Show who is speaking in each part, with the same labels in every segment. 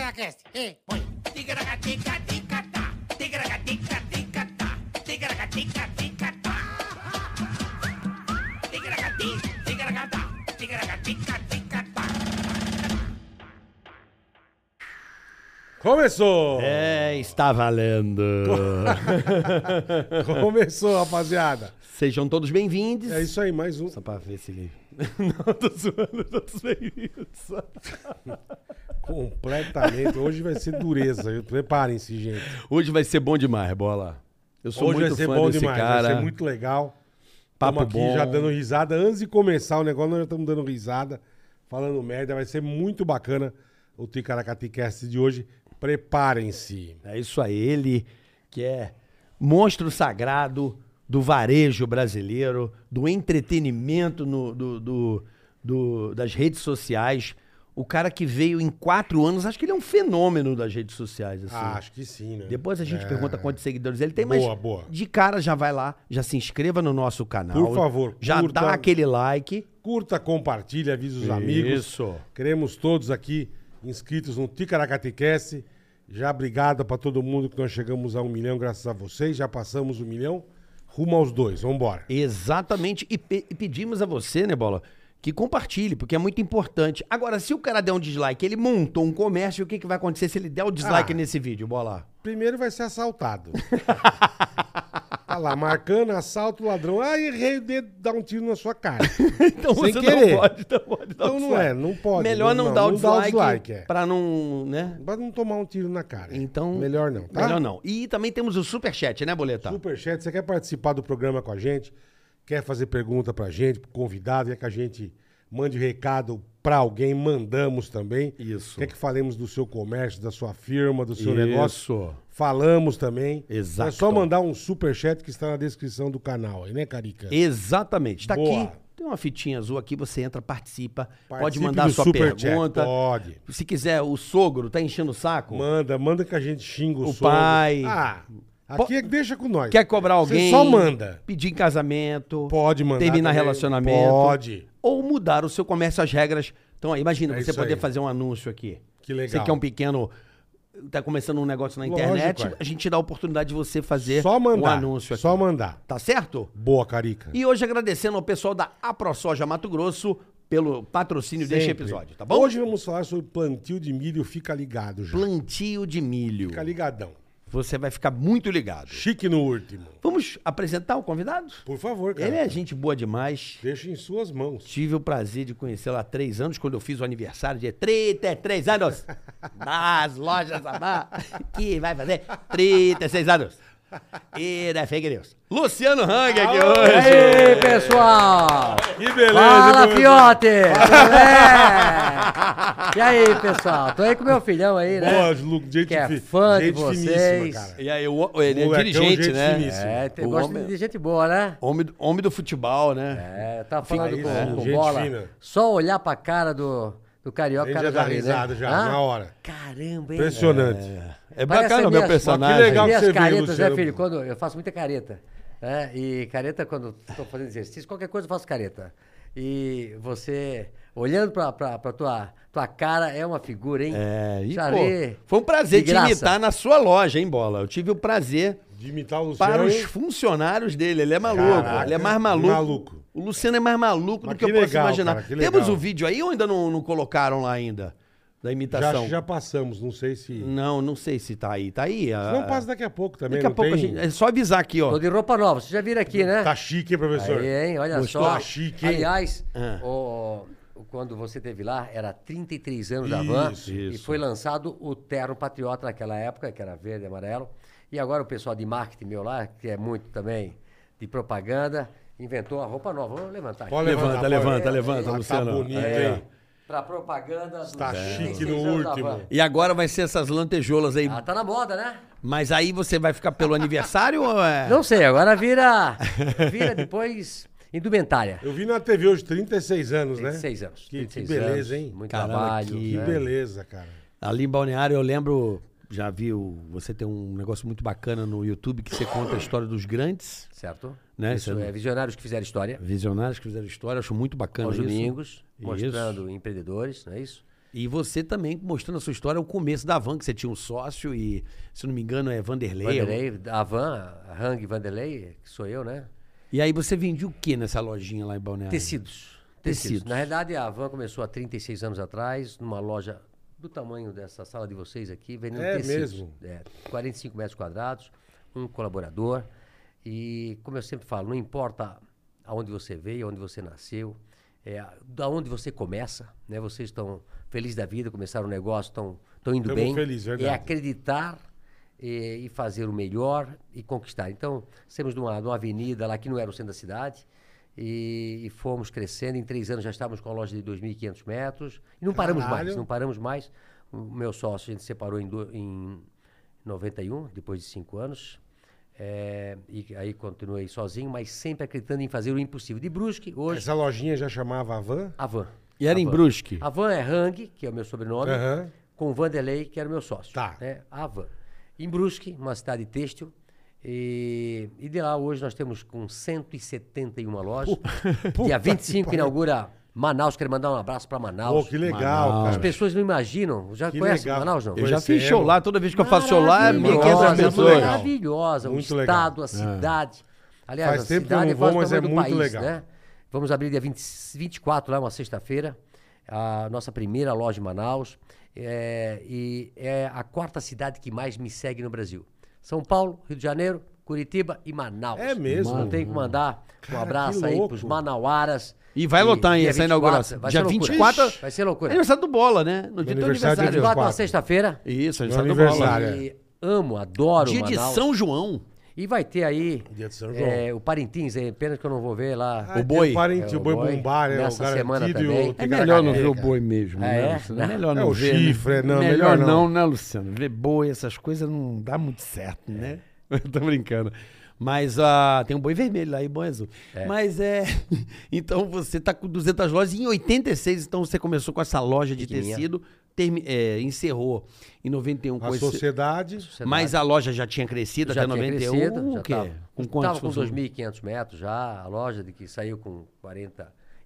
Speaker 1: Tigracast. E põe.
Speaker 2: Tigragatica-ticatá, tigragatica-ticatá, tigragatica-ticatá. Tigragati, tigragatá, tigragatica-ticatá.
Speaker 3: Começou!
Speaker 4: É, está valendo.
Speaker 3: Começou, rapaziada.
Speaker 4: Sejam todos bem-vindos.
Speaker 3: É isso aí, mais um.
Speaker 4: Só pra ver se ele. Não, tô zoando, todos bem-vindos.
Speaker 3: Completamente. Hoje vai ser dureza. viu? Preparem-se, gente.
Speaker 4: Hoje vai ser bom demais, bola. Eu sou
Speaker 3: Hoje
Speaker 4: muito
Speaker 3: vai ser
Speaker 4: fã
Speaker 3: bom
Speaker 4: desse
Speaker 3: demais.
Speaker 4: cara.
Speaker 3: Vai ser muito legal.
Speaker 4: Papo
Speaker 3: Tamo aqui
Speaker 4: bom.
Speaker 3: já dando risada. Antes de começar o negócio, nós já estamos dando risada, falando merda. Vai ser muito bacana o Ticaracaticast de hoje. Preparem-se.
Speaker 4: É isso aí, ele que é monstro sagrado do varejo brasileiro, do entretenimento no- do- do- do- das redes sociais. O cara que veio em quatro anos, acho que ele é um fenômeno das redes sociais. Assim.
Speaker 3: Ah, acho que sim, né?
Speaker 4: Depois a gente
Speaker 3: É.
Speaker 4: pergunta quantos seguidores ele tem, mas
Speaker 3: Boa, boa.
Speaker 4: de cara já vai lá, já se inscreva no nosso canal.
Speaker 3: Por favor,
Speaker 4: Já
Speaker 3: curta.
Speaker 4: dá aquele like.
Speaker 3: Curta, compartilha, avisa os amigos.
Speaker 4: Isso.
Speaker 3: Queremos todos aqui inscritos no Ticaracatecast. Já obrigado pra todo mundo que nós chegamos a um milhão, graças a vocês. Já passamos um milhão. Rumo aos dois, vambora.
Speaker 4: Exatamente. E, pe- e pedimos a você, né, Bola, que compartilhe, porque é muito importante. Agora, se o cara der um dislike, ele montou um comércio, o que, que vai acontecer se ele der o dislike
Speaker 3: Ah.
Speaker 4: nesse vídeo, Bola?
Speaker 3: Primeiro vai ser assaltado. tá lá, marcando, assalto, ladrão. Ah, errei o dedo, dá um tiro na sua cara.
Speaker 4: Então
Speaker 3: Sem
Speaker 4: você
Speaker 3: querer.
Speaker 4: não pode, não pode dar o
Speaker 3: Então não
Speaker 4: dislike.
Speaker 3: é, não pode.
Speaker 4: Melhor
Speaker 3: Não-
Speaker 4: não,
Speaker 3: não,
Speaker 4: dar o
Speaker 3: não dá o
Speaker 4: dislike,
Speaker 3: dislike, é.
Speaker 4: pra não, né?
Speaker 3: Pra não tomar um tiro na cara.
Speaker 4: Então...
Speaker 3: Melhor não, tá?
Speaker 4: Melhor não. E também temos o superchat, né, Boleta?
Speaker 3: Superchat, você quer participar do programa com a gente? Quer fazer pergunta pra gente, pro convidado, quer que a gente mande recado pra alguém, mandamos também.
Speaker 4: Isso.
Speaker 3: Quer que falemos do seu comércio, da sua firma, do seu
Speaker 4: Isso.
Speaker 3: negócio? Falamos também.
Speaker 4: Exato.
Speaker 3: É só mandar um superchat que está na descrição do canal aí, né, Carica?
Speaker 4: Exatamente. Está
Speaker 3: Boa.
Speaker 4: aqui. Tem uma fitinha azul aqui, você entra, participa. pode
Speaker 3: Participe
Speaker 4: mandar
Speaker 3: do
Speaker 4: sua
Speaker 3: superchat,
Speaker 4: pergunta.
Speaker 3: pode.
Speaker 4: Se quiser, o sogro tá enchendo o saco?
Speaker 3: Manda, manda que a gente xinga o,
Speaker 4: O
Speaker 3: sogro.
Speaker 4: pai.
Speaker 3: Ah, aqui é que deixa com nós.
Speaker 4: Quer cobrar
Speaker 3: Você
Speaker 4: alguém?
Speaker 3: só manda.
Speaker 4: Pedir em casamento.
Speaker 3: Pode mandar.
Speaker 4: Terminar
Speaker 3: também.
Speaker 4: relacionamento.
Speaker 3: Pode.
Speaker 4: Ou mudar o seu comércio, as regras. Então, aí, imagina
Speaker 3: É
Speaker 4: você
Speaker 3: isso
Speaker 4: poder
Speaker 3: aí.
Speaker 4: fazer um anúncio aqui.
Speaker 3: Que legal.
Speaker 4: Você quer um pequeno. Tá começando um negócio na
Speaker 3: Lógico,
Speaker 4: internet,
Speaker 3: é.
Speaker 4: a gente dá a oportunidade de você fazer
Speaker 3: Só
Speaker 4: um
Speaker 3: mandar.
Speaker 4: anúncio aqui.
Speaker 3: Só mandar.
Speaker 4: Tá certo?
Speaker 3: Boa, Carica.
Speaker 4: E hoje agradecendo ao pessoal da AproSoja Mato Grosso pelo patrocínio deste
Speaker 3: Sempre.
Speaker 4: episódio, tá bom?
Speaker 3: Hoje vamos falar sobre plantio de milho, fica ligado, já.
Speaker 4: plantio de milho.
Speaker 3: Fica ligadão.
Speaker 4: Você vai ficar muito ligado.
Speaker 3: Chique no último.
Speaker 4: Vamos apresentar o convidado?
Speaker 3: Por favor, cara.
Speaker 4: Ele é gente boa demais.
Speaker 3: Deixa em suas mãos.
Speaker 4: Tive o prazer de conhecê-lo há três anos, quando eu fiz o aniversário de 33 anos. Das lojas Amar, que vai fazer 36 anos. E da fake news. Luciano Hang aqui hoje.
Speaker 5: Aê, pessoal!
Speaker 3: Que beleza,
Speaker 5: Fala,
Speaker 3: meu
Speaker 5: Fiote! Tudo bem? É. E aí, pessoal? Tô aí com meu filhão aí, né?
Speaker 3: Boa, Luke, gente,
Speaker 5: Que é
Speaker 3: fi-
Speaker 5: fã de
Speaker 3: gente
Speaker 5: vocês.
Speaker 3: cara.
Speaker 4: E aí, o- ele é
Speaker 3: Molecão,
Speaker 4: dirigente,
Speaker 3: gente
Speaker 4: né?
Speaker 3: finíssima.
Speaker 5: É, tem,
Speaker 4: O
Speaker 5: gosto
Speaker 4: homem-
Speaker 5: de gente boa, né?
Speaker 4: Homem, homem do futebol, né?
Speaker 5: É, tá
Speaker 3: aí,
Speaker 5: falando com,
Speaker 3: né?
Speaker 5: com
Speaker 3: Gente
Speaker 5: bola.
Speaker 3: fina.
Speaker 5: Só olhar pra cara do, do carioca,
Speaker 3: Ele
Speaker 5: o
Speaker 3: já
Speaker 5: cara
Speaker 3: dá
Speaker 4: tá
Speaker 5: ri, né?
Speaker 3: risada já,
Speaker 5: Hã?
Speaker 3: na hora.
Speaker 5: Caramba, hein?
Speaker 3: Impressionante.
Speaker 4: É,
Speaker 5: Parece
Speaker 4: bacana o
Speaker 5: as
Speaker 4: meu
Speaker 5: minhas-
Speaker 4: personagem.
Speaker 3: Que legal.
Speaker 5: minhas
Speaker 3: que você veio,
Speaker 5: caretas, né,
Speaker 3: Luciano.
Speaker 5: filho? Quando eu faço muita careta. né? E careta, quando estou fazendo exercício, qualquer coisa eu faço careta. E você, olhando pra, pra, pra tua, tua cara, é uma figura, hein?
Speaker 4: É, e,
Speaker 5: Já
Speaker 4: pô,
Speaker 5: vi
Speaker 4: foi um prazer
Speaker 5: de
Speaker 4: te
Speaker 5: graça.
Speaker 4: imitar na sua loja, hein, Bola? Eu tive o prazer
Speaker 3: De imitar o Luciano.
Speaker 4: para os
Speaker 3: hein?
Speaker 4: funcionários dele. Ele é maluco,
Speaker 3: Caraca,
Speaker 4: ele é mais maluco.
Speaker 3: maluco.
Speaker 4: O Luciano é mais maluco
Speaker 3: Mas
Speaker 4: do que,
Speaker 3: que
Speaker 4: eu posso
Speaker 3: legal,
Speaker 4: imaginar.
Speaker 3: cara, que
Speaker 4: Temos
Speaker 3: legal.
Speaker 4: o vídeo aí ou ainda não, não colocaram lá ainda? Da imitação?
Speaker 3: já, já passamos, não sei se...
Speaker 4: Não, não sei se tá aí. Tá aí? a-
Speaker 3: Não passa daqui a pouco também,
Speaker 4: Hum. Daqui a
Speaker 3: não
Speaker 4: pouco a
Speaker 3: tem?
Speaker 4: gente... É só avisar aqui, ó.
Speaker 5: Tô de roupa nova, você já viram aqui, né?
Speaker 3: Tá chique, hein, professor?
Speaker 5: Aí, hein? Olha
Speaker 3: Gostou?
Speaker 5: só.
Speaker 3: Tá chique, hein? É.
Speaker 5: Aliás,
Speaker 4: Ah.
Speaker 5: o- o- quando você teve lá, era 33 anos da van.
Speaker 3: Isso,
Speaker 5: E foi lançado o Terno Patriota naquela época, que era verde e amarelo. E agora o pessoal de marketing meu lá, que é muito também de propaganda, inventou a roupa nova. Vamos levantar
Speaker 3: Pode
Speaker 5: aqui.
Speaker 3: levantar, pode.
Speaker 4: Levanta, levanta,
Speaker 3: Ah,
Speaker 4: levanta,
Speaker 3: tá
Speaker 4: Luciano.
Speaker 3: bonito,
Speaker 4: É.
Speaker 3: hein?
Speaker 5: Pra propaganda dos
Speaker 3: Tá
Speaker 5: 36
Speaker 3: chique no
Speaker 5: anos da
Speaker 3: último.
Speaker 5: van.
Speaker 4: E agora vai ser essas lantejoulas aí.
Speaker 5: Ah, tá na moda, né?
Speaker 4: Mas aí você vai ficar pelo aniversário ou é...
Speaker 5: Não sei, agora vira, vira depois indumentária.
Speaker 3: Eu vi na TV hoje, 36 anos, né?
Speaker 5: 36 anos.
Speaker 3: Que,
Speaker 5: 36
Speaker 3: que beleza,
Speaker 5: anos,
Speaker 3: hein?
Speaker 5: Muito
Speaker 4: Caramba,
Speaker 5: trabalho. né?
Speaker 3: Que
Speaker 4: É.
Speaker 3: beleza, cara.
Speaker 4: Ali em Balneário, eu lembro, já vi, o- você tem um negócio muito bacana no YouTube que você conta a história dos grandes,
Speaker 5: Certo?
Speaker 4: Né,
Speaker 5: Isso
Speaker 4: isso é-
Speaker 5: é Visionários que fizeram história.
Speaker 4: visionários que fizeram história, acho muito bacana
Speaker 5: Aos
Speaker 4: isso.
Speaker 5: domingos,
Speaker 4: Isso.
Speaker 5: mostrando empreendedores, não é isso?
Speaker 4: E você também mostrando a sua história, é o começo da Van, que você tinha um sócio e, se não me engano, é Vanderlei.
Speaker 5: Vanderlei, a van, Hang Vanderlei, que sou eu, né?
Speaker 4: E aí você vendia o que nessa lojinha lá em
Speaker 3: Né?
Speaker 4: Balneário?
Speaker 5: Tecidos.
Speaker 4: Tecidos.
Speaker 5: Na realidade, a van começou há 36 anos atrás, numa loja do tamanho dessa sala de vocês aqui, vendendo
Speaker 3: É
Speaker 5: tecidos.
Speaker 3: mesmo?
Speaker 5: É, 45 metros quadrados, um colaborador. E, como eu sempre falo, não importa aonde você veio, aonde você nasceu, é, da onde você começa, né? Vocês estão felizes da vida, começaram o negócio, estão estão indo
Speaker 3: Tamo
Speaker 5: bem.
Speaker 3: feliz,
Speaker 5: É
Speaker 3: verdade.
Speaker 5: acreditar eh, e, fazer o melhor e conquistar. Então, saímos de uma, de uma avenida lá que não era o centro da cidade e, e fomos crescendo. Em três anos já estávamos com a loja de 2.500 metros e não paramos
Speaker 3: Caralho.
Speaker 5: mais, não paramos mais. O meu sócio, a gente separou em, do, em 91, depois de cinco anos. Eh, e aí continuei sozinho, mas sempre acreditando em fazer o impossível. De Brusque, hoje,
Speaker 3: Essa lojinha já chamava a van?
Speaker 5: a van.
Speaker 4: E era
Speaker 5: A
Speaker 4: em
Speaker 5: van.
Speaker 4: Brusque?
Speaker 5: A van é Hang, que é o meu sobrenome,
Speaker 3: Aham.
Speaker 5: com o Vanderlei, que era o meu sócio.
Speaker 3: Tá.
Speaker 5: Né? A van. Em Brusque, uma cidade têxtil. E, e de lá hoje nós temos com 171 lojas.
Speaker 3: puta
Speaker 5: e a
Speaker 3: que
Speaker 5: 25
Speaker 3: pariu.
Speaker 5: inaugura Manaus. Quero mandar um abraço para
Speaker 3: Pô,
Speaker 5: Manaus.
Speaker 3: que legal,
Speaker 4: Manaus.
Speaker 5: As
Speaker 3: cara.
Speaker 5: pessoas não imaginam. Já
Speaker 3: Que
Speaker 5: conhece
Speaker 3: legal.
Speaker 5: Manaus, não?
Speaker 4: Eu já
Speaker 3: Conhecemos.
Speaker 4: fiz show lá, toda vez que eu faço
Speaker 5: Ah,
Speaker 4: show lá, é
Speaker 3: Maravilhosa,
Speaker 4: 1.500
Speaker 3: muito
Speaker 4: pessoas.
Speaker 3: legal.
Speaker 5: Maravilhosa,
Speaker 3: Muito
Speaker 5: o
Speaker 3: legal. É.
Speaker 5: estado, a cidade. Aliás,
Speaker 3: Faz
Speaker 5: a
Speaker 3: tempo que eu
Speaker 5: cidade
Speaker 3: não
Speaker 5: é
Speaker 3: vou,
Speaker 5: quase o
Speaker 3: mas
Speaker 5: tamanho
Speaker 3: é
Speaker 5: do
Speaker 3: muito
Speaker 5: país,
Speaker 3: legal.
Speaker 5: Né? Vamos abrir dia 20, 24, lá, uma sexta-feira, a nossa primeira loja em Manaus. É, e é a quarta cidade que mais me segue no Brasil. São Paulo, Rio de Janeiro, Curitiba e Manaus.
Speaker 3: É mesmo?
Speaker 5: Eu tenho que mandar um
Speaker 3: Cara,
Speaker 5: abraço
Speaker 3: que
Speaker 5: aí
Speaker 3: louco.
Speaker 5: pros manauaras.
Speaker 4: E vai lotar, hein,
Speaker 5: dia
Speaker 4: essa
Speaker 5: 24,
Speaker 4: inauguração.
Speaker 5: Vai
Speaker 4: Dia
Speaker 5: ser loucura.
Speaker 4: 24.
Speaker 5: Vai ser loucura.
Speaker 4: Aniversário do Bola, né? No dia do teu
Speaker 3: aniversário
Speaker 4: aniversário.
Speaker 3: de
Speaker 5: 24, uma
Speaker 3: 24.
Speaker 5: sexta-feira.
Speaker 4: Isso,
Speaker 3: Meu
Speaker 4: aniversário do
Speaker 3: aniversário.
Speaker 4: Bola.
Speaker 3: Cara.
Speaker 5: E amo, adoro
Speaker 4: Dia de
Speaker 5: Manaus.
Speaker 4: São João.
Speaker 5: E vai ter aí
Speaker 3: Dia de São
Speaker 5: é, o Parintins, é, pena que eu não vou ver lá.
Speaker 3: Ah, tem
Speaker 4: boi.
Speaker 3: Parente,
Speaker 5: É,
Speaker 3: o boi
Speaker 5: o boi.
Speaker 3: bombar, é o
Speaker 5: Nessa semana
Speaker 3: garantido e
Speaker 5: também.
Speaker 3: o
Speaker 5: É
Speaker 3: ticaracateca.
Speaker 4: mesmo,
Speaker 5: Ah, é?
Speaker 4: melhor
Speaker 3: É o
Speaker 4: né?
Speaker 3: chifre, não, melhor não.
Speaker 4: né, Luciano? Ver boi, essas coisas não dá muito certo, né? Eu tô brincando. Mas ah, tem um boi vermelho lá e boi azul. Mas é. Então você tá com 200 lojas e em 86, então você começou com essa loja de
Speaker 5: Pequenininha.
Speaker 4: tecido, termi- é, encerrou em 91 com
Speaker 3: A
Speaker 4: esse,
Speaker 3: sociedade.
Speaker 4: é. Mas a loja já tinha crescido
Speaker 5: já
Speaker 4: até
Speaker 5: tinha
Speaker 4: 91?
Speaker 5: crescido, já
Speaker 4: o quê?
Speaker 5: tava.
Speaker 4: Com
Speaker 5: Tava
Speaker 4: quantos
Speaker 5: com
Speaker 4: funcionários?
Speaker 5: 2.500 metros já, a loja de que saiu com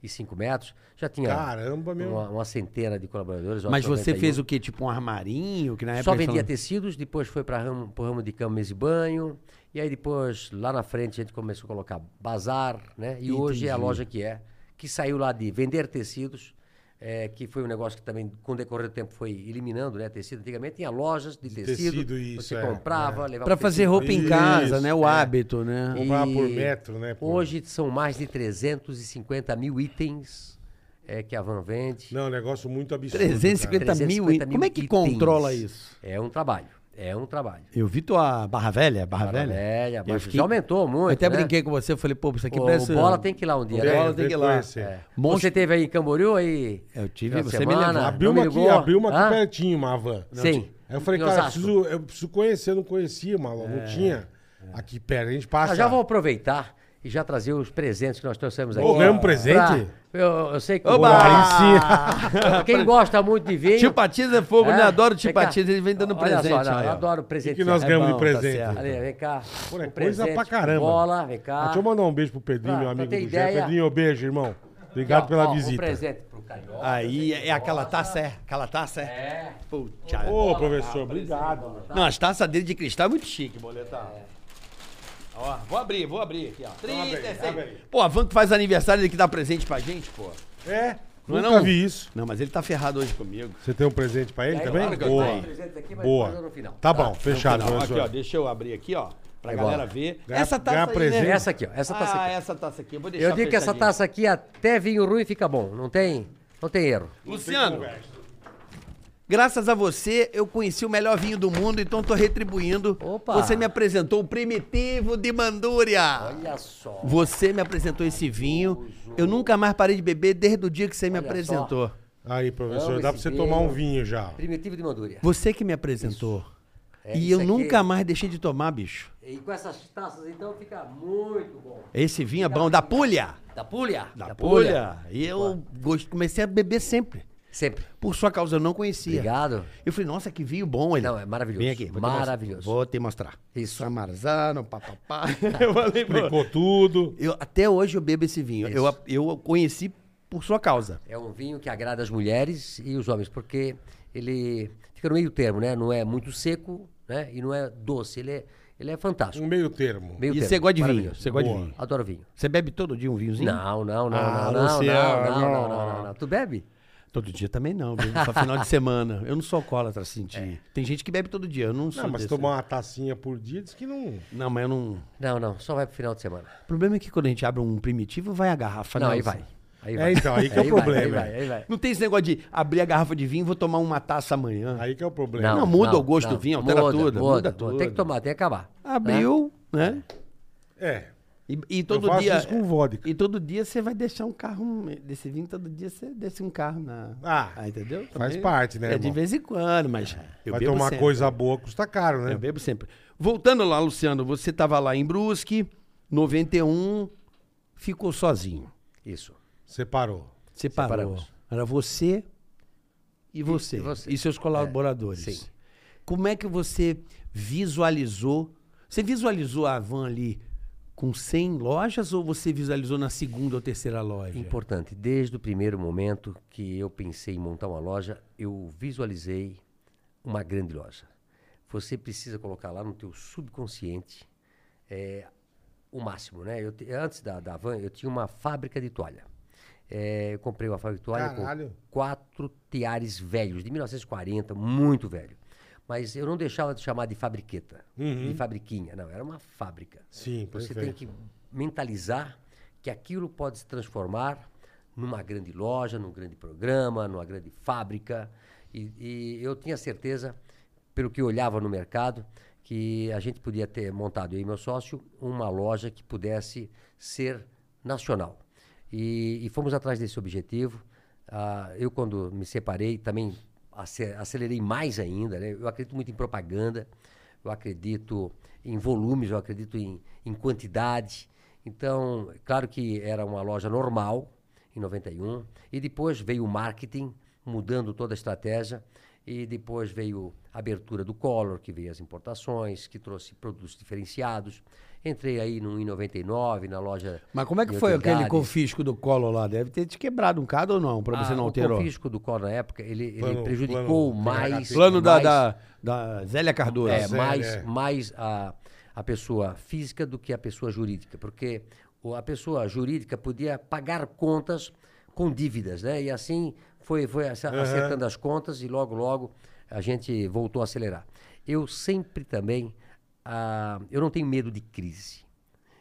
Speaker 5: 45 metros, já tinha
Speaker 3: Caramba, meu.
Speaker 5: uma, uma centena de colaboradores.
Speaker 4: Mas você
Speaker 5: 91.
Speaker 4: fez o quê? Tipo um armarinho? Que na época
Speaker 5: Só
Speaker 4: eles
Speaker 5: vendia
Speaker 4: falam-
Speaker 5: tecidos, depois foi para ramo, pro ramo de cama, mesa e banho. E aí depois, lá na frente, a gente começou a colocar bazar, né? E hoje é a
Speaker 4: Entendi.
Speaker 5: loja que é, que saiu lá de vender tecidos, eh, que foi um negócio que também, com o decorrer do tempo, foi eliminando, né? Tecido. Antigamente tinha lojas de, tecido,
Speaker 3: tecido, isso,
Speaker 5: você
Speaker 3: é,
Speaker 5: comprava, levava
Speaker 4: Pra
Speaker 5: pro
Speaker 4: fazer
Speaker 5: tecido.
Speaker 4: roupa em casa,
Speaker 3: Isso,
Speaker 4: né? O
Speaker 3: é.
Speaker 4: hábito, né?
Speaker 3: Comprava
Speaker 5: E
Speaker 3: por metro, né? por-
Speaker 5: Hoje são mais de 350 mil itens eh, que a Van vende.
Speaker 3: Não, é um negócio muito absurdo.
Speaker 4: 350
Speaker 3: cara.
Speaker 4: mil itens. Como é que controla isso?
Speaker 5: É um trabalho, é um trabalho.
Speaker 4: Eu vi tua Barra Velha, Barra,
Speaker 5: Barra
Speaker 4: Velha.
Speaker 5: Velha,
Speaker 4: Eu
Speaker 5: Barra- já aumentou muito,
Speaker 4: Eu até
Speaker 5: né?
Speaker 4: brinquei com você, eu falei, pô, isso aqui
Speaker 5: o,
Speaker 4: parece...
Speaker 5: o Bola tem que ir lá um dia,
Speaker 4: O
Speaker 5: né?
Speaker 4: Bola tem que ir lá.
Speaker 3: conhecer.
Speaker 5: É.
Speaker 4: Monstro-
Speaker 5: Você teve aí em Camboriú aí?
Speaker 4: Eu tive,
Speaker 5: final de
Speaker 4: você me levou.
Speaker 3: Abriu
Speaker 5: não
Speaker 3: uma,
Speaker 5: me
Speaker 3: aqui,
Speaker 5: ligou?
Speaker 3: abriu uma aqui
Speaker 5: Hã?
Speaker 3: pertinho, uma van.
Speaker 5: Sim.
Speaker 3: Aí eu falei,
Speaker 5: Em
Speaker 3: cara, eu
Speaker 5: Osasco. É.
Speaker 3: preciso, eu preciso conhecer, eu não conhecia, maluco. Não tinha. Aqui perto, a gente passa.
Speaker 5: Ah, já vou aproveitar e já trazer os presentes que nós trouxemos aqui.
Speaker 3: Ô, ganhamos presente?
Speaker 5: Pra- Eu, eu sei que...
Speaker 4: Oba!
Speaker 5: Pra Quem gosta muito de vinho...
Speaker 4: Tio Patiz é fogo,
Speaker 5: É,
Speaker 4: né? Adoro o
Speaker 5: vem
Speaker 4: Tio
Speaker 5: cá.
Speaker 4: Patiz, ele vem dando
Speaker 5: Olha só,
Speaker 4: presente.
Speaker 5: não,
Speaker 4: aí,
Speaker 5: eu
Speaker 4: ó.
Speaker 5: adoro presente.
Speaker 3: O que nós
Speaker 5: É
Speaker 3: ganhamos
Speaker 4: bom,
Speaker 3: de
Speaker 4: tá
Speaker 3: presente?
Speaker 4: certo.
Speaker 5: Ali, vem
Speaker 3: Pô, é
Speaker 5: cá. Um
Speaker 3: coisa
Speaker 5: presente,
Speaker 3: pra caramba.
Speaker 5: Bola, vem cá.
Speaker 3: Ah, deixa eu mandar um beijo pro Pedrinho, meu
Speaker 5: Pra- pra
Speaker 3: amigo do
Speaker 5: ter
Speaker 3: Gé.
Speaker 5: ideia-
Speaker 3: Pedrinho, um beijo, irmão. Obrigado
Speaker 5: Ó,
Speaker 3: pela
Speaker 5: ó, Um
Speaker 3: visita.
Speaker 5: presente pro Carioca.
Speaker 4: Aí é é aquela taça, é? Aquela taça, é?
Speaker 5: É.
Speaker 4: Puta.
Speaker 3: Ô, professor, obrigado. mano.
Speaker 4: Não, as taças dele de cristal é muito chique, boleta. Ó, vou abrir, vou abrir aqui, ó.
Speaker 3: abre aí,
Speaker 4: 36.
Speaker 3: abre aí.
Speaker 4: Pô, a Van que faz aniversário, ele que dá presente pra gente, pô.
Speaker 3: É?
Speaker 4: Não é
Speaker 3: nunca
Speaker 4: não?
Speaker 3: vi isso.
Speaker 4: Não, mas ele tá ferrado hoje comigo.
Speaker 3: Você tem um presente pra ele
Speaker 5: É,
Speaker 3: também?
Speaker 5: claro que eu
Speaker 3: Boa.
Speaker 5: tenho. Presente aqui, mas depois
Speaker 3: Boa.
Speaker 5: no final.
Speaker 3: Tá
Speaker 5: Tá.
Speaker 3: bom, fechado,
Speaker 4: Não, aqui, ó,
Speaker 3: professor.
Speaker 4: deixa eu abrir aqui, ó, pra
Speaker 5: Vai
Speaker 4: galera
Speaker 5: embora.
Speaker 4: ver.
Speaker 3: Ganhar-
Speaker 4: essa taça
Speaker 3: ganhar
Speaker 4: aí,
Speaker 3: presente.
Speaker 4: né?
Speaker 5: Essa aqui, ó. Essa taça
Speaker 4: ah,
Speaker 5: aqui.
Speaker 4: essa taça aqui, eu vou deixar
Speaker 5: Eu digo que essa
Speaker 4: fechadinha.
Speaker 5: taça aqui até vinho ruim fica bom. Não tem, não tem erro.
Speaker 4: Luciano, graças a você, eu conheci o melhor vinho do mundo, então tô retribuindo.
Speaker 5: Opa.
Speaker 4: Você me apresentou o Primitivo de Mandúria.
Speaker 5: Olha só.
Speaker 4: Você me apresentou esse vinho. Eu nunca mais parei de beber desde o dia que você me
Speaker 5: Olha
Speaker 4: apresentou.
Speaker 3: Aí, professor,
Speaker 5: Amo
Speaker 3: dá pra
Speaker 5: esse
Speaker 3: você
Speaker 5: vinho.
Speaker 3: tomar um vinho já.
Speaker 5: Primitivo de Mandúria.
Speaker 4: Você que me apresentou.
Speaker 5: É,
Speaker 4: e
Speaker 5: isso
Speaker 4: eu
Speaker 5: aqui-
Speaker 4: nunca mais deixei de tomar, bicho.
Speaker 5: E com essas taças, então, fica muito bom.
Speaker 4: Esse vinho é bom. Da Pulha!
Speaker 5: Da Pulha?
Speaker 4: Da Pulha! E eu gost- comecei a beber sempre.
Speaker 5: Sempre.
Speaker 4: Por sua causa, eu não conhecia.
Speaker 5: Obrigado.
Speaker 4: Eu falei, nossa, que vinho bom ele.
Speaker 5: Não, é maravilhoso.
Speaker 4: Vem aqui. vou te mostrar.
Speaker 5: Maravilhoso.
Speaker 4: Vou te mostrar.
Speaker 5: Isso.
Speaker 4: Samarzano, papapá. eu falei, pô.
Speaker 3: Explicou tudo.
Speaker 4: Eu, até hoje eu bebo esse vinho. Eu, eu conheci por sua causa.
Speaker 5: É um vinho que agrada as mulheres e os homens, porque ele fica no meio termo, né? Não é muito seco, né? E não é doce. Ele é, ele é fantástico.
Speaker 3: Um meio termo.
Speaker 4: e
Speaker 5: Meio termo,
Speaker 4: você gosta de vinho?
Speaker 5: maravilhoso.
Speaker 4: Você gosta de
Speaker 3: Boa.
Speaker 4: vinho?
Speaker 5: Adoro vinho.
Speaker 4: Você bebe todo dia um vinhozinho?
Speaker 5: Não, não, não,
Speaker 3: Ah,
Speaker 5: não, não,
Speaker 3: Luciano,
Speaker 5: não, não, não,
Speaker 3: não.
Speaker 5: não, não, não. Tu bebe?
Speaker 4: Todo dia também não, viu? Só final de semana. Eu não sou alcoólatra, assim, de...
Speaker 5: É.
Speaker 4: Tem gente que bebe todo dia, eu não sou
Speaker 3: Não, mas
Speaker 4: desse.
Speaker 5: assim.
Speaker 3: tomar uma tacinha por dia diz que não.
Speaker 4: Não, mas eu não...
Speaker 5: Não, não, só vai pro final de semana.
Speaker 4: O problema é que quando a gente abre um primitivo, vai a garrafa,
Speaker 5: Não,
Speaker 4: né,
Speaker 5: aí
Speaker 4: Elson?
Speaker 5: vai. Aí
Speaker 3: É,
Speaker 5: vai.
Speaker 3: então, aí que é o
Speaker 5: vai,
Speaker 3: problema.
Speaker 5: aí vai, aí vai.
Speaker 4: Não tem esse negócio de abrir a garrafa de vinho e vou tomar uma taça amanhã.
Speaker 3: Aí que é o problema.
Speaker 4: Não, muda o gosto do vinho, altera
Speaker 5: muda,
Speaker 4: tudo,
Speaker 5: Muda,
Speaker 4: muda
Speaker 5: Tem
Speaker 4: tudo.
Speaker 5: que tomar, tem que acabar.
Speaker 4: Abriu, né?
Speaker 3: É.
Speaker 4: E, e todo
Speaker 3: eu faço
Speaker 4: dia... é-
Speaker 3: isso com vodka.
Speaker 4: E todo dia você vai deixar um carro desse vinho, todo dia você desce um carro na.
Speaker 3: Ah,
Speaker 4: entendeu?
Speaker 3: faz parte, né,
Speaker 4: É de
Speaker 3: irmão? É,
Speaker 4: vez em quando, mas. Eu
Speaker 3: Vai
Speaker 4: bebo
Speaker 3: tomar
Speaker 4: sempre.
Speaker 3: coisa boa, custa caro, né?
Speaker 4: Eu bebo sempre. Voltando lá, Luciano, você tava lá em Brusque, 91, ficou sozinho.
Speaker 5: Isso.
Speaker 3: Separou.
Speaker 4: Separou.
Speaker 5: Separamos.
Speaker 4: Era você e você. E,
Speaker 5: você.
Speaker 4: seus colaboradores.
Speaker 5: É, sim.
Speaker 4: Como é que você visualizou? Você visualizou a van ali com 100 lojas ou você visualizou na segunda ou terceira loja?
Speaker 5: Importante, desde o primeiro momento que eu pensei em montar uma loja, eu visualizei uma grande loja. Você precisa colocar lá no teu subconsciente eh, o máximo, né? Eu, te- antes da, da van, eu tinha uma fábrica de toalha. Eh, eu comprei uma fábrica de toalha
Speaker 3: Caralho.
Speaker 5: com quatro tiares velhos, de 1940, muito velho. Mas eu não deixava de chamar de fabriqueta, de fabriquinha. Não, era uma fábrica.
Speaker 3: Sim,
Speaker 5: É, Você tem
Speaker 3: perfeito.
Speaker 5: que mentalizar que aquilo pode se transformar numa grande loja, num grande programa, numa grande fábrica. E, e eu tinha certeza, pelo que eu olhava no mercado, que a gente podia ter montado, eu e meu sócio, uma loja que pudesse ser nacional. E, e fomos atrás desse objetivo. Ah, eu, quando me separei, também ace- acelerei mais ainda. Né? Eu acredito muito em propaganda eu acredito em volumes, eu acredito em, em quantidade. Então, claro que era uma loja normal em 91, e depois veio o marketing, mudando toda a estratégia, e depois veio a abertura do Collor, que veio as importações, que trouxe produtos diferenciados. Entrei aí no em 99, na loja.
Speaker 4: Mas como é que
Speaker 5: de
Speaker 4: foi aquele
Speaker 5: utilidades.
Speaker 4: confisco do colo lá? Deve ter te quebrado um bocado ou não, pra você
Speaker 5: Ah,
Speaker 4: não
Speaker 5: o
Speaker 4: alterou?
Speaker 5: confisco do Collor na época, ele, ele
Speaker 3: Plano-
Speaker 5: prejudicou
Speaker 3: plano-
Speaker 5: mais.
Speaker 4: Plano da,
Speaker 5: mais-
Speaker 4: da, da Zélia Cardoso.
Speaker 5: É,
Speaker 3: Zé,
Speaker 5: mais,
Speaker 3: é.
Speaker 5: mais a, a pessoa física do que a pessoa jurídica, porque o- a pessoa jurídica podia pagar contas com dívidas, né? E assim foi, foi ace- acertando as contas e logo, logo a gente voltou a acelerar. Eu sempre também, ah, eu não tenho medo de crise.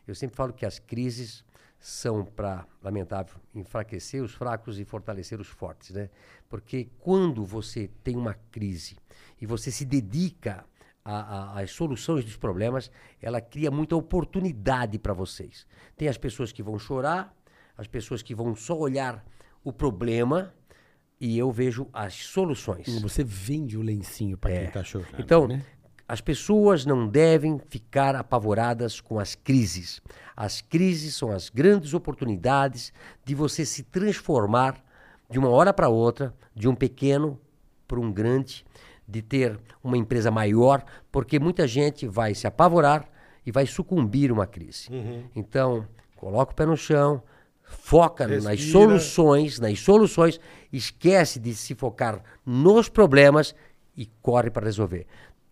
Speaker 5: Eu sempre falo que as crises são para, lamentável, enfraquecer os fracos e fortalecer os fortes, né? Porque quando você tem uma crise e você se dedica a- a- às soluções dos problemas, ela cria muita oportunidade para vocês. Tem as pessoas que vão chorar, as pessoas que vão só olhar o problema e eu vejo as soluções.
Speaker 4: Você vende o lencinho pra quem tá chorando.
Speaker 5: Então,
Speaker 4: né?
Speaker 5: as pessoas não devem ficar apavoradas com as crises. As crises são as grandes oportunidades de você se transformar de uma hora para outra, de um pequeno para um grande, de ter uma empresa maior, porque muita gente vai se apavorar e vai sucumbir a uma crise. Então, coloca o pé no chão, foca nas
Speaker 3: Respira.
Speaker 5: soluções soluções, nas soluções, esquece de se focar nos problemas e corre para resolver.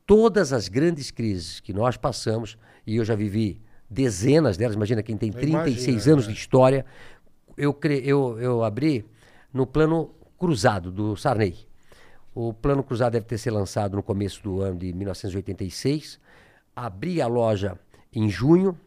Speaker 5: Todas as grandes crises que nós passamos, e eu já vivi dezenas delas, imagina quem tem 36
Speaker 3: imagino,
Speaker 5: anos
Speaker 3: né?
Speaker 5: de história, eu, cre- eu, eu abri no plano cruzado do Sarney. O plano cruzado deve ter sido lançado no começo do ano de 1986. Abri a loja em junho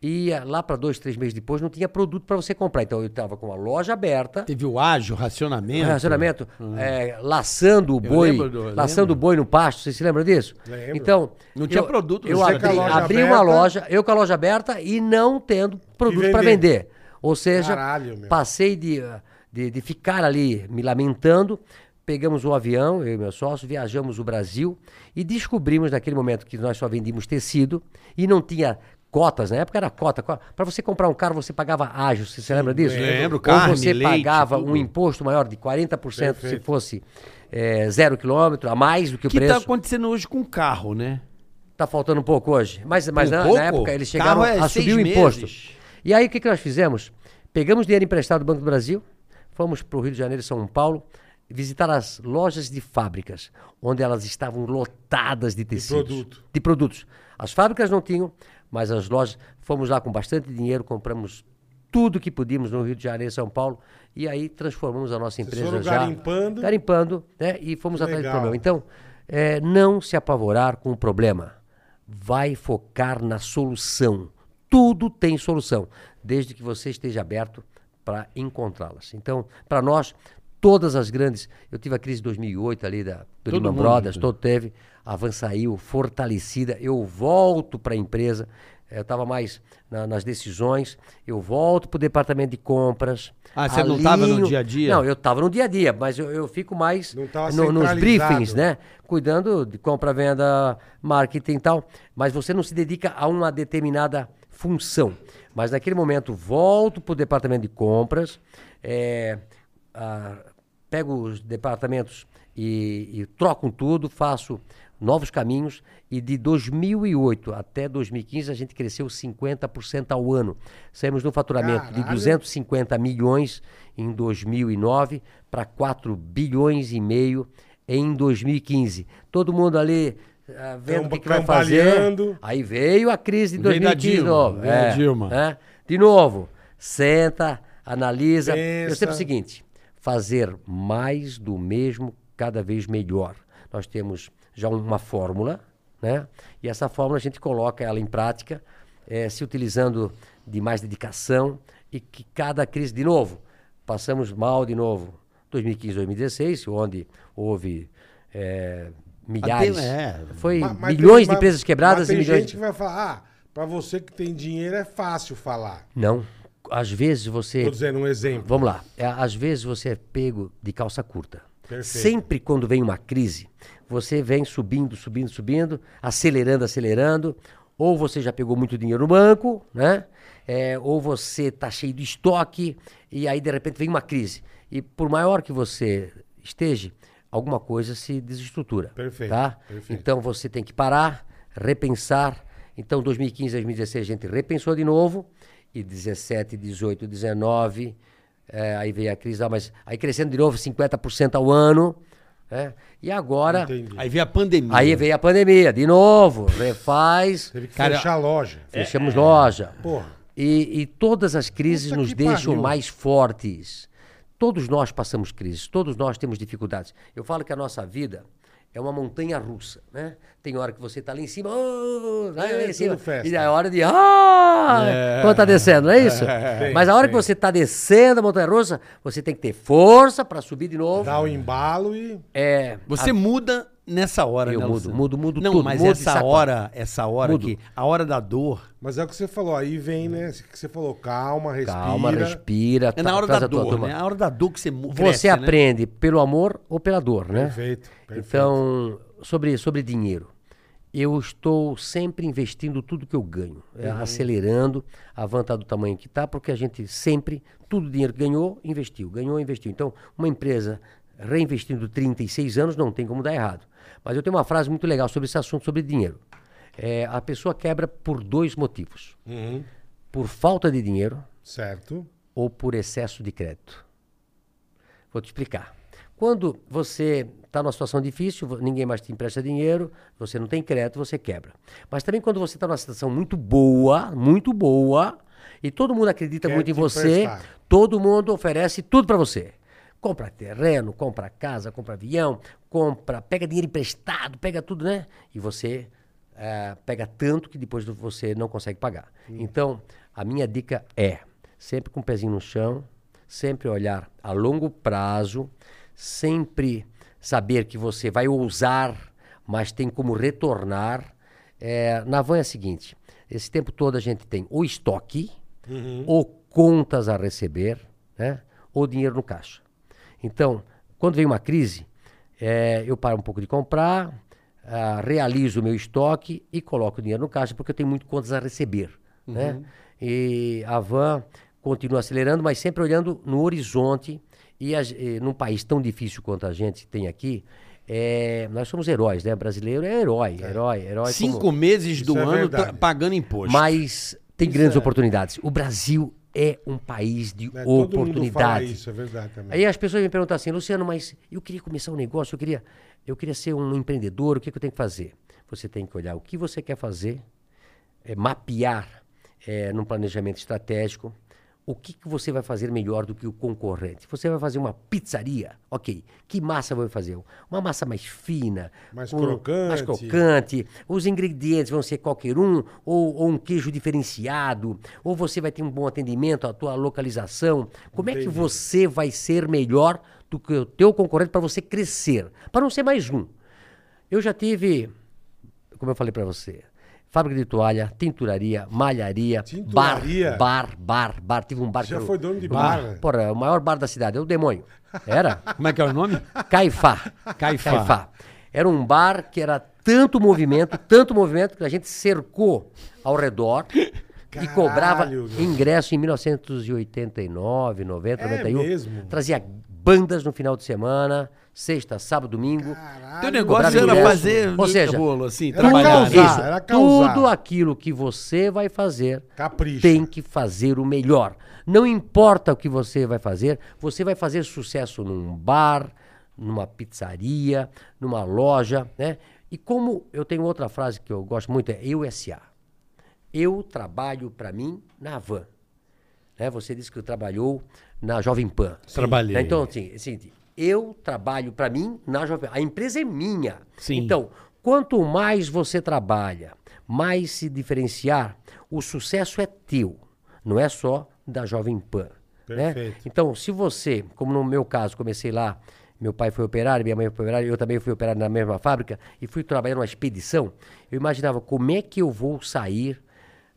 Speaker 5: e ah, lá para dois, três meses depois não tinha produto para você comprar. Então eu estava com a loja aberta,
Speaker 4: Teve o ágio, o racionamento.
Speaker 5: relacionamento, eh, laçando o boi,
Speaker 4: lembro do-
Speaker 5: laçando
Speaker 4: lembro.
Speaker 5: o boi no pasto. Você se lembra disso?
Speaker 3: Lembro.
Speaker 5: Então
Speaker 4: Não tinha produto,
Speaker 5: Eu
Speaker 4: você
Speaker 3: com a
Speaker 5: abri,
Speaker 3: loja
Speaker 5: abri uma
Speaker 3: aberta.
Speaker 5: loja, eu com a loja aberta e não tendo produto para
Speaker 3: vender.
Speaker 5: vender. Ou seja,
Speaker 3: Caralho, meu.
Speaker 5: passei de, ah, de, de ficar ali me lamentando. Pegamos o avião, eu e meu sócio, viajamos o Brasil e descobrimos naquele momento que nós só vendíamos tecido e não tinha cotas, na época era cota. Para você comprar um carro, você pagava ágio, você se lembra disso?
Speaker 4: lembro,
Speaker 5: Ou
Speaker 4: carne,
Speaker 5: você
Speaker 4: leite,
Speaker 5: pagava
Speaker 4: tudo.
Speaker 5: um imposto maior de 40% se
Speaker 3: Perfeito.
Speaker 5: fosse eh, zero quilômetro, a mais do que o
Speaker 4: que tá
Speaker 5: preço.
Speaker 4: acontecendo hoje com o carro, né?
Speaker 5: Tá faltando um pouco hoje. Mas, mas na, na
Speaker 4: Um pouco?
Speaker 5: época eles chegaram
Speaker 4: Carro é
Speaker 5: a
Speaker 4: seis
Speaker 5: subir o imposto.
Speaker 4: meses.
Speaker 5: E aí o que, que nós fizemos? Pegamos dinheiro emprestado do Banco do Brasil, Fomos para o Rio de Janeiro e São Paulo visitar as lojas de fábricas, onde elas estavam lotadas de tecidos.
Speaker 3: produto.
Speaker 5: De produtos. As fábricas não tinham, mas as lojas. Fomos lá com bastante dinheiro, compramos tudo que podíamos no Rio de Janeiro e São Paulo. E aí transformamos a nossa empresa
Speaker 3: foram
Speaker 5: já.
Speaker 3: garimpando.
Speaker 5: Garimpando, né? E fomos
Speaker 3: Que
Speaker 5: atrás do
Speaker 3: legal.
Speaker 5: problema. Então, é, não se apavorar com o problema. Vai focar na solução. Tudo tem solução, desde que você esteja aberto para encontrá-las. Então, para nós, todas as grandes. Eu tive a crise de 2008 ali da, do
Speaker 6: Todo
Speaker 5: Lehman
Speaker 6: mundo né?
Speaker 5: Brothers,
Speaker 6: teve.
Speaker 5: todo teve. A Van saiu fortalecida. Eu volto para a empresa. é, Eu estava mais na- nas decisões. Eu volto para o departamento de compras.
Speaker 6: Ah, você não tava no
Speaker 5: alinho-
Speaker 6: dia a dia?
Speaker 5: Não, eu estava no dia a dia, mas eu, eu fico mais
Speaker 3: Não tava
Speaker 5: no- nos
Speaker 3: centralizado.
Speaker 5: briefings, né? Cuidando de compra, venda, marketing e tal. Mas você não se dedica a uma determinada função. Mas naquele momento, volto para o departamento de compras, é, ah, pego os departamentos e, e troco tudo, faço novos caminhos. E de 2008 até 2015, a gente cresceu 50% ao ano. Saímos de um faturamento de
Speaker 3: Caralho.
Speaker 5: 200 250 milhões em 2009 para 4 bilhões e meio em 2015. Todo mundo ali ah, vendo o que, que vai
Speaker 3: Cambaleando.
Speaker 5: fazer. Aí veio a crise de
Speaker 6: Veio da
Speaker 5: 2015 de
Speaker 6: Dilma,
Speaker 5: novo.
Speaker 6: veio da Dilma.
Speaker 5: é. De novo, senta, analisa.
Speaker 3: Pensa.
Speaker 5: Eu sempre o seguinte, fazer mais do mesmo cada vez melhor. Nós temos já uma fórmula, né? E essa fórmula a gente coloca ela em prática, eh, se utilizando de mais dedicação e que cada crise, de novo, passamos mal de novo. 2015, 2016, onde houve eh, milhares,
Speaker 6: é.
Speaker 5: foi
Speaker 3: Ma- mas
Speaker 5: milhões
Speaker 3: tem-
Speaker 5: de empresas
Speaker 3: mas
Speaker 5: quebradas e
Speaker 3: tem
Speaker 5: milhões
Speaker 3: gente
Speaker 5: de...
Speaker 3: que vai falar, ah, pra você que tem dinheiro é fácil falar.
Speaker 5: Não, às vezes você...
Speaker 3: Tô dizendo um exemplo.
Speaker 5: Vamos lá. É, Às vezes você é pego de calça curta.
Speaker 3: Perfeito.
Speaker 5: Sempre quando vem uma crise, você vem subindo, subindo, subindo, acelerando, acelerando. Ou você já pegou muito dinheiro no banco, né? É, ou você está cheio de estoque e aí de repente vem uma crise. E por maior que você esteja, alguma coisa se desestrutura.
Speaker 3: Perfeito,
Speaker 5: Tá?
Speaker 3: perfeito.
Speaker 5: Então você tem que parar, repensar. Então 2015, 2016 a gente repensou de novo e 17, 18, 19, eh, aí veio a crise, lá, mas aí crescendo de novo 50% ao ano, né? E agora
Speaker 3: Entendi.
Speaker 6: Aí veio a pandemia.
Speaker 5: aí veio a pandemia, de novo, refaz,
Speaker 3: Teve que
Speaker 6: Cara,
Speaker 3: fechar a loja.
Speaker 5: fechamos loja.
Speaker 3: É, Porra.
Speaker 5: E, e todas as crises
Speaker 3: Puta
Speaker 5: nos
Speaker 3: que
Speaker 5: deixam
Speaker 3: pariu.
Speaker 5: mais fortes. Todos nós passamos crises, todos nós temos dificuldades. Eu falo que a nossa vida é uma montanha russa, né? Tem hora que você está lá em cima, oh, lá
Speaker 3: É,
Speaker 5: em cima
Speaker 3: tudo festa.
Speaker 5: e a hora de ah, quando tá descendo, não é isso?
Speaker 3: Sim,
Speaker 5: Mas a hora
Speaker 3: sim.
Speaker 5: que você está descendo a montanha russa, você tem que ter força para subir de novo.
Speaker 3: Dá um o embalo e.
Speaker 5: É,
Speaker 6: Você muda nessa hora,
Speaker 5: Eu
Speaker 6: né,
Speaker 5: mudo,
Speaker 6: Luciano?
Speaker 5: mudo, mudo
Speaker 6: Não,
Speaker 5: tudo,
Speaker 6: mas
Speaker 5: mudo e
Speaker 6: essa
Speaker 5: saco.
Speaker 6: hora, essa hora
Speaker 5: Mudo.
Speaker 6: aqui, a hora da dor,
Speaker 3: Mas é o que você falou, aí vem, né? o Que você falou, calma, respira.
Speaker 5: calma, respira.
Speaker 6: é
Speaker 5: tra-
Speaker 6: na hora
Speaker 5: Tá, traz
Speaker 6: da
Speaker 5: a tua
Speaker 6: dor,
Speaker 5: turma.
Speaker 6: né? A hora da dor que você mu- cresce,
Speaker 5: Você
Speaker 6: né?
Speaker 5: aprende pelo amor ou pela dor, né?
Speaker 3: Perfeito, perfeito.
Speaker 5: Então, sobre, sobre dinheiro. Eu estou sempre investindo tudo que eu ganho, é,
Speaker 3: Uhum.
Speaker 5: acelerando, a van tá do tamanho que está, porque a gente sempre, tudo o dinheiro que ganhou, investiu, ganhou, investiu. Então, uma empresa reinvestindo 36 anos não tem como dar errado. Mas eu tenho uma frase muito legal sobre esse assunto, sobre dinheiro. É, a pessoa quebra por dois motivos:
Speaker 3: Uhum,
Speaker 5: por falta de dinheiro
Speaker 3: certo.
Speaker 5: ou por excesso de crédito? Vou te explicar. Quando você está numa situação difícil, vo- ninguém mais te empresta dinheiro, você não tem crédito, você quebra. Mas também quando você está numa situação muito boa, muito boa, e todo mundo acredita
Speaker 3: Quer
Speaker 5: muito em
Speaker 3: te
Speaker 5: você,
Speaker 3: emprestar.
Speaker 5: todo mundo oferece tudo para você. Compra terreno, compra casa, compra avião, compra, pega dinheiro emprestado, pega tudo, né? E você eh, pega tanto que depois você não consegue pagar. Então, a minha dica é sempre com o pezinho no chão, sempre olhar a longo prazo, sempre saber que você vai ousar, mas tem como retornar. Eh, na van é a seguinte: esse tempo todo a gente tem o estoque, ou contas a receber, né? ou dinheiro no caixa. Então, quando vem uma crise, eh, eu paro um pouco de comprar, ah, realizo o meu estoque e coloco o dinheiro no caixa, porque eu tenho muito contas a receber. Né? E a van continua acelerando, mas sempre olhando no horizonte. E, a, ge- e num país tão difícil quanto a gente tem aqui, eh, nós somos heróis, né? Brasileiro é herói, herói, herói.
Speaker 6: Cinco
Speaker 5: como-
Speaker 6: meses do
Speaker 3: Isso é
Speaker 6: ano tá
Speaker 3: verdade.
Speaker 6: pagando imposto.
Speaker 5: mas tem grandes oportunidades. O Brasil é um país de
Speaker 3: É, Todo mundo fala
Speaker 5: oportunidade.
Speaker 3: isso, é verdade também.
Speaker 5: Aí as pessoas me perguntam assim, Luciano, mas eu queria começar um negócio, eu queria, eu queria ser um empreendedor, o que, que eu tenho que fazer? Você tem que olhar o que você quer fazer, é, mapear é, num planejamento estratégico o que, que você vai fazer melhor do que o concorrente. Você vai fazer uma pizzaria, ok. Que massa vai fazer? Uma massa mais fina,
Speaker 3: Mais
Speaker 5: com- mais
Speaker 3: crocante.
Speaker 5: crocante crocante, os ingredientes vão ser qualquer um, ou, ou um queijo diferenciado, ou você vai ter um bom atendimento à tua localização. Como é que
Speaker 3: Entendi.
Speaker 5: você vai ser melhor do que o teu concorrente para você crescer, para não ser mais um? Eu já tive, como eu falei para você, fábrica de toalha, tinturaria, malharia,
Speaker 3: Tinturaria?
Speaker 5: bar, bar, bar, bar. Tive um bar.
Speaker 3: Já
Speaker 5: que eu-
Speaker 3: foi dono de
Speaker 5: um
Speaker 3: bar?
Speaker 5: Porra, o maior bar da cidade, é o demônio. Era?
Speaker 6: Como é que é o nome?
Speaker 5: Caifá.
Speaker 6: Caifá.
Speaker 5: Era um bar que era tanto movimento, tanto movimento, que a gente cercou ao redor e
Speaker 3: Caralho,
Speaker 5: cobrava
Speaker 3: meu.
Speaker 5: ingresso em 1989, 90,
Speaker 3: É
Speaker 5: 91.
Speaker 3: mesmo?
Speaker 5: Trazia bandas no final de semana, sexta, sábado, domingo.
Speaker 6: Teu
Speaker 3: Caralho,
Speaker 6: negócio
Speaker 5: cobrava
Speaker 6: era
Speaker 5: ingresso.
Speaker 6: fazer
Speaker 5: Ou seja,
Speaker 6: bolo, assim,
Speaker 3: era
Speaker 6: trabalhar.
Speaker 3: causar.
Speaker 6: né?
Speaker 5: Isso,
Speaker 3: era causar.
Speaker 5: Tudo aquilo que você vai fazer
Speaker 3: Capricha.
Speaker 5: tem que fazer o melhor. Não importa o que você vai fazer, você vai fazer sucesso num bar, numa pizzaria, numa loja, né? E como eu tenho outra frase que eu gosto muito, é eu SA. Eu trabalho para mim na van. Né? Você disse que trabalhou na Jovem Pan.
Speaker 6: Trabalhei.
Speaker 5: Né? Então, assim, é o seguinte, eu trabalho para mim na Jovem Pan. A empresa é minha.
Speaker 6: Sim.
Speaker 5: Então, quanto mais você trabalha, mais se diferenciar, o sucesso é teu, não é só da Jovem Pan. né?
Speaker 3: Perfeito.
Speaker 5: Então, se você, como no meu caso, comecei lá, meu pai foi operário, minha mãe foi operária, eu também fui operário na mesma fábrica e fui trabalhar numa expedição, eu imaginava como é que eu vou sair,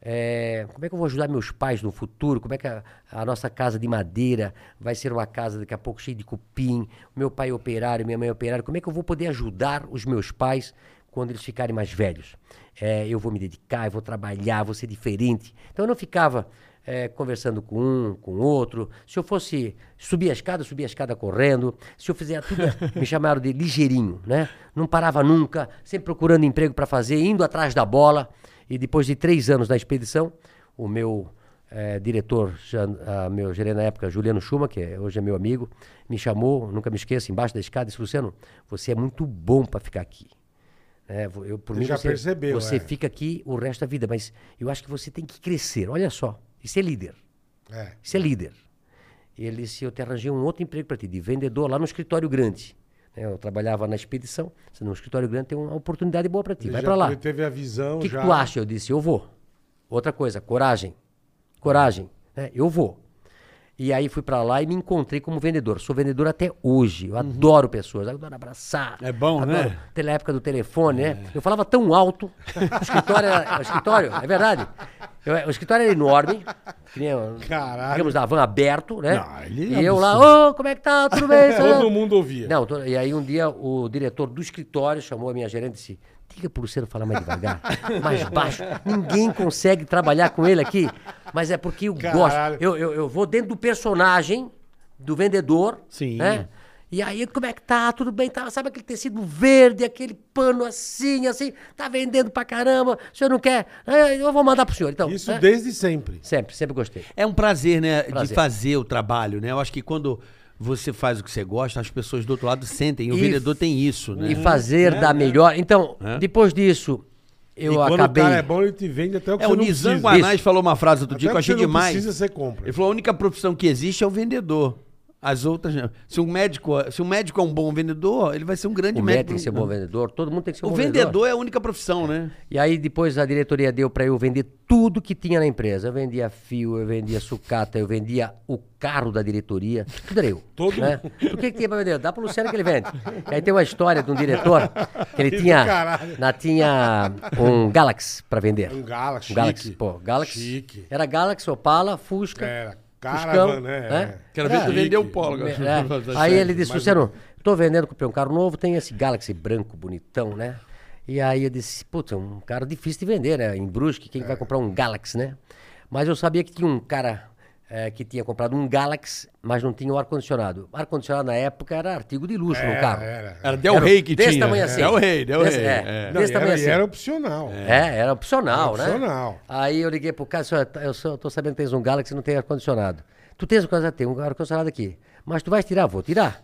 Speaker 5: eh, como é que eu vou ajudar meus pais no futuro, como é que a, a nossa casa de madeira vai ser uma casa daqui a pouco cheia de cupim, meu pai é operário, minha mãe é operária, como é que eu vou poder ajudar os meus pais quando eles ficarem mais velhos? Eh, eu vou me dedicar, eu vou trabalhar, vou ser diferente. Então eu não ficava é, conversando com um, com outro. Se eu fosse subir a escada, eu subia a escada correndo. Se eu fizer tudo, me chamaram de ligeirinho, né? Não parava nunca, sempre procurando emprego para fazer, indo atrás da bola. E depois de três anos na expedição, o meu é, diretor, Jan- ah, meu gerente na época, Juliano Schuma, que é- hoje é meu amigo, me chamou, nunca me esqueço, embaixo da escada, disse, Luciano, você é muito bom para ficar aqui. É, vo- eu, por
Speaker 3: Ele
Speaker 5: mim,
Speaker 3: já
Speaker 5: você,
Speaker 3: percebeu,
Speaker 5: você
Speaker 3: é.
Speaker 5: fica aqui o resto da vida, mas eu acho que você tem que crescer. Olha só, isso é líder.
Speaker 3: É.
Speaker 5: Isso é líder. Ele disse, eu te arranjei um outro emprego para ti, de vendedor lá no escritório grande. Né, Eu trabalhava na expedição, disse, no escritório grande tem uma oportunidade boa para ti,
Speaker 3: Ele
Speaker 5: vai
Speaker 3: já-
Speaker 5: para lá.
Speaker 3: Ele teve a visão
Speaker 5: O que, que
Speaker 3: já.
Speaker 5: tu acha? Eu disse, eu vou. Outra coisa, coragem. Coragem. né? Eu vou. E aí fui pra lá e me encontrei como vendedor. Sou vendedor até hoje. Eu adoro pessoas. Adoro abraçar.
Speaker 6: Uhum. É bom,
Speaker 5: adoro.
Speaker 6: né? É.
Speaker 5: Pela época do telefone, né? Eu falava tão alto. O escritório, era, o escritório é verdade. Eu- o escritório era enorme. Que nem, um-
Speaker 3: Caralho.
Speaker 5: Digamos, da van aberto, né?
Speaker 6: Não, ele é
Speaker 5: e eu lá, ô, como é que tá? Tudo bem?
Speaker 3: Todo mundo ouvia.
Speaker 5: Não, tô- e aí um dia o diretor do escritório chamou a minha gerente e disse: diga pro Luciano falar mais devagar, mais baixo. Ninguém consegue trabalhar com ele aqui. Mas é porque eu
Speaker 3: Caralho.
Speaker 5: gosto. Eu, eu, eu vou dentro do personagem, do vendedor.
Speaker 6: Sim.
Speaker 5: Né? E aí, como é que tá? Tudo bem? Tá, sabe aquele tecido verde, aquele pano assim, assim? Tá vendendo pra caramba. O senhor não quer? É, Eu vou mandar pro senhor. Então,
Speaker 3: Isso
Speaker 5: né?
Speaker 3: desde sempre.
Speaker 5: Sempre, sempre gostei.
Speaker 6: É um prazer, né, de
Speaker 5: Prazer.
Speaker 6: fazer o trabalho, né? Eu acho que quando você faz o que você gosta, as pessoas do outro lado sentem. E o
Speaker 5: E-
Speaker 6: vendedor tem isso, né?
Speaker 5: E
Speaker 3: Hum.
Speaker 5: fazer da melhor. Então,
Speaker 6: É.
Speaker 5: depois disso, eu
Speaker 3: Né? e quando
Speaker 5: acabei.
Speaker 3: o cara é bom, ele te vende até o que
Speaker 6: É,
Speaker 3: você
Speaker 6: o
Speaker 3: não
Speaker 6: Nizam
Speaker 3: precisa.
Speaker 6: Guanais falou uma frase outro
Speaker 3: Até
Speaker 6: dia que eu
Speaker 3: o que você
Speaker 6: achei
Speaker 3: não
Speaker 6: demais.
Speaker 3: precisa, você compra.
Speaker 6: Ele falou: a única profissão que existe é o vendedor. As outras não. Se um médico, se um médico é um bom vendedor, ele vai ser um grande
Speaker 5: O médico
Speaker 6: médico.
Speaker 5: tem que ser bom vendedor, todo mundo tem que ser um
Speaker 6: O
Speaker 5: bom
Speaker 6: vendedor é a única profissão, né?
Speaker 5: E aí depois a diretoria deu pra eu vender tudo que tinha na empresa. Eu vendia fio, eu vendia sucata, eu vendia o carro da diretoria. Tudo era eu.
Speaker 3: Todo
Speaker 5: né? O que, que tem pra vender? Dá pro Luciano que ele vende. E aí tem uma história de um diretor que ele
Speaker 3: Que do
Speaker 5: tinha,
Speaker 3: caralho.
Speaker 5: na, tinha um Galaxy pra vender.
Speaker 3: Um Galaxy,
Speaker 5: Um Galaxy,
Speaker 3: chique.
Speaker 5: pô. Galaxy.
Speaker 3: Chique.
Speaker 5: Era Galaxy, Opala, Fusca.
Speaker 3: Era
Speaker 5: Fuscão,
Speaker 3: Caravan, né?
Speaker 5: né?
Speaker 6: Quero ver tu
Speaker 3: Chique.
Speaker 6: vender o polo.
Speaker 5: Me-
Speaker 6: cara.
Speaker 5: é. Aí ele disse,
Speaker 3: mais
Speaker 5: Luciano, tô vendendo, comprei um carro novo, tem esse Galaxy branco bonitão, né? E aí eu disse, putz, é um carro difícil de vender, né? Em Brusque, quem vai comprar um Galaxy, né? Mas eu sabia que tinha um cara eh, que tinha comprado um Galaxy, mas não tinha o ar-condicionado. Ar-condicionado na época era artigo de luxo
Speaker 3: É,
Speaker 5: no carro.
Speaker 3: Era.
Speaker 6: Era Del
Speaker 5: Era
Speaker 6: Rei que
Speaker 5: desse
Speaker 6: tinha.
Speaker 5: tamanho assim.
Speaker 6: Del Rey, Del
Speaker 5: Desse-
Speaker 6: Rey.
Speaker 5: é.
Speaker 6: é.
Speaker 3: Não, e
Speaker 5: Desse tamanho
Speaker 3: era, e
Speaker 5: assim.
Speaker 3: era opcional.
Speaker 5: É, era opcional,
Speaker 3: Era
Speaker 5: né?
Speaker 3: opcional.
Speaker 5: Aí eu liguei pro cara e disse, "Olha, eu só tô sabendo que tens um Galaxy e não tem ar-condicionado. Tu tens um ar-condicionado? Tem um ar-condicionado aqui. Mas tu vais tirar? Vou tirar.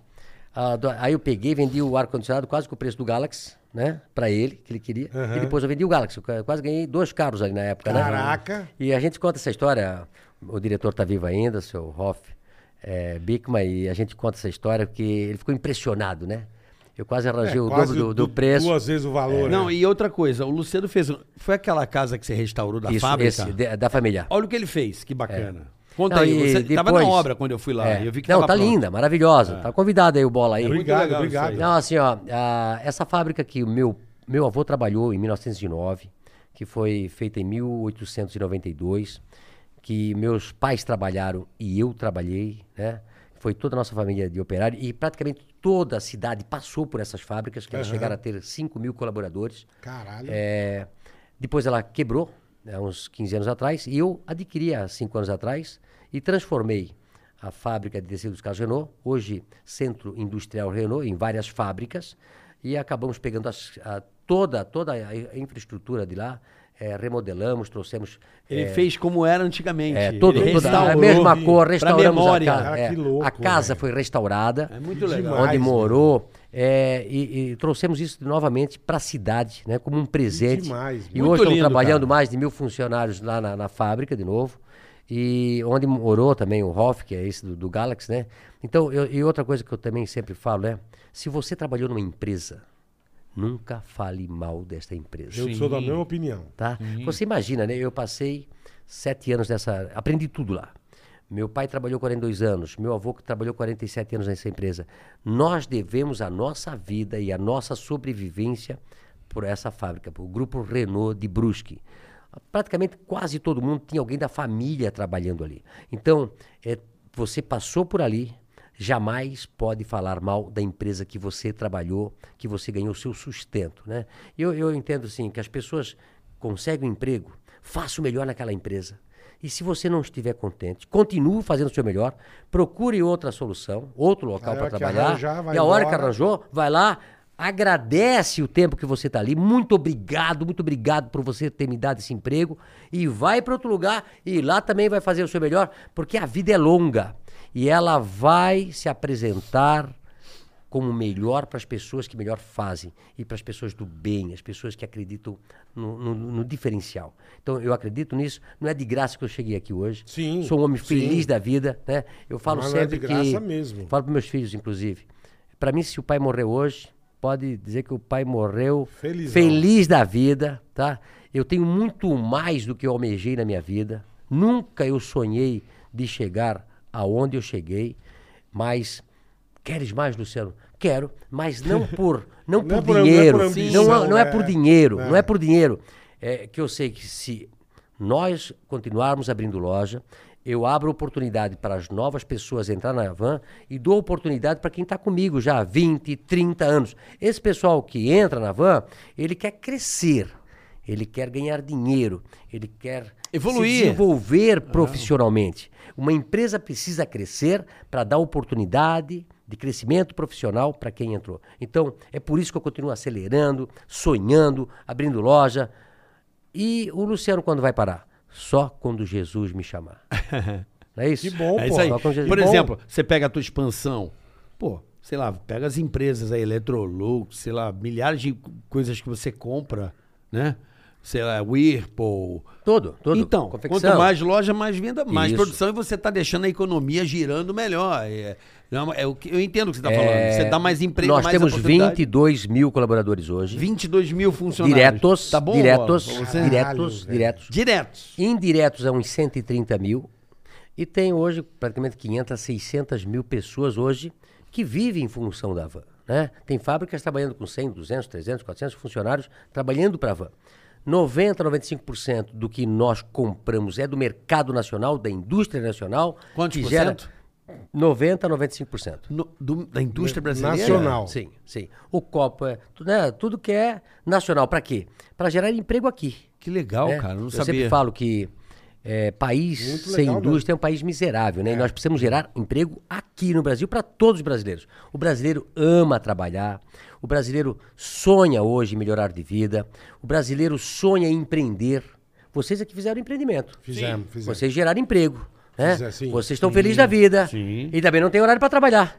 Speaker 5: Ah, do- aí eu peguei, vendi o ar-condicionado quase com o preço do Galaxy, né? Pra ele, que ele queria. E depois eu vendi o Galaxy. Eu ca- quase ganhei dois carros ali na época, né?
Speaker 3: Caraca.
Speaker 5: E a gente conta essa história, o diretor tá vivo ainda, seu Hoff é, Bickman, e a gente conta essa história porque ele ficou impressionado, né? Eu quase arranjei o dobro
Speaker 3: É, quase
Speaker 5: do, do
Speaker 3: du-
Speaker 5: preço. É.
Speaker 3: Duas vezes o valor.
Speaker 6: Não,
Speaker 3: né?
Speaker 6: e outra coisa, o Luciano fez. um- Foi aquela casa que você restaurou da
Speaker 5: Isso,
Speaker 6: fábrica?
Speaker 5: esse, de- da família.
Speaker 6: Olha o que ele fez, que bacana. Conta
Speaker 5: Não,
Speaker 6: aí,
Speaker 5: e
Speaker 6: você tava na
Speaker 5: depois-
Speaker 6: obra quando eu fui lá.
Speaker 5: É.
Speaker 6: Eu vi que
Speaker 5: Não,
Speaker 6: tava
Speaker 5: tá
Speaker 6: pronto. É.
Speaker 5: linda, maravilhosa. Tá convidado aí o Bola aí.
Speaker 6: Muito
Speaker 3: Obrigado,
Speaker 6: legal isso
Speaker 3: obrigado.
Speaker 6: aí.
Speaker 5: Não, assim, ó, a- essa fábrica que o meu, meu avô trabalhou em 1909, que foi feita em 1892, que meus pais trabalharam e eu trabalhei, né? Foi toda a nossa família de operário e praticamente toda a cidade passou por essas fábricas, que elas chegaram a ter 5 mil colaboradores.
Speaker 3: Caralho.
Speaker 5: É, depois ela quebrou, há uns 15 anos atrás, e eu adquiri há 5 anos atrás e transformei a fábrica de tecidos Carlos Renault, hoje Centro Industrial Renault, em várias fábricas, e acabamos pegando as- a- toda, toda a i- a infraestrutura de lá, eh, remodelamos, trouxemos.
Speaker 6: Ele
Speaker 5: eh,
Speaker 6: fez como era antigamente.
Speaker 5: é, todo,
Speaker 6: ele
Speaker 5: toda a
Speaker 6: restaurou.
Speaker 5: mesma cor,
Speaker 6: pra
Speaker 5: restauramos a
Speaker 6: memória.
Speaker 5: casa.
Speaker 3: Cara,
Speaker 5: é,
Speaker 3: que louco,
Speaker 5: a casa
Speaker 3: velho.
Speaker 5: foi restaurada.
Speaker 6: É muito legal.
Speaker 3: demais,
Speaker 5: Onde
Speaker 3: né?
Speaker 5: morou. é, e, e trouxemos isso novamente para a cidade, né? Como um presente.
Speaker 3: demais,
Speaker 5: e
Speaker 6: muito
Speaker 5: hoje estamos
Speaker 6: lindo,
Speaker 5: trabalhando
Speaker 6: cara.
Speaker 5: mais de mil funcionários lá na, na fábrica de novo. E onde morou também o Hoff, que é esse do, do Galaxy, né? Então, eu- e outra coisa que eu também sempre falo é: se você trabalhou numa empresa, nunca fale mal desta empresa
Speaker 3: Eu sou da mesma opinião.
Speaker 5: tá? Você imagina, né? Eu passei sete anos nessa... Aprendi tudo lá. Meu pai trabalhou 42 anos, meu avô que trabalhou 47 anos nessa empresa. Nós devemos a nossa vida e a nossa sobrevivência por essa fábrica, por o grupo Renault de Brusque. Praticamente quase todo mundo tinha alguém da família trabalhando ali. Então, é, você passou por ali, jamais pode falar mal da empresa que você trabalhou, que você ganhou seu sustento, né? Eu, eu entendo assim que as pessoas conseguem um emprego, faça o melhor naquela empresa. E se você não estiver contente, continue fazendo o seu melhor, procure outra solução, outro
Speaker 3: A
Speaker 5: local
Speaker 3: hora
Speaker 5: para
Speaker 3: que
Speaker 5: trabalhar.
Speaker 3: arranjar, vai
Speaker 5: e a hora que
Speaker 3: embora.
Speaker 5: arranjar arranjou, vai lá, agradece o tempo que você está ali. Muito obrigado, muito obrigado por você ter me dado esse emprego. E vai para outro lugar e lá também vai fazer o seu melhor, porque a vida é longa e ela vai se apresentar como melhor para as pessoas que melhor fazem e para as pessoas do bem, as pessoas que acreditam no, no- no diferencial. Então eu acredito nisso. Não é de graça que eu cheguei aqui hoje.
Speaker 3: Sim,
Speaker 5: Sou um homem
Speaker 3: sim.
Speaker 5: feliz da vida, né? Eu falo
Speaker 3: Mas não é
Speaker 5: sempre
Speaker 3: de
Speaker 5: que
Speaker 3: graça mesmo.
Speaker 5: Falo para meus filhos, inclusive. Para mim, se o pai morreu hoje, pode dizer que o pai morreu
Speaker 3: Felizão.
Speaker 5: feliz da vida, tá? Eu tenho muito mais do que eu almejei na minha vida. Nunca eu sonhei de chegar aonde eu cheguei, mas queres mais, Luciano? Quero, mas não por não,
Speaker 3: Não é
Speaker 5: por
Speaker 3: por- não é
Speaker 5: dinheiro,
Speaker 3: por
Speaker 5: não,
Speaker 3: ambição,
Speaker 5: não, é
Speaker 3: né?
Speaker 5: por dinheiro,
Speaker 3: É.
Speaker 5: não é por dinheiro. É que eu sei que se nós continuarmos abrindo loja, eu abro oportunidade para as novas pessoas entrar na van e dou oportunidade para quem está comigo já há 20, 30 anos. Esse pessoal que entra na van, ele quer crescer, ele quer ganhar dinheiro, ele quer
Speaker 6: Evoluir.
Speaker 3: Ah.
Speaker 5: se desenvolver profissionalmente. Uma empresa precisa crescer para dar oportunidade de crescimento profissional para quem entrou. Então, é por isso que eu continuo acelerando, sonhando, abrindo loja. E o Luciano, quando vai parar? Só quando Jesus me chamar. Não é isso?
Speaker 3: Que bom,
Speaker 6: É
Speaker 3: pô.
Speaker 6: isso aí.
Speaker 5: Só quando Jesus-
Speaker 6: Por
Speaker 5: Bom,
Speaker 6: exemplo, você pega a tua expansão, pô, sei lá, pega as empresas aí, Electrolux, sei lá, milhares de co- coisas que você compra, né? Sei lá, Whirlpool.
Speaker 5: Todo, todo.
Speaker 6: Então,
Speaker 5: Confecção.
Speaker 6: quanto mais loja, mais venda, mais
Speaker 5: Isso.
Speaker 6: produção e você está deixando a economia girando melhor. É, não, é o que- eu entendo o que você está falando. Você dá mais emprego,
Speaker 5: É, Nós
Speaker 6: mais
Speaker 5: temos
Speaker 6: oportunidade.
Speaker 5: 22 mil colaboradores hoje.
Speaker 6: 22 mil funcionários.
Speaker 5: Diretos,
Speaker 6: tá bom,
Speaker 5: diretos,
Speaker 6: Bola?
Speaker 3: você-
Speaker 5: diretos,
Speaker 3: Caralho,
Speaker 5: diretos.
Speaker 6: Diretos.
Speaker 5: indiretos a uns 130 mil e tem hoje praticamente 500, 600 mil pessoas hoje que vivem em função da van. Né? Tem fábricas trabalhando com 100, 200, 300, 400 funcionários trabalhando para a van. 90, 95% do que nós compramos é do mercado nacional, da indústria nacional.
Speaker 6: Quantos
Speaker 5: que
Speaker 6: por
Speaker 5: gera
Speaker 6: cento?
Speaker 5: 90, 95%.
Speaker 6: No- do- da indústria brasileira.
Speaker 3: Nacional.
Speaker 5: Sim, sim. O copo é, tu- né, tudo que é nacional. Para quê? Para gerar emprego aqui.
Speaker 6: Que legal,
Speaker 5: né?
Speaker 6: cara. eu Não
Speaker 5: eu
Speaker 6: sabia.
Speaker 5: sempre falo que é, país
Speaker 3: Muito
Speaker 5: sem
Speaker 3: legal,
Speaker 5: indústria é um país miserável, né? E nós precisamos gerar emprego aqui no Brasil para todos os brasileiros. O brasileiro ama trabalhar, o brasileiro sonha hoje em melhorar de vida, o brasileiro sonha em empreender. Vocês é que fizeram empreendimento.
Speaker 3: Fizemos, fizemos.
Speaker 5: Vocês geraram emprego. Né?
Speaker 3: Fizer- sim.
Speaker 5: Vocês estão felizes da vida.
Speaker 4: sim.
Speaker 5: E também não tem horário para trabalhar.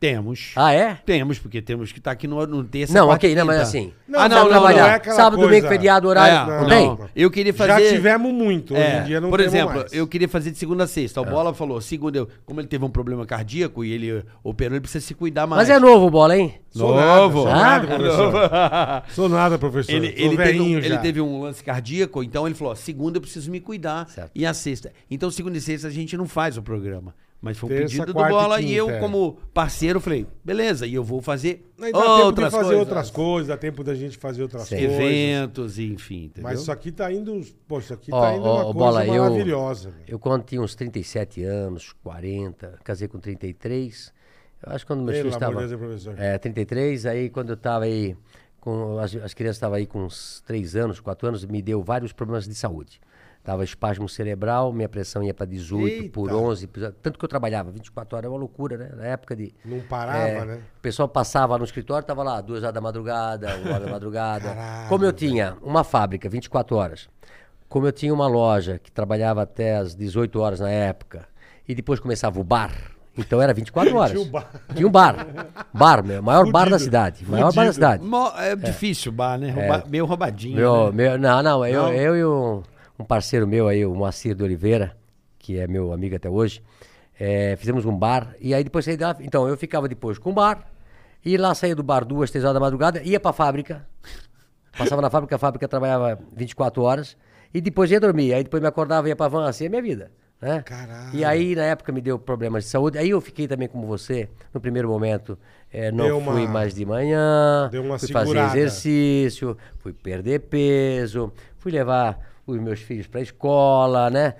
Speaker 4: Temos.
Speaker 5: Ah, é?
Speaker 4: Temos, porque temos que estar aqui no, no terça.
Speaker 5: não,
Speaker 4: quarta e
Speaker 5: ok, não, mas
Speaker 4: quinta.
Speaker 5: assim.
Speaker 3: Não,
Speaker 4: é ah,
Speaker 5: sabe
Speaker 4: não, não, não,
Speaker 5: trabalhar.
Speaker 3: é aquela
Speaker 5: Sábado, domingo,
Speaker 3: coisa-
Speaker 5: feriado,
Speaker 4: É,
Speaker 5: horário.
Speaker 3: não,
Speaker 5: não, tem?
Speaker 4: não. Eu queria
Speaker 3: Já
Speaker 4: fazer.
Speaker 3: tivemos muito, hoje
Speaker 4: É,
Speaker 3: em dia não
Speaker 4: por
Speaker 3: temos
Speaker 4: exemplo,
Speaker 3: mais.
Speaker 4: eu queria fazer de segunda a sexta. O
Speaker 5: É.
Speaker 4: Bola falou, segunda, eu- como ele teve um problema cardíaco e ele operou, ele precisa se cuidar mais.
Speaker 5: Mas é novo o bola, hein?
Speaker 3: Sou nada,
Speaker 4: Novo.
Speaker 3: sou
Speaker 5: Ah,
Speaker 3: nada, professor. Sou nada, professor.
Speaker 4: Ele,
Speaker 3: Sou
Speaker 4: ele, teve um,
Speaker 3: velhinho
Speaker 4: ele
Speaker 3: já.
Speaker 4: teve um lance cardíaco, então ele falou: ó, segunda eu preciso me cuidar
Speaker 5: Certo.
Speaker 4: e a sexta. Então, segunda e sexta a gente não faz o programa. Mas foi um
Speaker 3: Terça,
Speaker 4: pedido do
Speaker 3: quarta e
Speaker 4: Bola e,
Speaker 3: quinta,
Speaker 4: eu,
Speaker 3: é.
Speaker 4: como parceiro, falei: beleza, e eu vou fazer
Speaker 3: Aí Dá tempo de
Speaker 4: outras
Speaker 3: fazer
Speaker 4: coisas.
Speaker 3: outras coisas, dá tempo da gente fazer outras
Speaker 5: Sim.
Speaker 3: coisas.
Speaker 4: Eventos, enfim. Entendeu?
Speaker 3: Mas isso aqui tá indo. Pô, isso aqui
Speaker 5: Ó,
Speaker 3: tá indo
Speaker 5: ó,
Speaker 3: uma
Speaker 5: ó,
Speaker 3: coisa
Speaker 5: Bola, eu-
Speaker 3: maravilhosa. velho.
Speaker 5: Eu quando tinha uns 37 anos, 40, casei com 33. Eu acho que quando meu
Speaker 3: Pelo
Speaker 5: filho
Speaker 3: amor
Speaker 5: estava
Speaker 3: de Deus, hein, professor?
Speaker 5: é, 33, aí quando eu estava aí com as, as crianças estavam aí com uns 3 anos, 4 anos, me deu vários problemas de saúde. Tava espasmo cerebral, minha pressão ia para 18 por
Speaker 3: Eita.
Speaker 5: 11, por- tanto que eu trabalhava 24 horas, é uma loucura, né? Na época de
Speaker 3: Não parava,
Speaker 5: é,
Speaker 3: né?
Speaker 5: O pessoal passava no escritório, tava lá duas horas da madrugada, uma hora da madrugada.
Speaker 3: Caralho,
Speaker 5: Como eu tinha uma fábrica, 24 horas. Como eu tinha uma loja que trabalhava até as 18 horas na época. E depois começava o bar. Então era 24 horas.
Speaker 3: Tinha o bar.
Speaker 5: Tinha um bar. Bar, meu, maior bar da
Speaker 3: Fudido.
Speaker 5: cidade. Maior bar da
Speaker 3: Fudido.
Speaker 5: cidade.
Speaker 4: Mo- é difícil o bar, né? Rouba- Meio roubadinho. né?
Speaker 5: Meu, meu, não, não, eu,
Speaker 4: Não?
Speaker 5: eu e um, um parceiro meu aí, o Moacir de Oliveira, que é meu amigo até hoje, é, fizemos um bar, e aí depois saí da. Então, eu ficava depois com o bar, e lá saía do bar duas, três horas da madrugada, ia pra fábrica, passava na fábrica, a fábrica trabalhava 24 horas, e depois ia dormir, aí depois me acordava, ia pra van, assim é a minha vida. Né?
Speaker 3: Caralho.
Speaker 5: E aí, na época, me deu problemas de saúde. Aí eu fiquei também como você, no primeiro momento, é, não
Speaker 3: Deu uma-
Speaker 5: fui mais de manhã,
Speaker 3: Deu uma
Speaker 5: fui fazer
Speaker 3: segurada.
Speaker 5: exercício exercício, fui perder peso, fui levar os meus filhos para escola, né?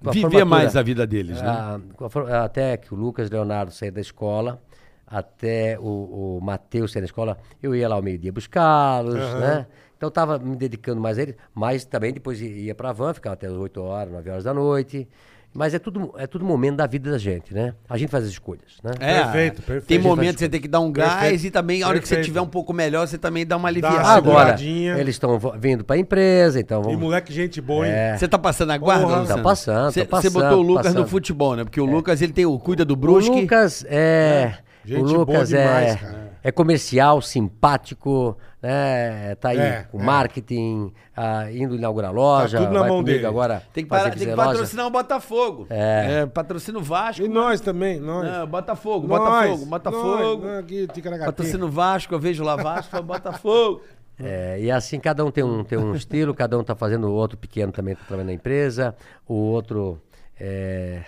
Speaker 5: Com a
Speaker 4: Viver
Speaker 5: formatura,
Speaker 4: mais a vida deles, né?
Speaker 5: ah, com a for- até que o Lucas Leonardo saia da escola, até o, o Matheus sair da escola, eu ia lá ao meio-dia buscá-los, né? Então estava me dedicando mais a eles, mas também depois i- ia para a van, ficava até as 8 horas, 9 horas da noite. Mas é tudo, é tudo momento da vida da gente, né? A gente faz as escolhas, né?
Speaker 4: É,
Speaker 3: Perfeito, perfeito.
Speaker 4: Tem momentos que você tem que dar um gás
Speaker 3: Perfeito,
Speaker 4: e também, a hora que você
Speaker 3: perfeito.
Speaker 4: tiver um pouco melhor, você também dá uma
Speaker 3: Dá
Speaker 4: aliviada.
Speaker 3: uma
Speaker 5: Agora,
Speaker 3: seguradinha.
Speaker 5: eles estão vo- vindo para a empresa, então
Speaker 3: E
Speaker 5: vamos
Speaker 3: moleque, gente boa, hein?
Speaker 4: Você tá passando a guarda,
Speaker 3: Porra.
Speaker 4: Luciano?
Speaker 5: Tá passando, tá
Speaker 4: Você- Você
Speaker 5: passando,
Speaker 4: botou o Lucas
Speaker 5: passando.
Speaker 4: no futebol, né? Porque o Lucas, ele tem o cuida do Brusque.
Speaker 5: O Lucas é.
Speaker 3: Gente
Speaker 5: o
Speaker 3: boa
Speaker 5: Lucas
Speaker 3: demais,
Speaker 5: é,
Speaker 3: cara.
Speaker 5: é comercial, simpático, né? Tá aí
Speaker 3: É,
Speaker 5: com
Speaker 3: é.
Speaker 5: marketing, ah, indo inaugurar loja.
Speaker 3: Tá tudo na
Speaker 5: vai
Speaker 3: mão
Speaker 5: comigo
Speaker 3: dele.
Speaker 5: agora.
Speaker 4: Tem que,
Speaker 5: fazer
Speaker 4: parar- tem que
Speaker 5: fazer loja.
Speaker 4: patrocinar o Botafogo. É. patrocina o Vasco.
Speaker 3: E nós também, nós.
Speaker 4: Não, Botafogo,
Speaker 3: Nós,
Speaker 4: Botafogo,
Speaker 3: nós,
Speaker 4: Botafogo.
Speaker 3: nós aqui, Ticaracatica.
Speaker 4: patrocina o Vasco, eu vejo lá Vasco, falo Botafogo.
Speaker 5: É, e assim, cada um tem um, tem um estilo, cada um tá fazendo, o outro pequeno também tá trabalhando na empresa, o outro, é,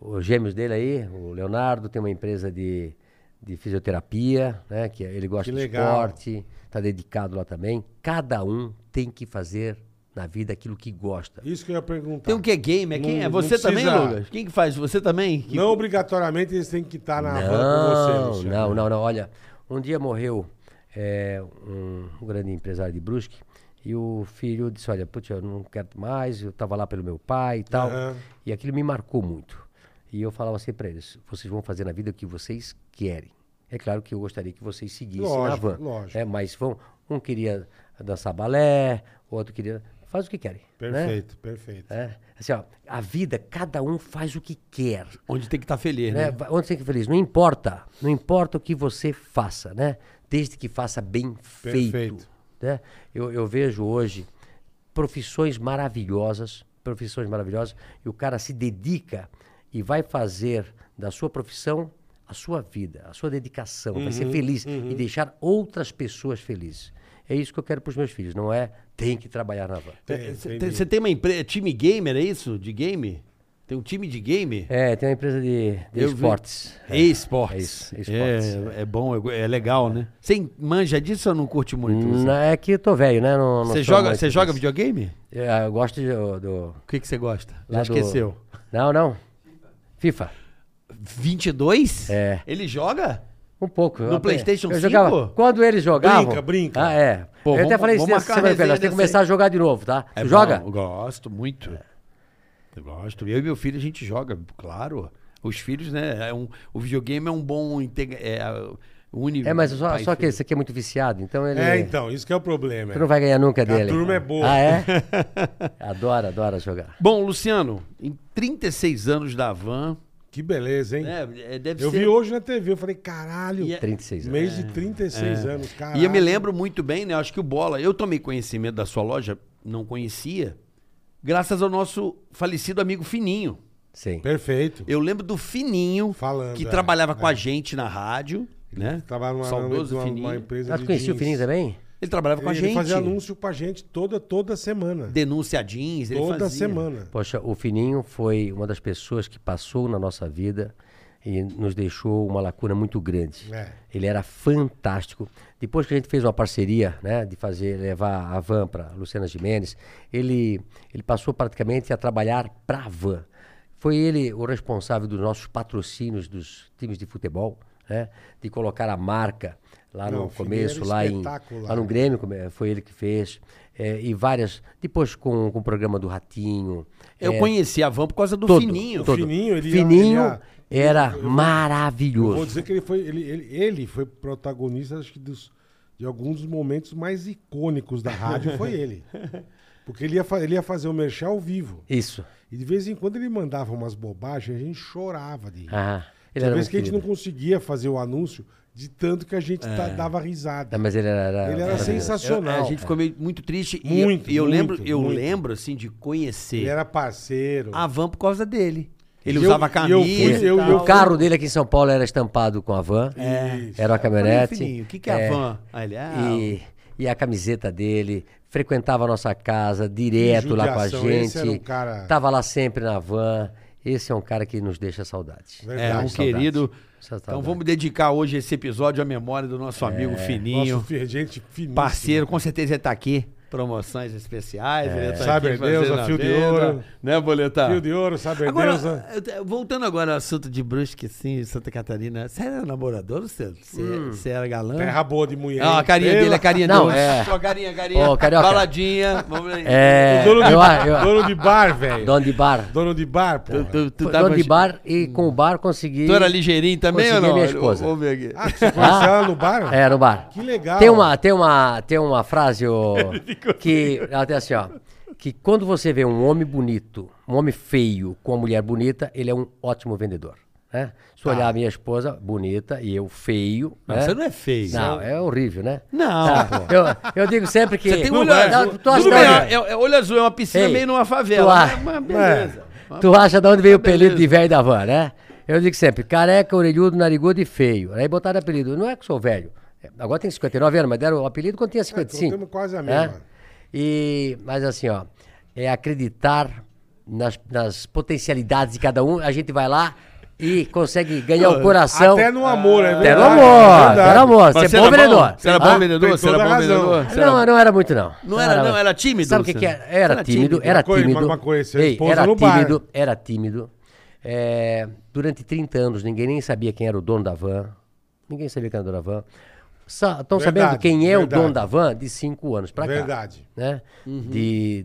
Speaker 5: os gêmeos dele aí, o Leonardo, tem uma empresa de, de fisioterapia, né, que ele
Speaker 3: Que
Speaker 5: gosta de
Speaker 3: legal.
Speaker 5: esporte, tá dedicado lá também. Cada um tem que fazer na vida aquilo que gosta.
Speaker 3: Isso que eu ia perguntar.
Speaker 4: Tem o que é game? É quem?
Speaker 3: Não-
Speaker 4: é
Speaker 3: não
Speaker 4: você também,
Speaker 3: precisa-
Speaker 4: Lucas? Quem que faz? Você também? Que-
Speaker 3: Não obrigatoriamente eles têm que estar na van Tá, é com
Speaker 5: Não,
Speaker 3: você, Luciano.
Speaker 5: não, não, não. Olha, um dia morreu é, um, um grande empresário de Brusque e o filho disse, olha, putz, eu não quero mais, eu estava lá pelo meu pai e tal.
Speaker 3: Aham.
Speaker 5: E aquilo me marcou muito. E eu falava assim para eles, vocês vão fazer na vida o que vocês querem. É claro que eu gostaria que vocês seguissem
Speaker 3: Lógico,
Speaker 5: na van.
Speaker 3: lógico.
Speaker 5: né? Mas vão, um queria dançar balé, o outro queria... Faz o que querem. né?
Speaker 3: Perfeito, perfeito.
Speaker 5: É. Assim, ó, a vida, cada um faz o que quer
Speaker 4: Onde tem que estar feliz,
Speaker 5: né?
Speaker 3: É,
Speaker 4: né?
Speaker 5: Vai- Onde você fica feliz? Não importa. Não importa o que você faça, né? Desde que faça bem feito.
Speaker 3: Perfeito.
Speaker 5: Né? Eu, eu vejo hoje profissões maravilhosas, profissões maravilhosas, e o cara se dedica e vai fazer da sua profissão a sua vida, a sua dedicação, vai ser feliz e deixar outras pessoas felizes. É isso que eu quero para os meus filhos, não é tem que trabalhar na van.
Speaker 3: Tem,
Speaker 4: Você
Speaker 3: tem
Speaker 4: tem,
Speaker 3: de-
Speaker 4: cê tem uma empresa, time gamer, é isso? De game? Tem um time de game?
Speaker 5: É, tem uma empresa de, de
Speaker 4: Eu vi-
Speaker 5: esportes. É.
Speaker 4: Esportes.
Speaker 5: É isso, esportes.
Speaker 4: É, é bom, é, go- é legal, né? Você manja disso ou não curte muito?
Speaker 5: Não, é que eu tô velho, né? Não- não
Speaker 4: Você
Speaker 5: sou
Speaker 4: joga,
Speaker 5: mais
Speaker 4: você
Speaker 5: desse-
Speaker 4: joga videogame?
Speaker 5: É, eu gosto de- do. do
Speaker 4: O que, que você gosta? Já
Speaker 5: lá do-
Speaker 4: esqueceu.
Speaker 5: Não, não. FIFA.
Speaker 4: 22?
Speaker 5: É.
Speaker 4: Ele joga?
Speaker 5: Um pouco.
Speaker 4: No
Speaker 5: Eu-
Speaker 4: PlayStation
Speaker 5: eu jogava-
Speaker 4: 5?
Speaker 5: Quando eles jogavam.
Speaker 3: Brinca, brinca.
Speaker 5: Ah, é.
Speaker 4: Pô,
Speaker 5: eu até
Speaker 4: vamos-
Speaker 5: falei
Speaker 4: vamos
Speaker 5: isso
Speaker 4: marcar É
Speaker 5: nessa
Speaker 4: a
Speaker 5: semana que
Speaker 4: resenha
Speaker 5: nós temos que
Speaker 4: dessa
Speaker 5: começar a jogar de novo, tá?
Speaker 4: É
Speaker 5: Tu joga?
Speaker 4: bom, eu gosto muito. Eu gosto. Eu e meu filho, a gente joga, claro. Os filhos, né? é um- o videogame é um bom. Integra, é, une
Speaker 5: É, mas só,
Speaker 4: pai e
Speaker 5: só que
Speaker 4: filho.
Speaker 5: esse aqui é muito viciado, então ele.
Speaker 3: É, então, isso que é o problema.
Speaker 5: Tu não vai ganhar nunca
Speaker 3: A
Speaker 5: dele.
Speaker 3: turma é boa.
Speaker 5: Ah, é? adora, adora jogar.
Speaker 4: Bom, Luciano, em 36 anos da van.
Speaker 3: Que beleza, hein?
Speaker 4: É, é, deve
Speaker 3: eu
Speaker 4: ser.
Speaker 3: vi hoje na TV, eu falei, caralho,
Speaker 4: E é-
Speaker 5: 36 anos.
Speaker 3: mês de 36 anos, caralho.
Speaker 4: E eu me lembro muito bem, né? Acho que o Bola, eu tomei conhecimento da sua loja, não conhecia, graças ao nosso falecido amigo Fininho.
Speaker 5: Sim.
Speaker 3: Perfeito.
Speaker 4: Eu lembro do Fininho,
Speaker 3: Falando,
Speaker 4: que
Speaker 3: é,
Speaker 4: trabalhava com
Speaker 3: é.
Speaker 4: a gente na rádio, né?
Speaker 3: Trabalhava numa,
Speaker 4: Saudoso
Speaker 3: numa,
Speaker 4: Fininho.
Speaker 3: numa empresa
Speaker 5: Ah,
Speaker 3: de
Speaker 5: tu conhecia o
Speaker 3: jeans.
Speaker 5: Fininho também?
Speaker 4: Ele trabalhava com a
Speaker 3: ele
Speaker 4: gente.
Speaker 3: fazia anúncio pra gente toda, toda semana.
Speaker 4: Denúncia jeans, ele
Speaker 3: toda
Speaker 4: fazia.
Speaker 3: semana.
Speaker 5: Poxa, o Fininho foi uma das pessoas que passou na nossa vida e nos deixou uma lacuna muito grande.
Speaker 3: É.
Speaker 5: Ele era fantástico. Depois que a gente fez uma parceria, né, de fazer levar a van para Luciana Gimenez, ele ele passou praticamente a trabalhar para a van. Foi ele o responsável dos nossos patrocínios dos times de futebol, né, de colocar a marca lá
Speaker 3: Não, o
Speaker 5: no
Speaker 3: Fininho
Speaker 5: começo,
Speaker 3: era
Speaker 5: lá em
Speaker 3: espetacular.
Speaker 5: lá no Grêmio, como é, foi ele que fez. é, e várias. Depois com, com o programa do Ratinho.
Speaker 4: Eu
Speaker 5: é,
Speaker 4: conheci a Van por causa do
Speaker 5: todo,
Speaker 4: Fininho.
Speaker 5: todo.
Speaker 3: Fininho, ele ia-
Speaker 5: Fininho
Speaker 3: ele
Speaker 5: era
Speaker 3: Eu Vou
Speaker 5: maravilhoso.
Speaker 3: dizer que ele foi, ele, ele, ele foi protagonista, acho que dos, de alguns dos momentos mais icônicos da rádio, foi ele. Porque ele ia, fa- ele ia fazer o merchan ao vivo.
Speaker 5: Isso.
Speaker 3: E de vez em quando ele mandava umas bobagens, a gente chorava de rir.
Speaker 5: Ah, ele
Speaker 3: Tinha
Speaker 5: era
Speaker 3: vez
Speaker 5: muito
Speaker 3: que a gente não
Speaker 5: querido.
Speaker 3: conseguia fazer o anúncio de tanto que a gente
Speaker 4: É.
Speaker 3: ta- dava risada.
Speaker 5: Não, Ah, mas ele era,
Speaker 3: Ele era
Speaker 5: maravilhoso.
Speaker 4: Eu-
Speaker 3: sensacional.
Speaker 4: É, a gente ficou meio, muito triste. e
Speaker 3: Muito,
Speaker 4: eu, e eu
Speaker 3: muito,
Speaker 4: lembro, eu
Speaker 3: muito.
Speaker 4: lembro assim de conhecer
Speaker 3: Ele era parceiro.
Speaker 4: a Van por causa dele. Ele
Speaker 3: E eu-
Speaker 4: usava
Speaker 3: e eu
Speaker 4: camisa.
Speaker 3: fui-
Speaker 4: e
Speaker 3: eu-
Speaker 4: tal.
Speaker 3: eu É.
Speaker 5: O carro dele aqui em São Paulo era estampado com a van.
Speaker 3: Isso.
Speaker 5: Era uma caminhonete.
Speaker 4: Falei, "Fininho, o que que é a van?" Aí ele, "Ah,
Speaker 5: e, e a camiseta dele. Frequentava a nossa casa direto lá com a
Speaker 3: Judiação,
Speaker 5: gente.
Speaker 3: esse era um cara-
Speaker 5: Tava lá sempre na van. Esse é um cara que nos deixa saudades.
Speaker 4: É, um
Speaker 3: Verdade.
Speaker 5: saudade.
Speaker 4: querido.
Speaker 5: Saudade. É.
Speaker 4: Então vamos dedicar hoje esse episódio à memória do nosso amigo Fininho,
Speaker 3: Nosso fi- gente finíssimo.
Speaker 4: parceiro, com certeza ele está aqui. Promoções especiais,
Speaker 5: É.
Speaker 4: ele tá
Speaker 3: Saber
Speaker 4: aqui
Speaker 3: Deus,
Speaker 4: fazendo a
Speaker 3: Fio de
Speaker 4: venda.
Speaker 3: Ouro.
Speaker 4: Né, Boletar?
Speaker 3: Fio de ouro, sabe é né?
Speaker 4: Agora, ah.
Speaker 3: Deusa.
Speaker 4: eu te- voltando agora ao assunto de Brusque, sim, Santa Catarina. Você era namorador, Luciano? Você,
Speaker 5: Hum.
Speaker 4: você era galã?
Speaker 3: Terra boa de mulher.
Speaker 4: Não, Ah, a carinha
Speaker 3: Pela-
Speaker 4: dele, a carinha
Speaker 5: Não,
Speaker 4: dele.
Speaker 5: é.
Speaker 4: Só carinha, carinha.
Speaker 5: Ô, carioca.
Speaker 4: Baladinha. Vamos aí.
Speaker 5: É,
Speaker 3: Dono de,
Speaker 5: eu- eu-
Speaker 3: dono de bar, velho.
Speaker 5: Dono de bar.
Speaker 3: Dono de bar, pô.
Speaker 4: Tu, tu, tu
Speaker 5: Dono
Speaker 4: tava-
Speaker 5: de bar e com o bar consegui.
Speaker 4: tu era ligeirinho também ou
Speaker 5: Consegui
Speaker 4: não?
Speaker 5: a minha esposa.
Speaker 4: Vamos ver aqui.
Speaker 3: Ah, você conheceu ela no bar?
Speaker 5: É, no bar.
Speaker 3: Que legal.
Speaker 5: Tem uma, tem uma, tem uma frase ô, que ela tem assim, ó. Que quando você vê um homem bonito, um homem feio com uma mulher bonita, ele é um ótimo vendedor. Né? Se tu olhar a minha esposa, bonita, e eu feio.
Speaker 4: Tá. Não,
Speaker 5: né?
Speaker 4: você não é feio.
Speaker 5: Não, é horrível, né?
Speaker 4: Não, pô.
Speaker 5: eu, eu digo sempre que.
Speaker 4: Você tem um
Speaker 5: Não,
Speaker 4: olho azul.
Speaker 5: tu acha
Speaker 4: Tudo
Speaker 5: da
Speaker 4: bem, é,
Speaker 5: onde-
Speaker 4: é olho azul, é uma piscina
Speaker 5: Ei,
Speaker 4: meio numa
Speaker 5: tu
Speaker 4: favela. né?
Speaker 5: a-
Speaker 4: Mas, mas beleza. Mas-
Speaker 5: Tu acha de onde veio o
Speaker 4: Beleza.
Speaker 5: apelido de velho da van, né? Eu digo sempre, careca, orelhudo, narigudo e feio. Aí botaram apelido. Não é que sou velho. É, Agora tem 59 anos, mas deram o apelido quando tinha 55.
Speaker 3: É, então temos quase a
Speaker 5: né?
Speaker 3: mesma.
Speaker 5: E, mas assim, ó, é acreditar nas, nas potencialidades de cada um. A gente vai lá e consegue ganhar o coração.
Speaker 3: Até no amor, é
Speaker 5: Até
Speaker 3: verdade.
Speaker 5: no amor,
Speaker 3: é
Speaker 5: até no amor. Você é bom vendedor.
Speaker 4: Você era bom
Speaker 5: Ah,
Speaker 4: vendedor?
Speaker 3: tem
Speaker 4: Você era
Speaker 3: toda
Speaker 4: bom
Speaker 3: a razão.
Speaker 4: vendedor?
Speaker 5: ah,
Speaker 4: Você
Speaker 5: Não, não era muito, não.
Speaker 4: Não era, não, era tímido,
Speaker 5: Sabe o que, que
Speaker 4: Luciano?
Speaker 5: era? Era,
Speaker 4: Era
Speaker 5: tímido,
Speaker 4: tímido.
Speaker 5: era
Speaker 3: Uma coisa-
Speaker 5: tímido.
Speaker 3: uma coisa, sua
Speaker 5: Ei,
Speaker 3: esposa
Speaker 5: era
Speaker 3: no bar.
Speaker 5: tímido, era tímido. É, durante 30 anos, ninguém nem sabia quem era o dono da van. Ninguém sabia quem era o dono da van. Estão sabendo
Speaker 3: Verdade,
Speaker 5: quem é
Speaker 3: verdade.
Speaker 5: o dono da van de 5 anos pra cá.
Speaker 3: Verdade.
Speaker 5: Né? De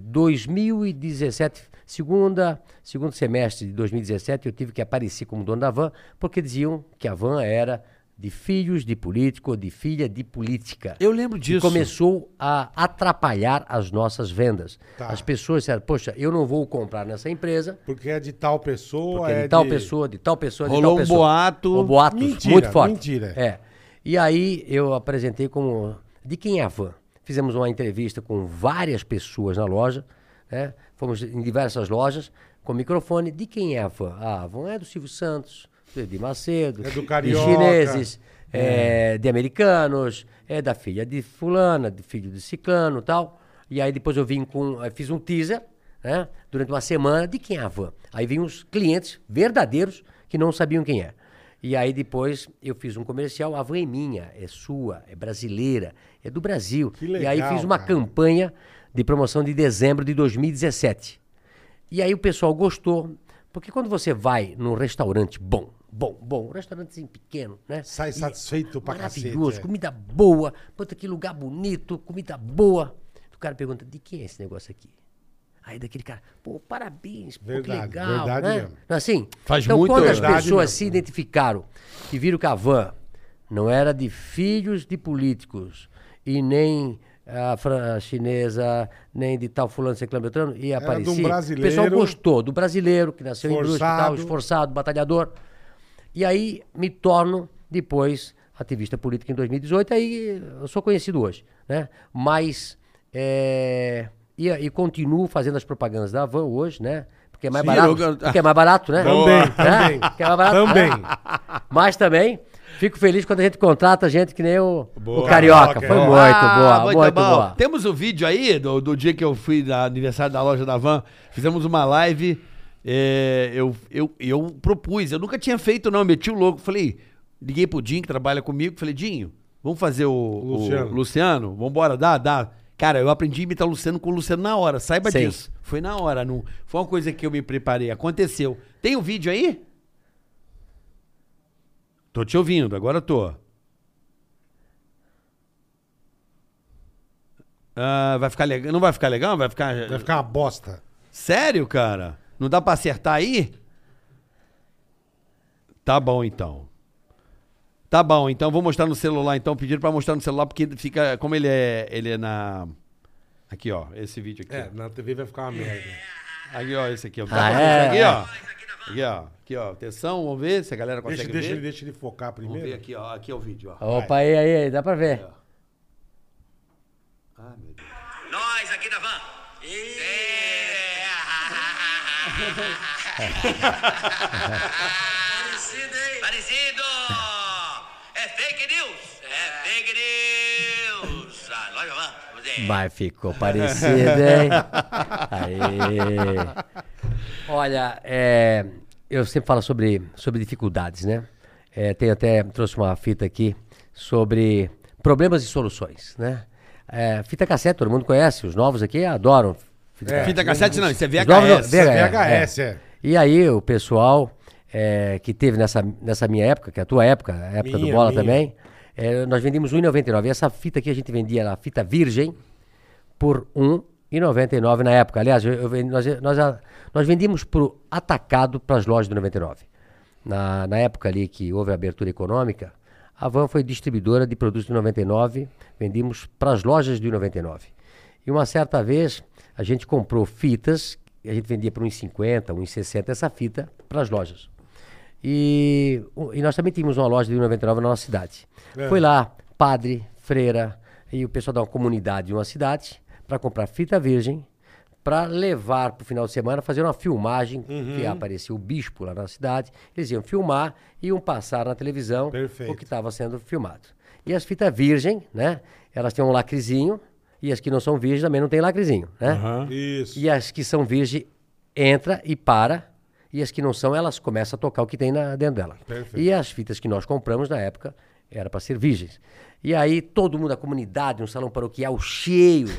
Speaker 5: 2017, segunda, segundo semestre de 2017, eu tive que aparecer como dono da van, porque diziam que a van era de filhos de político ou de filha de política
Speaker 4: Eu lembro
Speaker 5: e
Speaker 4: disso.
Speaker 5: começou a atrapalhar as nossas vendas.
Speaker 3: Tá.
Speaker 5: As pessoas disseram, poxa, eu não vou comprar nessa empresa,
Speaker 3: Porque é de tal pessoa.
Speaker 5: porque
Speaker 3: é
Speaker 5: de tal pessoa, de tal pessoa, de
Speaker 4: Rolou
Speaker 5: tal
Speaker 4: um
Speaker 5: pessoa.
Speaker 4: boato.
Speaker 5: Um boato
Speaker 3: Mentira,
Speaker 5: muito forte.
Speaker 3: mentira.
Speaker 5: É. E aí eu apresentei como, de quem é a van? Fizemos uma entrevista com várias pessoas na loja, né? fomos em diversas lojas, com microfone, de quem é a van? Ah, a van é do Silvio Santos, do Edir Macedo,
Speaker 3: É do
Speaker 5: de
Speaker 3: Carioca.
Speaker 5: chineses, é, de americanos, é da filha de fulana, do filho de ciclano e tal. E aí depois eu vim com, eh, fiz um teaser, né, durante uma semana, de quem é a van. Aí vinham os clientes verdadeiros que não sabiam quem é. E aí depois eu fiz um comercial, a van é minha, é sua, é brasileira, é do Brasil.
Speaker 3: Que
Speaker 5: e aí
Speaker 3: legal,
Speaker 5: fiz uma
Speaker 3: cara.
Speaker 5: campanha de promoção de dezembro de 2017. E aí o pessoal gostou, porque quando você vai num restaurante bom, bom, bom, um restaurantezinho pequeno, né?
Speaker 3: Sai
Speaker 5: E
Speaker 3: satisfeito pra
Speaker 5: Maravilhoso,
Speaker 3: cacete, é.
Speaker 5: comida boa, puta que lugar bonito, comida boa. O cara pergunta, de quem é esse negócio aqui? Aí daquele cara, pô, parabéns, pô,
Speaker 3: Verdade,
Speaker 5: que legal.
Speaker 3: verdade
Speaker 5: né?
Speaker 3: mesmo.
Speaker 5: Não é Assim,
Speaker 4: Faz
Speaker 5: então,
Speaker 4: muito
Speaker 5: quando as
Speaker 3: verdade
Speaker 5: pessoas
Speaker 3: mesmo.
Speaker 5: se identificaram que viram que a van não era de filhos de políticos e nem a fran- a chinesa, nem de tal fulano, ciclano, beltrano, e
Speaker 3: de um
Speaker 5: aparecia.
Speaker 3: brasileiro.
Speaker 5: O pessoal gostou do brasileiro, que nasceu em indústria, e tal,
Speaker 3: Forçado.
Speaker 5: esforçado, batalhador. E aí me torno depois ativista político em 2018, aí eu sou conhecido hoje, né? Mas é, e, e continuo fazendo as propagandas da Van hoje, né? Porque é mais
Speaker 4: Sim,
Speaker 5: barato,
Speaker 4: eu-
Speaker 5: porque é mais barato, né?
Speaker 3: Também,
Speaker 5: Né?
Speaker 3: também.
Speaker 5: Porque é mais barato,
Speaker 3: Também.
Speaker 5: né? Mas também fico feliz quando a gente contrata gente que nem o, o
Speaker 3: Boa.
Speaker 5: Carioca. Foi
Speaker 3: Boa.
Speaker 5: muito
Speaker 4: Ah,
Speaker 5: boa, muito, boa.
Speaker 4: Temos o vídeo aí do, do dia que eu fui no aniversário da loja da Van. Fizemos uma live. é, eu, eu, eu propus, eu nunca tinha feito, não. Meti o louco. Falei, liguei pro Dinho, que trabalha comigo. Falei, Dinho, vamos fazer o o
Speaker 3: Luciano.
Speaker 4: Luciano. Vambora, dá, dá. Cara, eu aprendi a imitar o Luciano com o Luciano na hora, saiba
Speaker 5: Sim.
Speaker 4: disso. Foi na hora, não. Foi uma coisa que eu me preparei. Aconteceu. Tem o vídeo aí? Tô te ouvindo, agora tô. Ah, vai ficar legal? Não vai ficar legal? Vai ficar.
Speaker 3: Vai ficar uma bosta.
Speaker 4: Sério, cara? Não dá pra acertar aí? Tá bom então. Tá bom, então vou mostrar no celular então, pediram pra mostrar no celular porque fica como ele é, ele é na Aqui, ó, esse vídeo aqui.
Speaker 3: É, na TV vai ficar uma merda.
Speaker 4: Aqui, ó, esse aqui, ó.
Speaker 5: Ah, é?
Speaker 4: aqui, ó. Aqui, ó. Aqui, ó. Atenção, vamos ver se a galera consegue
Speaker 3: Deixa, deixa,
Speaker 4: ver.
Speaker 3: ele, deixa ele focar
Speaker 4: vamos ver
Speaker 3: primeiro.
Speaker 4: aqui, ó. Aqui é o vídeo, ó.
Speaker 5: Opa, aí, aí, aí, dá pra ver.
Speaker 4: Ah, meu Deus.
Speaker 7: Nós aqui da van. Parecido, hein? Parecido! É fake news! É fake news! Ah, nós da van. Vamos ver.
Speaker 5: Mas ficou parecido, hein? Aê. Olha, é, eu sempre falo sobre, sobre dificuldades, né? É, tem até, trouxe uma fita aqui sobre problemas e soluções, né? É, fita cassete, todo mundo conhece, os novos aqui adoram. Fita
Speaker 3: É.
Speaker 4: Fita cassete não, isso é
Speaker 5: Os novos-
Speaker 4: VHS.
Speaker 3: É,
Speaker 5: é,
Speaker 3: VHS, é.
Speaker 5: E aí, o pessoal é, que teve nessa, nessa minha época, que é a tua época, a época
Speaker 3: Minha,
Speaker 5: do Bola
Speaker 3: minha.
Speaker 5: também, é, nós vendíamos R$1,99. E Essa fita aqui a gente vendia, era a fita virgem, por R$1,99 na época. Aliás, eu- eu ven- nós, nós, a- nós vendíamos por atacado para as lojas do 99. Na, na época ali que houve a abertura econômica, a Van foi distribuidora de produtos do 99, vendíamos para as lojas do 99. E uma certa vez a gente comprou fitas, a gente vendia por R$1,50, R$1,60 essa fita para as lojas. E, o- e nós também tínhamos uma loja de um 99 na nossa cidade.
Speaker 3: É.
Speaker 5: Foi lá, padre, freira e o pessoal da uma comunidade de uma cidade para comprar fita virgem para levar para o final de semana fazer uma filmagem
Speaker 3: Uhum.
Speaker 5: que apareceu o bispo lá na cidade. Eles iam filmar e iam passar na televisão
Speaker 3: Perfeito.
Speaker 5: o que estava sendo filmado. E as fitas virgem, né? Elas têm um lacrezinho e as que não são virgens também não têm lacrezinho, né?
Speaker 3: Isso.
Speaker 5: E as que são virgem entra e para. E as que não são, elas começam a tocar o que tem na, dentro dela.
Speaker 3: Perfeito.
Speaker 5: E as fitas que nós compramos na época era para ser virgens. E aí todo mundo, a comunidade, um salão paroquial cheio.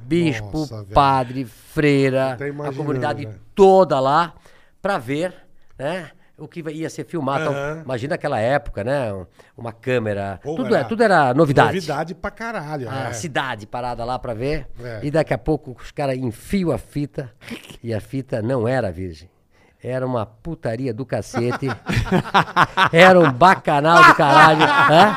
Speaker 5: Bispo,
Speaker 3: Nossa, velho.
Speaker 5: padre, freira,
Speaker 3: Tô até
Speaker 5: a
Speaker 3: imaginando,
Speaker 5: comunidade
Speaker 3: né?
Speaker 5: toda lá para ver, né? O que vai- ia ser filmado. Então,
Speaker 3: Aham.
Speaker 5: Imagina aquela época, né? um- Uma câmera.
Speaker 3: Pô,
Speaker 5: tudo,
Speaker 3: era
Speaker 5: era, tudo era novidade
Speaker 3: é.
Speaker 5: Ah,
Speaker 3: Novidade pra caralho.
Speaker 5: a
Speaker 3: é.
Speaker 5: cidade parada lá pra ver.
Speaker 3: É.
Speaker 5: E daqui a pouco os caras enfiam a fita e a fita não era virgem. Era uma putaria do cacete. Era um bacanal do caralho. né?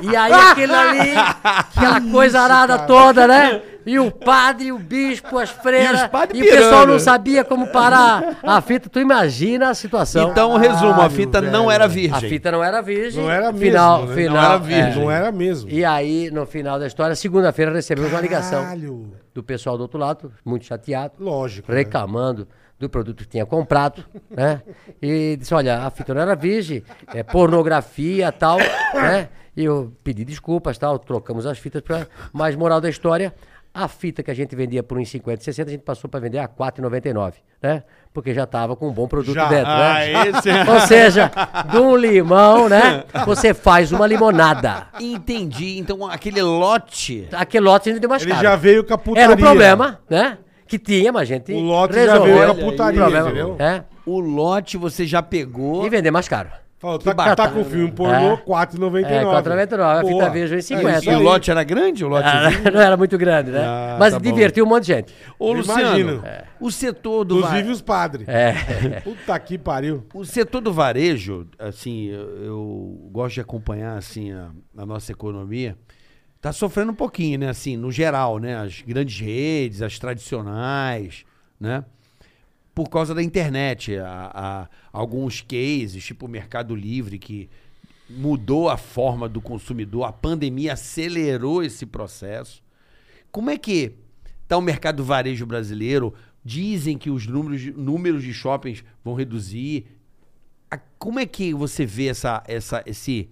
Speaker 5: E aí aquilo ali, aquela coisa arada toda, né? E o padre, o bispo, as
Speaker 4: E os
Speaker 5: freiras.
Speaker 4: padres
Speaker 5: E, o pessoal
Speaker 4: pirando.
Speaker 5: não sabia como parar a fita. Tu imagina a situação.
Speaker 4: Então, resumo, a
Speaker 3: Caralho,
Speaker 4: fita não
Speaker 3: velho.
Speaker 4: era
Speaker 5: a
Speaker 4: virgem.
Speaker 5: fita não era virgem.
Speaker 3: Não era mesmo,
Speaker 5: final,
Speaker 3: né? Não
Speaker 5: Final,
Speaker 4: era
Speaker 5: é.
Speaker 4: virgem.
Speaker 3: Não era mesmo.
Speaker 5: E aí, no final da história, segunda-feira recebemos uma ligação
Speaker 3: Caralho.
Speaker 5: do pessoal do outro lado, muito chateado,
Speaker 3: Lógico. né?
Speaker 5: reclamando do produto que tinha comprado, né? E disse, olha, a fita não era virgem, é pornografia tal, né? E eu pedi desculpas tal, trocamos as fitas para mais moral da história. A fita que a gente vendia por uns 50, 60, a gente passou para vender a 4,99, né? Porque já estava com um bom produto
Speaker 3: Já. é
Speaker 5: dentro,
Speaker 4: Ah,
Speaker 5: né?
Speaker 4: esse
Speaker 5: Ou seja, de um limão, né? Você faz uma limonada.
Speaker 4: Entendi. Então, aquele lote.
Speaker 5: Aquele lote ainda deu mais
Speaker 3: Ele
Speaker 5: caro.
Speaker 3: já veio com a putaria.
Speaker 5: Era um problema, né? Que tinha, mas a gente
Speaker 3: O lote já
Speaker 5: resolveu.
Speaker 3: veio
Speaker 4: com a putaria,
Speaker 5: o problema,
Speaker 3: entendeu?
Speaker 5: é,
Speaker 4: O lote você já pegou.
Speaker 5: e vender mais caro.
Speaker 3: Falou, tá,
Speaker 6: bacana,
Speaker 3: tá com o filme pornô,
Speaker 5: É.
Speaker 3: R$4,99.
Speaker 5: É, R$4,99, a fita
Speaker 3: Porra,
Speaker 5: Veja em
Speaker 3: é isso
Speaker 5: 50.
Speaker 3: aí.
Speaker 5: E
Speaker 6: o lote era grande? O lote
Speaker 5: Ah, não era muito grande, né?
Speaker 6: Ah,
Speaker 5: Mas
Speaker 6: tá bom.
Speaker 5: divertiu um monte de gente.
Speaker 6: Ô, Luciano,
Speaker 3: Imagino.
Speaker 6: o setor do
Speaker 3: Inclusive
Speaker 6: varejo.
Speaker 3: os padres.
Speaker 5: É.
Speaker 3: Puta que pariu.
Speaker 6: O setor do varejo, assim, eu, eu gosto de acompanhar assim a, a nossa economia. Tá sofrendo um pouquinho, né? Assim, no geral, né? As grandes redes, as tradicionais, né? Por causa da internet, a, a- alguns cases, tipo o Mercado Livre, que mudou a forma do consumidor, a pandemia acelerou esse processo. Como é que está o mercado varejo brasileiro? Dizem que os números, números de shoppings vão reduzir. A- como é que você vê essa, essa, esse,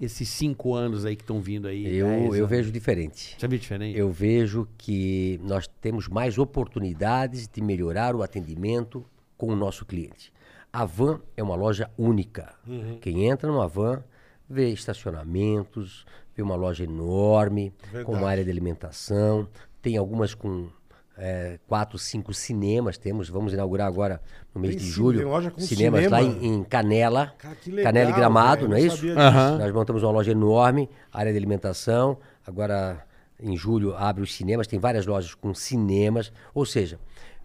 Speaker 6: esses cinco anos aí que estão vindo
Speaker 3: É
Speaker 6: aí?
Speaker 5: Eu,
Speaker 6: dez
Speaker 5: eu
Speaker 6: anos?
Speaker 5: vejo diferente.
Speaker 6: Você vê diferente?
Speaker 5: Eu vejo que nós temos mais oportunidades de melhorar o atendimento com o nosso cliente. A van é uma loja única.
Speaker 3: Uhum.
Speaker 5: Quem entra numa van vê estacionamentos, vê uma loja enorme, com
Speaker 3: Verdade.
Speaker 5: uma área de alimentação, tem algumas com é, quatro, cinco cinemas temos, vamos inaugurar agora no mês
Speaker 3: Tem
Speaker 5: de
Speaker 3: cine-
Speaker 5: julho,
Speaker 3: tem loja com
Speaker 5: cinemas lá
Speaker 3: cinema?
Speaker 5: em, em Canela,
Speaker 3: Cara, que legal,
Speaker 5: Canela e Gramado,
Speaker 3: velho,
Speaker 5: não é
Speaker 3: não
Speaker 5: isso?
Speaker 3: sabia
Speaker 6: Aham.
Speaker 5: Nós montamos uma loja enorme, área de alimentação. Agora, em julho, abre os cinemas. Tem várias lojas com cinemas. Ou seja,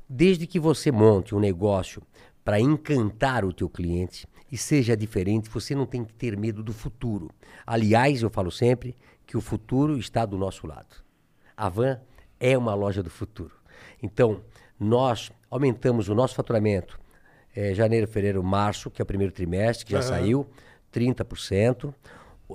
Speaker 5: desde que você monte um negócio para encantar o teu cliente e seja diferente, você não tem que ter medo do futuro. Aliás, eu falo sempre que o futuro está do nosso lado. A Van é uma loja do futuro. Então, nós aumentamos o nosso faturamento eh, janeiro, fevereiro, março, que é o primeiro trimestre, que já saiu, 30%.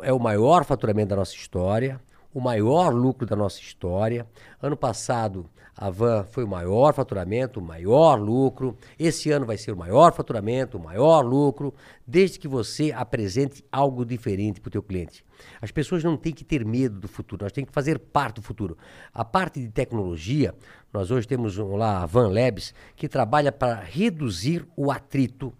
Speaker 5: É o maior faturamento da nossa história, o maior lucro da nossa história. Ano passado, a Van foi o maior faturamento, o maior lucro. Esse ano vai ser o maior faturamento, o maior lucro, desde que você apresente algo diferente para o teu cliente. As pessoas não têm que ter medo do futuro, nós temos que fazer parte do futuro. A parte de tecnologia, nós hoje temos um lá a Van Labs, que trabalha para reduzir o atrito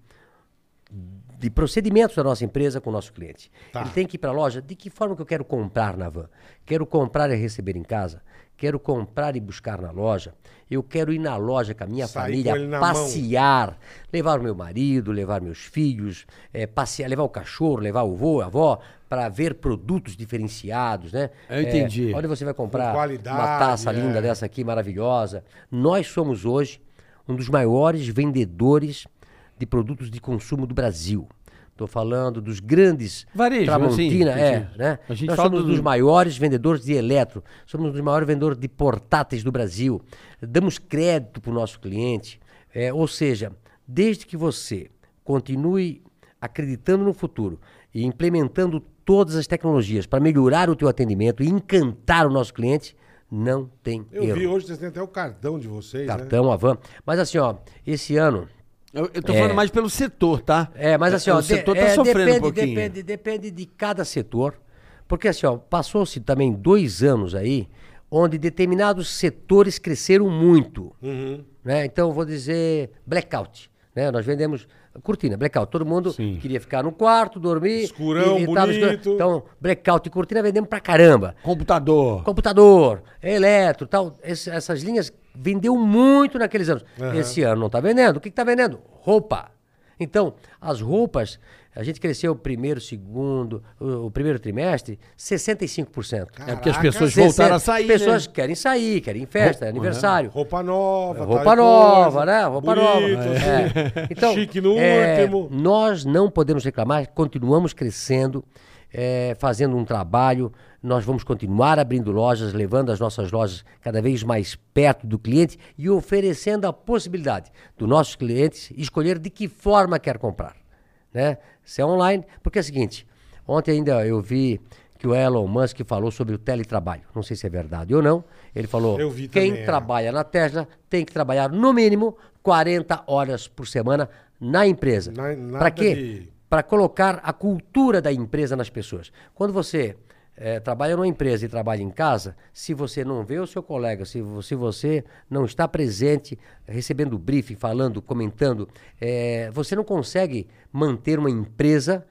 Speaker 5: de procedimentos da nossa empresa com o nosso cliente.
Speaker 3: Tá.
Speaker 5: Ele tem que ir para a loja. De que forma que eu quero comprar na van? Quero comprar e receber em casa? Quero comprar e buscar na loja? Eu quero ir na loja com a minha
Speaker 3: Sair com ele
Speaker 5: família,
Speaker 3: na
Speaker 5: passear, levar o meu marido, levar meus filhos, eh, passear, levar o cachorro, levar o avô, a avó, para ver produtos diferenciados, né?
Speaker 6: Eu entendi.
Speaker 5: Eh, onde você vai comprar
Speaker 3: qualidade,
Speaker 5: uma taça linda
Speaker 3: é.
Speaker 5: dessa? essa aqui maravilhosa. Nós somos hoje um dos maiores vendedores de produtos de consumo do Brasil. Estou falando dos grandes
Speaker 6: Varejo,
Speaker 5: Tramontina,
Speaker 6: assim,
Speaker 5: é,
Speaker 6: sim.
Speaker 5: né?
Speaker 6: A gente
Speaker 5: Nós
Speaker 6: fala
Speaker 5: somos
Speaker 6: do-
Speaker 5: um dos maiores vendedores de eletro, somos um dos maiores vendedores de portáteis do Brasil. Damos crédito para o nosso cliente. É, ou seja, desde que você continue acreditando no futuro e implementando todas as tecnologias para melhorar o teu atendimento e encantar o nosso cliente, não tem
Speaker 3: Eu
Speaker 5: erro.
Speaker 3: vi hoje, vocês têm até o cartão de vocês, né?
Speaker 5: Cartão, Avan. Mas assim, ó, esse ano.
Speaker 6: Eu, eu tô falando mais pelo setor, tá?
Speaker 5: É, mas assim, ó.
Speaker 6: o
Speaker 5: de-
Speaker 6: setor tá
Speaker 5: é,
Speaker 6: sofrendo
Speaker 5: depende,
Speaker 6: um pouquinho.
Speaker 5: Depende, depende de cada setor. Porque assim, ó, passou-se também dois anos aí onde determinados setores cresceram muito.
Speaker 6: Uhum.
Speaker 5: Né? Então, eu vou dizer blackout. Né? Nós vendemos cortina, blackout. Todo mundo queria ficar no quarto, dormir.
Speaker 3: Escurão,
Speaker 5: tava
Speaker 3: bonito.
Speaker 5: Então, blackout e cortina vendemos pra caramba.
Speaker 6: Computador.
Speaker 5: computador, eletro, tal, esse- essas linhas vendeu muito naqueles anos. Esse ano não está vendendo. O que está vendendo? Roupa. Então, as roupas, a gente cresceu primeiro, segundo, o, o primeiro trimestre, 65%.
Speaker 6: É porque as
Speaker 3: Caraca,
Speaker 6: pessoas
Speaker 5: Sessenta-
Speaker 6: voltaram a sair,
Speaker 5: Pessoas
Speaker 6: né?
Speaker 5: querem sair, querem ir em festa, aniversário.
Speaker 3: Roupa nova. tal
Speaker 5: Roupa
Speaker 3: e
Speaker 5: nova,
Speaker 3: coisa.
Speaker 5: né? Roupa
Speaker 3: Bonito,
Speaker 5: nova.
Speaker 3: assim.
Speaker 5: É. Então,
Speaker 3: Chique no
Speaker 5: é,
Speaker 3: último.
Speaker 5: Nós não podemos reclamar, continuamos crescendo, é, fazendo um trabalho. Nós vamos continuar abrindo lojas, levando as nossas lojas cada vez mais perto do cliente e oferecendo a possibilidade do nossos clientes escolher de que forma quer comprar. Né? Se é online, porque é o seguinte, ontem ainda eu vi que o Elon Musk falou sobre o teletrabalho. Não sei se é verdade ou não. Ele falou,
Speaker 3: Eu vi
Speaker 5: quem
Speaker 3: também, é.
Speaker 5: trabalha trabalha na Tesla tem que trabalhar no mínimo 40 horas por semana na empresa.
Speaker 3: Na- nada
Speaker 5: Para quê?
Speaker 3: de-
Speaker 5: Para colocar a cultura da empresa nas pessoas. Quando você eh, trabalha numa empresa e trabalha em casa, se você não vê o seu colega, se, vo- se você não está presente, recebendo briefing, falando, comentando, eh, você não consegue manter uma empresa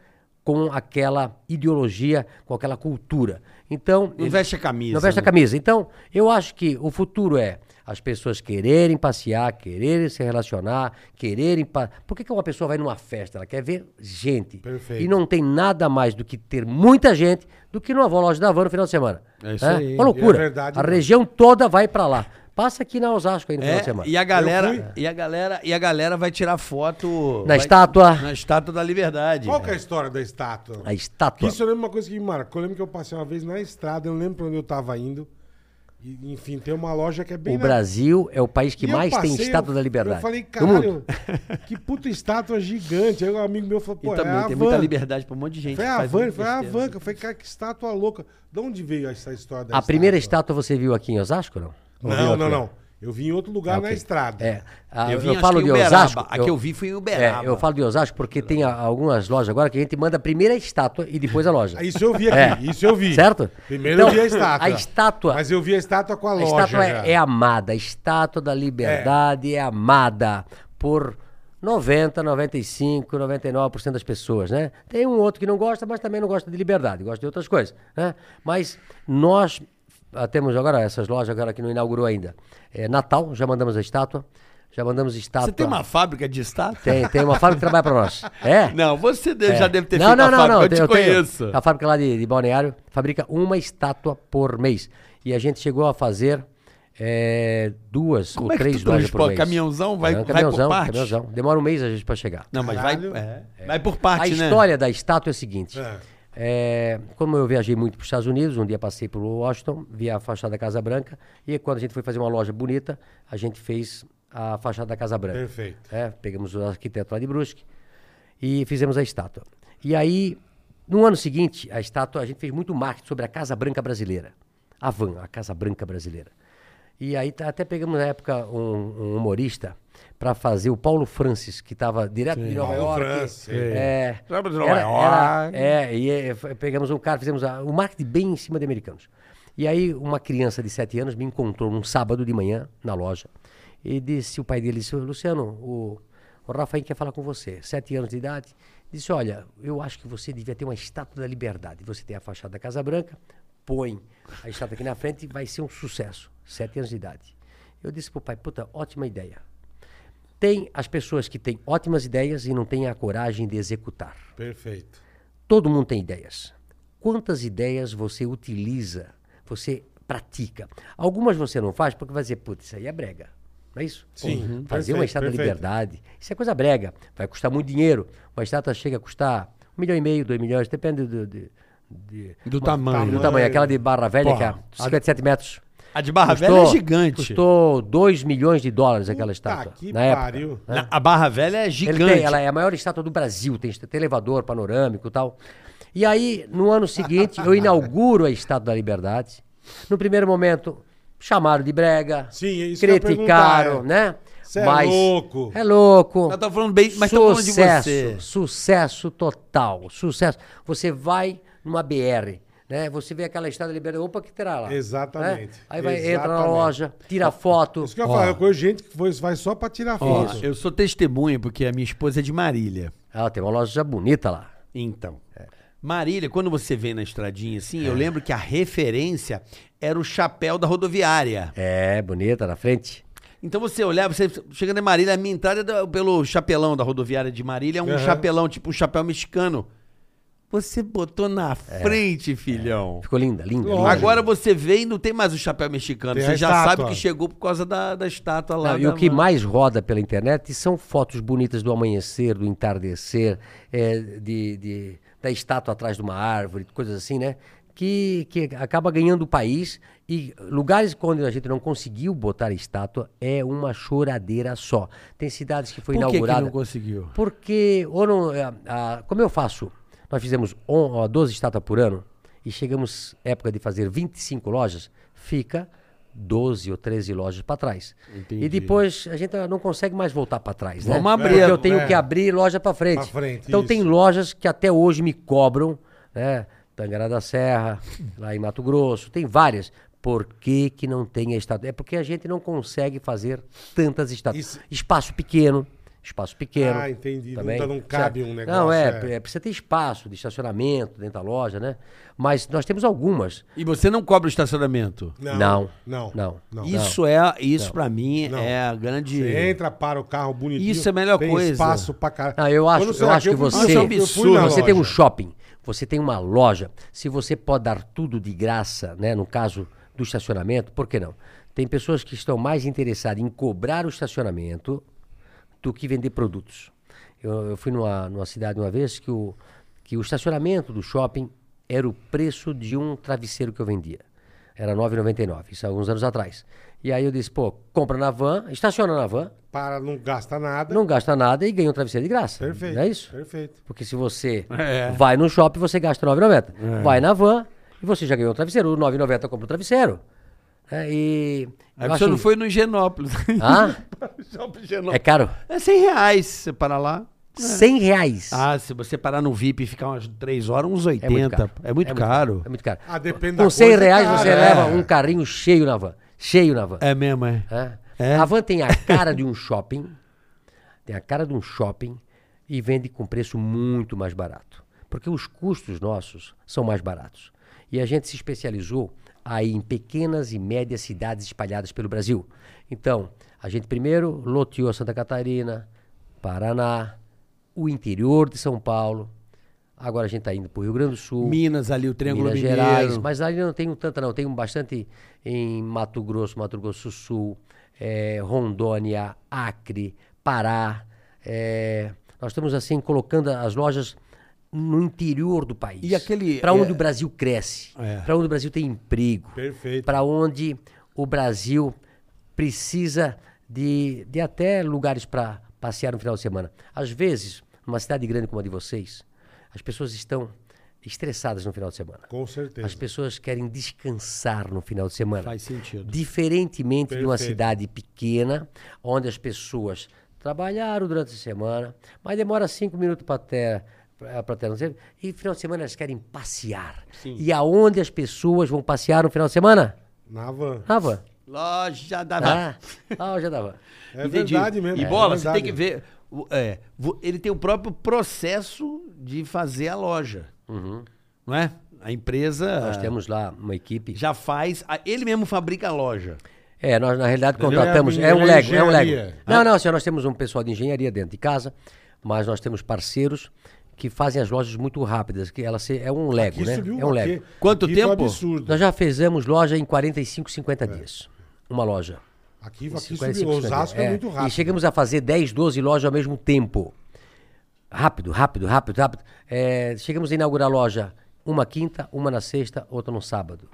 Speaker 5: com aquela ideologia, com aquela cultura. Então,
Speaker 6: Não
Speaker 5: ele-
Speaker 6: veste a camisa,
Speaker 5: Não veste a
Speaker 6: né?
Speaker 5: camisa. Então, eu acho que o futuro é As pessoas quererem passear, quererem se relacionar, quererem. Pa... Por que, que uma pessoa vai numa festa? Ela quer ver gente.
Speaker 3: Perfeito.
Speaker 5: E não tem nada mais do que ter muita gente do que numa loja da van no final de semana.
Speaker 6: É isso
Speaker 5: Né?
Speaker 6: aí.
Speaker 5: Uma loucura.
Speaker 3: E é verdade É,
Speaker 5: a
Speaker 3: mesmo.
Speaker 5: região toda vai pra lá. Passa aqui na Osasco aí no final de semana.
Speaker 6: É, e a
Speaker 3: Eu
Speaker 6: galera, e a galera, e a galera vai tirar foto
Speaker 5: Na
Speaker 6: vai-
Speaker 5: estátua.
Speaker 6: na estátua da Liberdade.
Speaker 3: Qual que é a história da estátua?
Speaker 5: A estátua.
Speaker 3: Isso é eu lembro uma coisa que me marcou. Eu lembro que eu passei uma vez na estrada, eu não lembro pra onde eu tava indo. E, enfim, tem uma loja que é bem.
Speaker 5: O
Speaker 3: na-
Speaker 5: Brasil é o país que
Speaker 3: E eu
Speaker 5: mais tem
Speaker 3: passei,
Speaker 5: estátua
Speaker 3: eu-
Speaker 5: da liberdade.
Speaker 3: Eu falei,
Speaker 5: do mundo.
Speaker 3: caralho, que puta estátua gigante. Aí um amigo meu falou,
Speaker 6: E
Speaker 3: pô,
Speaker 6: também
Speaker 3: é a
Speaker 6: tem
Speaker 3: van.
Speaker 6: muita liberdade pra um monte de gente.
Speaker 3: Foi
Speaker 6: que
Speaker 3: a
Speaker 6: faz
Speaker 3: van,
Speaker 6: muita
Speaker 3: foi a
Speaker 6: besteira.
Speaker 3: van. Eu falei, cara, que estátua louca. De onde veio essa história da
Speaker 5: né? A primeira estátua você viu aqui em Osasco, não? Ou viu
Speaker 3: Não,
Speaker 5: aqui?
Speaker 3: não, não. Eu vim em outro lugar
Speaker 5: Ah, ok.
Speaker 3: na estrada.
Speaker 5: É. Ah,
Speaker 6: Eu
Speaker 5: eu,
Speaker 6: vim, acho
Speaker 5: falo
Speaker 6: que em
Speaker 5: de
Speaker 6: Uberaba.
Speaker 5: Osasco.
Speaker 6: A que eu vi foi em Uberaba.
Speaker 5: É, eu falo de Osasco porque tem a- algumas lojas agora que a gente manda primeiro a estátua e depois a loja.
Speaker 3: Ah, Isso eu vi aqui,
Speaker 5: É.
Speaker 3: isso eu vi.
Speaker 5: Certo?
Speaker 3: Primeiro eu
Speaker 5: Então,
Speaker 3: vi a estátua.
Speaker 5: a estátua-
Speaker 3: Mas eu vi a estátua com a,
Speaker 5: A
Speaker 3: loja.
Speaker 5: estátua
Speaker 3: já.
Speaker 5: é, é amada, a estátua da liberdade é, amada por 90, 95, 99% das pessoas, né? Tem um outro que não gosta, mas também não gosta de liberdade, gosta de outras coisas, né? Mas nós ah, temos agora essas lojas agora que não inaugurou ainda. É, Natal, já mandamos a estátua, já mandamos estátua.
Speaker 6: Você tem uma fábrica de estátua?
Speaker 5: tem, tem uma fábrica que trabalha para nós. É?
Speaker 6: Não, você de-
Speaker 5: É.
Speaker 6: já deve ter
Speaker 5: não,
Speaker 6: feito
Speaker 5: não,
Speaker 6: a
Speaker 5: não,
Speaker 6: fábrica,
Speaker 5: não,
Speaker 6: eu te
Speaker 5: tenho- tenho.
Speaker 6: conheço.
Speaker 5: A fábrica lá de, de Balneário fabrica uma estátua por mês. E a gente chegou a fazer é, duas
Speaker 6: Como
Speaker 5: ou
Speaker 6: é que
Speaker 5: três
Speaker 6: tu
Speaker 5: lojas por
Speaker 6: transporta?
Speaker 5: mês.
Speaker 6: Caminhãozão? Vai- vai por
Speaker 5: caminhãozão,
Speaker 6: partes?
Speaker 5: caminhãozão. Demora um mês a gente para chegar.
Speaker 6: Não, mas vai,
Speaker 3: Caralho.
Speaker 6: é, vai por parte,
Speaker 5: a
Speaker 6: né?
Speaker 5: história da estátua é a seguinte.
Speaker 3: É.
Speaker 5: É, como eu viajei muito para os Estados Unidos, um dia passei por Washington, vi a fachada da Casa Branca, e quando a gente foi fazer uma loja bonita, a gente fez a fachada da Casa Branca.
Speaker 3: Perfeito.
Speaker 5: É, pegamos o arquiteto lá de Brusque e fizemos a estátua. E aí, no ano seguinte, a estátua, a gente fez muito marketing sobre a Casa Branca Brasileira. A van, a Casa Branca Brasileira. E aí tá- até pegamos na época um, um humorista para fazer o Paulo Francis, que estava direto de Nova
Speaker 3: Paulo
Speaker 5: York.
Speaker 3: Francis.
Speaker 5: É,
Speaker 6: Sabe de Nova York.
Speaker 5: é, e é, f- pegamos um cara, fizemos a- o marketing bem em cima de americanos. E aí uma criança de 7 anos me encontrou num sábado de manhã na loja e disse, o pai dele disse, "Ô, Luciano, o, o Rafael quer falar com você, 7 anos de idade. Disse, olha, eu acho que você devia ter uma estátua da liberdade. Você tem a fachada da Casa Branca, põe a estátua aqui na frente e vai ser um sucesso. 7 anos de idade. Eu disse pro pai, puta, ótima ideia. Tem as pessoas que têm ótimas ideias e não têm a coragem de executar.
Speaker 3: Perfeito.
Speaker 5: Todo mundo tem ideias. Quantas ideias você utiliza, você pratica? Algumas você não faz porque vai dizer, putz, isso aí é brega. Não é isso?
Speaker 3: Sim, uhum.
Speaker 5: Fazer
Speaker 3: perfeito,
Speaker 5: uma estátua da
Speaker 3: perfeito.
Speaker 5: liberdade, isso é coisa brega. Vai custar muito dinheiro. Uma estátua chega a custar um milhão e meio, dois milhões, depende do, de- de-
Speaker 6: Do
Speaker 5: do
Speaker 6: tamanho.
Speaker 5: tamanho. Aquela de Barra Velha,
Speaker 6: Porra,
Speaker 5: que é 57 metros.
Speaker 6: A de Barra Velha é gigante.
Speaker 5: Custou 2 milhões de dólares
Speaker 3: Puta
Speaker 5: aquela estátua.
Speaker 3: que
Speaker 5: na época. né?
Speaker 3: pariu.
Speaker 6: Na- a Barra Velha é
Speaker 5: Ele
Speaker 6: gigante.
Speaker 5: tem, ela é a maior estátua do Brasil, tem, tem elevador panorâmico e tal. E aí, no ano seguinte, eu inauguro a Estátua da Liberdade. No primeiro momento, chamaram de brega,
Speaker 3: Sim, é isso que eu ia
Speaker 5: criticaram,
Speaker 3: perguntar,
Speaker 5: né?
Speaker 3: Cê é louco.
Speaker 5: É louco.
Speaker 6: Mas tá falando bem- mas tá falando de
Speaker 5: sucesso,
Speaker 6: você.
Speaker 5: Sucesso total, sucesso. Você vai numa BR, né? Você vê aquela Estátua da Liberdade, opa, que terá lá?
Speaker 3: Exatamente,
Speaker 5: né? Aí vai, entra na
Speaker 3: exatamente.
Speaker 5: loja, tira foto.
Speaker 3: Isso que eu
Speaker 5: Ó,
Speaker 3: falo, eu conheço gente que foi- vai só pra tirar
Speaker 6: Ó,
Speaker 3: foto.
Speaker 6: eu sou testemunha, porque a minha esposa é de Marília.
Speaker 5: Ah, tem uma loja bonita lá.
Speaker 6: Então. Marília, quando você vem na estradinha assim, eu lembro que a referência era o chapéu da rodoviária.
Speaker 5: É, bonita na frente.
Speaker 6: Então você olhava, você chegando em Marília, a minha entrada é da- pelo chapelão da rodoviária de Marília, é um
Speaker 3: Aham.
Speaker 6: chapelão, tipo um chapéu mexicano. Você botou na
Speaker 3: É.
Speaker 6: frente, filhão.
Speaker 5: Ficou linda, linda.
Speaker 3: Lógico.
Speaker 5: linda.
Speaker 6: Agora você vê e não tem mais o chapéu mexicano.
Speaker 3: Tem a
Speaker 6: você já
Speaker 3: estátua.
Speaker 6: sabe que chegou por causa da, da estátua lá.
Speaker 5: Não, e
Speaker 6: da-
Speaker 5: o que mais roda pela internet são fotos bonitas do amanhecer, do entardecer, é, de, de- da estátua atrás de uma árvore, coisas assim, né? Que, que acaba ganhando o país e lugares onde a gente não conseguiu botar estátua é uma choradeira só. Tem cidades que foi é-
Speaker 6: Por que que
Speaker 5: inaugurada.
Speaker 6: não conseguiu?
Speaker 5: Porque, ou não, é, a- como eu faço, nós fizemos on- ó, 12 estátuas por ano e chegamos época de fazer 25 lojas, fica 12 ou 13 lojas para trás.
Speaker 6: Entendi.
Speaker 5: E depois a gente ah, não consegue mais voltar para trás, né?
Speaker 6: Vamos abrir,
Speaker 5: Porque eu tenho
Speaker 3: é.
Speaker 5: que abrir loja para frente.
Speaker 3: Pra frente,
Speaker 5: então tem
Speaker 3: isso.
Speaker 5: lojas que até hoje me cobram, né? Tangará da Serra, lá em Mato Grosso, tem várias. Por que, que não tem a estátua? É porque a gente não consegue fazer tantas estátuas.
Speaker 3: Isso-
Speaker 5: Espaço pequeno, espaço pequeno.
Speaker 3: Ah, entendi. Não
Speaker 5: Também.
Speaker 3: dá- não cabe um negócio,
Speaker 5: Não, é,
Speaker 3: é.
Speaker 5: é, precisa ter espaço de estacionamento dentro da loja, né? Mas nós temos algumas.
Speaker 4: E você não cobra o estacionamento.
Speaker 5: Não.
Speaker 3: Não.
Speaker 5: Não.
Speaker 3: não.
Speaker 4: Isso é, isso pra mim
Speaker 3: Não.
Speaker 4: é a grande.
Speaker 3: Você entra, para o carro bonitinho.
Speaker 4: Isso é a melhor
Speaker 3: tem
Speaker 4: coisa.
Speaker 3: espaço pra caralho.
Speaker 5: Ah, eu acho,
Speaker 3: Quando
Speaker 5: eu
Speaker 3: aqui,
Speaker 5: acho que
Speaker 3: fui-
Speaker 5: você,
Speaker 4: Isso é um
Speaker 3: eu fui na
Speaker 4: absurdo,
Speaker 3: loja.
Speaker 5: você tem um shopping, você tem uma loja. Se você pode dar tudo de graça, né, no caso do estacionamento, por que não? Tem pessoas que estão mais interessadas em cobrar o estacionamento do que vender produtos. Eu, eu fui numa, numa cidade uma vez que o, que o estacionamento do shopping era o preço de um travesseiro que eu vendia. Era R$ 9,99, isso há alguns anos atrás. E aí eu disse, pô, compra na van, estaciona na van,
Speaker 3: Para não gastar nada.
Speaker 5: não gasta nada e ganha um travesseiro de graça.
Speaker 3: Perfeito.
Speaker 5: Não é isso?
Speaker 3: Perfeito.
Speaker 5: Porque se você
Speaker 4: É.
Speaker 5: vai no shopping, você gasta R$ 9,90.
Speaker 3: É.
Speaker 5: Vai na van e você já ganhou um travesseiro. O R$ 9,90 compra um travesseiro. É, e.
Speaker 4: A
Speaker 5: eu
Speaker 4: pessoa
Speaker 5: acho-
Speaker 4: não foi no Genópolis.
Speaker 5: Hã? é caro?
Speaker 4: É 100 reais você parar lá.
Speaker 5: 100 reais.
Speaker 4: Ah, se você parar no VIP e ficar umas 3 horas, uns 80.
Speaker 5: é muito caro.
Speaker 4: É muito caro.
Speaker 5: É muito caro.
Speaker 3: Ah, depende da
Speaker 5: Com 100
Speaker 3: coisa,
Speaker 5: reais
Speaker 3: cara,
Speaker 5: você
Speaker 3: é.
Speaker 5: leva um carrinho cheio na van. Cheio na van.
Speaker 4: É mesmo, é.
Speaker 5: É.
Speaker 4: É?
Speaker 5: A van tem a cara de um shopping, tem a cara de um shopping e vende com preço muito mais barato. Porque os custos nossos são mais baratos. E a gente se especializou aí em pequenas e médias cidades espalhadas pelo Brasil. Então, a gente primeiro loteou Santa Catarina, Paraná, o interior de São Paulo. Agora a gente está indo para o Rio Grande do Sul.
Speaker 4: Minas ali, o Triângulo
Speaker 5: Minas
Speaker 4: Mineiro.
Speaker 5: Gerais, mas ali eu não tenho tanta não, tenho bastante em Mato Grosso, Mato Grosso do Sul, eh, Rondônia, Acre, Pará. eh, nós estamos assim colocando as lojas no interior do país.
Speaker 4: E aquele,
Speaker 5: para onde
Speaker 4: eh,
Speaker 5: o Brasil cresce,
Speaker 4: É.
Speaker 5: para onde o Brasil tem emprego,
Speaker 3: Perfeito.
Speaker 5: para onde o Brasil precisa de, de até lugares para passear no final de semana. Às vezes, numa cidade grande como a de vocês, as pessoas estão estressadas no final de semana.
Speaker 3: Com
Speaker 5: As
Speaker 3: certeza.
Speaker 5: pessoas querem descansar no final de semana.
Speaker 4: Faz sentido.
Speaker 5: Diferentemente de uma
Speaker 3: Perfeito.
Speaker 5: cidade pequena, onde as pessoas trabalharam durante a semana, mas demora cinco minutos para ter para ter não sei, e final de semana elas querem passear. E aonde as pessoas vão passear no final de semana?
Speaker 3: Na van.
Speaker 5: Na van.
Speaker 4: Loja da
Speaker 5: Ah, ah, já dava.
Speaker 3: É verdade mesmo.
Speaker 4: E
Speaker 3: é
Speaker 4: bola, você
Speaker 3: verdade.
Speaker 4: tem que ver. o- é, vo- ele tem o próprio processo de fazer a loja. Não é? A empresa
Speaker 5: Uhum. Nós temos lá uma equipe.
Speaker 4: já faz. a- ele mesmo fabrica a loja.
Speaker 5: É, nós na realidade
Speaker 3: Entendeu?
Speaker 5: contratamos.
Speaker 3: É a
Speaker 5: É um
Speaker 3: minha
Speaker 5: Lego, é um Lego.
Speaker 3: engenharia.
Speaker 5: Não, não, senhor, nós temos um pessoal de engenharia dentro de casa, mas nós temos parceiros que fazem as lojas muito rápidas, que ela se- é um Lego,
Speaker 3: Aqui
Speaker 5: né?
Speaker 3: subiu
Speaker 5: É um
Speaker 3: uma
Speaker 5: Lego.
Speaker 3: aqui.
Speaker 4: Quanto
Speaker 3: Aqui foi um
Speaker 4: tempo?
Speaker 3: absurdo.
Speaker 5: Nós já fizemos loja em 45,
Speaker 3: É.
Speaker 5: 50 dias. Uma loja.
Speaker 3: Aqui, aqui
Speaker 5: 45,
Speaker 3: subiu.
Speaker 5: 50 dias.
Speaker 3: Osasco é, muito rápido.
Speaker 5: E chegamos a fazer 10, 12 lojas ao mesmo tempo. Rápido, rápido, rápido, rápido. É, chegamos a inaugurar loja uma quinta, uma na sexta, outra no sábado.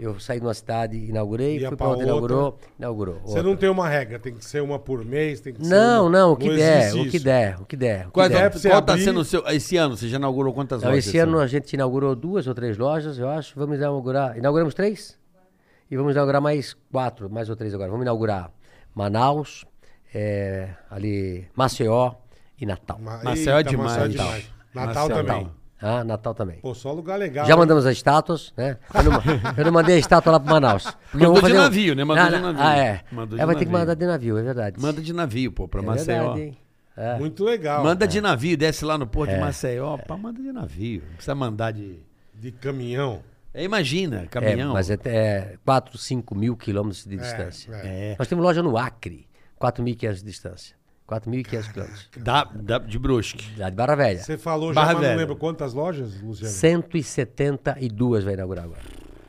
Speaker 5: Eu saí de uma cidade, inaugurei,
Speaker 3: Ia
Speaker 5: fui
Speaker 3: pra
Speaker 5: pra outra,
Speaker 3: outra.
Speaker 5: inaugurou, inaugurou.
Speaker 3: Você
Speaker 5: outra.
Speaker 3: não tem uma regra, tem que ser uma por mês, tem que ser
Speaker 5: Não,
Speaker 3: uma-
Speaker 5: não, o que der,
Speaker 3: existe
Speaker 5: o que
Speaker 3: isso.
Speaker 5: der, o que der. O que
Speaker 4: Qual,
Speaker 3: Quanto
Speaker 5: der.
Speaker 3: é
Speaker 4: é,
Speaker 3: pra você
Speaker 4: qual tá
Speaker 3: abrir?
Speaker 4: sendo o seu. Esse ano, você já inaugurou quantas
Speaker 5: Não,
Speaker 4: lojas?
Speaker 5: Então, esse ano a gente inaugurou duas ou três lojas, eu acho. Vamos inaugurar. Inauguramos três? E vamos inaugurar mais quatro, mais ou três agora. Vamos inaugurar Manaus, eh, ali Maceió e Natal.
Speaker 3: Ma-
Speaker 4: Marcel é
Speaker 3: Eita,
Speaker 4: demais.
Speaker 3: Marcel é demais. Natal
Speaker 4: Marcel.
Speaker 3: também.
Speaker 5: Ah, Natal também.
Speaker 3: Pô, só lugar legal.
Speaker 5: Já
Speaker 3: hein?
Speaker 5: mandamos as estátuas, né? Eu não, eu não mandei a estátua lá pro Manaus. porque eu
Speaker 4: Mandou
Speaker 5: vou
Speaker 4: de
Speaker 5: fazer um-
Speaker 4: navio, né? Mandou
Speaker 5: Ah,
Speaker 4: de
Speaker 5: na-
Speaker 4: navio.
Speaker 5: Ah, é.
Speaker 4: Mandou de
Speaker 5: é vai ter que
Speaker 4: navio.
Speaker 5: mandar de navio, é verdade.
Speaker 4: Manda de navio, pô, pra
Speaker 5: é
Speaker 4: Maceió.
Speaker 5: verdade, hein? É.
Speaker 3: Muito legal.
Speaker 4: Manda de
Speaker 5: né?
Speaker 4: navio, desce lá no porto de Maceió, pá, manda de navio. Não precisa mandar de.
Speaker 3: De caminhão.
Speaker 4: É, imagina, caminhão.
Speaker 5: É, mas é, é 4, 5 mil quilômetros de distância.
Speaker 3: é.
Speaker 4: É.
Speaker 5: Nós temos loja no Acre, 4.500 de distância. 4.500 quilômetros.
Speaker 4: Da, da- de Brusque.
Speaker 5: Lá de Barra Velha.
Speaker 3: Você né? falou já,
Speaker 4: Barra
Speaker 3: mas não
Speaker 4: Velha.
Speaker 3: lembro quantas lojas, Luciano?
Speaker 5: 172 vai inaugurar agora.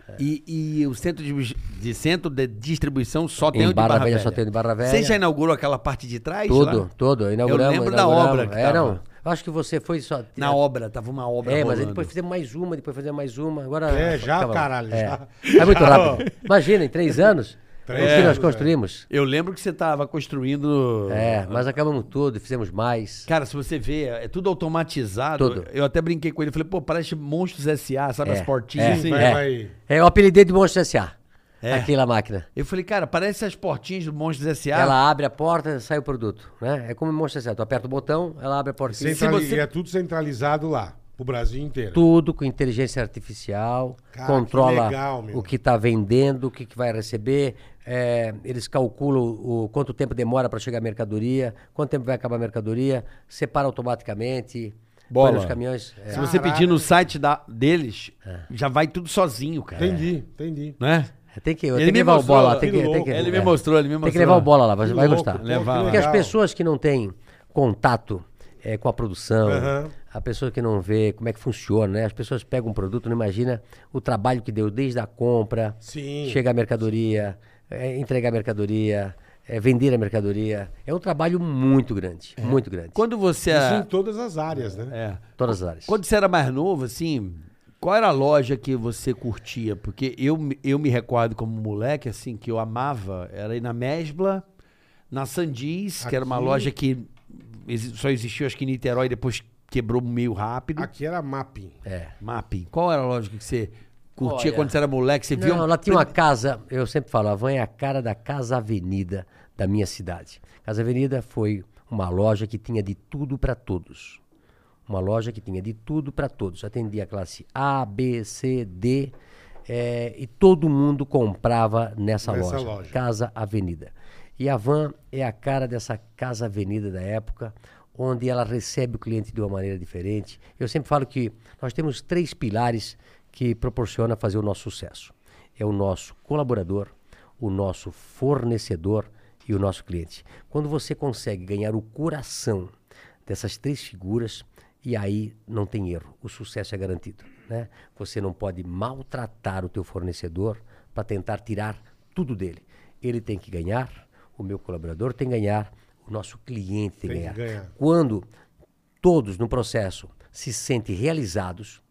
Speaker 5: É.
Speaker 4: E, e o centro de, de centro de distribuição só tem
Speaker 5: Em
Speaker 4: o de
Speaker 5: Barra
Speaker 4: Barra,
Speaker 5: Velha,
Speaker 4: Velha.
Speaker 5: só tem o de Barra
Speaker 4: Você
Speaker 5: Velha.
Speaker 4: já inaugurou aquela parte de trás?
Speaker 5: Todo,
Speaker 4: lá?
Speaker 5: todo. Inauguramos,
Speaker 4: Eu lembro da
Speaker 5: inauguramos.
Speaker 4: obra que
Speaker 5: É, não.
Speaker 4: tava.
Speaker 5: Eu acho que você foi só...
Speaker 4: Na obra, tava uma obra
Speaker 5: É, mas aí
Speaker 4: rolando.
Speaker 5: depois fizemos mais uma, depois fizemos mais uma. Agora,
Speaker 3: É, já,
Speaker 5: bom.
Speaker 3: caralho,
Speaker 5: É.
Speaker 3: já.
Speaker 5: É muito
Speaker 3: Já,
Speaker 5: rápido. Imagina, em três anos,
Speaker 3: Três
Speaker 5: o que
Speaker 3: anos,
Speaker 5: nós
Speaker 3: é.
Speaker 5: construímos.
Speaker 4: Eu lembro que você tava construindo...
Speaker 3: Uhum.
Speaker 5: É, mas acabamos tudo, fizemos mais.
Speaker 4: Cara, se você vê, é tudo automatizado.
Speaker 5: Tudo.
Speaker 4: Eu até brinquei com ele, falei, pô, parece Monstros S.A., sabe as
Speaker 5: É,
Speaker 4: portinhas
Speaker 5: é,
Speaker 4: assim?
Speaker 3: vai,
Speaker 5: é.
Speaker 3: vai.
Speaker 5: É, eu apelidei de Monstro S.A.
Speaker 4: É.
Speaker 5: Aquela máquina.
Speaker 4: Eu falei, cara, parece as portinhas do Monstros
Speaker 3: É
Speaker 4: S.A.
Speaker 5: Ela abre a porta e sai o produto, né? É como Monstro S.A. Tu aperta o botão, ela abre a porta.
Speaker 3: Centrali-
Speaker 4: você-
Speaker 3: e É tudo centralizado lá, pro Brasil inteiro.
Speaker 5: Tudo com inteligência artificial,
Speaker 3: Cara, que
Speaker 5: controla tá
Speaker 3: legal, meu.
Speaker 5: o que está vendendo, o que, que vai receber, é, eles calculam o quanto tempo demora para chegar a mercadoria, quanto tempo vai acabar a mercadoria, separa automaticamente.
Speaker 6: Bola.
Speaker 5: Põe nos caminhões. é.
Speaker 6: Se você pedir no site da, deles, já vai tudo sozinho, cara.
Speaker 3: Entendi, entendi.
Speaker 6: né?
Speaker 5: Tem que,
Speaker 6: Ele
Speaker 5: tem que
Speaker 6: me
Speaker 5: levar
Speaker 6: mostrou,
Speaker 5: o bola lá. Tem
Speaker 3: que
Speaker 5: que, tem
Speaker 3: louco.
Speaker 5: que,
Speaker 6: Ele me
Speaker 5: é.
Speaker 6: mostrou, ele me
Speaker 5: Tem que
Speaker 6: mostrou.
Speaker 5: levar o bola lá, vai,
Speaker 3: Que
Speaker 5: vai
Speaker 3: louco,
Speaker 5: gostar.
Speaker 3: pô,
Speaker 6: Levar
Speaker 3: que
Speaker 6: lá.
Speaker 5: Porque as
Speaker 3: legal.
Speaker 5: pessoas que não têm contato eh, com a produção,
Speaker 3: Aham.
Speaker 5: a pessoa que não vê como é que funciona, né? As pessoas pegam um produto, não imagina o trabalho que deu desde a compra,
Speaker 3: Sim.
Speaker 5: chegar a mercadoria, eh, entregar a mercadoria, eh, vender a mercadoria. É um trabalho muito grande, muito grande.
Speaker 6: É. Quando você
Speaker 3: Isso em
Speaker 6: era,
Speaker 3: todas as áreas, né?
Speaker 6: é,
Speaker 5: Todas as áreas.
Speaker 6: quando você era mais novo, assim, qual era a loja que você curtia? Porque eu, me- eu me recordo como moleque, assim, que eu amava, era ir na Mesbla, na Sandis, que era uma
Speaker 3: Aqui-
Speaker 6: loja que exi- só existiu, acho que em Niterói, depois quebrou meio rápido.
Speaker 3: Aqui era mapping.
Speaker 5: É.
Speaker 6: Mapping. Qual era a loja que você curtia
Speaker 5: Olha.
Speaker 6: quando você era moleque? Você via um
Speaker 5: Não, lá tinha uma casa, eu sempre falo, a Van é a cara da Casa Avenida da minha cidade. Casa Avenida foi uma loja que tinha de tudo para todos. Uma loja que tinha de tudo para todos. Atendia a classe A, B, C, D. eh, e todo mundo comprava nessa,
Speaker 3: Nessa
Speaker 5: loja,
Speaker 3: loja.
Speaker 5: Casa Avenida. E a Van é a cara dessa Casa Avenida da época, onde ela recebe o cliente de uma maneira diferente. Eu sempre falo que nós temos três pilares que proporciona fazer o nosso sucesso. É o nosso colaborador, o nosso fornecedor e o nosso cliente. Quando você consegue ganhar o coração dessas três figuras, e aí não tem erro, o sucesso é garantido. Né? Você não pode maltratar o teu fornecedor para tentar tirar tudo dele. Ele tem que ganhar, o meu colaborador tem que ganhar, o nosso cliente tem,
Speaker 3: Tem que
Speaker 5: que ganhar.
Speaker 3: ganhar.
Speaker 5: Quando todos no processo se sentem realizados,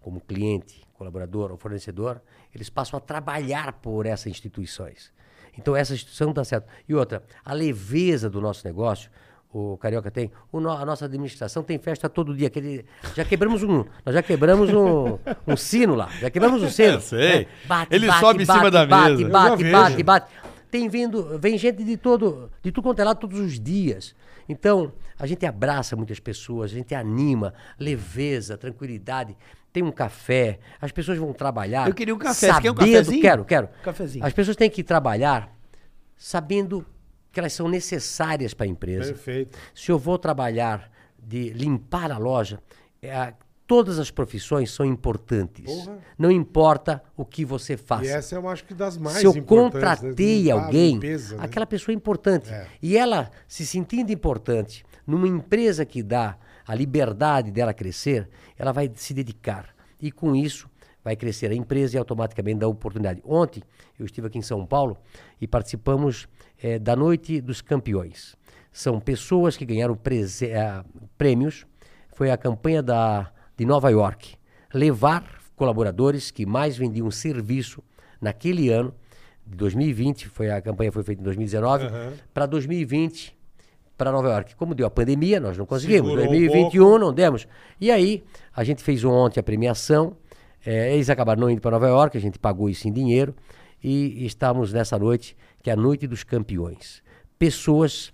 Speaker 5: como cliente, colaborador ou fornecedor, eles passam a trabalhar por essas instituições. Então essa instituição está certa. E outra, a leveza do nosso negócio, o Carioca tem, o no- a nossa administração tem festa todo dia. Aquele, já quebramos um, nós já quebramos um, um sino lá, já quebramos um sino.
Speaker 6: Eu sei.
Speaker 5: Bate,
Speaker 6: Ele
Speaker 5: bate,
Speaker 6: sobe em
Speaker 5: bate,
Speaker 6: cima da
Speaker 5: bate,
Speaker 6: mesa.
Speaker 3: Eu já
Speaker 5: Bate,
Speaker 3: vejo.
Speaker 5: bate, bate. Tem vindo, vem gente de todo, de tudo quanto é lado todos os dias. Então, a gente abraça muitas pessoas, a gente anima, leveza, tranquilidade. Tem um café, as pessoas vão trabalhar.
Speaker 6: Eu queria um café, você quer um
Speaker 5: sabendo-
Speaker 6: cafezinho?
Speaker 5: Quero, quero.
Speaker 6: Cafezinho.
Speaker 5: As pessoas têm que trabalhar sabendo que elas são necessárias para a empresa.
Speaker 3: Perfeito.
Speaker 5: Se eu vou trabalhar de limpar a loja, é a- todas as profissões são importantes.
Speaker 3: Porra.
Speaker 5: Não importa o que você faça.
Speaker 3: E essa é, eu acho que das mais
Speaker 5: Se eu
Speaker 3: importantes, né?
Speaker 5: contratei
Speaker 3: Limpar a
Speaker 5: alguém,
Speaker 3: limpeza, né?
Speaker 5: aquela pessoa é importante.
Speaker 3: É.
Speaker 5: E ela, se sentindo importante, numa empresa que dá a liberdade dela crescer, ela vai se dedicar. E com isso, vai crescer a empresa e automaticamente dá oportunidade. Ontem, eu estive aqui em São Paulo e participamos eh, da Noite dos Campeões. São pessoas que ganharam prese- eh, prêmios. Foi a campanha da, de Nova York. Levar colaboradores que mais vendiam serviço naquele ano de 2020, foi a campanha foi feita em 2019,
Speaker 3: Aham.
Speaker 5: para 2020 para Nova York. Como deu a pandemia, nós não conseguimos.
Speaker 3: Segurou um
Speaker 5: 2021 não demos. E aí, a gente fez ontem a premiação, eh, eles acabaram não indo para Nova York, a gente pagou isso em dinheiro, e estamos nessa noite, que é a noite dos campeões. Pessoas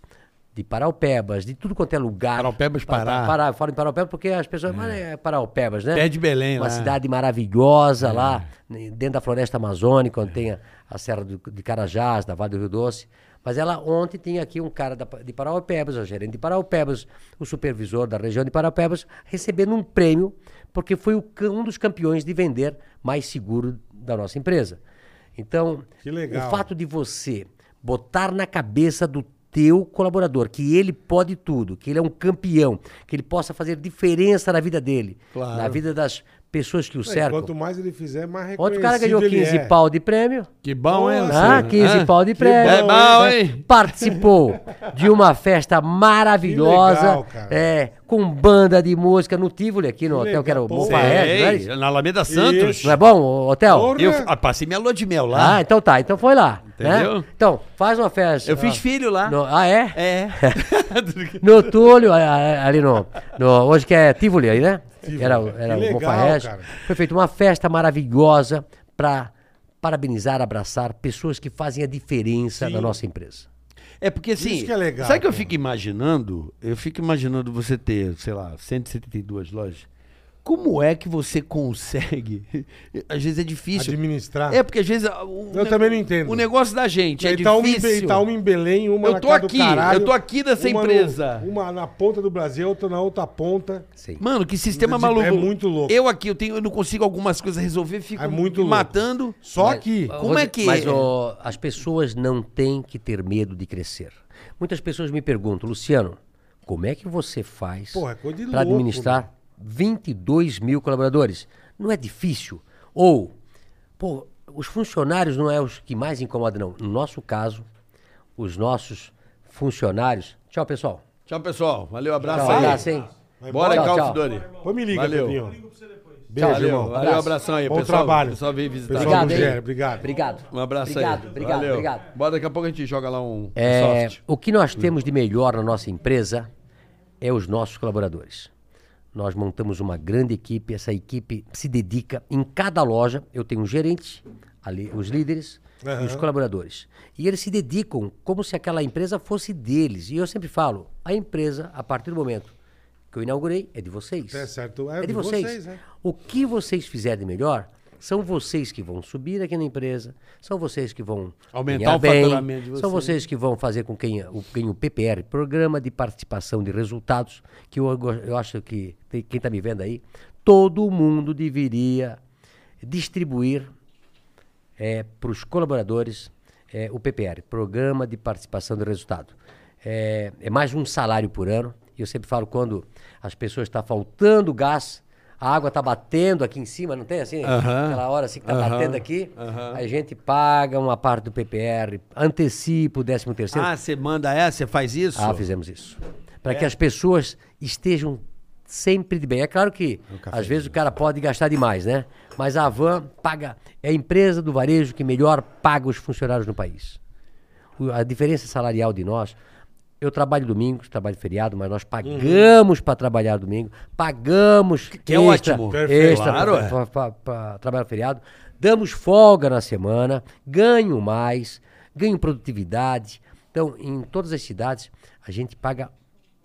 Speaker 5: de Paraupebas, de tudo quanto é lugar.
Speaker 6: Paraupebas,
Speaker 5: Pa- pa-
Speaker 6: Pará.
Speaker 5: Pará, eu falo em Paraupebas porque as pessoas... Mas é Paraupebas, né?
Speaker 6: Pé de Belém
Speaker 5: Uma
Speaker 6: lá.
Speaker 5: cidade maravilhosa lá,
Speaker 3: É.
Speaker 5: né, dentro da floresta amazônica, onde tem a, a Serra do, de Carajás, da Vale do Rio Doce. Mas ela ontem tinha aqui um cara da, de Paraupebas, o gerente de Paraupebas, o supervisor da região de Paraupebas, recebendo um prêmio, porque foi o cam- um dos campeões de vender mais seguro da nossa empresa. Então,
Speaker 3: Que legal.
Speaker 5: o fato de você botar na cabeça do teu colaborador que ele pode tudo, que ele é um campeão, que ele possa fazer diferença na vida dele,
Speaker 6: Claro.
Speaker 5: na vida das pessoas que o
Speaker 3: Não, e
Speaker 5: cercam.
Speaker 3: É, Quanto mais ele fizer, mais reconhecido
Speaker 5: Ontem o cara ganhou
Speaker 3: ele
Speaker 5: 15
Speaker 3: é.
Speaker 5: pau de prêmio.
Speaker 6: Que bom, hein?
Speaker 5: Ah,
Speaker 6: Luciano?
Speaker 5: 15
Speaker 6: Hã?
Speaker 5: pau de
Speaker 6: Que
Speaker 5: prêmio.
Speaker 6: bom, É bom, hein?
Speaker 5: Participou de uma festa maravilhosa.
Speaker 3: Que legal, cara.
Speaker 5: é, com banda de música no Tivoli, aqui no
Speaker 3: Que
Speaker 5: hotel, que era o
Speaker 3: legal, pô.
Speaker 5: Mopa Red, não é
Speaker 6: Sei,
Speaker 5: isso?
Speaker 6: na Alameda Santos.
Speaker 3: Isso.
Speaker 5: Não é bom, o hotel?
Speaker 3: Porra.
Speaker 6: Eu ah, passei minha lua de mel lá.
Speaker 5: Ah, então tá, então foi lá. né?
Speaker 6: Entendeu?
Speaker 5: Então, faz uma festa.
Speaker 6: eu fiz
Speaker 5: Ah.
Speaker 6: filho lá.
Speaker 5: No- ah, é?
Speaker 6: É.
Speaker 5: No Túlio, a- a- ali no, no- Hoje que é Tivoli aí, né?
Speaker 3: Tivoli.
Speaker 5: Era, o-
Speaker 3: Que
Speaker 5: era o
Speaker 3: legal,
Speaker 5: Mofarrest.
Speaker 3: cara.
Speaker 5: Foi feita uma festa maravilhosa para parabenizar, abraçar pessoas que fazem a diferença na nossa empresa.
Speaker 6: É porque assim.
Speaker 3: Isso que é legal,
Speaker 6: Sabe o que eu
Speaker 3: pô.
Speaker 6: fico imaginando? Eu fico imaginando você ter, sei lá, 172 lojas. Como é que você consegue? Às vezes é difícil.
Speaker 3: Administrar.
Speaker 6: É, porque às vezes. ah, o
Speaker 3: Eu também não entendo.
Speaker 6: O negócio da gente. É
Speaker 3: Aí tá uma, em, Be-
Speaker 6: difícil.
Speaker 3: tá uma em Belém, uma
Speaker 6: Eu
Speaker 3: na
Speaker 6: tô
Speaker 3: casa do
Speaker 6: aqui,
Speaker 3: caralho,
Speaker 6: eu tô aqui dessa
Speaker 3: uma no-
Speaker 6: empresa.
Speaker 3: uma na ponta do Brasil, outra na outra ponta.
Speaker 5: Sim.
Speaker 6: Mano, que sistema
Speaker 3: É
Speaker 6: maluco.
Speaker 3: muito louco.
Speaker 6: Eu aqui, eu, tenho, eu não consigo algumas coisas resolver, fico
Speaker 3: É muito
Speaker 6: me
Speaker 3: louco.
Speaker 6: matando.
Speaker 3: Só
Speaker 5: Mas-
Speaker 3: que.
Speaker 5: Ah,
Speaker 6: Como
Speaker 5: Rose-
Speaker 6: é que-
Speaker 5: Mas ó, as pessoas não têm que ter medo de crescer. Muitas pessoas me perguntam, Luciano, como é que você faz
Speaker 3: Porra, é coisa de
Speaker 5: para
Speaker 3: louco,
Speaker 5: administrar 22 mil colaboradores? Não é difícil? Ou, pô, os funcionários não é os que mais incomodam, não. No nosso caso, os nossos funcionários... Tchau, pessoal.
Speaker 4: Tchau, pessoal. Valeu,
Speaker 3: Tá
Speaker 4: abraço
Speaker 5: Tchau,
Speaker 4: aí.
Speaker 5: abraço, hein?
Speaker 4: Bora,
Speaker 5: Tchau,
Speaker 4: Call
Speaker 5: tchau.
Speaker 4: of Duty.
Speaker 3: Pô, me liga,
Speaker 4: Valeu.
Speaker 3: Pedrinho. Beijo,
Speaker 4: Valeu,
Speaker 3: irmão.
Speaker 4: valeu,
Speaker 5: Abraço.
Speaker 4: abração aí,
Speaker 3: Bom
Speaker 4: pessoal.
Speaker 3: trabalho.
Speaker 4: Pessoal veio visitar.
Speaker 3: Pessoal
Speaker 5: Obrigado,
Speaker 3: do
Speaker 5: hein?
Speaker 3: Gera, obrigado.
Speaker 5: Obrigado.
Speaker 4: Um abraço
Speaker 5: obrigado,
Speaker 4: aí.
Speaker 5: Obrigado,
Speaker 4: Valeu.
Speaker 5: obrigado.
Speaker 4: Bora, daqui a pouco a gente joga lá um
Speaker 5: É,
Speaker 4: soft.
Speaker 5: o que nós temos de melhor na nossa empresa é os nossos colaboradores. Nós montamos uma grande equipe, essa equipe se dedica em cada loja. Eu tenho um gerente, ali, os líderes e os
Speaker 3: Aham.
Speaker 5: colaboradores. E eles se dedicam como se aquela empresa fosse deles. E eu sempre falo: a empresa, a partir do momento que eu inaugurei, é de vocês.
Speaker 3: É certo, é
Speaker 5: É,
Speaker 3: de
Speaker 5: de vocês.
Speaker 3: vocês, é.
Speaker 5: O que vocês fizerem de melhor, são vocês que vão subir aqui na empresa, são vocês que vão
Speaker 4: Aumentar
Speaker 5: ganhar
Speaker 4: o
Speaker 5: bem,
Speaker 4: faturamento de
Speaker 5: São
Speaker 4: vocês.
Speaker 5: vocês que vão fazer com quem é, o, quem o PPR, Programa de Participação de Resultados, que eu, go- eu acho que tem- quem está me vendo aí, todo mundo deveria distribuir para os colaboradores é, o PPR, Programa de Participação de Resultado. É, é mais um salário por ano. E eu sempre falo quando as pessoas estão faltando gás, a água está batendo aqui em cima, não tem assim?
Speaker 4: Aham.
Speaker 5: Aquela hora assim que está
Speaker 4: Aham.
Speaker 5: batendo aqui,
Speaker 4: Aham.
Speaker 5: a gente paga uma parte do PPR, antecipa o 13 terceiro.
Speaker 6: Ah, você manda essa, você faz isso?
Speaker 5: Ah, fizemos isso. Para
Speaker 4: É.
Speaker 5: que as pessoas estejam sempre de bem. É claro que,
Speaker 4: um
Speaker 5: às vezes, o cara pode gastar demais, né? Mas a Avan paga. É a empresa do varejo que melhor paga os funcionários no país. O- A diferença salarial de nós. Eu trabalho domingos, trabalho feriado, mas
Speaker 4: Uhum.
Speaker 5: nós pagamos para trabalhar domingo, pagamos
Speaker 4: que é
Speaker 5: extra,
Speaker 4: ótimo.
Speaker 3: Perfeito.
Speaker 5: extra
Speaker 4: Claro, é.
Speaker 5: para trabalhar feriado, damos folga na semana, ganho mais, ganho produtividade. Então, em todas as cidades, a gente paga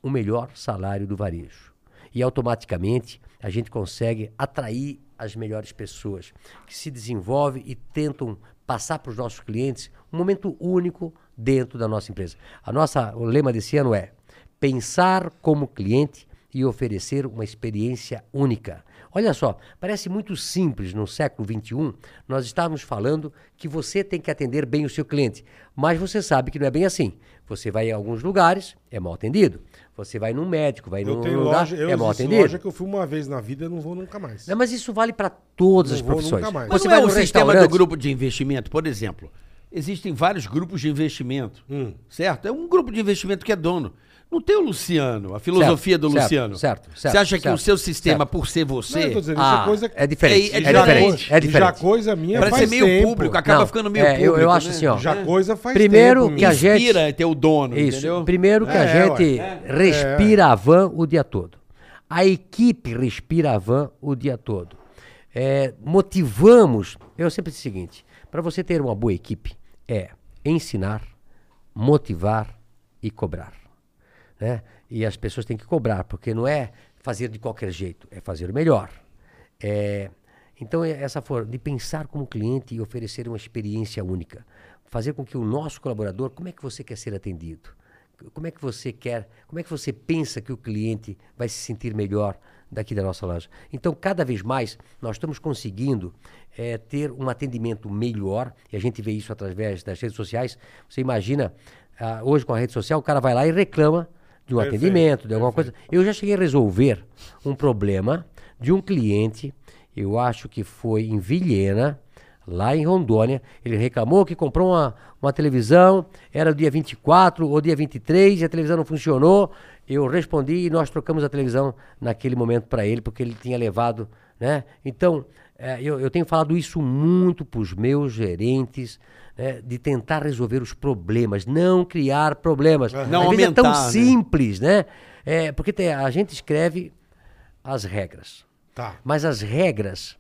Speaker 5: o melhor salário do varejo. E automaticamente a gente consegue atrair as melhores pessoas que se desenvolvem e tentam passar para os nossos clientes um momento único dentro da nossa empresa. A nossa, o lema desse ano é pensar como cliente e oferecer uma experiência única. Olha só, parece muito simples no século XXI nós estávamos falando que você tem que atender bem o seu cliente, mas você sabe que não é bem assim. Você vai em alguns lugares, é mal atendido. Você vai num médico, vai
Speaker 3: Eu
Speaker 5: num
Speaker 3: tenho
Speaker 5: lugar,
Speaker 3: loja, eu
Speaker 5: é mal
Speaker 3: existo
Speaker 5: atendido.
Speaker 3: loja que eu fui uma vez na vida e não vou nunca mais.
Speaker 5: Não, mas isso vale para todas
Speaker 3: Não
Speaker 5: as
Speaker 3: vou
Speaker 5: profissões.
Speaker 3: nunca mais.
Speaker 5: Você
Speaker 6: Você
Speaker 5: vai
Speaker 6: é o
Speaker 5: num
Speaker 6: sistema do
Speaker 5: restaurante,
Speaker 6: grupo de investimento, por exemplo. Existem vários grupos de investimento,
Speaker 5: Hum.
Speaker 6: certo? É um grupo de investimento que é dono. Não tem o Luciano, a filosofia do
Speaker 5: certo,
Speaker 6: Luciano.
Speaker 5: certo, certo,
Speaker 6: Você acha que
Speaker 5: certo,
Speaker 6: o seu sistema,
Speaker 5: certo.
Speaker 6: por ser você,
Speaker 3: Não, eu tô dizendo,
Speaker 5: Ah,
Speaker 3: isso é coisa
Speaker 5: é diferente.
Speaker 6: É-
Speaker 5: É,
Speaker 6: é
Speaker 3: já
Speaker 5: diferente.
Speaker 3: coisa-
Speaker 5: É
Speaker 3: Já
Speaker 5: diferente.
Speaker 3: coisa minha
Speaker 6: parece ser
Speaker 3: faz
Speaker 6: meio
Speaker 3: tempo.
Speaker 6: público, acaba
Speaker 5: Não,
Speaker 6: ficando meio
Speaker 5: é, eu- eu
Speaker 6: público?
Speaker 5: acho
Speaker 6: né?
Speaker 5: assim, ó.
Speaker 3: Já coisa faz
Speaker 5: Primeiro
Speaker 3: tempo.
Speaker 5: que a
Speaker 3: minha.
Speaker 5: gente-
Speaker 6: Inspira é ter o dono,
Speaker 5: Isso.
Speaker 6: entendeu?
Speaker 5: Primeiro que a
Speaker 3: É,
Speaker 5: gente respira a van o dia todo. A equipe respira a van o dia todo. É, motivamos. Eu sempre disse o seguinte: para você ter uma boa equipe, é ensinar, motivar e cobrar. Né? E as pessoas têm que cobrar, porque não é fazer de qualquer jeito, é fazer o melhor. É, então, é essa forma de pensar como cliente e oferecer uma experiência única. Fazer com que o nosso colaborador, como é que você quer ser atendido? Como é que você quer, como é que você pensa que o cliente vai se sentir melhor daqui da nossa loja? Então, cada vez mais, nós estamos conseguindo eh, ter um atendimento melhor, e a gente vê isso através das redes sociais. Você imagina, ah, hoje com a rede social, o cara vai lá e reclama de um
Speaker 3: Perfeito,
Speaker 5: atendimento, de alguma coisa. Eu já cheguei a resolver um problema de um cliente, eu acho que foi em Vilhena, lá em Rondônia. Ele reclamou que comprou uma, uma televisão, era dia 24 ou dia 23 e a televisão não funcionou. Eu respondi e nós trocamos a televisão naquele momento para ele, porque ele tinha levado. Né? Então, eh, eu, eu tenho falado isso muito para os meus gerentes. né, de tentar resolver os problemas, não criar problemas.
Speaker 4: Não
Speaker 5: Às vezes é tão
Speaker 4: aumentar, né?
Speaker 5: simples, né? É, porque tem- a gente escreve as regras,
Speaker 3: Tá.
Speaker 5: mas as regras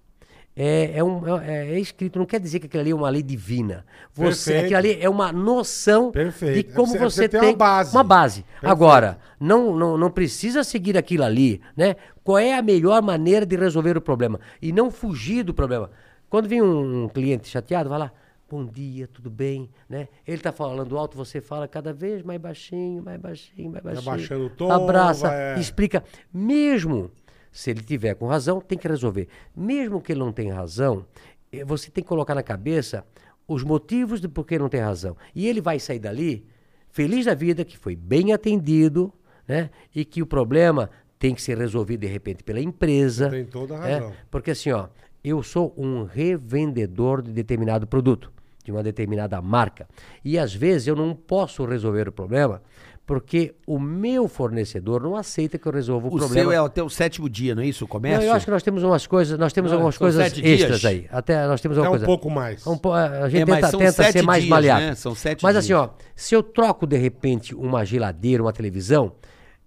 Speaker 5: é, é, um, é, é escrito, não quer dizer que aquilo ali é uma lei divina. Você,
Speaker 3: Perfeito.
Speaker 5: aquilo ali é uma noção
Speaker 3: Perfeito.
Speaker 5: de
Speaker 3: É
Speaker 5: como
Speaker 3: pra você- é pra você
Speaker 5: você,
Speaker 3: ter
Speaker 5: tem
Speaker 3: uma base.
Speaker 5: uma base.
Speaker 3: Perfeito.
Speaker 5: Agora, não, não, não precisa seguir aquilo ali, né? Qual é a melhor maneira de resolver o problema? E não fugir do problema. Quando vem um, um cliente chateado, vai lá, bom dia, tudo bem, né? Ele tá falando alto, você fala cada vez mais baixinho, mais baixinho, mais baixinho.
Speaker 3: Tá baixando o tom,
Speaker 5: Abraça,
Speaker 3: vai- é.
Speaker 5: explica. Mesmo se ele tiver com razão, tem que resolver. Mesmo que ele não tenha razão, eh, você tem que colocar na cabeça os motivos de por que não tem razão. E ele vai sair dali feliz da vida, que foi bem atendido, né? E que o problema tem que ser resolvido de repente pela empresa.
Speaker 3: Você tem toda a
Speaker 5: né?
Speaker 3: razão.
Speaker 5: Porque assim, ó, eu sou um revendedor de determinado produto, de uma determinada marca. E às vezes eu não posso resolver o problema porque o meu fornecedor não aceita que eu resolva o,
Speaker 6: O
Speaker 5: problema.
Speaker 6: seu é até o sétimo dia, não é isso? O comércio?
Speaker 5: Não, eu acho que nós temos umas coisas, nós temos
Speaker 6: Não,
Speaker 5: algumas
Speaker 6: são
Speaker 5: coisas
Speaker 6: sete dias.
Speaker 5: extras aí. Até nós temos
Speaker 3: É
Speaker 5: alguma
Speaker 3: um
Speaker 5: coisa.
Speaker 3: pouco mais.
Speaker 5: Um po- a gente
Speaker 6: É, mas
Speaker 5: tenta,
Speaker 6: são
Speaker 5: tenta
Speaker 6: sete
Speaker 5: ser mais
Speaker 6: dias,
Speaker 5: maleável.
Speaker 6: né? São sete
Speaker 5: mas assim,
Speaker 6: dias.
Speaker 5: ó, se eu troco de repente uma geladeira, uma televisão,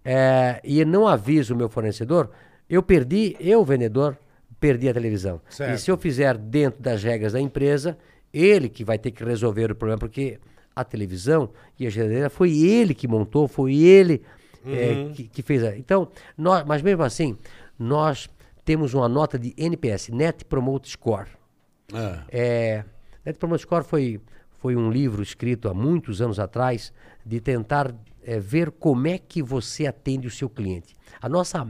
Speaker 5: é, e não aviso o meu fornecedor, eu perdi, eu vendedor, perdi a televisão.
Speaker 3: Certo.
Speaker 5: E se eu fizer dentro das regras da empresa, ele que vai ter que resolver o problema, porque a televisão e a geladeira foi ele que montou, foi ele é,
Speaker 3: Uhum.
Speaker 5: que, que fez. A... Então, nós, mas mesmo assim, nós temos uma nota de NPS, Net Promote Score.
Speaker 6: Ah.
Speaker 4: É.
Speaker 5: É, Net Promoter Score foi, foi um livro escrito há muitos anos atrás de tentar é, ver como é que você atende o seu cliente. A nossa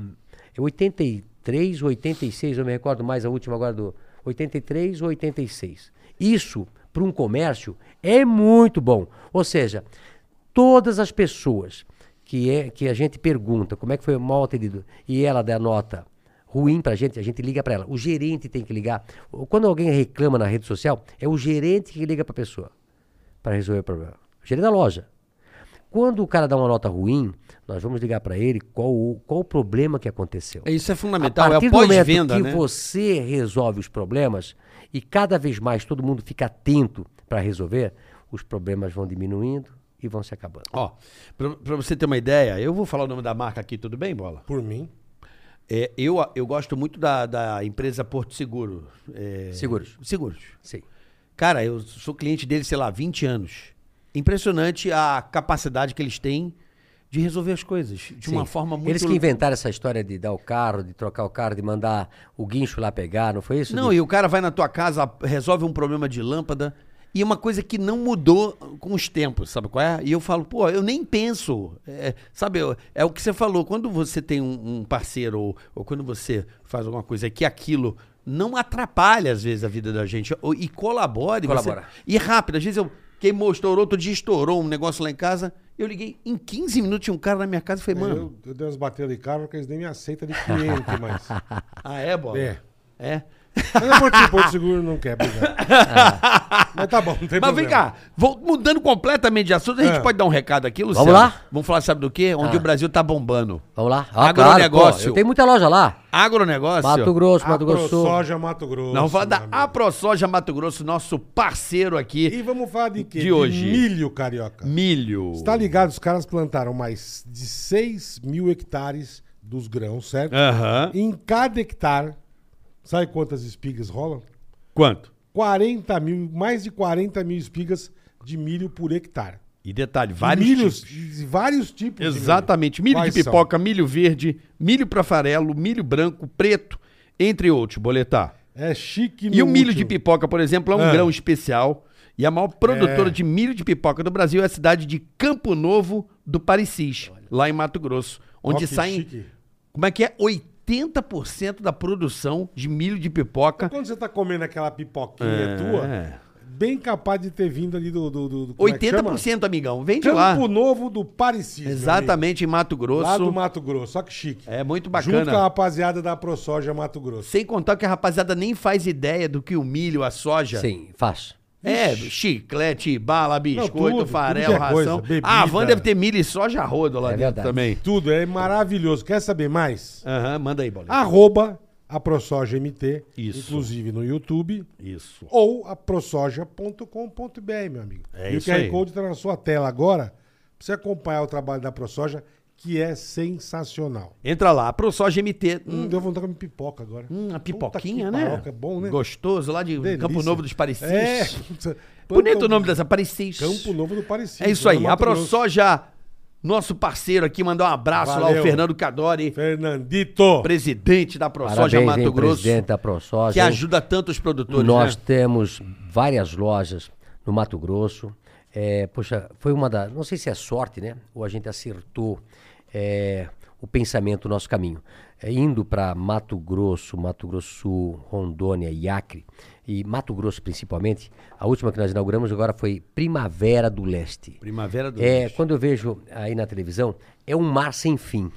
Speaker 5: é 83 ou 86, eu me recordo mais a última agora do 83 ou 86. Isso para um comércio é muito bom. Ou seja, todas as pessoas que é que a gente pergunta como é que foi mal atendido e ela der nota ruim pra gente, a gente liga pra ela. O gerente tem que ligar. O- Quando alguém reclama na rede social, é o gerente que liga pra pessoa para resolver o problema. O gerente da loja. Quando o cara dá uma nota ruim, nós vamos ligar pra ele qual o, qual o problema que aconteceu.
Speaker 4: Isso é
Speaker 5: A
Speaker 4: fundamental, é
Speaker 5: partir
Speaker 4: a
Speaker 5: do momento
Speaker 4: pós-venda,
Speaker 5: que
Speaker 4: né?
Speaker 5: você resolve os problemas e cada vez mais todo mundo fica atento pra resolver, os problemas vão diminuindo e vão se acabando.
Speaker 4: Ó, pra, pra você ter uma ideia, eu vou falar o nome da marca aqui, tudo bem, Bola?
Speaker 3: Por mim.
Speaker 4: É, eu, eu gosto muito da, da empresa Porto Seguro. é,
Speaker 5: Seguros.
Speaker 4: Seguros.
Speaker 5: Sim.
Speaker 4: Cara, eu sou cliente dele, sei lá, 20 anos. Impressionante a capacidade que eles têm de resolver as coisas de uma
Speaker 5: Sim.
Speaker 4: forma muito...
Speaker 5: Eles que inventaram essa história de dar o carro, de trocar o carro, de mandar o guincho lá pegar, não foi isso?
Speaker 4: Não,
Speaker 5: De-
Speaker 4: e o cara vai na tua casa, resolve um problema de lâmpada. E é uma coisa que não mudou com os tempos, sabe qual é? E eu falo, pô, eu nem penso. É, sabe, eu- é o que você falou. Quando você tem um, um parceiro ou, ou quando você faz alguma coisa que aquilo não atrapalha, às vezes, a vida da gente ou- e colabore. você-
Speaker 5: Colabora.
Speaker 4: e rápido. Às vezes eu queimou, estourou, outro dia estourou um negócio lá em casa. Eu liguei, em 15 minutos tinha um cara na minha casa e falei, mano,
Speaker 3: Eu, eu dei umas baterias de carro que eles nem me aceitam de cliente, mas.
Speaker 4: ah, é, bola?
Speaker 3: É.
Speaker 4: É.
Speaker 3: Mas é porque o Porto Seguro não quer, obrigado. Mas tá bom, não tem
Speaker 4: Mas
Speaker 3: problema.
Speaker 4: vem cá, vou- mudando completamente de assunto, a gente
Speaker 3: É.
Speaker 4: pode dar um recado aqui, Luciano?
Speaker 5: lá?
Speaker 4: Vamos falar, sabe do quê? Onde
Speaker 5: Ah.
Speaker 4: o Brasil tá bombando.
Speaker 5: Vamos lá? Ah,
Speaker 4: Agronegócio. Assim,
Speaker 5: pô, eu tenho muita loja lá.
Speaker 4: Agronegócio.
Speaker 5: Mato Grosso, Mato Grosso. do Sul.
Speaker 3: Soja, Mato Grosso.
Speaker 4: Nós vamos falar da
Speaker 3: meu amigo.
Speaker 4: AproSoja Mato Grosso, nosso parceiro aqui.
Speaker 3: E vamos falar de quê?
Speaker 4: De hoje.
Speaker 3: milho carioca.
Speaker 4: Milho.
Speaker 3: Você tá ligado? Os caras plantaram mais de 6 mil hectares dos grãos, certo?
Speaker 4: Aham.
Speaker 3: Em cada hectare, sabe quantas espigas rolam?
Speaker 4: Quanto?
Speaker 3: 40 mil, mais de 40 mil espigas de milho por hectare.
Speaker 4: E detalhe, vários
Speaker 3: Milhos,
Speaker 4: tipos.
Speaker 3: de vários tipos de milho.
Speaker 4: Exatamente. Milho
Speaker 3: Quais
Speaker 4: de
Speaker 3: são?
Speaker 4: pipoca, milho verde, milho pra farelo, milho branco, preto, entre outros, boletar.
Speaker 3: É chique
Speaker 4: E
Speaker 3: no
Speaker 4: o milho de
Speaker 3: último.
Speaker 4: pipoca, por exemplo, é um
Speaker 3: Ah.
Speaker 4: grão especial. E a maior produtora
Speaker 3: É.
Speaker 4: de milho de pipoca do Brasil é a cidade de Campo Novo do Parecis, lá em Mato Grosso, onde
Speaker 3: Ó, que
Speaker 4: saem,
Speaker 3: chique.
Speaker 4: como é que é, 80% da produção de milho de
Speaker 3: Então,
Speaker 4: pipoca.
Speaker 3: Quando você tá comendo aquela pipoquinha
Speaker 4: É.
Speaker 3: tua, bem capaz de ter vindo ali do. do, do, do como é que chama?
Speaker 4: 80%, amigão, vem de lá.
Speaker 3: Campo Novo do Parecis. meu
Speaker 4: Exatamente, em Mato
Speaker 3: amigo. Lá
Speaker 4: Grosso.
Speaker 3: do Mato Grosso, só que chique.
Speaker 4: É muito
Speaker 3: Junto com a
Speaker 4: bacana.
Speaker 3: rapaziada da ProSoja Mato Grosso.
Speaker 4: Sem contar que a rapaziada nem faz ideia do que o milho, a soja.
Speaker 5: Sim, faz.
Speaker 4: É, chiclete, bala, biscoito,
Speaker 3: tudo, tudo
Speaker 4: farelo,
Speaker 3: que é
Speaker 4: ração.
Speaker 3: coisa, bebida.
Speaker 4: Ah, a Van deve ter milho e soja a rodo lá
Speaker 5: É
Speaker 4: dentro
Speaker 5: verdade.
Speaker 4: também.
Speaker 3: Tudo, é maravilhoso. Quer saber mais?
Speaker 4: Aham, manda aí, Bolinha.
Speaker 3: Arroba a ProSoja MT,
Speaker 4: Isso.
Speaker 3: inclusive no YouTube,
Speaker 4: Isso.
Speaker 3: ou a prosoja.com.br, meu amigo.
Speaker 4: É
Speaker 3: e
Speaker 4: isso
Speaker 3: o QR
Speaker 4: aí.
Speaker 3: tá Code está na sua tela agora. Pra você acompanhar o trabalho da ProSoja, que é sensacional.
Speaker 4: Entra lá, ProSojaMT.
Speaker 3: Hum, deu vontade de comer pipoca agora.
Speaker 4: Hum,
Speaker 3: Puta
Speaker 4: uma
Speaker 3: que
Speaker 4: pipoquinha, né?
Speaker 3: Pipoca é bom, né?
Speaker 4: Gostoso, lá de
Speaker 3: Delícia.
Speaker 4: Campo Novo dos Parecis.
Speaker 3: É. puta.
Speaker 4: Bonito
Speaker 3: Campo-
Speaker 4: o nome dessa, Parecis.
Speaker 3: Campo Novo do né? Parecido.
Speaker 4: É isso aí. A
Speaker 3: ProSol.
Speaker 4: ProSoja, nosso parceiro aqui, mandar um abraço lá
Speaker 3: Valeu.
Speaker 4: ao Fernando Cadori,
Speaker 3: Fernandito.
Speaker 4: presidente da ProSoja
Speaker 5: Parabéns,
Speaker 4: Mato
Speaker 5: hein,
Speaker 4: Grosso,
Speaker 5: presidente da ProSoja.
Speaker 4: que
Speaker 5: hein?
Speaker 4: ajuda tanto os produtores,
Speaker 5: Nós
Speaker 4: né?
Speaker 5: temos várias lojas no Mato Grosso. É, poxa, foi uma da. Não sei se é sorte, né? Ou a gente acertou é, o pensamento, o nosso caminho. É, indo para Mato Grosso, Mato Grosso Sul, Rondônia e Acre, e Mato Grosso principalmente, a última que nós inauguramos agora foi Primavera do Leste.
Speaker 4: Primavera do
Speaker 5: É,
Speaker 4: Leste.
Speaker 5: quando eu vejo aí na televisão, é um mar sem fim.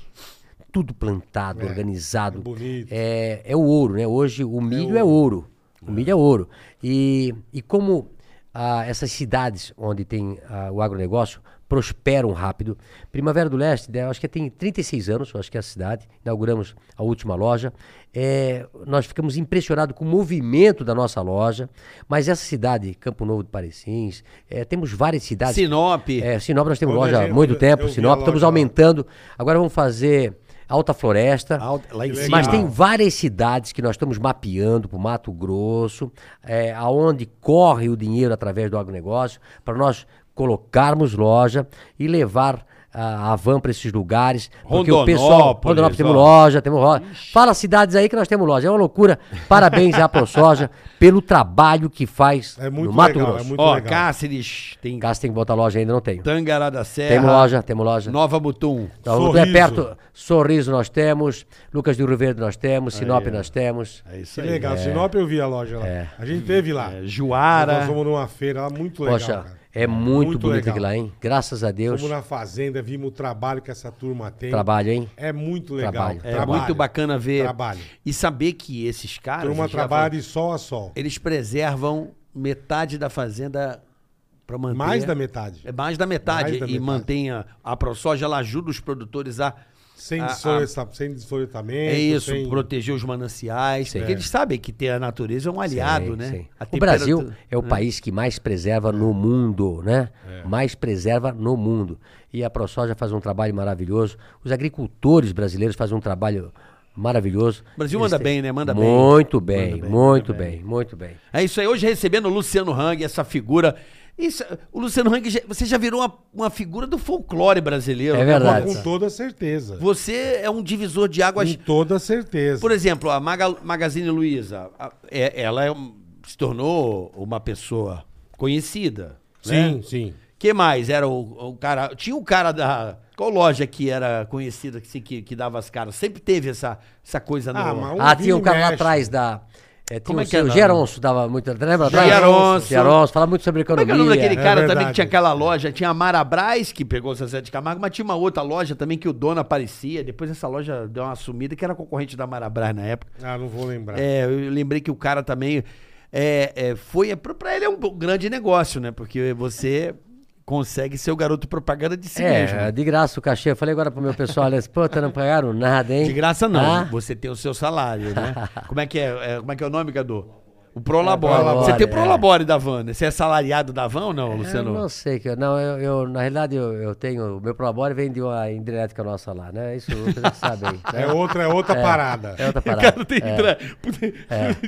Speaker 5: Tudo plantado, organizado.
Speaker 3: é bonito.
Speaker 5: É, é o ouro, né? Hoje o milho é ouro. O milho é ouro. E, e como ah, essas cidades onde tem ah, o agronegócio prosperam rápido. Primavera do Leste, né, eu acho que tem 36 anos, eu acho que é a cidade. Inauguramos a última loja. É, nós ficamos impressionados com o movimento da nossa loja. Mas essa cidade, Campo Novo de Parecins, é, temos várias cidades.
Speaker 4: Sinop.
Speaker 5: É, Sinop nós temos
Speaker 3: Quando
Speaker 5: loja
Speaker 3: a
Speaker 5: há
Speaker 3: gente-
Speaker 5: muito
Speaker 3: eu-
Speaker 5: tempo,
Speaker 3: eu vi a
Speaker 5: Sinop, estamos
Speaker 3: loja lá.
Speaker 5: aumentando. Agora vamos fazer Alta Floresta.
Speaker 4: Alta- lá em
Speaker 3: Que
Speaker 4: cima.
Speaker 5: Mas tem várias cidades que nós estamos mapeando para o Mato Grosso, é, aonde corre o dinheiro através do agronegócio, para nós colocarmos loja e levar a, a van para esses lugares. Porque o pessoal.
Speaker 4: Rondonópolis,
Speaker 5: Rondonópolis temos
Speaker 4: ó.
Speaker 5: loja, temos loja. Fala cidades aí que nós temos loja. É uma loucura. Parabéns à ProSoja pelo trabalho que faz
Speaker 3: É muito
Speaker 5: no Mato
Speaker 3: legal, é
Speaker 5: Grosso.
Speaker 3: muito
Speaker 4: Ó,
Speaker 3: legal.
Speaker 4: Cáceres, tem
Speaker 5: Cássio tem que botar loja ainda, não tenho.
Speaker 4: Tangará da Serra,
Speaker 5: Temos loja, temos loja.
Speaker 4: Nova Mutum.
Speaker 5: Então, Sorriso. É
Speaker 3: Sorriso.
Speaker 5: perto, Sorriso nós temos, Lucas do Rio Verde nós temos, Sinop nós temos.
Speaker 4: É isso
Speaker 3: Que
Speaker 4: aí.
Speaker 3: legal. Sinop eu vi a loja lá. A gente teve lá.
Speaker 4: É, Juara.
Speaker 3: Nós fomos numa feira lá, muito legal.
Speaker 5: Poxa,
Speaker 3: cara.
Speaker 5: é muito,
Speaker 3: Muito
Speaker 5: bonito
Speaker 3: legal.
Speaker 5: aquilo lá, hein? Graças a Deus.
Speaker 3: Fomos na fazenda, vimos o trabalho que essa turma tem.
Speaker 5: Trabalho, hein?
Speaker 3: É muito legal.
Speaker 5: Trabalho.
Speaker 4: É
Speaker 3: Trabalho.
Speaker 4: muito bacana ver
Speaker 3: Trabalho.
Speaker 4: e saber que esses caras
Speaker 3: Turma
Speaker 4: eles já É
Speaker 3: trabalha de sol a sol.
Speaker 4: fa- eles preservam metade da fazenda para manter
Speaker 3: Mais da metade.
Speaker 4: é mais da metade
Speaker 3: Mais da metade.
Speaker 4: e mantém a, a ProSoja ela ajuda os produtores a
Speaker 3: Sem,
Speaker 4: a-
Speaker 3: desfloresta- sem desflorestamento.
Speaker 4: Ah, é isso
Speaker 3: sem-
Speaker 4: proteger os mananciais porque eles sabem que ter a natureza é um aliado
Speaker 5: Sim,
Speaker 4: né
Speaker 5: sim.
Speaker 4: A
Speaker 5: O Brasil
Speaker 4: temperatura-
Speaker 5: é o país que mais preserva no mundo, né? Mais preserva no mundo. E a ProSoja faz um trabalho maravilhoso. Os agricultores brasileiros fazem um trabalho maravilhoso.
Speaker 4: O Brasil manda bem, né? Manda bem.
Speaker 5: muito bem. muito bem, muito bem.
Speaker 4: É isso aí. Hoje recebendo o Luciano Hang, essa figura. Isso, o Luciano Hang, já- você já virou uma, uma figura do folclore brasileiro.
Speaker 5: É
Speaker 4: né?
Speaker 5: verdade.
Speaker 3: Com toda certeza.
Speaker 4: Você é um divisor de águas.
Speaker 3: Com toda certeza.
Speaker 4: Por exemplo, a Maga- Magazine Luiza, a- é- ela é um- se tornou uma pessoa conhecida.
Speaker 3: Sim,
Speaker 4: Né?
Speaker 3: sim.
Speaker 4: Que mais? Era o, o cara. Tinha o cara da. Qual loja que era conhecida que, se- que, que dava as caras? Sempre teve essa, essa coisa no.
Speaker 3: Ah, mas um
Speaker 5: Ah,
Speaker 3: vira
Speaker 5: tinha um
Speaker 3: e
Speaker 5: cara lá
Speaker 3: mexe.
Speaker 5: atrás da. É, tinha
Speaker 4: Como
Speaker 5: um
Speaker 4: é que era?
Speaker 5: seu Geronço dava muito. Lembra?
Speaker 4: Geronço.
Speaker 5: Geronço, fala muito sobre
Speaker 4: Como é
Speaker 5: economia.
Speaker 4: que é o nome daquele cara também
Speaker 3: verdade.
Speaker 4: que tinha aquela loja? Tinha a Marabras, que pegou o Zezé de Camargo, mas tinha uma outra loja também que o dono aparecia. Depois essa loja deu uma sumida, que era concorrente da Marabras na época.
Speaker 3: Ah, não vou lembrar.
Speaker 4: É, eu lembrei que o cara também é, é, foi. É, pra- pra ele é um grande negócio, né? Porque você consegue ser o garoto propaganda de si mesmo.
Speaker 5: É, de graça o cachê. Eu falei agora pro meu pessoal, eles, puta, não pagaram nada, hein?
Speaker 4: De graça não,
Speaker 5: Ah,
Speaker 4: você tem o seu salário, né? como, é que é, é, como é que é o nome, Cadu? O Prolabore.
Speaker 5: Prolabore,
Speaker 4: você tem o
Speaker 5: é.
Speaker 4: Prolabore da Van, né? Você é salariado da Van ou não,
Speaker 5: eu
Speaker 4: Luciano?
Speaker 5: não sei. Que eu, não, eu, eu, na realidade, eu, eu tenho. O meu prolabore vem de uma indiretica nossa lá, né? Isso vocês já sabem. né?
Speaker 3: É outra, é outra parada.
Speaker 5: É outra
Speaker 4: O
Speaker 5: parada.
Speaker 4: cara tem que entrar.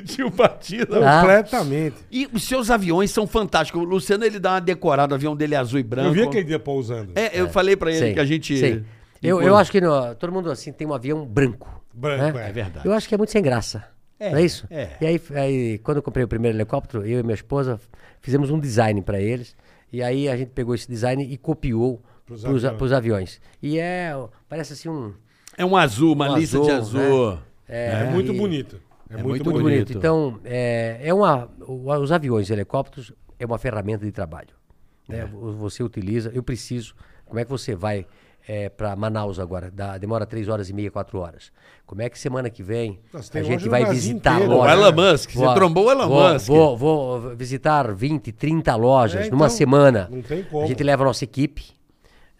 Speaker 4: Tinha um batido.
Speaker 5: Ah.
Speaker 3: Completamente.
Speaker 4: E os seus aviões são fantásticos. O Luciano, ele dá uma decorada. O avião dele é azul e branco.
Speaker 3: Eu vi aquele dia pousando.
Speaker 4: É, eu falei pra ele
Speaker 5: Sim,
Speaker 4: que a gente...
Speaker 5: sim. Eu, eu acho que no- todo mundo assim tem um avião branco.
Speaker 3: Branco,
Speaker 5: né?
Speaker 3: é.
Speaker 4: É verdade.
Speaker 5: Eu acho que é muito sem graça.
Speaker 4: É,
Speaker 5: não é isso?
Speaker 4: é.
Speaker 5: E aí, aí, quando eu comprei o primeiro helicóptero, eu e minha esposa fizemos um design para eles. E aí a gente pegou esse design e copiou para
Speaker 3: Pros
Speaker 5: os
Speaker 3: aviões.
Speaker 5: aviões. E é. Parece assim um.
Speaker 4: É um azul, uma
Speaker 5: um
Speaker 4: lista de azul.
Speaker 5: né?
Speaker 3: É, muito
Speaker 5: e-
Speaker 3: bonito. É, muito,
Speaker 4: muito
Speaker 5: Muito
Speaker 3: bonito.
Speaker 5: bonito.
Speaker 4: bonito.
Speaker 5: Então, é, é uma, o- os aviões e helicópteros é uma ferramenta de trabalho.
Speaker 3: É.
Speaker 5: né? Vo- Você utiliza, eu preciso. Como é que você vai para Manaus agora? Dá- demora três horas e meia, quatro horas. Como é que semana que vem
Speaker 3: Nossa, tem
Speaker 5: a
Speaker 3: loja
Speaker 5: gente
Speaker 3: no
Speaker 5: vai
Speaker 3: Brasil
Speaker 5: visitar
Speaker 3: inteiro,
Speaker 5: loja?
Speaker 3: né? O Elon
Speaker 4: Musk, você trombou o Elon
Speaker 5: vou,
Speaker 4: Musk.
Speaker 5: Vou, vou visitar 20, 30 lojas
Speaker 3: É,
Speaker 5: numa
Speaker 3: então,
Speaker 5: semana.
Speaker 3: não tem como.
Speaker 5: A gente leva a nossa equipe,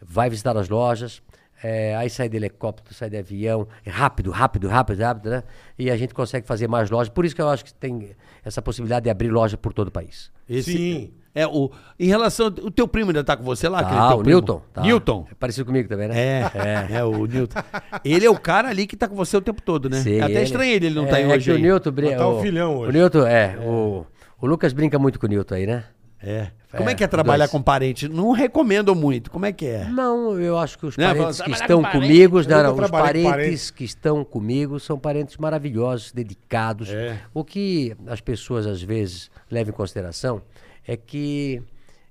Speaker 5: vai visitar as lojas, é, aí sai de helicóptero, sai de avião, é rápido, rápido, rápido, rápido, né? E a gente consegue fazer mais lojas. Por isso que eu acho que tem essa possibilidade de abrir loja por todo o país.
Speaker 4: Esse-
Speaker 3: Sim.
Speaker 4: É, o, em relação. O teu primo ainda tá com você lá? aquele
Speaker 5: Ah,
Speaker 4: teu
Speaker 5: o
Speaker 4: primo?
Speaker 5: Newton. tá.
Speaker 4: Newton.
Speaker 5: É parecido comigo também, né?
Speaker 4: É, é, o Newton. Ele é o cara ali que tá com você o tempo todo, né?
Speaker 5: Sei,
Speaker 4: Até estranhei ele não
Speaker 5: é,
Speaker 4: tá aí
Speaker 5: é
Speaker 4: hoje.
Speaker 5: que
Speaker 4: aí.
Speaker 5: O Newton brinca.
Speaker 3: Mas tá o filhão hoje.
Speaker 5: O Newton, é. O, o Lucas brinca muito com o Newton aí, né?
Speaker 4: É. Como é, que é
Speaker 5: É,
Speaker 4: trabalhar
Speaker 5: dois.
Speaker 4: com parente? Não recomendam muito. Como é que é?
Speaker 5: Não, eu acho que os
Speaker 4: Né,
Speaker 5: parentes
Speaker 3: assim,
Speaker 4: vamos
Speaker 5: que
Speaker 4: trabalhar
Speaker 5: estão
Speaker 4: com
Speaker 5: comigo,
Speaker 3: "Ah, Eu nunca
Speaker 5: não, os
Speaker 3: trabalhei com
Speaker 5: parentes
Speaker 3: parentes.
Speaker 5: que estão comigo são parentes maravilhosos, dedicados.
Speaker 3: É.
Speaker 5: O que as pessoas às vezes levam em consideração é que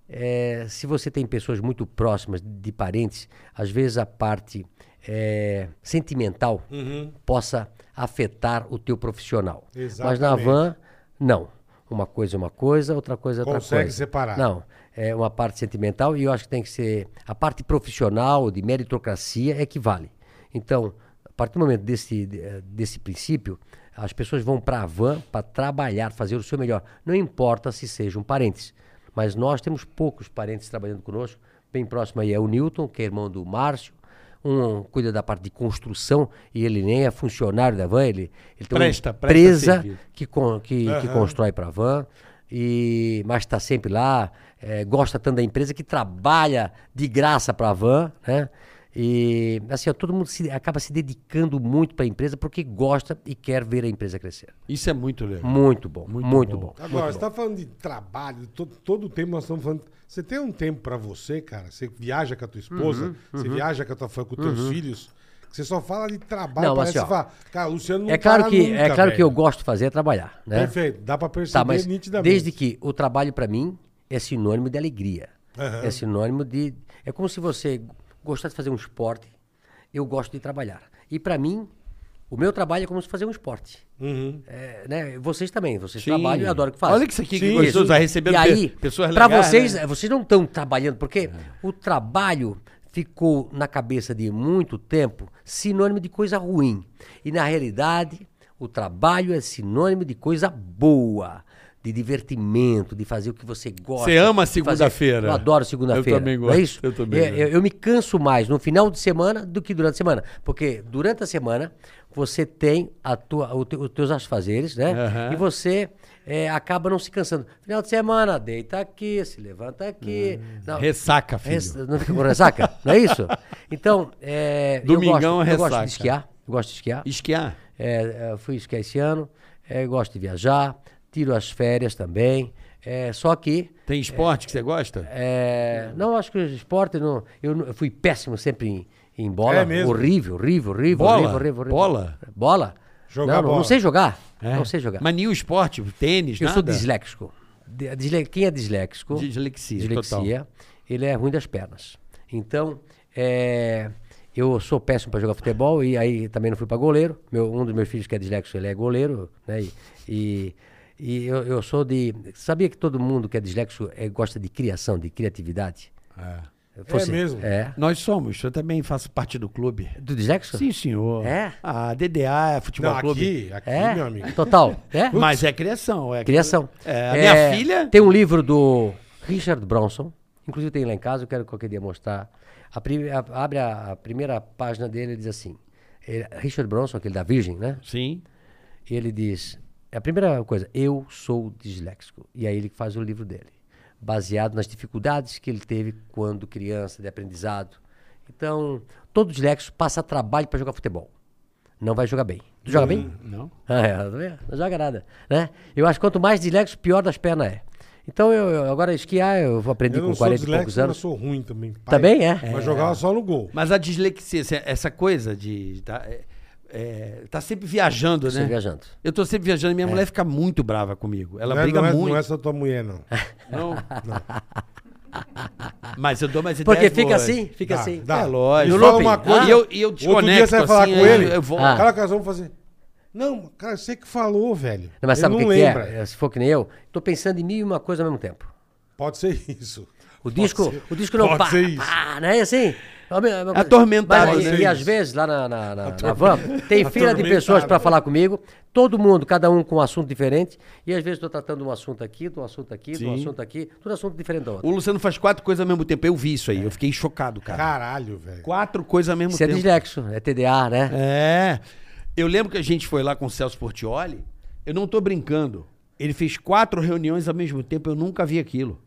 Speaker 5: eh, se você tem pessoas muito próximas de parentes, às vezes a parte eh, sentimental
Speaker 3: Uhum.
Speaker 5: possa afetar o teu profissional. Mas na
Speaker 3: Exatamente.
Speaker 5: van, não. Uma coisa é uma coisa, outra coisa é outra
Speaker 3: Consegue
Speaker 5: coisa.
Speaker 3: separar.
Speaker 5: Não, é uma parte sentimental e eu acho que tem que ser a parte profissional de meritocracia é que vale. Então, a partir do momento desse de- eh, desse princípio, as pessoas vão para a van para trabalhar, fazer o seu melhor. Não importa se sejam parentes, mas nós temos poucos parentes trabalhando conosco. Bem próximo aí é o Newton, que é irmão do Márcio. Um cuida da parte de construção e ele nem é funcionário da van, ele, ele tem
Speaker 4: Presta-
Speaker 5: uma
Speaker 4: presta
Speaker 5: empresa
Speaker 4: serviço.
Speaker 5: que, con- que, que constrói para van e mas está sempre lá eh, gosta tanto da empresa que trabalha de graça para van né e assim ó, todo mundo se- acaba se dedicando muito para a empresa porque gosta e quer ver a empresa crescer
Speaker 4: Isso é muito legal.
Speaker 5: muito bom muito, bom,
Speaker 3: Agora, você tá falando de trabalho, todo, todo o tempo nós estamos falando. Você tem um tempo pra você, cara? Você viaja com a tua esposa,
Speaker 5: Uhum,
Speaker 3: você viaja com, a tua, fa- com os teus filhos, que você só fala de trabalho,
Speaker 5: Não, mas
Speaker 3: parece
Speaker 5: assim,
Speaker 3: que fala, cara, o Luciano não
Speaker 5: é claro
Speaker 3: para
Speaker 5: que é
Speaker 3: nunca,
Speaker 5: claro que eu
Speaker 3: velho."
Speaker 5: gosto de fazer é trabalhar né
Speaker 3: Perfeito, dá pra perceber
Speaker 5: Tá, mas
Speaker 3: nitidamente.
Speaker 5: desde que o trabalho para mim é sinônimo de alegria. É sinônimo de é como se você gostasse de fazer um esporte, eu gosto de trabalhar. E para mim, o meu trabalho é como se fazer um esporte.
Speaker 3: Uhum.
Speaker 5: É, né? Vocês também, vocês
Speaker 4: Sim.
Speaker 5: trabalham e adoram o que fazem.
Speaker 4: Olha que isso aqui que
Speaker 5: Sim.
Speaker 4: gostoso, vai recebendo
Speaker 5: E aí,
Speaker 4: pe- pessoas
Speaker 5: pra
Speaker 4: legais,
Speaker 5: vocês,
Speaker 4: né?
Speaker 5: eh, vocês não estão trabalhando, porque o trabalho ficou na cabeça de muito tempo sinônimo de coisa ruim. E na realidade, o trabalho é sinônimo de coisa boa. De divertimento, de fazer o que você gosta.
Speaker 4: Você ama
Speaker 5: de fazer-
Speaker 4: segunda-feira.
Speaker 5: Eu adoro segunda-feira.
Speaker 4: Eu também
Speaker 5: não
Speaker 4: gosto,
Speaker 5: É isso?
Speaker 4: eu também
Speaker 5: É,
Speaker 4: gosto.
Speaker 5: eu, eu me canso mais no final de semana do que durante a semana. Porque durante a semana você tem a tua, o teu- os teus afazeres, né?
Speaker 4: Aham.
Speaker 5: E você é, acaba não se cansando. Final de semana, deita aqui, se levanta aqui. Não,
Speaker 4: Hum. Ressaca, filho.
Speaker 5: res- não fica com ressaca? Não é isso? Então, é,
Speaker 4: Domingão
Speaker 5: eu gosto,
Speaker 4: é
Speaker 5: eu gosto
Speaker 4: ressaca.
Speaker 5: de esquiar. Eu gosto de esquiar.
Speaker 4: Esquiar.
Speaker 5: É, é, fui esquiar esse ano. É, eu gosto de viajar. Tiro as férias também. É, só que
Speaker 4: Tem esporte que você gosta?
Speaker 5: é, não, acho que o esporte. Não, eu, não- eu fui péssimo sempre em, em bola.
Speaker 3: É mesmo?
Speaker 5: Horrível, horrível, horrível,
Speaker 4: Bola?
Speaker 5: horrível, horrível, horrível.
Speaker 4: Bola?
Speaker 5: Bola?
Speaker 3: Jogar
Speaker 5: não, não,
Speaker 3: bola.
Speaker 5: não sei jogar.
Speaker 4: É.
Speaker 5: Não sei jogar.
Speaker 4: Mas nenhum esporte, tênis,
Speaker 5: eu
Speaker 4: nada?
Speaker 5: sou disléxico. De- disle- Quem é disléxico?
Speaker 4: Dislexia,
Speaker 5: Dislexia, Ele é ruim das pernas. Então, é, eu sou péssimo para jogar futebol e aí também não fui para goleiro. Meu- um dos meus filhos que é disléxico, ele é goleiro, né? E, e- e eu, eu sou de... Sabia que todo mundo que é disléxico é, gosta de criação, de criatividade? Você-
Speaker 3: mesmo?
Speaker 5: É.
Speaker 4: Nós somos, eu também faço parte do clube.
Speaker 5: Do disléxico?
Speaker 4: Sim, senhor. Ah,
Speaker 5: É?
Speaker 4: A DDA, futebol
Speaker 3: Não,
Speaker 4: clube.
Speaker 3: aqui, aqui,
Speaker 5: É?
Speaker 3: meu amigo.
Speaker 5: Total. É?
Speaker 4: Mas é criação. É
Speaker 5: Criação.
Speaker 4: É, a minha filha...
Speaker 5: Tem um livro do Richard Bronson, inclusive tem lá em casa, eu quero qualquer dia mostrar. A prime- a- abre a, a primeira página dele e diz assim: ele- Richard Bronson, aquele da Virgem, né?
Speaker 4: Sim.
Speaker 5: E ele diz: a primeira coisa, eu sou disléxico. E aí ele faz o livro dele, baseado nas dificuldades que ele teve quando criança, de aprendizado. Então, todo disléxico passa trabalho para jogar futebol. Não vai jogar bem. Tu
Speaker 4: Hum,
Speaker 5: joga bem?
Speaker 4: Não?
Speaker 5: Ah, é, tá vendo? não joga nada, né? Eu acho que quanto mais disléxico, pior das pernas é. Então, eu, eu- agora esquiar, eu aprendi
Speaker 3: Eu não
Speaker 5: com
Speaker 3: sou
Speaker 5: 40 e poucos
Speaker 3: disléxico, mas
Speaker 5: anos.
Speaker 3: sou ruim também. pai.
Speaker 5: Também é.
Speaker 3: Mas jogava só no gol.
Speaker 4: Mas a dislexia, essa- essa coisa de... Tá, é- é, tá sempre viajando, né?
Speaker 5: Estou viajando.
Speaker 4: Eu tô sempre viajando e
Speaker 5: É.
Speaker 4: minha mulher fica muito brava comigo. Ela
Speaker 3: não, é-
Speaker 4: briga
Speaker 3: não é,
Speaker 4: muito.
Speaker 3: Não é só tua mulher, não.
Speaker 4: Não? Mas eu dou mais ideias
Speaker 5: Porque fica
Speaker 4: boas.
Speaker 5: assim, fica
Speaker 3: é. Dá,
Speaker 5: assim.
Speaker 3: dá.
Speaker 4: É lógico.
Speaker 3: Me
Speaker 4: No
Speaker 3: fala
Speaker 4: looping.
Speaker 3: uma coisa.
Speaker 4: Ah, e eu- e eu
Speaker 3: Outro dia
Speaker 4: desconecto,
Speaker 3: você vai falar
Speaker 4: assim,
Speaker 3: com
Speaker 4: aí
Speaker 3: ele.
Speaker 4: eu vou-
Speaker 5: Ah.
Speaker 3: Cara, nós vamos fazer. Não, cara, você que falou, velho.
Speaker 5: Não, Mas
Speaker 3: Ele
Speaker 5: sabe o
Speaker 3: não
Speaker 5: que, que
Speaker 3: lembra.
Speaker 5: é? Se for que nem eu, estou pensando em mil e uma coisa ao mesmo tempo.
Speaker 3: Pode ser isso.
Speaker 5: O
Speaker 3: Pode
Speaker 5: disco,
Speaker 3: ser-
Speaker 5: o disco não
Speaker 3: pode
Speaker 5: pá,
Speaker 3: ser isso.
Speaker 5: pá, não é assim? É uma- é uma coisa-
Speaker 4: Atormentado,
Speaker 5: Mas,
Speaker 3: né?
Speaker 5: E, e às vezes, lá na, na, na- na van, tem fila de
Speaker 3: Atormentado.
Speaker 5: pessoas para falar comigo, todo mundo, cada um com um assunto diferente, e às vezes estou tratando um assunto aqui, de um assunto aqui, de um assunto aqui, tudo assunto diferente do outro.
Speaker 4: O Luciano faz quatro coisas ao mesmo tempo. Eu vi isso aí,
Speaker 5: É.
Speaker 4: eu fiquei chocado, cara.
Speaker 3: Caralho, velho.
Speaker 4: Quatro coisas ao mesmo
Speaker 5: Isso é
Speaker 4: tempo.
Speaker 5: dislexo, é TDA, né?
Speaker 4: É. Eu lembro que a gente foi lá com o Celso Portioli. Eu não tô brincando. Ele fez quatro reuniões ao mesmo tempo. Eu nunca vi aquilo.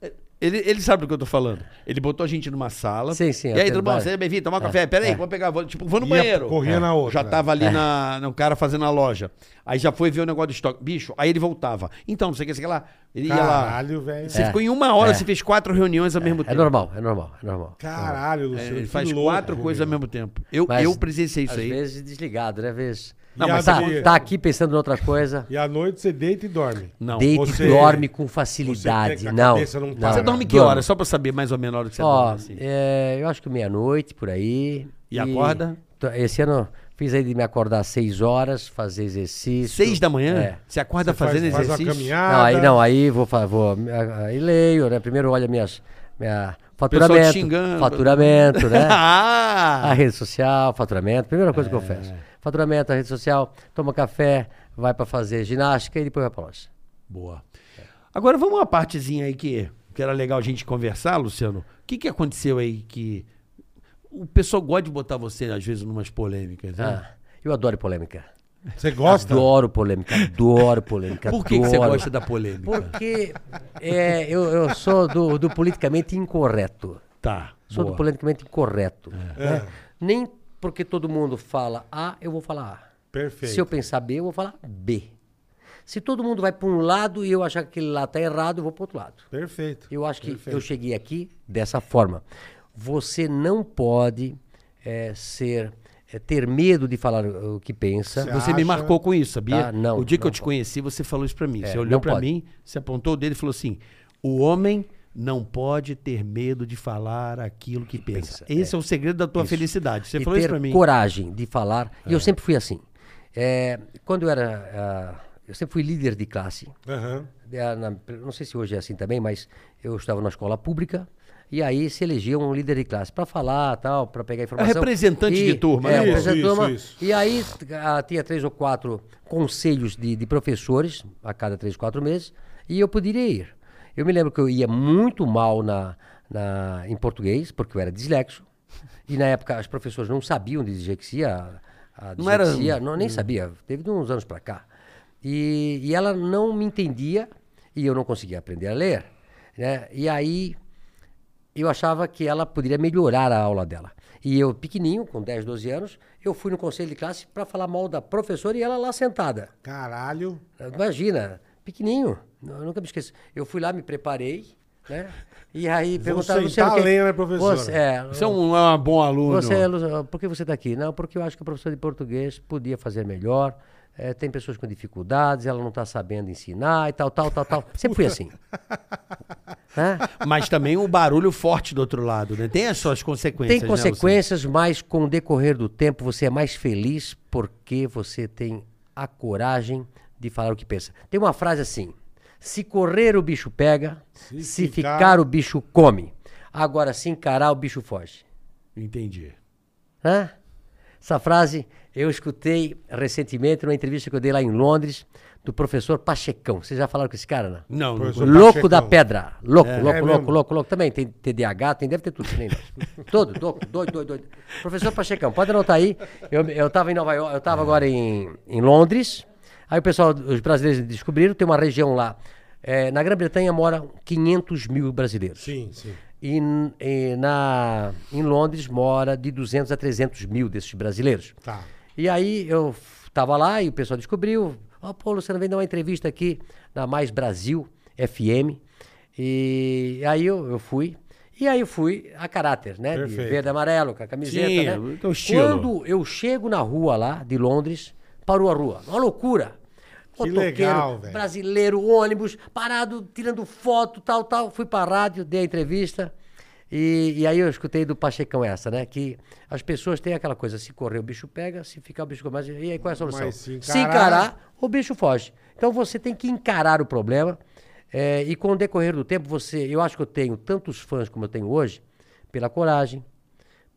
Speaker 4: É, Ele, ele sabe do que eu tô falando. Ele botou a gente numa sala.
Speaker 5: Sim, sim,
Speaker 4: E aí,
Speaker 5: até
Speaker 4: tudo bom?
Speaker 5: vai. É,
Speaker 4: Seja bem-vindo, tomar um café. Peraí, vou pegar, vou, tipo, vou no
Speaker 3: Ia-
Speaker 4: banheiro.
Speaker 3: corria na outra.
Speaker 4: Já tava
Speaker 5: É.
Speaker 4: ali na, no cara fazendo a loja. Aí já foi ver o negócio do estoque. Bicho, aí ele voltava. Então, não sei o que, sei o que lá. Ele ia lá.
Speaker 3: Caralho, velho.
Speaker 4: Você ficou em uma hora, você fez quatro reuniões ao mesmo
Speaker 5: É
Speaker 4: tempo.
Speaker 5: normal, é normal, é normal.
Speaker 3: Caralho, Luciano.
Speaker 4: É, Ele
Speaker 3: que
Speaker 4: faz
Speaker 3: louco,
Speaker 4: quatro
Speaker 3: meu.
Speaker 4: coisas ao mesmo tempo. Eu,
Speaker 5: Mas,
Speaker 4: eu presenciei isso
Speaker 5: às
Speaker 4: aí.
Speaker 5: vezes desligado, né? Às vezes.
Speaker 3: Não,
Speaker 5: Não,
Speaker 3: mas
Speaker 5: mas
Speaker 3: sabe-
Speaker 5: tá, tá aqui pensando em outra coisa.
Speaker 3: E à noite você deita e dorme.
Speaker 4: Não.
Speaker 5: Deita
Speaker 3: você-
Speaker 5: e dorme
Speaker 3: você
Speaker 5: com facilidade.
Speaker 3: pega a
Speaker 5: não,
Speaker 3: cabeça, não
Speaker 5: não.
Speaker 3: para.
Speaker 4: Você dorme que
Speaker 5: Dorme.
Speaker 4: horas? Só pra saber mais ou menos a hora que você
Speaker 5: Ó,
Speaker 4: dorme. assim.
Speaker 5: é, eu acho que meia-noite, por aí.
Speaker 4: E acorda?
Speaker 5: tô- Esse ano fiz aí de me acordar às seis horas, fazer exercício.
Speaker 4: Seis da manhã? Ah, tá.
Speaker 5: É.
Speaker 4: Você acorda
Speaker 3: faz-
Speaker 4: fazendo
Speaker 3: faz uma
Speaker 4: exercício?
Speaker 3: caminhada.
Speaker 5: Não, aí não, aí vou, fa- vou aí leio, né? Primeiro olha minhas minha faturamento,
Speaker 4: xingando.
Speaker 5: faturamento, né?
Speaker 4: ah! É.
Speaker 5: A rede social, faturamento, primeira coisa que eu confesso. Faturamento, a rede social, toma café, vai pra fazer ginástica e depois vai pra loja.
Speaker 4: Boa. Agora vamos uma partezinha aí que, que era legal a gente conversar, Luciano. O que, que aconteceu aí que. O pessoal gosta de botar você, às vezes, numas polêmicas, né?
Speaker 5: Ah, eu adoro polêmica.
Speaker 3: Você gosta?
Speaker 5: Adoro polêmica, adoro polêmica.
Speaker 4: Por que, que você
Speaker 5: adoro.
Speaker 4: gosta da polêmica?
Speaker 5: Porque é, eu, eu sou do, do politicamente incorreto.
Speaker 4: Tá.
Speaker 5: Sou
Speaker 4: boa. É.
Speaker 5: do politicamente incorreto. né? Nem porque todo mundo fala A, eu vou falar A.
Speaker 3: Perfeito.
Speaker 5: Se eu pensar B, eu vou falar B. Se todo mundo vai para um lado e eu achar que aquele lá está errado, eu vou para outro lado.
Speaker 3: Perfeito.
Speaker 5: Eu acho que
Speaker 3: Perfeito.
Speaker 5: eu cheguei aqui dessa forma. Você não pode eh, ser eh, ter medo de falar o o que pensa.
Speaker 3: Certo.
Speaker 4: Você me
Speaker 3: acha-
Speaker 4: marcou com isso, sabia?
Speaker 5: Ah, não,
Speaker 4: o dia que
Speaker 5: não
Speaker 4: eu te
Speaker 5: pode.
Speaker 4: conheci, você falou isso pra mim. você
Speaker 5: não
Speaker 4: olhou pra
Speaker 5: pode.
Speaker 4: mim, você apontou o dedo e falou assim: o homem não pode ter medo de falar aquilo que pensa. Esse é, o segredo da tua felicidade. Você
Speaker 5: e
Speaker 4: falou
Speaker 5: ter
Speaker 4: isso pra mim. É.
Speaker 5: coragem de falar. E eu sempre fui assim. Eh, quando eu era, ah, eu sempre fui líder de classe.
Speaker 3: Aham.
Speaker 5: Eh, na- não sei se hoje é assim também, mas eu estava na escola pública e aí se elegia um líder de classe para falar, tal, para pegar informação.
Speaker 4: É representante
Speaker 5: E-
Speaker 4: de turma,
Speaker 5: é,
Speaker 4: né?
Speaker 5: o
Speaker 4: Isso,
Speaker 5: representante de
Speaker 3: isso,
Speaker 5: turma.
Speaker 3: isso.
Speaker 5: E aí ah, tinha três ou quatro conselhos de, de professores a cada três, quatro meses e eu poderia ir. Eu me lembro que eu ia muito mal na, na- em português, porque eu era dislexo. E na época as professoras não sabiam de dislexia. A
Speaker 4: Não era- um
Speaker 5: dislexia, não, nem sabia, teve de uns anos pra cá. E, e ela não me entendia e eu não conseguia aprender a ler. Né? E aí eu achava que ela poderia melhorar a aula dela. E eu, pequenininho, com 10, 12 anos, eu fui no conselho de classe para falar mal da professora e ela lá sentada.
Speaker 3: Caralho.
Speaker 5: Imagina, pequenininho, eu nunca me esqueço. Eu fui lá, me preparei, né? E aí perguntaram...
Speaker 3: sentar
Speaker 5: "Luciano,
Speaker 3: a lenha,
Speaker 5: quem-
Speaker 3: né, professora?"
Speaker 5: Você, é,
Speaker 4: Você é um, é um bom aluno.
Speaker 5: você, Lu- por que você está aqui? Não, porque eu acho que a professora de português podia fazer melhor. eh, tem pessoas com dificuldades, ela não está sabendo ensinar e tal, tal, tal, tal. Sempre fui assim. Né?
Speaker 4: Mas também o barulho forte do outro lado, né? Tem as suas consequências.
Speaker 5: Tem
Speaker 4: né, Luciano?
Speaker 5: consequências, mas com o decorrer do tempo você é mais feliz porque você tem a coragem de falar o que pensa. Tem uma frase assim: se correr o bicho pega,
Speaker 3: Se
Speaker 5: se,
Speaker 3: ficar-
Speaker 5: ficar... o bicho come. Agora se encarar o bicho foge.
Speaker 4: Entendi.
Speaker 5: Hã? Essa frase eu escutei recentemente numa entrevista que eu dei lá em Londres do professor Pachecão. Vocês já falaram com esse cara, não?
Speaker 4: Não, não
Speaker 3: Professor-
Speaker 4: vou-
Speaker 5: Louco
Speaker 3: Pachecão.
Speaker 5: da pedra. Louco, louco,
Speaker 3: É
Speaker 5: louco,
Speaker 3: mesmo?
Speaker 5: louco, louco, Também tem TDAH, tem, deve ter tudo, que nem nós. Todo, louco, doido, doido, doido. Professor Pachecão, pode anotar aí. Eu, eu tava em Nova York, eu tava agora em, em Londres. Aí o pessoal, os brasileiros descobriram, tem uma região lá. eh, na Grã-Bretanha moram 500 mil brasileiros.
Speaker 3: Sim, sim.
Speaker 5: E, n- e na, em Londres mora de 200 a 300 mil desses brasileiros.
Speaker 3: Tá.
Speaker 5: E aí eu estava lá e o pessoal descobriu. Ó, pô, Luciano, vem dar uma entrevista aqui na Mais Brasil FM. E aí eu, eu fui. E aí eu fui a caráter, né? De
Speaker 3: Perfeito.
Speaker 5: verde e amarelo, com a camiseta,
Speaker 4: Sim, é
Speaker 5: né?
Speaker 4: o teu estilo.
Speaker 5: Quando eu chego na rua lá de Londres, parou a rua. Uma loucura.
Speaker 3: Que
Speaker 5: Motoqueiro,
Speaker 3: legal, velho.
Speaker 5: brasileiro, ônibus, parado, tirando foto, tal, tal. Fui pra rádio, dei a entrevista. E, e aí eu escutei do Pachecão essa, né? Que as pessoas têm aquela coisa, se correr o bicho pega, se ficar o bicho come. Mas E aí qual é a solução?
Speaker 3: Mas se encarar-
Speaker 5: Se encarar, o bicho foge. Então você tem que encarar o problema. eh, e com o decorrer do tempo, você, eu acho que eu tenho tantos fãs como eu tenho hoje, pela coragem,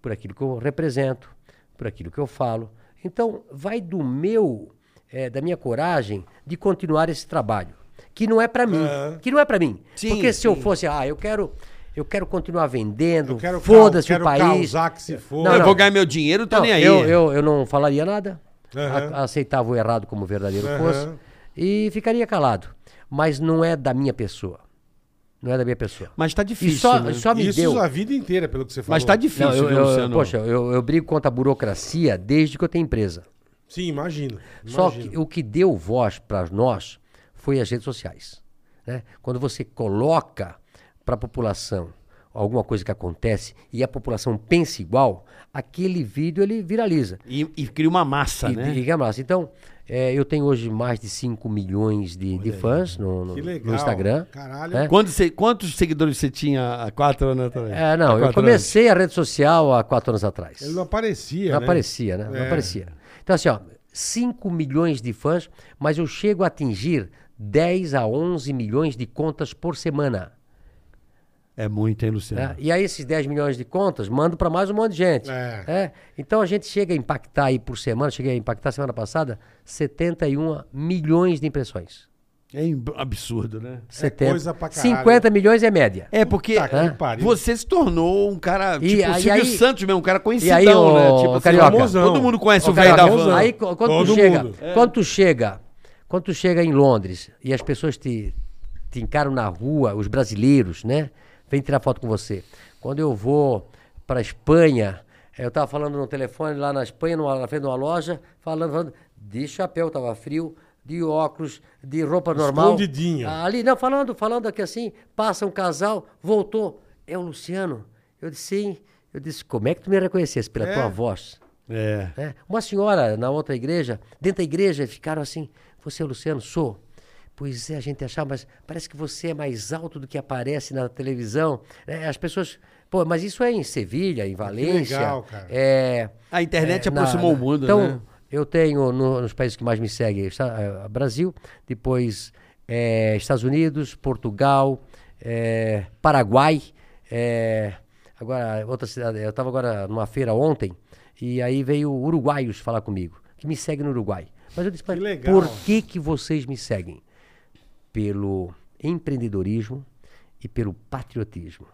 Speaker 5: por aquilo que eu represento, por aquilo que eu falo. Então, vai do meu, eh, da minha coragem de continuar esse trabalho, que não é para mim,
Speaker 3: Aham.
Speaker 5: que não é para mim.
Speaker 4: Sim,
Speaker 5: Porque se eu
Speaker 4: sim.
Speaker 5: fosse, ah, eu quero, eu quero continuar vendendo,
Speaker 3: Eu quero cau-
Speaker 5: foda-se
Speaker 3: quero
Speaker 5: o país.
Speaker 3: causar que se for.
Speaker 4: Não, eu
Speaker 5: não.
Speaker 4: vou ganhar meu dinheiro, tô
Speaker 5: Não,
Speaker 4: nem aí.
Speaker 5: Eu, eu, eu não falaria nada,
Speaker 3: Aham.
Speaker 5: a- aceitava o errado como verdadeiro
Speaker 3: Aham.
Speaker 5: fosse e ficaria calado. Mas não é da minha pessoa. Não é da minha pessoa.
Speaker 4: Mas tá
Speaker 5: E
Speaker 4: difícil.
Speaker 5: só,
Speaker 4: né?
Speaker 5: só me
Speaker 3: Isso
Speaker 5: deu.
Speaker 3: a vida inteira, pelo que você falou.
Speaker 4: Mas tá difícil,
Speaker 5: Não, eu,
Speaker 4: né,
Speaker 5: eu-
Speaker 4: Luciano?
Speaker 5: poxa, eu, eu brigo contra a burocracia desde que eu tenho empresa.
Speaker 3: Sim, imagino.
Speaker 5: Só
Speaker 3: imagino.
Speaker 5: que o que deu voz para nós foi as redes sociais. né? Quando você coloca para a população alguma coisa que acontece e a população pensa igual, aquele vídeo ele viraliza.
Speaker 4: E, e cria uma massa,
Speaker 5: E-
Speaker 4: né?
Speaker 5: e que abraço. Então, eh, eu tenho hoje mais de 5 milhões de, de fãs no, no-
Speaker 3: Que
Speaker 5: no
Speaker 3: legal.
Speaker 5: Instagram.
Speaker 3: Caralho.
Speaker 5: né?
Speaker 4: Quantos, se- quantos seguidores você tinha há quatro anos atrás?
Speaker 5: É, não,
Speaker 4: Há
Speaker 5: eu
Speaker 4: quatro É
Speaker 5: comecei a rede social há quatro anos atrás.
Speaker 3: Ele não aparecia,
Speaker 5: Não
Speaker 3: né?
Speaker 5: aparecia, né? Não
Speaker 3: É.
Speaker 5: aparecia. Então, assim, ó, 5 milhões de fãs, mas eu chego a atingir 10 a 11 milhões de contas por semana.
Speaker 4: anos. É muito, hein, Luciano?
Speaker 5: né? E aí, esses 10 milhões de contas, mando para mais um monte de gente.
Speaker 3: É.
Speaker 5: né? Então, a gente chega a impactar aí por semana, cheguei a impactar semana passada, 71 milhões de impressões.
Speaker 4: É im- absurdo, né?
Speaker 5: 70.
Speaker 3: É coisa pra caralho.
Speaker 5: 50 milhões é média.
Speaker 4: É porque
Speaker 3: Puta que
Speaker 4: é,
Speaker 3: pariu.
Speaker 4: você se tornou um cara,
Speaker 5: E
Speaker 4: tipo o
Speaker 5: aí-
Speaker 4: Silvio
Speaker 5: aí-
Speaker 4: Santos mesmo, um cara conhecidão,
Speaker 5: aí, ô,
Speaker 4: né? Tipo, assim,
Speaker 5: Carioca?
Speaker 4: famosão. todo mundo conhece
Speaker 5: Ô,
Speaker 4: o velho da
Speaker 5: Carioca,
Speaker 4: van.
Speaker 5: Aí, co- quando,
Speaker 3: Todo
Speaker 5: tu chega,
Speaker 3: mundo.
Speaker 4: É.
Speaker 5: quando tu chega, quando tu chega em Londres e as pessoas te, te encaram na rua, os brasileiros, né? Vem tirar foto com você. Quando eu vou pra Espanha, eu tava falando no telefone lá na Espanha, numa, na frente de uma loja, falando, falando de chapéu, tava frio, de óculos, de roupa normal.
Speaker 3: Escondidinho.
Speaker 5: Ah, Ali, não, falando, falando aqui assim, passa um casal, voltou. É o Luciano. Eu disse, sim. Eu disse, como é que tu me reconhecesse? Pela
Speaker 3: É.
Speaker 5: tua voz.
Speaker 4: É.
Speaker 5: né? Uma senhora na outra igreja, dentro da igreja, ficaram assim, você é o Luciano? Sou. Pois é, a gente achava, mas parece que você é mais alto do que aparece na televisão. né? As pessoas, pô, mas isso é em Sevilha, em Valência.
Speaker 3: legal, cara.
Speaker 5: É,
Speaker 4: A internet
Speaker 5: é, na-
Speaker 4: aproximou
Speaker 5: na-
Speaker 4: o mundo,
Speaker 5: então,
Speaker 4: né?
Speaker 5: eu tenho no- nos países que mais me seguem, está- eh, Brasil, depois eh, Estados Unidos, Portugal, eh, Paraguai, eh, agora outra cidade, eu estava agora numa feira ontem e aí veio uruguaios falar comigo, que me seguem no Uruguai. Mas eu disse, mas
Speaker 3: legal.
Speaker 5: por que que vocês me seguem? Pelo empreendedorismo e pelo patriotismo.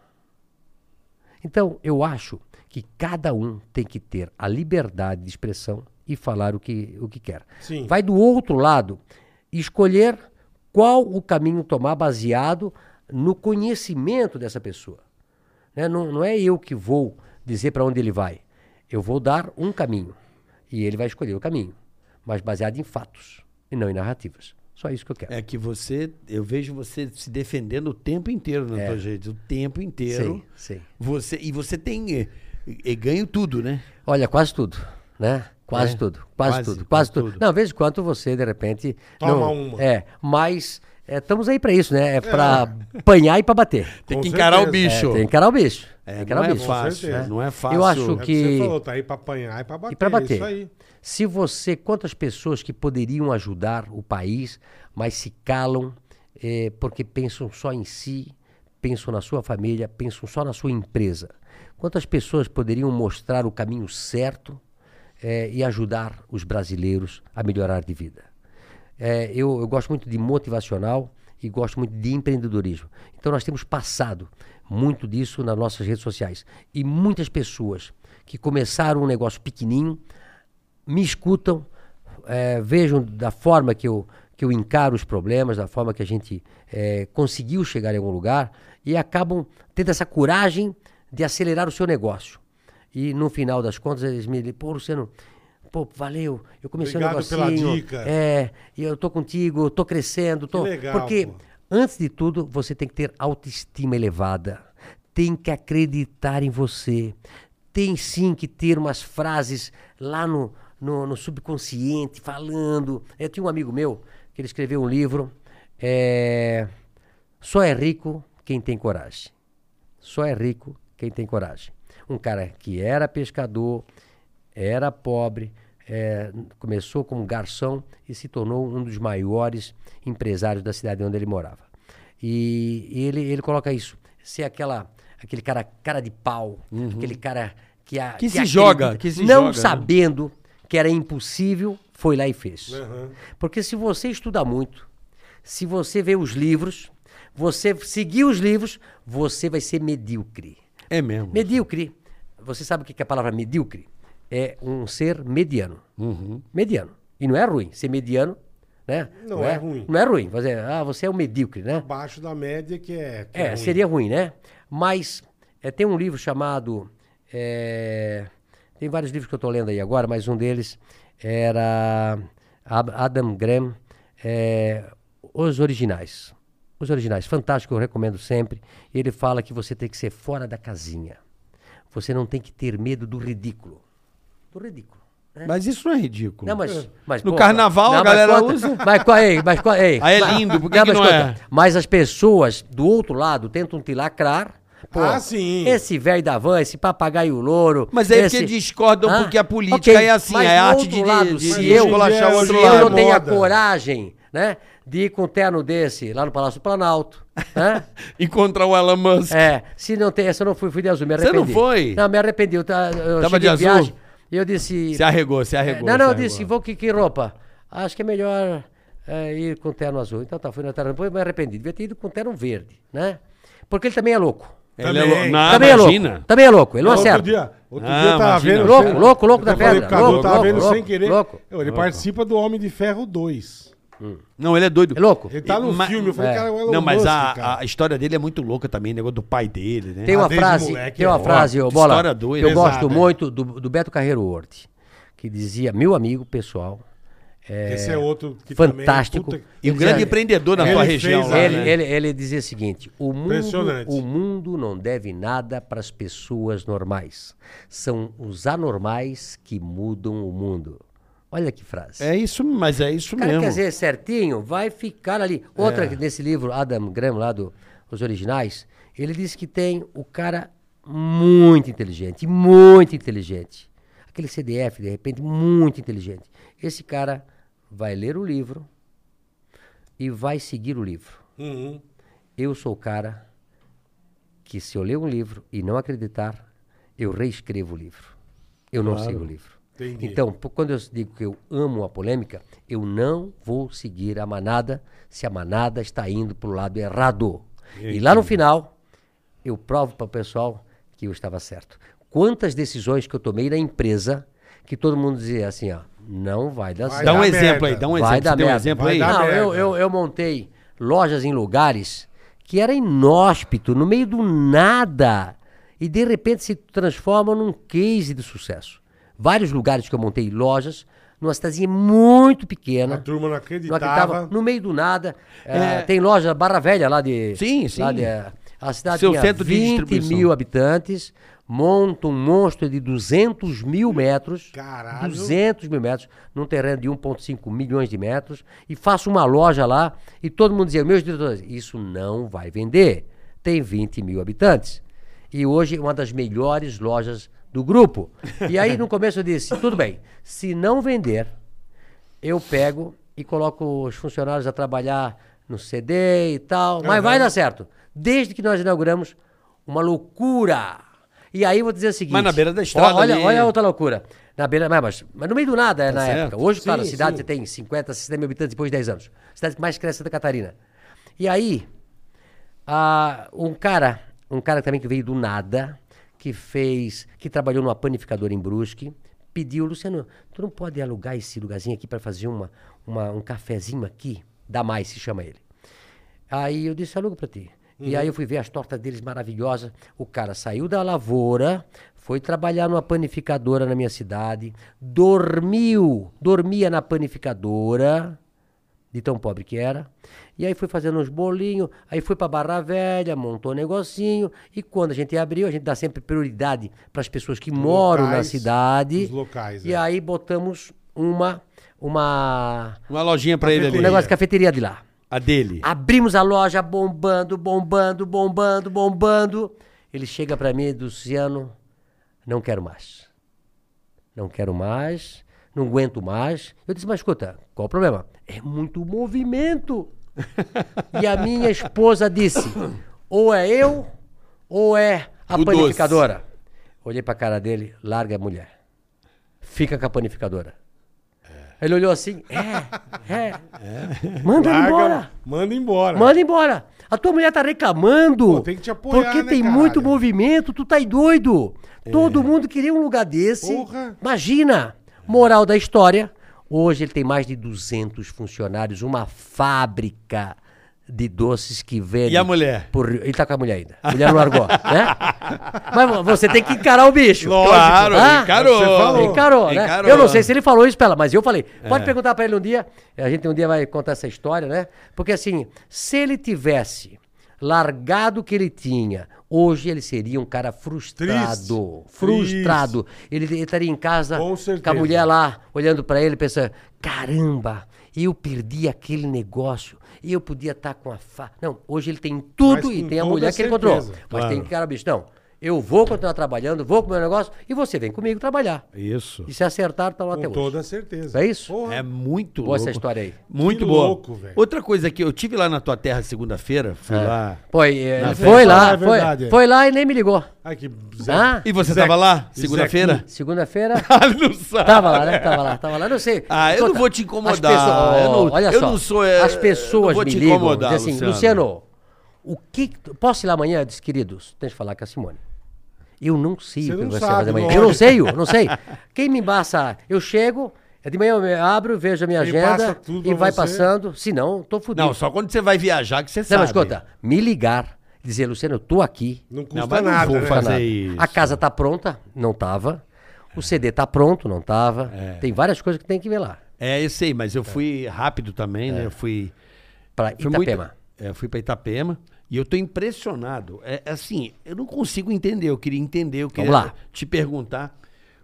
Speaker 5: Então, eu acho que cada um tem que ter a liberdade de expressão e falar o que, o que quer.
Speaker 3: Sim.
Speaker 5: Vai do outro lado escolher qual o caminho tomar baseado no conhecimento dessa pessoa. Né? Não, não é eu que vou dizer para onde ele vai. Eu vou dar um caminho e ele vai escolher o caminho, mas baseado em fatos e não em narrativas. Só isso que eu quero.
Speaker 4: É que você, eu vejo você se defendendo o tempo inteiro na tua gente, o tempo inteiro.
Speaker 5: É. Sim, sim.
Speaker 4: Você e você tem eh, eh, ganho tudo, né?
Speaker 5: Olha, quase tudo, né? Quase
Speaker 4: É,
Speaker 5: tudo, quase,
Speaker 4: quase,
Speaker 5: tudo,
Speaker 4: quase
Speaker 5: quase tudo.
Speaker 4: tudo.
Speaker 5: Não, veja quanto você, de repente...
Speaker 3: Toma
Speaker 5: não-
Speaker 3: uma.
Speaker 5: É, mas é, estamos aí pra isso, né? É pra apanhar e pra bater.
Speaker 4: Tem
Speaker 3: Com
Speaker 4: que encarar o
Speaker 3: certeza.
Speaker 4: bicho.
Speaker 5: É, Tem que encarar o bicho. tem que
Speaker 4: É,
Speaker 5: encarar
Speaker 4: não
Speaker 5: o
Speaker 4: é
Speaker 5: bicho.
Speaker 4: fácil,
Speaker 3: certeza.
Speaker 4: né? não é fácil.
Speaker 5: Eu acho
Speaker 3: É o
Speaker 5: que-
Speaker 3: Você falou, tá aí pra apanhar e pra bater.
Speaker 5: E pra bater.
Speaker 3: Isso aí.
Speaker 5: Se você, quantas pessoas que poderiam ajudar o país, mas se calam eh, porque pensam só em si, pensam na sua família, pensam só na sua empresa. Quantas pessoas poderiam mostrar o caminho certo eh, e ajudar os brasileiros a melhorar de vida? É, eu, eu gosto muito de motivacional e gosto muito de empreendedorismo. Então nós temos passado muito disso nas nossas redes sociais. E muitas pessoas que começaram um negócio pequenininho me escutam, é, vejam da forma que eu, que eu encaro os problemas, da forma que a gente é, conseguiu chegar em algum lugar e acabam tendo essa coragem de acelerar o seu negócio. E no final das contas eles me dizem, pô Luciano, pô, valeu, eu comecei um
Speaker 3: Obrigado pela
Speaker 5: negocinho.
Speaker 3: dica.
Speaker 5: é, é, e eu tô contigo, eu tô crescendo, tô.
Speaker 3: Que legal,
Speaker 5: Porque
Speaker 3: pô.
Speaker 5: antes de tudo, você tem que ter autoestima elevada. Tem que acreditar em você. Tem sim que ter umas frases lá no, no, no subconsciente falando. Eu tinha um amigo meu que ele escreveu um livro. é, Só é rico quem tem coragem. Só é rico quem tem coragem. Um cara que era pescador, era pobre, eh, começou como garçom e se tornou um dos maiores empresários da cidade onde ele morava. E, e ele, ele coloca isso: ser aquela, aquele cara, cara de pau, aquele cara que, a,
Speaker 4: Uhum. Que se joga, que se joga,
Speaker 5: não
Speaker 4: né?
Speaker 5: sabendo que era impossível, foi lá e fez.
Speaker 3: Aham.
Speaker 5: Porque se você estuda muito, se você vê os livros, você seguir os livros, você vai ser medíocre.
Speaker 4: É
Speaker 3: Uhum.
Speaker 4: mesmo.
Speaker 5: Medíocre. Você sabe o que que é a palavra medíocre? É um ser mediano. Mediano. E não é ruim. Ser mediano né?
Speaker 3: Uhum. Não é ruim.
Speaker 5: Não é ruim. Fazer, ah, você é um medíocre, né?
Speaker 3: Abaixo da média que é. que
Speaker 5: É,
Speaker 3: ruim.
Speaker 5: seria ruim, né? Mas é, tem um livro chamado. é, tem vários livros que eu estou lendo aí agora, mas um deles era Ab- Adam Graham, é, Os Originais. Os Originais, fantástico, eu recomendo sempre. Ele fala que você tem que ser fora da casinha. Você não tem que ter medo do ridículo. Do ridículo. né?
Speaker 4: Mas isso não é ridículo.
Speaker 5: Não, mas, mas,
Speaker 4: No carnaval a
Speaker 5: mas
Speaker 4: galera
Speaker 5: conta-
Speaker 4: usa.
Speaker 5: Mas qual é? Mas qual é?
Speaker 4: Aí é
Speaker 5: Mas-
Speaker 4: lindo, por que que
Speaker 5: mas
Speaker 4: não
Speaker 5: conta,
Speaker 4: é?
Speaker 5: Mas as pessoas do outro lado tentam te lacrar. Pô,
Speaker 3: Ah, sim.
Speaker 5: Esse velho da van, esse papagaio louro.
Speaker 4: Mas é
Speaker 5: esse...
Speaker 4: porque discordam, porque a política
Speaker 5: ok,
Speaker 4: é assim,
Speaker 5: mas
Speaker 4: é a
Speaker 5: do
Speaker 4: arte
Speaker 5: outro
Speaker 4: de-
Speaker 5: lado,
Speaker 4: de-
Speaker 5: se
Speaker 4: de
Speaker 5: eu,
Speaker 3: esculachar o
Speaker 5: se
Speaker 3: outro
Speaker 5: eu
Speaker 3: lado.
Speaker 5: não tenho a
Speaker 3: Moda.
Speaker 5: coragem, né? De ir com um terno desse lá no Palácio do Planalto. Né?
Speaker 4: Encontrar o Elon Musk.
Speaker 5: É, se não tem, se eu não fui, fui de azul, me
Speaker 4: Você
Speaker 5: arrependi.
Speaker 4: não foi?
Speaker 5: Não, me arrependi. Eu, ta- eu
Speaker 4: Tava
Speaker 5: cheguei
Speaker 4: de
Speaker 5: em
Speaker 4: azul?
Speaker 5: viagem, e eu disse...
Speaker 4: Se arregou, se
Speaker 5: É,
Speaker 4: arregou.
Speaker 5: Não, não,
Speaker 4: se
Speaker 5: eu disse,
Speaker 4: arregou.
Speaker 5: vou que, que roupa? Acho que é melhor é, ir com terno azul. Então tá, fui no terno, depois me arrependi. Devia ter ido com terno verde, né? Porque ele também é louco.
Speaker 4: Ele é Tá-
Speaker 3: Também.
Speaker 4: lou- Não,
Speaker 5: também é
Speaker 4: imagina.
Speaker 5: louco. Também é louco, ele não
Speaker 3: Outro
Speaker 5: acerta.
Speaker 3: dia, outro
Speaker 4: Ah,
Speaker 3: dia eu tava
Speaker 4: imagina.
Speaker 3: vendo.
Speaker 5: Louco,
Speaker 3: eu
Speaker 5: louco, louco da
Speaker 3: falei pro
Speaker 5: pedra.
Speaker 3: Cadu, eu
Speaker 5: Louco,
Speaker 3: tava
Speaker 5: louco,
Speaker 3: vendo sem
Speaker 5: louco,
Speaker 3: querer.
Speaker 5: louco.
Speaker 3: Ele participa do Homem de Ferro 2.
Speaker 4: Não, ele é doido.
Speaker 5: É louco.
Speaker 3: Ele tá no
Speaker 4: Ma-
Speaker 3: filme. Eu falei,
Speaker 5: é.
Speaker 3: cara, o Elon
Speaker 4: Não, mas
Speaker 3: Musk,
Speaker 4: a,
Speaker 3: cara.
Speaker 4: a história dele é muito louca também, negócio do pai dele, né?
Speaker 5: Tem uma
Speaker 3: Ah, desde
Speaker 5: frase,
Speaker 3: moleque
Speaker 5: tem
Speaker 3: é
Speaker 5: uma
Speaker 3: ó,
Speaker 5: frase, ô,
Speaker 4: que
Speaker 5: bola,
Speaker 4: história doida.
Speaker 5: que eu
Speaker 3: Pesada,
Speaker 5: gosto
Speaker 3: hein?
Speaker 5: muito do, do Beto Carreiro Orte, que dizia, meu amigo pessoal, é,
Speaker 3: Esse é outro que
Speaker 5: fantástico.
Speaker 3: também... puta-
Speaker 4: E um grande empreendedor na
Speaker 3: Ele
Speaker 4: tua
Speaker 3: fez
Speaker 4: região
Speaker 3: a-
Speaker 4: lá,
Speaker 5: ele,
Speaker 4: né?
Speaker 5: ele, ele dizia o seguinte: o mundo,
Speaker 3: Impressionante.
Speaker 5: o mundo não deve nada para as pessoas normais. São os anormais que mudam o mundo. Olha que frase.
Speaker 4: É isso, mas é isso
Speaker 5: o cara
Speaker 4: mesmo.
Speaker 5: quer dizer certinho, vai ficar ali. Outra que nesse livro, Adam Graham, lá do, dos originais, ele diz que tem o cara muito inteligente, muito inteligente. Aquele CDF, de repente, muito inteligente. Esse cara vai ler o livro e vai seguir o livro.
Speaker 3: Uhum.
Speaker 5: Eu sou o cara que, se eu ler um livro e não acreditar, eu reescrevo o livro. Eu não sigo o livro.
Speaker 3: Entendi.
Speaker 5: Então, po- quando eu digo que eu amo a polêmica, eu não vou seguir a manada se a manada está indo para o lado errado. E lá no final, eu provo para o pessoal que eu estava certo. Quantas decisões que eu tomei na empresa que todo mundo dizia assim, ó, não vai dar
Speaker 3: Vai
Speaker 5: certo
Speaker 4: Dá um
Speaker 3: dar
Speaker 4: exemplo
Speaker 3: merda.
Speaker 4: aí, dá um
Speaker 5: vai
Speaker 4: exemplo.
Speaker 5: dar
Speaker 4: Você tem um
Speaker 5: merda.
Speaker 4: exemplo
Speaker 3: Vai
Speaker 4: aí?
Speaker 3: dar
Speaker 5: Não,
Speaker 3: merda.
Speaker 5: eu, eu, eu montei lojas em lugares que era inóspito, no meio do nada. E de repente se transforma num case de sucesso. Vários lugares que eu montei lojas, numa cidadezinha muito pequena.
Speaker 3: A turma não
Speaker 5: não
Speaker 3: acreditava.
Speaker 5: acreditava, no meio do nada. eh, tem loja Barra Velha lá de.
Speaker 4: É. Sim, sim.
Speaker 5: lá de, eh, a cidade
Speaker 4: Seu
Speaker 5: tinha
Speaker 4: centro de
Speaker 5: 20
Speaker 4: distribuição.
Speaker 5: mil habitantes, monta um monstro de 200 mil metros.
Speaker 3: Caralho.
Speaker 5: 200 mil metros, num terreno de 1,5 milhões de metros, e faço uma loja lá, e todo mundo dizia, meus diretores, isso não vai vender. Tem 20 mil habitantes. E hoje é uma das melhores lojas do grupo. E aí, no começo, eu disse, tudo bem, se não vender, eu pego e coloco os funcionários a trabalhar no CD e tal, mas vai dar certo. Desde que nós inauguramos, uma loucura. E aí, eu vou dizer o seguinte...
Speaker 4: na beira da
Speaker 5: Ó,
Speaker 4: estrada
Speaker 5: Olha,
Speaker 4: ali. Tá
Speaker 5: olha a outra loucura. Na beira, mas, mas- mas no meio do nada é na
Speaker 4: certo.
Speaker 5: época. Hoje, claro, a
Speaker 3: Sim,
Speaker 5: cidade
Speaker 3: sim.
Speaker 5: tem 50, 60 mil habitantes depois de 10 anos. Cidade que mais cresce é Santa Catarina. E aí, ah, um cara, um cara também que veio do nada, que fez, que trabalhou numa panificadora em Brusque, pediu, Luciano, tu não pode alugar esse lugarzinho aqui para fazer uma, uma- um cafezinho aqui? Dá mais, se chama ele. Aí eu disse, aluga pra ti. E
Speaker 3: Uhum.
Speaker 5: aí eu fui ver as tortas deles maravilhosas. O cara saiu da lavoura, foi trabalhar numa panificadora na minha cidade, dormiu, dormia na panificadora, de tão pobre que era. E aí foi fazendo uns bolinhos, aí foi pra Barra Velha, montou um negocinho. E quando a gente abriu, a gente dá sempre prioridade para as pessoas que moram na
Speaker 3: locais,
Speaker 5: cidade.
Speaker 3: os locais,
Speaker 5: E
Speaker 3: é.
Speaker 5: aí botamos uma, uma,
Speaker 4: Uma lojinha pra ele
Speaker 5: um
Speaker 4: ali.
Speaker 5: negócio de cafeteria de lá.
Speaker 4: A dele.
Speaker 3: Ah.
Speaker 5: Abrimos a loja bombando, bombando, bombando, bombando. Ele chega pra mim, Luciano, não quero mais. Não quero mais, não aguento mais. Eu disse, mas escuta, qual o problema? É muito movimento. e a minha esposa disse, ou é eu, ou é a
Speaker 4: O doce.
Speaker 5: panificadora. Olhei pra cara dele, larga a mulher. Fica com a panificadora. Ele olhou assim, é, é, manda ele
Speaker 3: Larga,
Speaker 5: embora.
Speaker 3: Manda embora.
Speaker 5: Manda embora. A tua mulher tá reclamando.
Speaker 3: Pô, tem que te apoiar,
Speaker 5: Porque
Speaker 3: né,
Speaker 5: tem
Speaker 3: caralho? É.
Speaker 5: muito movimento, tu tá aí doido. Todo mundo queria um lugar desse.
Speaker 3: Porra.
Speaker 5: Imagina. Moral da história. Hoje ele tem mais de 200 funcionários, uma fábrica de doces que vende.
Speaker 4: E a mulher?
Speaker 5: por- ele tá com a mulher ainda. A mulher não largou, né? Mas você tem que encarar o bicho.
Speaker 4: Claro,
Speaker 5: Ah,
Speaker 4: encarou.
Speaker 3: você falou.
Speaker 5: Encarou, né?
Speaker 4: Encarou.
Speaker 5: Eu não sei se ele falou isso pra ela, mas eu falei.
Speaker 3: É.
Speaker 5: Pode perguntar pra ele um dia. A gente um dia vai contar essa história, né? Porque assim, se ele tivesse largado o que ele tinha, hoje ele seria um cara frustrado.
Speaker 3: Triste.
Speaker 5: Frustrado. Ele, ele estaria em casa
Speaker 3: Com
Speaker 5: a
Speaker 3: certeza.
Speaker 5: mulher lá, olhando pra ele, pensando, caramba, eu perdi aquele negócio. Eu podia estar com a fa... Não, hoje ele tem tudo
Speaker 3: Mas
Speaker 5: e
Speaker 3: com
Speaker 5: tem a
Speaker 3: toda
Speaker 5: mulher que ele
Speaker 3: certeza.
Speaker 5: encontrou. Mas tem que, cara, bicho, não. Eu vou continuar trabalhando, vou com o meu negócio e você vem comigo trabalhar.
Speaker 4: Isso.
Speaker 5: E se acertar, tá lá até
Speaker 3: Com
Speaker 5: hoje.
Speaker 3: toda certeza.
Speaker 5: É isso?
Speaker 3: Porra,
Speaker 4: É muito
Speaker 5: Boa
Speaker 4: louco.
Speaker 5: essa história aí.
Speaker 4: Muito
Speaker 3: Que
Speaker 4: boa.
Speaker 3: louco, velho.
Speaker 4: Outra coisa que eu tive lá na tua terra segunda-feira, fui
Speaker 5: É.
Speaker 4: lá.
Speaker 5: Pô, e, eh,
Speaker 3: Na
Speaker 5: ele
Speaker 3: frente,
Speaker 5: foi
Speaker 3: ah,
Speaker 5: lá,
Speaker 3: é verdade,
Speaker 5: foi,
Speaker 3: é.
Speaker 5: foi lá e nem me ligou.
Speaker 3: Ai, que
Speaker 5: Ah,
Speaker 4: E você
Speaker 3: Zé-
Speaker 4: tava lá
Speaker 3: Zé
Speaker 4: segunda-feira?
Speaker 5: segunda-feira,
Speaker 4: Ah, não sabe.
Speaker 5: tava lá, né? Tava lá, tava lá, não sei.
Speaker 4: Ah, eu não vou te incomodar, eu não-
Speaker 5: olha
Speaker 4: eu
Speaker 5: só,
Speaker 4: não sou, eh,
Speaker 5: as pessoas
Speaker 4: eu não vou
Speaker 5: me
Speaker 4: te
Speaker 5: ligam,
Speaker 4: incomodar,
Speaker 5: dizem assim,
Speaker 4: Luciano.
Speaker 5: Luciano. o que, que tu- posso ir lá amanhã? Eu disse, queridos, tem que falar com a Simone. Eu não sei
Speaker 3: Você
Speaker 5: o que
Speaker 3: não
Speaker 5: você
Speaker 3: sabe,
Speaker 5: vai fazer amanhã.
Speaker 3: lógico.
Speaker 5: Eu não sei, eu não sei. Quem me passa, eu chego, eh, de manhã eu me abro, vejo a minha
Speaker 3: Quem passa
Speaker 5: agenda
Speaker 3: tudo
Speaker 5: e
Speaker 3: pra
Speaker 5: vai
Speaker 3: você.
Speaker 5: passando, se não, tô fudido.
Speaker 4: Não, só quando você vai viajar que você
Speaker 5: Não,
Speaker 4: sabe.
Speaker 5: mas escuta, me ligar, dizer, Luciano, eu tô aqui.
Speaker 3: Não
Speaker 4: Não,
Speaker 3: custa
Speaker 4: mas não
Speaker 3: nada,
Speaker 4: vou
Speaker 3: né?
Speaker 4: fazer
Speaker 5: nada.
Speaker 4: isso.
Speaker 5: A casa tá pronta? Não tava. O CD tá pronto? Não tava. Tem várias coisas que tem que ver lá.
Speaker 4: É, eu sei, mas eu fui rápido também, né? Eu fui...
Speaker 5: É. Pra
Speaker 4: Foi
Speaker 5: Itapema.
Speaker 4: Muito, é, eu fui para Itapema e eu tô impressionado. É é assim, eu não consigo entender. Eu queria entender, eu queria
Speaker 5: lá.
Speaker 4: te perguntar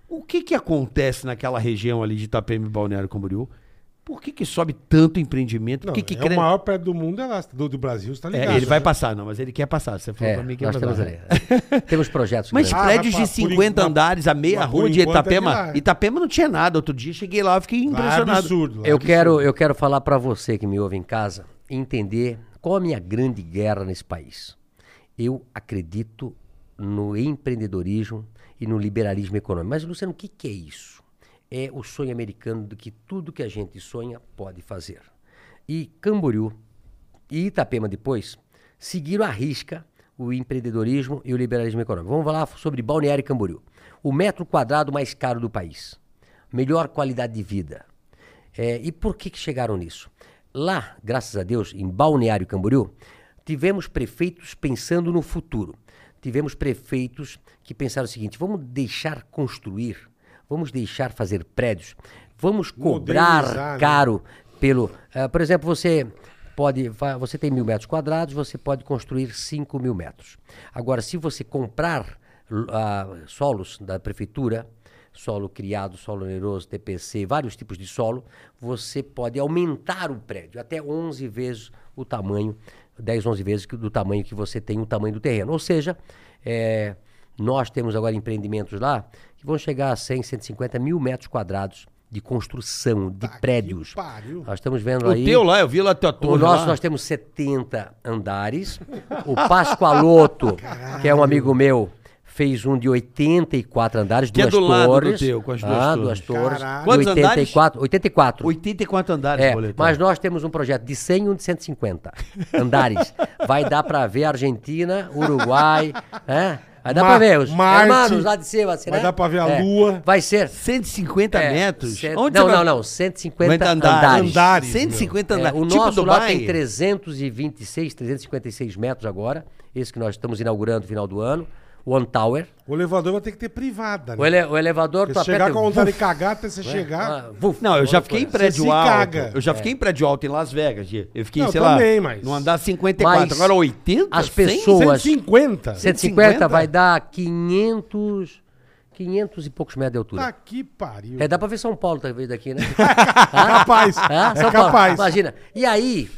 Speaker 4: o que que acontece naquela região ali de Itapema e Balneário Camboriú? Por que que sobe tanto empreendimento?
Speaker 3: Não,
Speaker 4: Por que que
Speaker 3: é
Speaker 4: cre-
Speaker 3: o maior prédio do mundo, é lá, do, do Brasil, você tá
Speaker 4: É,
Speaker 3: ligado.
Speaker 4: ele vai
Speaker 3: né?
Speaker 4: passar, não, mas ele quer passar. Você falou
Speaker 5: É,
Speaker 4: pra mim que ia
Speaker 5: nós temos,
Speaker 4: passar.
Speaker 5: ali, temos projetos.
Speaker 4: Mas
Speaker 5: grandes.
Speaker 3: Ah,
Speaker 4: prédios de
Speaker 3: mas por
Speaker 4: 50
Speaker 3: enquanto-
Speaker 4: andares, a meia
Speaker 3: mas por
Speaker 4: rua de
Speaker 3: enquanto é de
Speaker 4: Itapema.
Speaker 3: lá, é.
Speaker 4: Itapema não tinha nada. Outro dia cheguei lá, eu fiquei
Speaker 3: Lá é
Speaker 4: impressionado.
Speaker 3: absurdo. lá é
Speaker 5: eu,
Speaker 3: absurdo.
Speaker 5: quero, eu quero falar pra você que me ouve em casa entender qual a minha grande guerra nesse país. Eu acredito no empreendedorismo e no liberalismo econômico. Mas, Luciano, o que, que é isso? É o sonho americano de que tudo que a gente sonha pode fazer. E Camboriú e Itapema depois seguiram à risca o empreendedorismo e o liberalismo econômico. Vamos falar sobre Balneário e Camboriú. O metro quadrado mais caro do país. Melhor qualidade de vida. É, e por que, que chegaram nisso? Lá, graças a Deus, em Balneário Camboriú, tivemos prefeitos pensando no futuro. Tivemos prefeitos que pensaram o seguinte: vamos deixar construir, vamos deixar fazer prédios, vamos
Speaker 3: Modernizar,
Speaker 5: cobrar
Speaker 3: né?
Speaker 5: caro pelo. eh, por exemplo, você pode. fa- Você tem mil metros quadrados, você pode construir cinco mil metros. Agora, se você comprar l- ah, solos da prefeitura, solo criado, solo oneroso, TPC, vários tipos de solo, você pode aumentar o prédio até 11 vezes o tamanho, 10, 11 vezes que- do tamanho que você tem o tamanho do terreno. Ou seja, eh, nós temos agora empreendimentos lá que vão chegar a 100, 150 mil metros quadrados de construção de prédios.
Speaker 3: Que pariu.
Speaker 5: Nós estamos vendo
Speaker 4: O
Speaker 5: aí.
Speaker 4: teu lá, eu vi lá a tua
Speaker 5: o
Speaker 4: torre
Speaker 5: nosso,
Speaker 4: lá.
Speaker 5: nós temos 70 andares. O Pascoaloto, que é um amigo meu, fez um de 84 andares,
Speaker 4: Que é
Speaker 5: duas
Speaker 4: do lado do
Speaker 5: torres.
Speaker 4: teu, com as duas
Speaker 5: ah,
Speaker 4: torres.
Speaker 5: duas torres.
Speaker 3: Caralho.
Speaker 5: E
Speaker 4: Quantos
Speaker 5: 84, 84.
Speaker 4: 84 andares,
Speaker 5: É,
Speaker 4: boleto.
Speaker 5: mas nós temos um projeto de 100 e um de 150 andares. Vai dar para ver Argentina, Uruguai, né? Vai dar
Speaker 3: Ma-
Speaker 5: para ver os
Speaker 3: Marte.
Speaker 5: hermanos lá de cima, assim,
Speaker 3: Vai
Speaker 5: né?
Speaker 3: dar pra ver a
Speaker 5: É.
Speaker 3: Lua.
Speaker 5: Vai ser
Speaker 4: 150
Speaker 5: é,
Speaker 4: metros?
Speaker 5: cento-
Speaker 4: Onde
Speaker 5: não,
Speaker 4: você vai-
Speaker 5: não, não, 150
Speaker 4: 50
Speaker 5: andares.
Speaker 4: andares.
Speaker 3: Andares,
Speaker 4: 150
Speaker 5: É,
Speaker 4: andares.
Speaker 5: o
Speaker 4: tipo
Speaker 5: nosso
Speaker 4: Dubai.
Speaker 5: lá tem 326, 356 metros agora. Esse que nós estamos inaugurando no final do ano. One Tower.
Speaker 3: O elevador vai ter que ter privada,
Speaker 5: O,
Speaker 3: né?
Speaker 5: ele- o elevador...
Speaker 3: Porque
Speaker 5: tu
Speaker 3: se chegar
Speaker 5: aperta
Speaker 3: com
Speaker 5: e
Speaker 3: a vontade de
Speaker 5: vuf,
Speaker 3: cagar até você chegar.
Speaker 5: ah, vuf.
Speaker 4: Não, eu já fiquei em prédio
Speaker 3: se
Speaker 4: alto.
Speaker 3: caga.
Speaker 4: Eu já fiquei
Speaker 5: É.
Speaker 4: em prédio alto em Las Vegas. Gê. Eu fiquei,
Speaker 3: Não,
Speaker 4: sei
Speaker 3: eu
Speaker 4: lá,
Speaker 3: também, mas-
Speaker 4: no andar 54.
Speaker 5: Mas
Speaker 4: Agora 80,
Speaker 5: as
Speaker 4: 100?
Speaker 5: pessoas- boas.
Speaker 3: 150?
Speaker 5: é 150 vai dar 500... 500 e poucos metros de altura.
Speaker 3: Tá que pariu.
Speaker 5: É, dá pra ver São Paulo, talvez, daqui, né?
Speaker 3: Capaz.
Speaker 5: Ah,
Speaker 3: É
Speaker 5: São Paulo,
Speaker 3: capaz.
Speaker 5: Imagina. E aí,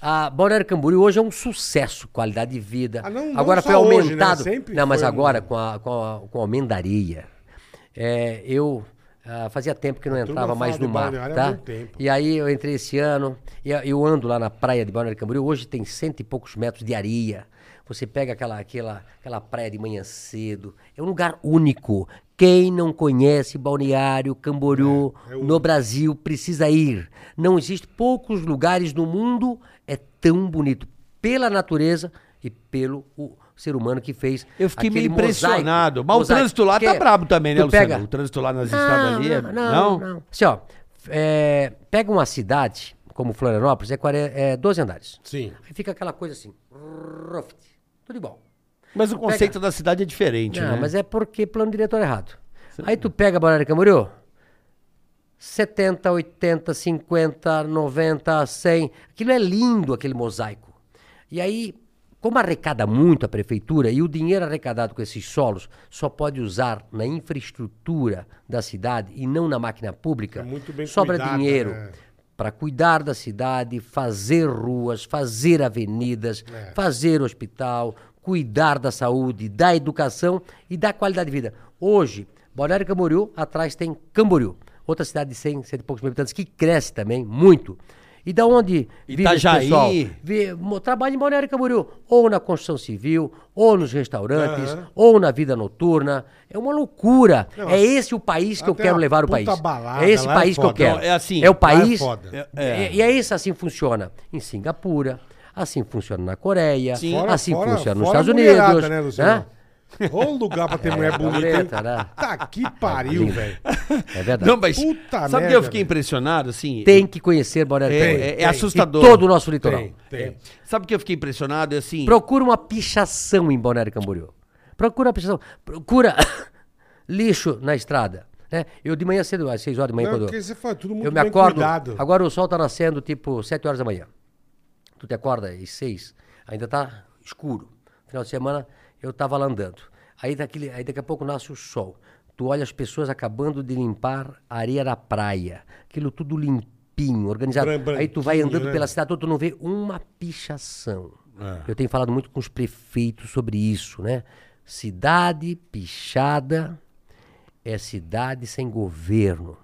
Speaker 5: a Balneário Camboriú hoje é um sucesso, qualidade de vida.
Speaker 3: Ah, não- não
Speaker 5: agora
Speaker 3: só
Speaker 5: foi
Speaker 3: hoje,
Speaker 5: aumentado.
Speaker 3: né? Sempre
Speaker 5: não, mas
Speaker 3: foi um-
Speaker 5: agora com a, com a, com a almendaria, é, eu ah, fazia tempo que não entrava
Speaker 3: turma
Speaker 5: mais
Speaker 3: fala
Speaker 5: no
Speaker 3: de
Speaker 5: mar,
Speaker 3: Balneário há
Speaker 5: tá?
Speaker 3: muito tempo.
Speaker 5: E aí eu entrei esse ano, e a- eu ando lá na praia de Balneário Camboriú, hoje tem cento e poucos metros de areia. Você pega aquela, aquela, aquela praia de manhã cedo, é um lugar único. Quem não conhece Balneário Camboriú
Speaker 3: É, é
Speaker 5: no Brasil precisa ir. Não existe poucos lugares no mundo é tão bonito pela natureza e pelo o ser humano que fez.
Speaker 4: Eu fiquei meio
Speaker 5: aquele mosaico.
Speaker 4: impressionado. Mas o
Speaker 5: Mosaico.
Speaker 4: trânsito lá tá
Speaker 5: Porque
Speaker 4: brabo também, né,
Speaker 5: tu
Speaker 4: Luciano?
Speaker 5: pega-
Speaker 4: O trânsito lá nas
Speaker 5: não,
Speaker 4: estradas ali. é-
Speaker 5: Não, não, não. Assim, ó, é, pega uma cidade como Florianópolis, é, 40 é 12 andares.
Speaker 3: Sim.
Speaker 5: Aí fica aquela coisa assim, ruft, tudo igual.
Speaker 6: Mas o conceito da cidade é diferente,
Speaker 5: Não,
Speaker 6: né?
Speaker 5: mas é porque plano diretor errado. Aí tu pega a Balneário Camboriú, 70, 80, 50, 90, 100. Aquilo é lindo, aquele mosaico. E aí, como arrecada muito a prefeitura e o dinheiro arrecadado com esses solos só pode usar na infraestrutura da cidade e não na máquina pública,
Speaker 3: É muito bem
Speaker 5: sobra
Speaker 3: cuidada,
Speaker 5: dinheiro
Speaker 3: né?
Speaker 5: para cuidar da cidade, fazer ruas, fazer avenidas,
Speaker 3: É.
Speaker 5: fazer hospital, cuidar da saúde, da educação e da qualidade de vida. Hoje, Balneário Camboriú, atrás tem Camboriú, outra cidade de 100, 100 e poucos mil habitantes, que cresce também muito. E da onde vive esse
Speaker 6: Itajaí.
Speaker 5: pessoal? Vi- mo- Trabalha em Balneário Camboriú, ou na construção civil, ou nos restaurantes,
Speaker 3: Aham.
Speaker 5: ou na vida noturna. É uma loucura.
Speaker 3: Não,
Speaker 5: é
Speaker 3: as-
Speaker 5: esse o país que eu
Speaker 3: até
Speaker 5: quero
Speaker 3: uma
Speaker 5: levar o
Speaker 3: puta
Speaker 5: país.
Speaker 3: balada
Speaker 5: É esse
Speaker 3: lá é
Speaker 5: país que eu
Speaker 3: foda.
Speaker 5: quero.
Speaker 6: Não, é assim,
Speaker 5: É o
Speaker 6: lá é
Speaker 5: país.
Speaker 3: foda.
Speaker 5: É- E é isso assim funciona em Singapura, assim funciona na Coreia,
Speaker 3: Fora-
Speaker 5: assim
Speaker 3: fora-
Speaker 5: funciona nos
Speaker 3: fora
Speaker 5: Estados
Speaker 3: a mulherada,
Speaker 5: Unidos.
Speaker 3: Né,
Speaker 5: né?
Speaker 3: Luciano? Ou lugar pra ter mulher
Speaker 5: tá
Speaker 3: bonita, hein?
Speaker 5: bonita, né?
Speaker 3: Tá que pariu, velho.
Speaker 5: É verdade.
Speaker 4: Não, mas
Speaker 3: Puta
Speaker 4: sabe que
Speaker 3: merda,
Speaker 4: eu fiquei
Speaker 3: velho.
Speaker 4: impressionado, assim?
Speaker 5: Tem que conhecer Balneário
Speaker 4: É,
Speaker 5: Camboriú.
Speaker 4: é- é
Speaker 5: Tem.
Speaker 4: assustador.
Speaker 5: E todo o nosso litoral.
Speaker 3: Tem, tem.
Speaker 4: Sabe que eu fiquei impressionado, assim?
Speaker 5: Procura uma pichação em Balneário Camboriú. Procura uma pichação. Procura lixo na estrada. Né? Eu de manhã cedo, às 6 horas da manhã,
Speaker 3: Não,
Speaker 5: quando
Speaker 3: porque você fala, tudo muito
Speaker 5: eu me
Speaker 3: bem
Speaker 5: acordo.
Speaker 3: cuidado.
Speaker 5: Agora o sol tá nascendo tipo 7 horas da manhã. Tu te acorda às 6, ainda tá escuro. Final de semana eu tava lá andando. Aí, daquele, aí daqui a pouco nasce o sol. Tu olha as pessoas acabando de limpar a areia da praia. Aquilo tudo limpinho, organizado.
Speaker 3: Bran-
Speaker 5: Aí tu vai
Speaker 3: branquinho,
Speaker 5: andando
Speaker 3: né? Ah.
Speaker 5: pela cidade toda, tu não vê uma pichação. Eu tenho falado muito com os prefeitos sobre isso, né? Cidade pichada é cidade sem governo,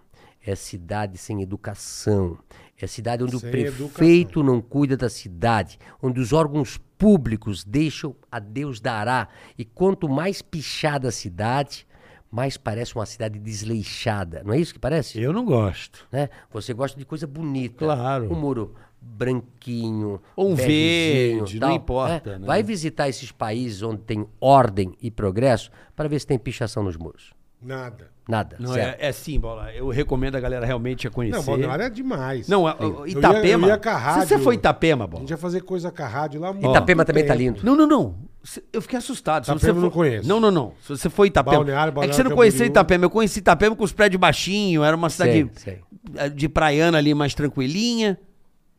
Speaker 5: é cidade sem educação, é cidade onde
Speaker 3: Sem
Speaker 5: o prefeito
Speaker 3: educação.
Speaker 5: não cuida da cidade, onde os órgãos públicos deixam a Deus dará. E quanto mais pichada a cidade, mais parece uma cidade desleixada. Não é isso que parece?
Speaker 6: Eu não gosto.
Speaker 5: né? Você gosta de coisa bonita.
Speaker 6: Claro.
Speaker 5: Um muro branquinho.
Speaker 4: Ou um
Speaker 5: begezinho,
Speaker 4: verde, não importa, né?
Speaker 5: Vai visitar esses países onde tem ordem e progresso para ver se tem pichação nos muros.
Speaker 3: Nada.
Speaker 5: Nada.
Speaker 4: Não,
Speaker 5: zero.
Speaker 4: é, é sim, Bola. Eu recomendo a galera realmente a conhecer.
Speaker 3: Não, Balneário é demais.
Speaker 4: Não, a- a- Itapema.
Speaker 3: Eu ia, eu ia com a rádio.
Speaker 4: Se você foi em Itapema,
Speaker 3: A
Speaker 4: Bola.
Speaker 3: gente ia fazer coisa com a rádio lá. muito
Speaker 5: Itapema também
Speaker 3: tempo.
Speaker 5: tá lindo.
Speaker 4: Não, não, não. Se- Eu fiquei assustado. Se
Speaker 3: Itapema eu não
Speaker 4: for-
Speaker 3: conheço.
Speaker 4: Não, não, não. Se você foi Itapema.
Speaker 3: Balneário,
Speaker 4: é
Speaker 3: Balneário
Speaker 4: que você não conhecia
Speaker 3: Camboriú.
Speaker 4: Itapema. Eu conheci Itapema com os prédios baixinhos. Era uma cidade
Speaker 5: Sei, sei.
Speaker 4: eh, de praiana ali mais tranquilinha.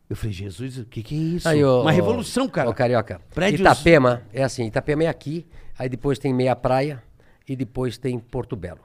Speaker 4: Eu falei, Jesus, o que, que é isso?
Speaker 5: Aí, ô-
Speaker 4: uma
Speaker 5: ô-
Speaker 4: revolução, cara.
Speaker 5: ô, carioca.
Speaker 4: Prédios-
Speaker 5: Itapema é assim, Itapema é aqui, aí depois tem Meia Praia e depois tem Porto Belo.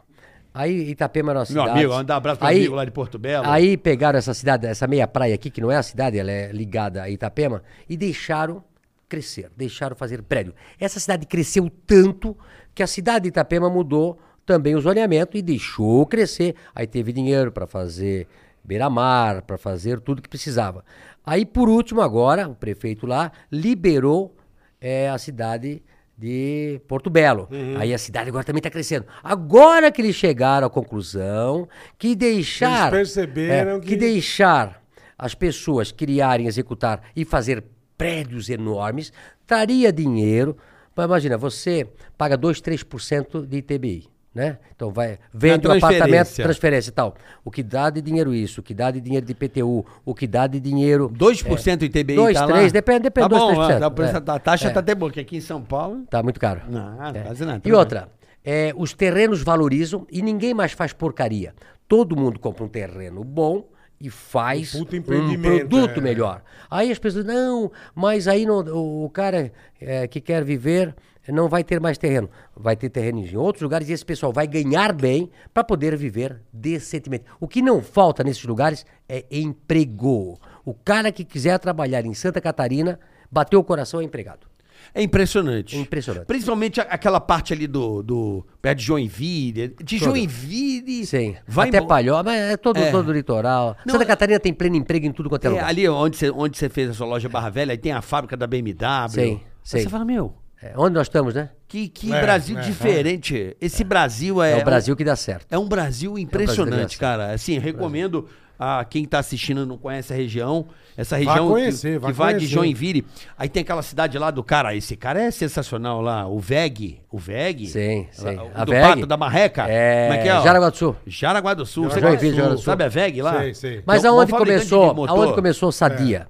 Speaker 5: Aí Itapema é uma
Speaker 4: Meu
Speaker 5: cidade.
Speaker 4: amigo, mandar um abraço pro
Speaker 5: aí,
Speaker 4: amigo lá de Porto Belo.
Speaker 5: Aí pegaram essa cidade, essa meia praia aqui, que não é a cidade, ela é ligada a Itapema, e deixaram crescer, deixaram fazer prédio. Essa cidade cresceu tanto que a cidade de Itapema mudou também o zoneamento e deixou crescer. Aí teve dinheiro para fazer beira-mar, para fazer tudo que precisava. Aí, por último, agora, o prefeito lá liberou eh, a cidade de Porto Belo. Aí a cidade agora também está crescendo. Agora que eles chegaram à conclusão que deixar.
Speaker 3: Eles perceberam
Speaker 5: é,
Speaker 3: que-
Speaker 5: deixar as pessoas criarem, executar e fazer prédios enormes traria dinheiro. Mas imagina, você paga 2, 3% de ITBI. Né? Então vai, vende o apartamento,
Speaker 4: transferência.
Speaker 5: transferência e tal. O que dá de dinheiro isso, o que dá de dinheiro de IPTU, o que dá de dinheiro.
Speaker 4: 2% do ITBI
Speaker 5: 2,
Speaker 4: tá lá?
Speaker 5: 3, é. depende,
Speaker 4: Tá
Speaker 5: depende, dois,
Speaker 4: bom,
Speaker 5: três por
Speaker 4: ah,
Speaker 5: cento,
Speaker 4: tá, por
Speaker 5: é.
Speaker 4: isso a taxa
Speaker 5: É.
Speaker 4: tá até boa, porque aqui em São Paulo...
Speaker 5: Tá muito caro.
Speaker 4: Não,
Speaker 5: É.
Speaker 4: quase nada.
Speaker 5: E outra, é, os terrenos valorizam e ninguém mais faz porcaria. Todo mundo compra um terreno bom e faz
Speaker 3: Um puta
Speaker 5: um
Speaker 3: empreendimento,
Speaker 5: produto
Speaker 3: é.
Speaker 5: melhor. Aí as pessoas, não, mas aí não- o, o cara é, que quer viver não vai ter mais terreno. Vai ter terreno em outros lugares e esse pessoal vai ganhar bem para poder viver decentemente. O que não falta nesses lugares é emprego. O cara que quiser trabalhar em Santa Catarina, bateu o coração é empregado.
Speaker 4: É impressionante.
Speaker 5: É impressionante.
Speaker 4: Principalmente a- aquela parte ali do, do perto de Joinville, de Joinville,
Speaker 5: Sim.
Speaker 4: vai
Speaker 5: Até
Speaker 4: embo-
Speaker 5: Palhola, mas é todo,
Speaker 4: É.
Speaker 5: todo o litoral.
Speaker 4: Não,
Speaker 5: Santa
Speaker 4: é-
Speaker 5: Catarina tem pleno emprego em tudo quanto é,
Speaker 4: É,
Speaker 5: lugar.
Speaker 4: ali onde você onde você fez a sua loja Barra Velha, aí tem a fábrica da BMW.
Speaker 5: Sim,
Speaker 4: Aí
Speaker 5: sim.
Speaker 4: Você fala, meu,
Speaker 5: É, onde nós estamos, né?
Speaker 4: que, que
Speaker 3: É,
Speaker 4: Brasil
Speaker 3: é,
Speaker 4: diferente. Esse Brasil é,
Speaker 5: É, o Brasil que dá certo.
Speaker 4: É um Brasil impressionante,
Speaker 5: engraçado.
Speaker 4: cara. Assim, recomendo a quem está assistindo não conhece a região, essa região
Speaker 3: conhecer,
Speaker 4: que,
Speaker 3: vai
Speaker 4: que vai de
Speaker 3: conhecer.
Speaker 4: Joinville. Aí tem aquela cidade lá do cara, esse cara é sensacional lá, o VEG, o VEG.
Speaker 5: Sim,
Speaker 4: o
Speaker 5: sim.
Speaker 4: do
Speaker 5: A VEG?
Speaker 4: Pato, da Marreca.
Speaker 5: É,
Speaker 4: Como é que é? ó?
Speaker 5: Jaraguá do Sul.
Speaker 4: Jaraguá do Sul.
Speaker 3: Jaraguá do
Speaker 4: Sabe-
Speaker 3: Sul, Jaraguá do Sul.
Speaker 4: Sabe a VEG lá?
Speaker 3: Sei, sei.
Speaker 5: Mas
Speaker 4: Tem um bom
Speaker 5: aonde
Speaker 4: fabricante de
Speaker 5: começou,
Speaker 4: motor. É.
Speaker 5: aonde começou Sadia?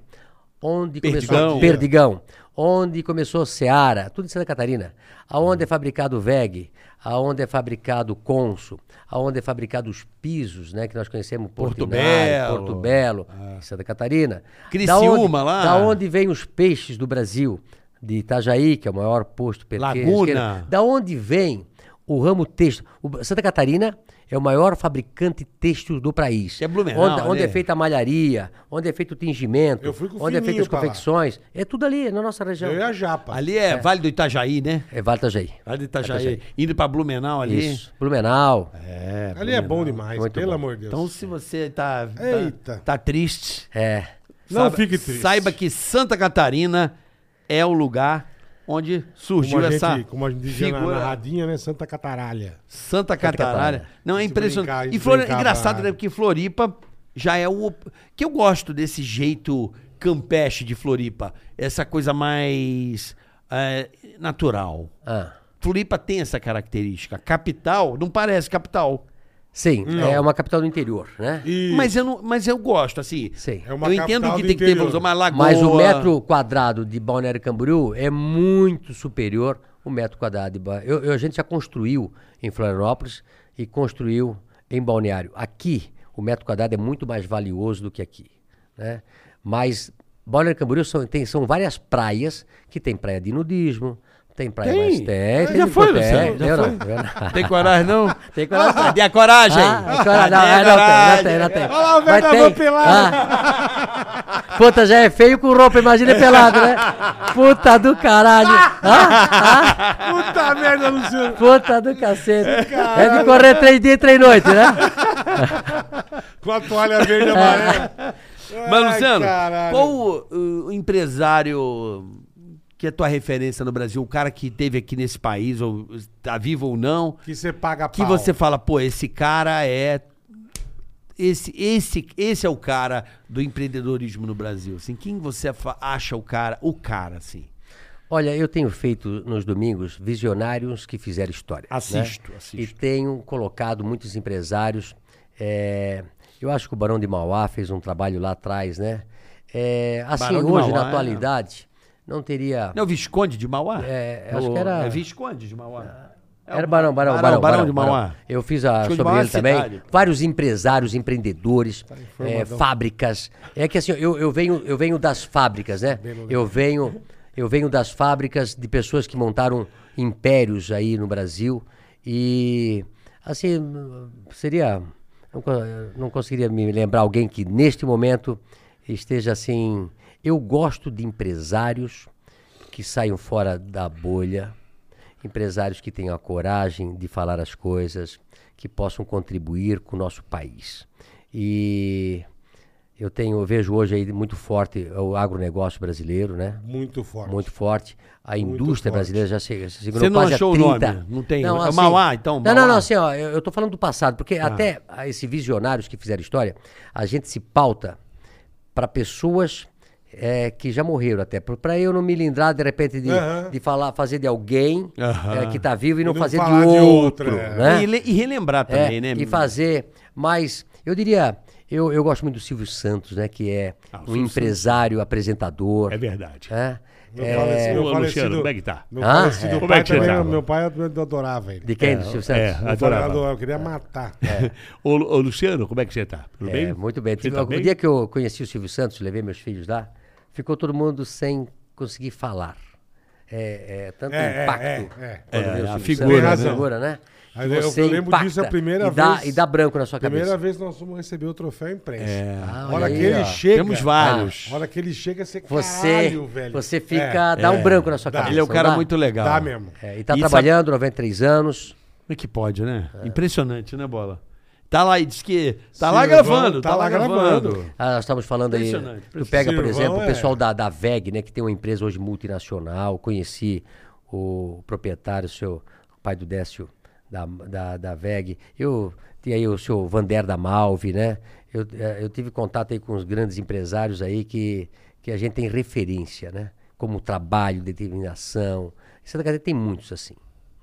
Speaker 5: Onde começou
Speaker 4: Perdigão.
Speaker 5: Perdigão? Onde começou Seara? Tudo em Santa Catarina. Aonde é fabricado o VEG? Aonde é fabricado o Consul? Aonde é fabricado os pisos, né? Que nós conhecemos
Speaker 4: Porto
Speaker 5: Portinari,
Speaker 4: Belo. Ah.
Speaker 5: Porto Belo, em Santa Catarina.
Speaker 4: Criciúma,
Speaker 5: Da onde-
Speaker 4: lá.
Speaker 5: Da onde vêm os peixes do Brasil? De Itajaí, que é o maior posto pesqueiro.
Speaker 4: Laguna.
Speaker 5: pesqueiro. Da onde vem o ramo têxtil? O- Santa Catarina é o maior fabricante têxtil do país.
Speaker 4: Que é Blumenau,
Speaker 5: Onde, onde é
Speaker 4: ali.
Speaker 5: feita a malharia, onde é feito o tingimento,
Speaker 3: Eu fui com o
Speaker 5: onde é feita
Speaker 3: Fininho
Speaker 5: as
Speaker 3: pra lá.
Speaker 5: confecções. É tudo ali, na nossa região.
Speaker 3: Eu e a japa.
Speaker 4: Ali é, Vale do Itajaí, né?
Speaker 5: É Vale Itajaí.
Speaker 4: Vale do Itajaí. Indo pra Blumenau ali.
Speaker 5: Isso. Blumenau.
Speaker 4: É,
Speaker 3: Ali é bom demais,
Speaker 5: Muito
Speaker 3: pelo
Speaker 5: bom.
Speaker 3: amor de Deus.
Speaker 4: Então, se você tá, tá,
Speaker 3: Eita.
Speaker 4: tá triste,
Speaker 5: É.
Speaker 3: não
Speaker 4: saiba-
Speaker 3: fique triste.
Speaker 4: Saiba que Santa Catarina é o lugar onde surgiu
Speaker 3: como a gente,
Speaker 4: essa
Speaker 3: como a gente dizia na-
Speaker 4: figura
Speaker 3: na radinha, né? Santa Cataralha.
Speaker 4: Santa Catarina.
Speaker 5: Catarina.
Speaker 4: Não é
Speaker 3: Se brincar,
Speaker 4: impressionante.
Speaker 3: se
Speaker 4: E Flor...
Speaker 3: brincar,
Speaker 4: engraçado,
Speaker 3: vai.
Speaker 4: né? Porque Floripa já é o op- que eu gosto desse jeito campestre de Floripa, essa coisa mais é, natural.
Speaker 5: Ah.
Speaker 4: Floripa tem essa característica. Capital não parece capital.
Speaker 5: Sim, é uma capital do interior, né?
Speaker 3: E
Speaker 4: Mas eu, não, mas eu gosto, assim.
Speaker 5: Sim.
Speaker 3: É uma
Speaker 4: eu entendo
Speaker 3: capital
Speaker 4: que
Speaker 3: do
Speaker 4: tem que ter
Speaker 3: interior.
Speaker 4: vamos, uma lagoa.
Speaker 5: Mas o um metro quadrado de Balneário Camboriú é muito superior ao metro quadrado de Balneário. Eu, eu- a gente já construiu em Florianópolis e construiu em Balneário. Aqui, o metro quadrado é muito mais valioso do que aqui. Né? Mas Balneário Camboriú são, tem, são várias praias, que tem praia de nudismo, tem praia
Speaker 4: Tem?
Speaker 5: mais... Tem,
Speaker 4: Já foi,
Speaker 5: tem,
Speaker 4: Luciano, já
Speaker 5: eu não,
Speaker 4: foi.
Speaker 5: eu não.
Speaker 4: Tem coragem, não?
Speaker 5: Tem coragem, não.
Speaker 4: Cadê a coragem?
Speaker 5: Ah, é cora- não,
Speaker 4: Cadê a
Speaker 5: é, não tem, não
Speaker 4: coragem?
Speaker 5: tem, não tem.
Speaker 3: Olha lá o
Speaker 5: Mas
Speaker 3: Vendaval
Speaker 5: tem.
Speaker 3: pelado.
Speaker 5: Ah. Puta, já é feio com roupa, imagina pelado, né? Puta do caralho. Ah, ah,
Speaker 3: Puta merda, Luciano.
Speaker 5: puta do cacete. É de correr três dias e três noites, né?
Speaker 3: Com a toalha verde e amarela.
Speaker 4: Mas,
Speaker 5: É.
Speaker 3: Ai,
Speaker 4: Luciano,
Speaker 3: caralho.
Speaker 4: qual o, o- o empresário que é tua referência no Brasil? O cara que teve aqui nesse país, ou tá vivo ou não,
Speaker 3: Que você paga
Speaker 4: que
Speaker 3: pau.
Speaker 4: você fala, pô, esse cara é. Esse, esse, esse é o cara do empreendedorismo no Brasil. Assim, quem você fa- acha o cara, o cara, assim?
Speaker 5: Olha, eu tenho feito nos domingos visionários que fizeram história. né?
Speaker 4: Assisto,
Speaker 5: E
Speaker 4: assisto.
Speaker 5: tenho colocado muitos empresários. é, eu acho que o Barão de Mauá fez um trabalho lá atrás, né? É, assim,
Speaker 4: Barão de
Speaker 5: hoje, na
Speaker 4: Mauá, é.
Speaker 5: atualidade, não teria.
Speaker 4: Não é o Visconde de Mauá?
Speaker 5: É, acho
Speaker 4: O-
Speaker 5: que era-
Speaker 4: É Visconde de Mauá. É o
Speaker 5: Era Barão, Barão,
Speaker 4: Barão,
Speaker 5: Barão.
Speaker 4: Barão de Mauá.
Speaker 5: Eu fiz a
Speaker 4: Acho que o de
Speaker 5: sobre
Speaker 4: Mauá é
Speaker 5: ele também.
Speaker 4: cidade, Tá pô.
Speaker 5: Vários empresários, empreendedores, eh, fábricas. É que assim, eu, eu, venho, eu venho das fábricas, né? Eu venho, eu venho das fábricas de pessoas que montaram impérios aí no Brasil. E, assim, seria... Não, co- não conseguiria me lembrar alguém que, neste momento, esteja assim... Eu gosto de empresários que saiam fora da bolha, empresários que tenham a coragem de falar as coisas, que possam contribuir com o nosso país. E eu tenho, eu vejo hoje aí muito forte o agronegócio brasileiro, né?
Speaker 3: Muito forte.
Speaker 5: Muito forte. A indústria
Speaker 3: forte.
Speaker 5: brasileira já se, se segurou
Speaker 4: Você não
Speaker 5: quase a
Speaker 4: achou o
Speaker 5: 30.
Speaker 4: nome? Não tem? É Mauá, então,
Speaker 5: Não, não,
Speaker 4: Mauá?
Speaker 5: não, assim, ó, eu, eu tô falando do passado, porque até ah, esses visionários que fizeram história, a gente se pauta para pessoas eh, que já morreram até. Para eu não me lindrar, de repente, de,
Speaker 3: Aham.
Speaker 5: de falar, fazer de alguém
Speaker 4: Aham.
Speaker 5: eh, que tá vivo e não,
Speaker 3: não
Speaker 5: fazer de
Speaker 3: falar de
Speaker 5: outro.
Speaker 3: outro, é.
Speaker 5: né?
Speaker 4: E, le- e relembrar também,
Speaker 5: é,
Speaker 4: né?
Speaker 5: E fazer. Mas eu diria, eu, eu gosto muito do Silvio Santos, né? Que é
Speaker 4: Ah, o
Speaker 5: um
Speaker 4: Silvio
Speaker 5: empresário, apresentador.
Speaker 8: É verdade.
Speaker 5: né?
Speaker 3: Meu É.
Speaker 4: assim,
Speaker 3: falecido-
Speaker 8: Ô, Luciano, como é que tá?
Speaker 3: Meu
Speaker 5: Ah,
Speaker 3: falecido
Speaker 5: é.
Speaker 8: Como
Speaker 3: pai
Speaker 8: é que você
Speaker 3: também,
Speaker 8: tá?
Speaker 3: meu pai eu adorava ele.
Speaker 5: De É, quem? do Silvio Santos?
Speaker 8: É,
Speaker 3: Eu falei, eu
Speaker 8: adorava.
Speaker 3: adorava, eu queria matar.
Speaker 8: Ô, Lu- ô, Luciano, como é que você tá? Tudo
Speaker 5: É,
Speaker 8: bem?
Speaker 5: muito bem.
Speaker 8: Você
Speaker 5: Tive-
Speaker 8: tá
Speaker 5: o
Speaker 8: bem?
Speaker 5: dia que eu conheci o Silvio Santos, levei meus filhos lá, ficou todo mundo sem conseguir falar. É, é, tanto
Speaker 3: É, é,
Speaker 5: impacto.
Speaker 3: é, é.
Speaker 5: quando
Speaker 4: É,
Speaker 5: vê o
Speaker 4: a
Speaker 5: Silvio
Speaker 4: figura,
Speaker 5: Santos,
Speaker 3: né?
Speaker 5: a figura, né?
Speaker 3: Aí
Speaker 5: Que
Speaker 3: eu- eu
Speaker 5: você
Speaker 3: lembro
Speaker 5: impacta
Speaker 3: disso a primeira
Speaker 5: e dá,
Speaker 3: vez.
Speaker 5: E dá branco na sua
Speaker 3: Primeira
Speaker 5: cabeça.
Speaker 3: vez nós fomos receber o troféu imprensa.
Speaker 5: Ah,
Speaker 3: a
Speaker 5: olha
Speaker 3: hora que
Speaker 5: aí,
Speaker 3: ele
Speaker 5: ó.
Speaker 3: chega. Ah,
Speaker 4: Temos vários.
Speaker 3: A hora que ele chega, você
Speaker 5: Você,
Speaker 3: caralho, velho.
Speaker 5: você
Speaker 3: É.
Speaker 5: fica. dá um branco na sua
Speaker 3: Dá.
Speaker 5: cabeça.
Speaker 4: Ele é um
Speaker 5: não
Speaker 4: cara
Speaker 5: dá?
Speaker 4: muito legal.
Speaker 3: Dá mesmo.
Speaker 5: É, e tá
Speaker 4: E sabe-
Speaker 5: trabalhando, 93 anos.
Speaker 4: Como é que pode, né? Impressionante, né, Bola? Tá lá e diz que. Tá
Speaker 3: Silvão
Speaker 4: lá gravando, tá,
Speaker 3: tá
Speaker 4: lá
Speaker 3: lá
Speaker 4: gravando.
Speaker 3: gravando.
Speaker 5: Ah, nós estamos falando aí.
Speaker 4: Impressionante,
Speaker 5: Tu pega, por
Speaker 3: Silvão
Speaker 5: exemplo,
Speaker 3: é-
Speaker 5: o pessoal da, da VEG, né, que tem uma empresa hoje multinacional. Conheci o proprietário, o seu o pai do Décio da, da, da VEG. Eu tinha aí o senhor Vander da Malve, né? Eu, eh, eu tive contato aí com os grandes empresários aí que, que a gente tem referência, né? Como trabalho, determinação. Em Santa Catarina tem muitos assim.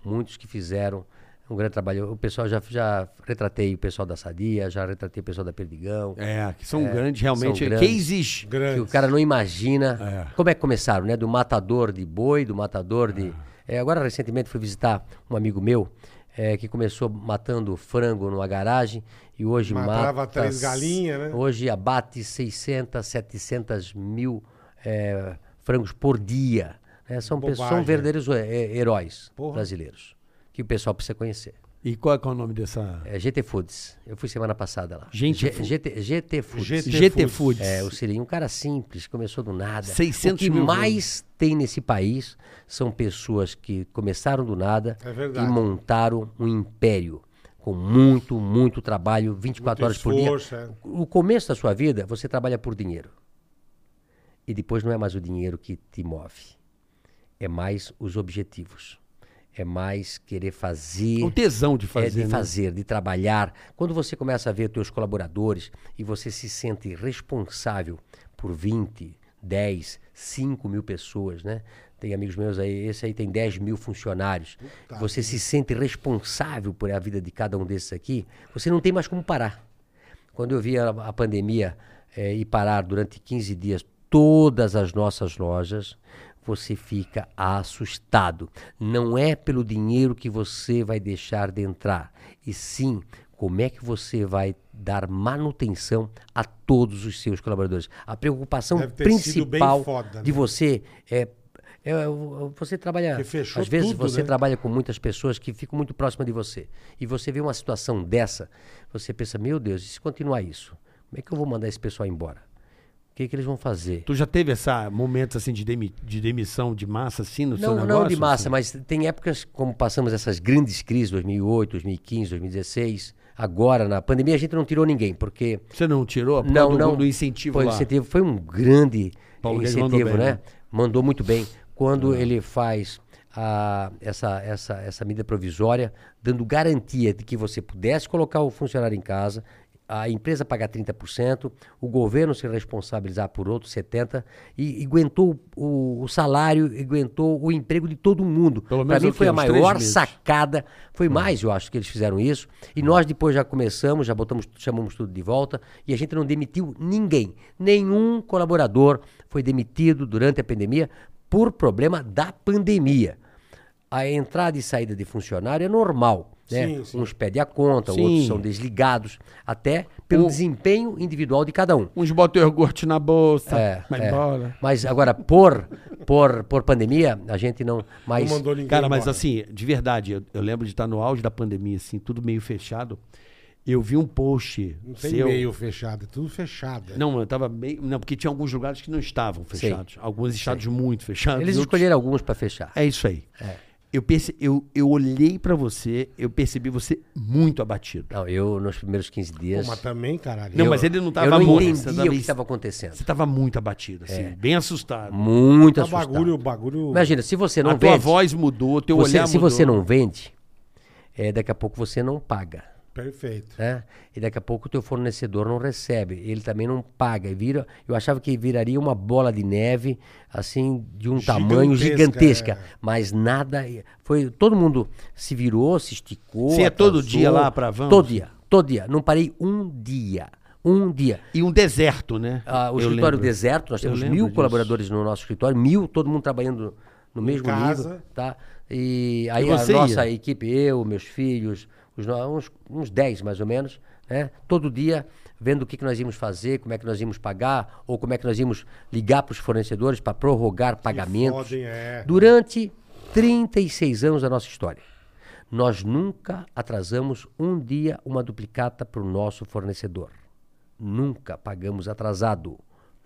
Speaker 5: Muitos que fizeram um grande trabalho. O pessoal já, já retratei o pessoal da Sadia, já retratei o pessoal da Perdigão.
Speaker 4: É, que são grandes, realmente.
Speaker 5: são grandes.
Speaker 4: Cases.
Speaker 5: Que o
Speaker 3: Grandes.
Speaker 5: cara não imagina como é que começaram, né? Do matador de boi, do matador de.
Speaker 3: Ah.
Speaker 5: É, agora, recentemente, fui visitar um amigo meu é, que começou matando frango numa garagem e hoje
Speaker 3: Matava
Speaker 5: mata.
Speaker 3: três galinhas, né?
Speaker 5: Hoje abate 600, 700 mil é, frangos por dia. né? são, pessoas,
Speaker 3: Bobagem,
Speaker 5: são
Speaker 3: né?
Speaker 5: verdadeiros é, heróis
Speaker 3: Porra.
Speaker 5: brasileiros que o pessoal precisa conhecer.
Speaker 4: E qual é, que é o nome dessa.
Speaker 5: É GT Foods. Eu fui semana passada lá.
Speaker 4: Gente
Speaker 5: G-
Speaker 4: Food.
Speaker 5: GT, GT Foods.
Speaker 3: GT
Speaker 4: GT
Speaker 3: Foods.
Speaker 4: Foods.
Speaker 5: É, o Sirinho, um cara simples, começou do nada.
Speaker 4: 600
Speaker 5: o que
Speaker 4: mil
Speaker 5: mais tem nesse país são pessoas que começaram do nada
Speaker 3: É verdade.
Speaker 5: e montaram um império com muito, muito trabalho, 24 horas por
Speaker 3: esforço,
Speaker 5: dia.
Speaker 3: é.
Speaker 5: O começo da sua vida, você trabalha por dinheiro. E depois não é mais o dinheiro que te move. É mais os objetivos. É mais querer fazer
Speaker 4: O Um tesão de fazer.
Speaker 5: é de
Speaker 4: né?
Speaker 5: fazer, de trabalhar. Quando você começa a ver teus colaboradores e você se sente responsável por 20, 10, 5 mil pessoas, né? Tem amigos meus aí, esse aí tem 10 mil funcionários. você se sente responsável por a vida de cada um desses aqui, você não tem mais como parar. Quando eu vi a, a pandemia eh, e parar durante 15 dias todas as nossas lojas, você fica assustado. Não é pelo dinheiro que você vai deixar de entrar, e sim como é que você vai dar manutenção a todos os seus colaboradores. A preocupação
Speaker 3: Deve ter sido bem
Speaker 5: principal
Speaker 3: foda,
Speaker 5: de
Speaker 3: né?
Speaker 5: você é. é, o- você trabalha.
Speaker 3: Porque fechou
Speaker 5: às vezes
Speaker 3: tudo,
Speaker 5: você
Speaker 3: né?
Speaker 5: trabalha trabalha com muitas pessoas que ficam muito próximas de você. E você vê uma situação dessa, você pensa, meu Deus, e se continuar isso? Como é que eu vou mandar esse pessoal embora? O que, que eles vão fazer?
Speaker 4: Tu já teve essa momentos assim de, demi- de demissão de massa assim no seu
Speaker 5: não,
Speaker 4: negócio?
Speaker 5: não de massa,
Speaker 4: assim?
Speaker 5: mas tem épocas como passamos essas grandes crises, 2008, 2015, 2016, agora na pandemia a gente não tirou ninguém, porque
Speaker 4: Você não tirou? Por
Speaker 5: não,
Speaker 4: causa do,
Speaker 5: não.
Speaker 4: do incentivo
Speaker 5: foi,
Speaker 4: lá.
Speaker 5: incentivo, foi um grande
Speaker 4: Paulo Guedes
Speaker 5: incentivo,
Speaker 4: mandou bem,
Speaker 5: né?
Speaker 4: né? Ah.
Speaker 5: Mandou muito bem. Quando ele faz a- essa, essa, essa medida provisória, dando garantia de que você pudesse colocar o funcionário em casa, a empresa pagar 30%, o governo se responsabilizar por outros 70%, e, e aguentou o, o salário, e aguentou o emprego de todo mundo.
Speaker 4: Pelo
Speaker 5: Para
Speaker 4: menos
Speaker 5: mim
Speaker 4: o quê?
Speaker 5: foi a
Speaker 4: Uns três
Speaker 5: maior
Speaker 4: meses.
Speaker 5: sacada sacada. Foi mais, eu acho, que eles fizeram isso. E nós depois já começamos, já botamos, chamamos tudo de volta e a gente não demitiu ninguém. Nenhum colaborador foi demitido durante a pandemia por problema da pandemia. A entrada e saída de funcionário é normal. Né?
Speaker 3: Sim, sim.
Speaker 5: Uns pedem a conta,
Speaker 4: Sim.
Speaker 5: outros são desligados, até pelo desempenho individual de cada um.
Speaker 4: Uns botam o iogurte na bolsa,
Speaker 5: É,
Speaker 4: Tá, vai
Speaker 5: é.
Speaker 4: embora.
Speaker 5: Mas agora, por, por, por pandemia, a gente não. Mas
Speaker 3: Não mandou ninguém
Speaker 4: Cara, mas
Speaker 3: embora.
Speaker 4: assim, de verdade, eu, eu lembro de estar no auge da pandemia, assim, tudo meio fechado. Eu vi um post
Speaker 3: Não tem
Speaker 4: seu.
Speaker 3: meio fechado, é tudo fechado. é.
Speaker 4: Não, eu tava meio. Não, porque tinha alguns lugares que não estavam fechados. Alguns estados muito fechados.
Speaker 5: eles
Speaker 4: outros-
Speaker 5: escolheram alguns para fechar.
Speaker 4: É isso aí. Eu, perce... eu, eu olhei pra você, eu percebi você muito abatido.
Speaker 5: Não, eu, nos primeiros 15 dias.
Speaker 3: Pô, mas também, caralho.
Speaker 4: Não,
Speaker 3: eu-
Speaker 4: mas tá- ele não tava
Speaker 5: eu não
Speaker 4: muito.
Speaker 5: entendia
Speaker 4: você
Speaker 5: o
Speaker 4: tava-
Speaker 5: que estava acontecendo.
Speaker 4: Você tá- tava muito abatido, assim,
Speaker 5: É.
Speaker 4: bem assustado.
Speaker 5: Muito
Speaker 3: tá
Speaker 5: assustado.
Speaker 3: bagulho, bagulho.
Speaker 5: Imagina, se Hum. você não
Speaker 4: a tua
Speaker 5: vende,
Speaker 4: voz mudou, teu
Speaker 5: você-
Speaker 4: olhar
Speaker 5: se
Speaker 4: mudou.
Speaker 5: você não vende, é, daqui a pouco você não paga,
Speaker 3: Perfeito.
Speaker 5: né? E daqui a pouco o teu fornecedor não recebe, ele também não paga. E vira, eu achava que viraria uma bola de neve, assim, de um tamanho
Speaker 3: Gigantesca,
Speaker 5: gigantesca,
Speaker 4: é.
Speaker 5: mas nada. Foi todo mundo se virou, se esticou.
Speaker 4: Você ia todo dia lá pra Vans?
Speaker 5: Vamos? Todo dia, todo dia. Não parei um dia, um dia.
Speaker 4: E um deserto, né?
Speaker 5: Ah,
Speaker 4: Eu
Speaker 5: o escritório
Speaker 4: lembro.
Speaker 5: deserto, nós
Speaker 4: Eu
Speaker 5: temos
Speaker 4: lembro
Speaker 5: mil
Speaker 4: disso.
Speaker 5: colaboradores no nosso escritório, mil, todo mundo trabalhando no mesmo
Speaker 3: casa.
Speaker 5: nível, tá? E aí
Speaker 4: E
Speaker 5: a
Speaker 4: você
Speaker 5: nossa
Speaker 4: ia?
Speaker 5: equipe, eu, meus filhos, os no- uns, uns 10 mais ou menos, né? Todo dia vendo o que, que nós íamos fazer, como é que nós íamos pagar, ou como é que nós íamos ligar para os fornecedores para prorrogar pagamentos.
Speaker 3: fodem, é.
Speaker 5: Durante 36 anos da nossa história, nós nunca atrasamos um dia uma duplicata para o nosso fornecedor. Nunca pagamos atrasado.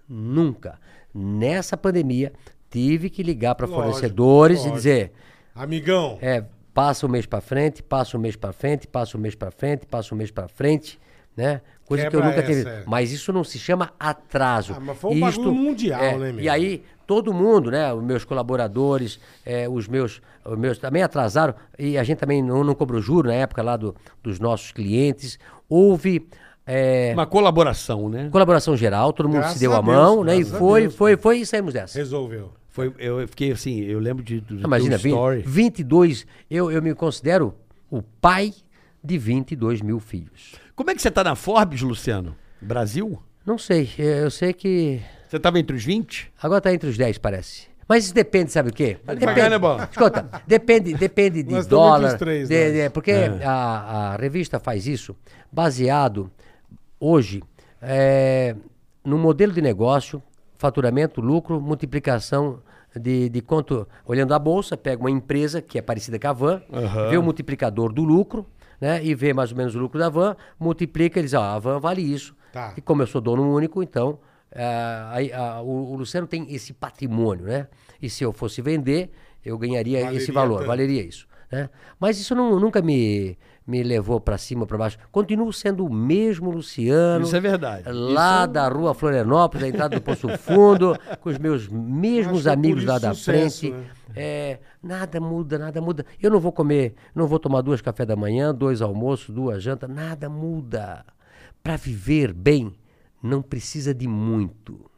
Speaker 5: Nunca. Nessa pandemia, tive que ligar para
Speaker 3: Lógico,
Speaker 5: fornecedores
Speaker 3: lógico.
Speaker 5: e dizer:
Speaker 3: Amigão,
Speaker 5: é, passa o mês para frente, passa o mês para frente, passa o mês para frente, passa o mês para frente, né? Coisa que eu
Speaker 3: Quebra
Speaker 5: nunca teve.
Speaker 3: essa, é.
Speaker 5: Mas isso não se chama atraso.
Speaker 3: Ah, mas foi um
Speaker 5: Isto- é,
Speaker 3: bagulho mundial, né, meu?
Speaker 5: E aí todo mundo, né? Os meus colaboradores, eh, os, meus, os meus também atrasaram, e a gente também não, não cobrou juro na época lá do- dos nossos clientes. Houve. eh,
Speaker 4: É. Uma colaboração, né?
Speaker 5: Colaboração geral, todo mundo
Speaker 3: Graças
Speaker 5: se deu
Speaker 3: a
Speaker 5: a
Speaker 3: Deus,
Speaker 5: mão, né? E
Speaker 3: graças a
Speaker 5: foi,
Speaker 3: Deus.
Speaker 5: foi, foi e saímos dessa.
Speaker 3: Resolveu.
Speaker 4: Foi, eu eu fiquei assim, eu lembro de, do, do
Speaker 5: Ah, Imagina,
Speaker 3: Então,
Speaker 4: teu story.
Speaker 5: 20, 22, eu, eu me considero o pai de 22 mil filhos.
Speaker 4: Como é que você tá na Forbes, Luciano? Brasil?
Speaker 5: Não sei, eh, eu sei que
Speaker 4: Você tava entre os 20?
Speaker 5: agora tá entre os 10, parece. Mas isso depende, sabe do quê?
Speaker 3: devagar,
Speaker 5: Depende,
Speaker 3: né, Bola?
Speaker 5: escuta, depende, depende de
Speaker 3: Nós estamos entre
Speaker 5: dólar.
Speaker 3: os três,
Speaker 5: de-
Speaker 3: né?
Speaker 5: de- porque a, a revista faz isso baseado hoje eh, no modelo de negócio, faturamento, lucro, multiplicação de, de quanto. Olhando a bolsa, pega uma empresa que é parecida com a van, vê o multiplicador do lucro, né? E vê mais ou menos o lucro da van, multiplica e diz, ó, a van vale isso.
Speaker 3: Tá.
Speaker 5: E como eu sou dono único, então ah, aí, ah, o, o Luciano tem esse patrimônio, né? E se eu fosse vender, eu ganharia
Speaker 3: Valeria
Speaker 5: esse valor,
Speaker 3: tanto.
Speaker 5: valeria isso. Né? Mas isso não- nunca me, me levou para cima, para baixo. Continuo sendo o mesmo Luciano.
Speaker 4: Isso é verdade.
Speaker 5: Lá
Speaker 3: um
Speaker 5: da rua Florianópolis, da entrada do Poço Fundo, com os meus
Speaker 3: Acho
Speaker 5: mesmos
Speaker 3: que é por
Speaker 5: amigos lá
Speaker 3: isso
Speaker 5: da
Speaker 3: sucesso,
Speaker 5: frente.
Speaker 3: né?
Speaker 5: É, nada muda, nada muda. Eu não vou comer, não vou tomar duas café da manhã, dois almoços, duas jantas, nada muda. Para viver bem, não precisa de muito.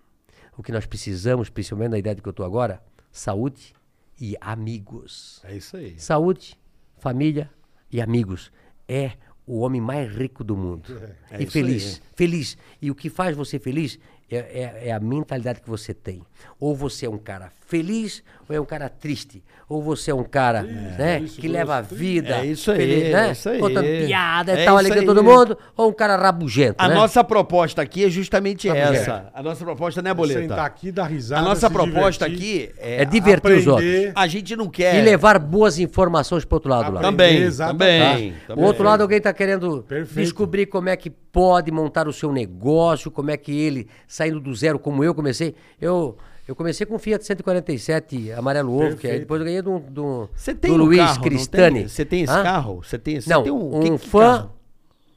Speaker 5: O que nós precisamos, principalmente na idade que eu estou agora, saúde e amigos.
Speaker 4: É isso aí.
Speaker 5: Saúde, família e amigos. É o homem mais rico do mundo.
Speaker 4: É
Speaker 5: e
Speaker 4: isso
Speaker 5: feliz. Feliz. E o que faz você feliz é, é- é a mentalidade que você tem. Ou você é um cara feliz, ou é um cara triste. Ou você é um cara né,
Speaker 3: isso,
Speaker 5: que
Speaker 3: doce,
Speaker 5: leva a
Speaker 3: triste.
Speaker 5: vida.
Speaker 4: É isso aí,
Speaker 5: feliz, né,
Speaker 4: é isso aí.
Speaker 5: Contando piada e
Speaker 4: É
Speaker 5: tal,
Speaker 4: isso
Speaker 5: alegria
Speaker 4: aí.
Speaker 5: todo mundo. Ou um cara rabugento.
Speaker 4: A
Speaker 5: né?
Speaker 4: nossa proposta aqui é justamente
Speaker 5: Rabugento.
Speaker 4: essa. A nossa proposta não é
Speaker 3: Boleta.
Speaker 4: boleta.
Speaker 3: Sentar aqui, dar risada.
Speaker 4: a nossa
Speaker 3: se
Speaker 4: proposta
Speaker 3: divertir,
Speaker 4: aqui é,
Speaker 5: É divertir os outros.
Speaker 3: aprender.
Speaker 4: A, a gente não quer
Speaker 5: E levar boas informações pro outro lado lá.
Speaker 3: Aprender,
Speaker 4: Também,
Speaker 3: exatamente.
Speaker 4: também,
Speaker 5: Tá?
Speaker 4: também.
Speaker 5: O outro lado, alguém está querendo
Speaker 3: Perfeito.
Speaker 5: descobrir como é que pode montar o seu negócio, como é que ele, saindo do zero, como eu comecei. Eu, eu comecei com um Fiat 147 amarelo ovo, que
Speaker 3: Perfeito.
Speaker 5: aí depois eu ganhei do, do,
Speaker 4: Você
Speaker 5: do
Speaker 4: tem um
Speaker 5: Luiz
Speaker 4: carro, não
Speaker 5: Cristani.
Speaker 4: tem? Você tem esse
Speaker 5: Hã?
Speaker 4: carro? Você tem, você
Speaker 5: Não,
Speaker 4: tem
Speaker 5: um,
Speaker 4: que- que
Speaker 5: fã
Speaker 4: carro?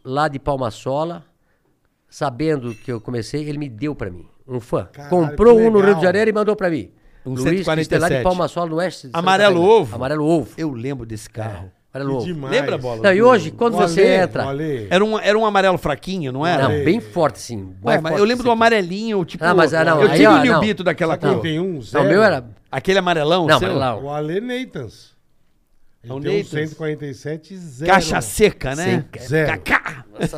Speaker 5: lá de Palmaçola, sabendo que eu comecei, ele me deu para mim. Um fã.
Speaker 3: Caralho,
Speaker 5: Comprou
Speaker 3: que
Speaker 5: um no Rio
Speaker 3: legal.
Speaker 5: de Janeiro e mandou para mim.
Speaker 4: Um
Speaker 5: Luiz Cristani, lá
Speaker 4: 147.
Speaker 5: de Palmaçola, no oeste. de Santa
Speaker 4: Amarelo
Speaker 5: Catarina.
Speaker 4: ovo?
Speaker 5: Amarelo ovo.
Speaker 4: Eu lembro desse carro.
Speaker 5: Amarelo
Speaker 3: Que
Speaker 5: ovo.
Speaker 3: demais.
Speaker 4: Lembra, Bola?
Speaker 5: Não, e hoje, quando
Speaker 3: O
Speaker 5: você
Speaker 3: Ale,
Speaker 5: entra.
Speaker 3: o Ale.
Speaker 4: Era um, era um amarelo fraquinho, não era?
Speaker 5: Não,
Speaker 3: Ale.
Speaker 5: bem forte, sim.
Speaker 4: Ué, mas eu lembro do amarelinho, tipo.
Speaker 5: Ah, mas, ah, não,
Speaker 4: eu
Speaker 5: aí,
Speaker 4: tive
Speaker 5: ó,
Speaker 4: o
Speaker 5: não.
Speaker 4: Nilbito daquela
Speaker 5: Não.
Speaker 4: cor.
Speaker 3: 51, zero.
Speaker 5: Não, o meu era.
Speaker 4: Aquele amarelão,
Speaker 5: Não,
Speaker 4: seu?
Speaker 5: amarelão.
Speaker 3: O Ale Neitans. Ele
Speaker 4: É o
Speaker 3: tem
Speaker 4: Neitans.
Speaker 3: um 147 zero.
Speaker 4: Caixa seca, né?
Speaker 5: Seca.
Speaker 3: Zero.
Speaker 4: Cacá.
Speaker 5: Nossa,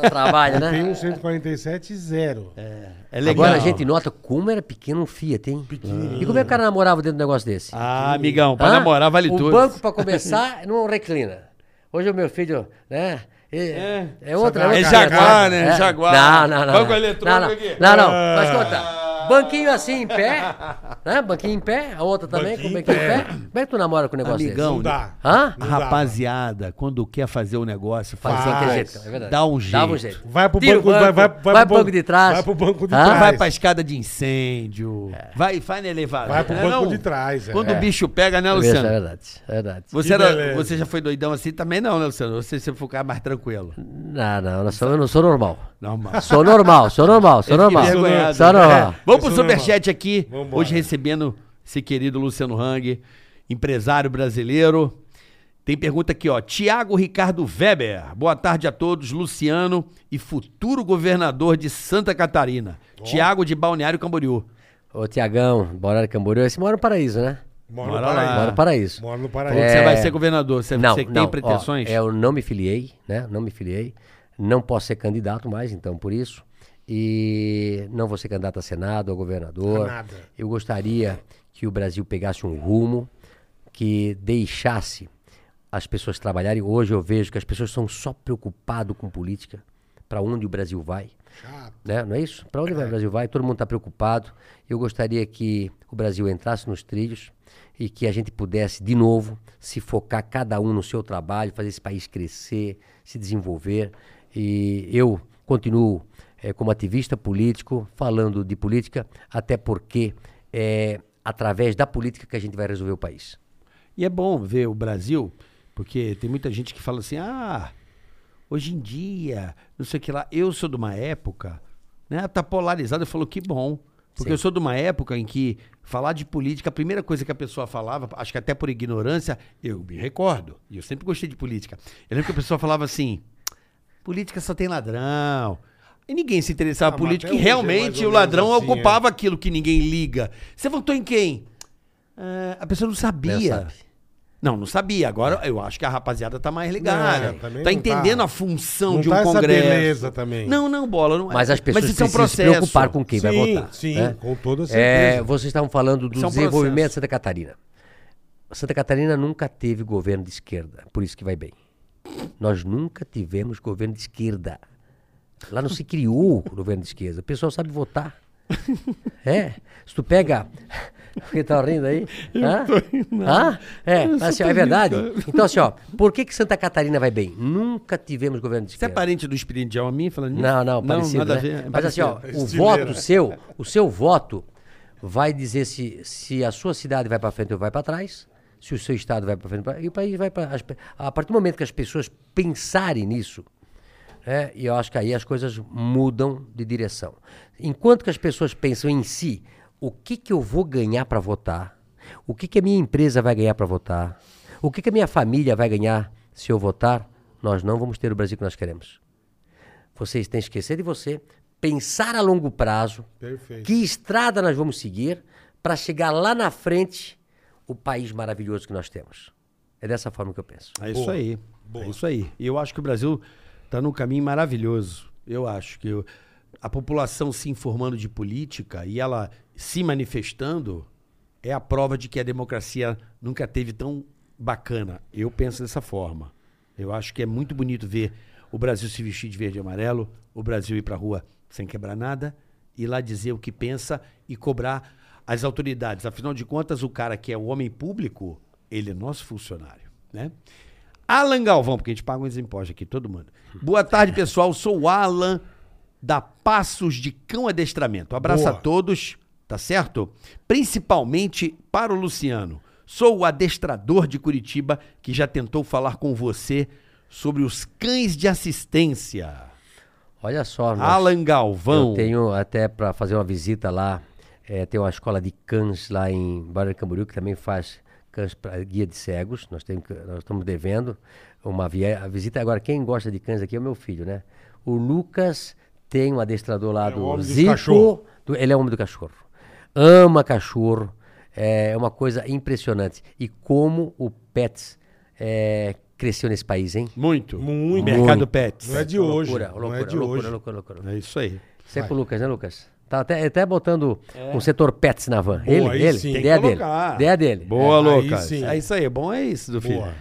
Speaker 5: trabalho, né?
Speaker 3: Tem um 147 zero. É.
Speaker 4: É legal.
Speaker 5: Agora a gente nota como era pequeno um Fiat, hein? E como é que o cara namorava dentro de um negócio desse?
Speaker 4: Ah, amigão, pra
Speaker 5: Hã?
Speaker 4: namorar vale
Speaker 5: o
Speaker 4: tudo.
Speaker 5: banco, pra começar, não reclina. Hoje o meu filho, né? É, é
Speaker 3: Só
Speaker 5: outra.
Speaker 3: dá
Speaker 5: outra
Speaker 3: uma
Speaker 5: coisa,
Speaker 4: Jaguar, né? Jaguar.
Speaker 5: Não, não, não.
Speaker 4: Banco
Speaker 5: não.
Speaker 4: eletrônico
Speaker 5: não, não.
Speaker 4: aqui. Ah.
Speaker 5: Não, não. Mas conta. Banquinho assim em pé, né? Banquinho em pé, a outra também,
Speaker 3: Banquinho
Speaker 5: com
Speaker 3: em
Speaker 5: banquinho em
Speaker 3: pé.
Speaker 5: pé. Como é que tu namora com um negócio
Speaker 4: Amigão,
Speaker 3: Não dá.
Speaker 5: Hã?
Speaker 4: A
Speaker 3: Não dá.
Speaker 4: rapaziada, quando quer fazer o negócio,
Speaker 5: Faz
Speaker 4: fazer
Speaker 5: daquele
Speaker 4: aquele
Speaker 5: jeito, é verdade.
Speaker 4: Dá um jeito.
Speaker 5: Dava um jeito.
Speaker 3: Vai pro
Speaker 5: Tira o
Speaker 3: banco, vai- vai- vai pro
Speaker 5: vai pro
Speaker 3: banco-
Speaker 5: banco de trás.
Speaker 3: vai pro banco de
Speaker 5: Hã?
Speaker 3: trás.
Speaker 4: Ah, Vai pra escada de incêndio.
Speaker 5: É.
Speaker 4: Vai, vai no elevador.
Speaker 3: Vai pro
Speaker 4: né,
Speaker 3: banco
Speaker 4: não?
Speaker 3: de trás, é.
Speaker 4: Quando
Speaker 3: É.
Speaker 4: o bicho pega, né,
Speaker 5: Isso, é
Speaker 4: Luciano?
Speaker 5: verdade, é verdade.
Speaker 4: Você,
Speaker 3: Que
Speaker 4: era,
Speaker 3: beleza.
Speaker 4: você já foi doidão assim também, não, né, Luciano? Você sempre foi um cara mais tranquilo.
Speaker 5: Não, não, eu sou, eu não sou normal.
Speaker 4: Normal.
Speaker 5: Sou normal, sou normal, sou normal.
Speaker 4: Fiquei envergonhado.
Speaker 3: né?
Speaker 5: Sou normal.
Speaker 4: É. Vamos
Speaker 3: Eu
Speaker 4: pro
Speaker 3: sou normal.
Speaker 4: superchat aqui.
Speaker 3: Vambora.
Speaker 4: Hoje recebendo esse querido Luciano Hang, empresário brasileiro. Tem pergunta aqui, ó. Tiago Ricardo Weber. Boa tarde a todos. Luciano e futuro governador de Santa Catarina. Tiago de Balneário Camboriú.
Speaker 5: Ô, Tiagão, Borara Camboriú, esse mora no paraíso, né?
Speaker 3: Mora
Speaker 4: Bora
Speaker 3: no
Speaker 4: lá. É.
Speaker 3: paraíso.
Speaker 5: Mora
Speaker 3: Mora no
Speaker 5: no paraíso.
Speaker 4: Falou
Speaker 3: paraíso.
Speaker 4: que você vai ser governador. Você, você tem
Speaker 5: É. ó, é,
Speaker 4: pretensões?
Speaker 5: eu não me filiei, né? Não me filiei. Não posso ser candidato mais, então, por isso. E não vou ser candidato a Senado, a governador.
Speaker 3: A nada.
Speaker 5: Eu gostaria que o Brasil pegasse um rumo que deixasse as pessoas trabalharem. Hoje eu vejo que as pessoas são só preocupadas com política, para onde o Brasil vai.
Speaker 3: Chato.
Speaker 5: né? Não é isso? Para onde vai o Brasil vai? Todo mundo está preocupado. Eu gostaria que o Brasil entrasse nos trilhos e que a gente pudesse, de novo, se focar cada um no seu trabalho, fazer esse país crescer, se desenvolver. E eu continuo eh, como ativista político, falando de política, até porque é através da política que a gente vai resolver o país.
Speaker 4: E é bom ver o Brasil, porque tem muita gente que fala assim: ah, hoje em dia, não sei o que lá. Eu sou de uma época, né? Tá polarizado. Eu falo: que bom. Porque eu sou de uma época em que falar de política, a primeira coisa que a pessoa falava, acho que até por ignorância, eu me recordo, e eu sempre gostei de política. Eu lembro que a pessoa falava assim: política só tem ladrão. E ninguém se interessava
Speaker 3: Ah,
Speaker 4: por
Speaker 3: mas
Speaker 4: política,
Speaker 3: até
Speaker 4: e
Speaker 3: hoje é mais
Speaker 4: realmente
Speaker 3: ou
Speaker 4: o ladrão
Speaker 3: menos assim,
Speaker 4: ocupava aquilo que ninguém liga. Você votou em quem? Ah, a pessoa não sabia.
Speaker 5: Né, sabe.
Speaker 4: Não, não sabia. Agora eu acho que a rapaziada tá mais ligada.
Speaker 3: Não, também
Speaker 4: tá
Speaker 3: não
Speaker 4: entendendo
Speaker 3: tá.
Speaker 4: a função
Speaker 3: Não
Speaker 4: de um
Speaker 3: tá essa
Speaker 4: congresso.
Speaker 3: beleza também.
Speaker 4: Não, não, bola. Não é.
Speaker 5: Mas as pessoas
Speaker 4: isso é um
Speaker 5: precisam se
Speaker 4: processo.
Speaker 5: preocupar com quem vai
Speaker 3: Sim,
Speaker 5: votar.
Speaker 3: sim,
Speaker 5: né?
Speaker 3: com toda
Speaker 5: É,
Speaker 3: certeza.
Speaker 5: vocês estavam falando do
Speaker 4: Isso é um
Speaker 5: desenvolvimento
Speaker 4: processo.
Speaker 5: de Santa Catarina. Santa Catarina nunca teve governo de esquerda, por isso que vai bem. Nós nunca tivemos governo de esquerda. Lá não se criou governo de esquerda. O pessoal sabe votar. É. Se tu pega. Quem tá rindo aí? Hã? Hã? É, assim, ó, é verdade. Então, assim, ó, por que, que Santa Catarina vai bem? Nunca tivemos governo de
Speaker 4: Você é
Speaker 5: esquerda.
Speaker 4: parente do Espírito de Almin falando nisso?
Speaker 5: Não, não, parecido,
Speaker 4: nada
Speaker 5: né?
Speaker 4: a ver. é
Speaker 5: Mas assim, ó,
Speaker 4: parecido.
Speaker 5: o
Speaker 3: Estileira.
Speaker 5: voto seu, o seu voto vai dizer se, se a sua cidade vai para frente ou vai para trás, se o seu estado vai para frente ou pra- e o país vai para a partir do momento que as pessoas pensarem nisso, né, e eu acho que aí as coisas mudam de direção. Enquanto que as pessoas pensam em si, o que que eu vou ganhar para votar? O que que a minha empresa vai ganhar para votar? O que que a minha família vai ganhar se eu votar? Nós não vamos ter o Brasil que nós queremos. Vocês têm que esquecer de você, pensar a longo prazo
Speaker 3: Perfeito.
Speaker 5: que estrada nós vamos seguir para chegar lá na frente o país maravilhoso que nós temos. É dessa forma que eu penso.
Speaker 4: É isso aí. É isso aí. E eu acho que o Brasil está num caminho maravilhoso. Eu acho que eu- a população se informando de política e ela se manifestando é a prova de que a democracia nunca teve tão bacana. Eu penso dessa forma. Eu acho que é muito bonito ver o Brasil se vestir de verde e amarelo, o Brasil ir para a rua sem quebrar nada, ir lá dizer o que pensa e cobrar as autoridades. Afinal de contas, o cara que é o homem público, ele é nosso funcionário, né? Alan Galvão, porque a gente paga uns impostos aqui, todo mundo. Boa tarde, pessoal. Sou o Alan da Passos de Cão Adestramento. Um Abraço a
Speaker 3: Boa.
Speaker 4: todos, tá certo? Principalmente para o Luciano. Sou o adestrador de Curitiba que já tentou falar com você sobre os cães de assistência.
Speaker 5: Olha só, nós-
Speaker 4: Alan Galvão.
Speaker 5: eu tenho até para fazer uma visita lá, eh, tem uma escola de cães lá em Barra de Camboriú que também faz cães para guia de cegos. Nós, temos, que- nós estamos devendo uma vie- a visita. Agora, quem gosta de cães aqui é o meu filho, né? O Lucas tem um adestrador lá
Speaker 3: É o homem
Speaker 5: do
Speaker 3: dos
Speaker 5: Zico.
Speaker 3: cachorros.
Speaker 5: Do- ele é homem do cachorro. Ama cachorro. É uma coisa impressionante. E como o Pets eh, cresceu nesse país, hein?
Speaker 4: Muito.
Speaker 3: Muito.
Speaker 4: Mercado Pets.
Speaker 3: Não é de hoje.
Speaker 5: Loucura,
Speaker 3: não é
Speaker 5: loucura,
Speaker 3: de
Speaker 5: loucura,
Speaker 3: hoje.
Speaker 5: loucura, loucura.
Speaker 4: É isso aí.
Speaker 5: Você é com o Lucas, né, Lucas? Tá até, até botando
Speaker 4: É.
Speaker 5: um setor pets na van. ele,
Speaker 3: aí
Speaker 5: ele,
Speaker 3: sim.
Speaker 5: ideia
Speaker 4: Tem que
Speaker 5: dele.
Speaker 4: colocar.
Speaker 5: Ideia dele.
Speaker 4: Boa,
Speaker 3: É, aí
Speaker 4: Lucas.
Speaker 3: sim.
Speaker 4: É isso aí. Bom é isso, do filho.
Speaker 3: Boa.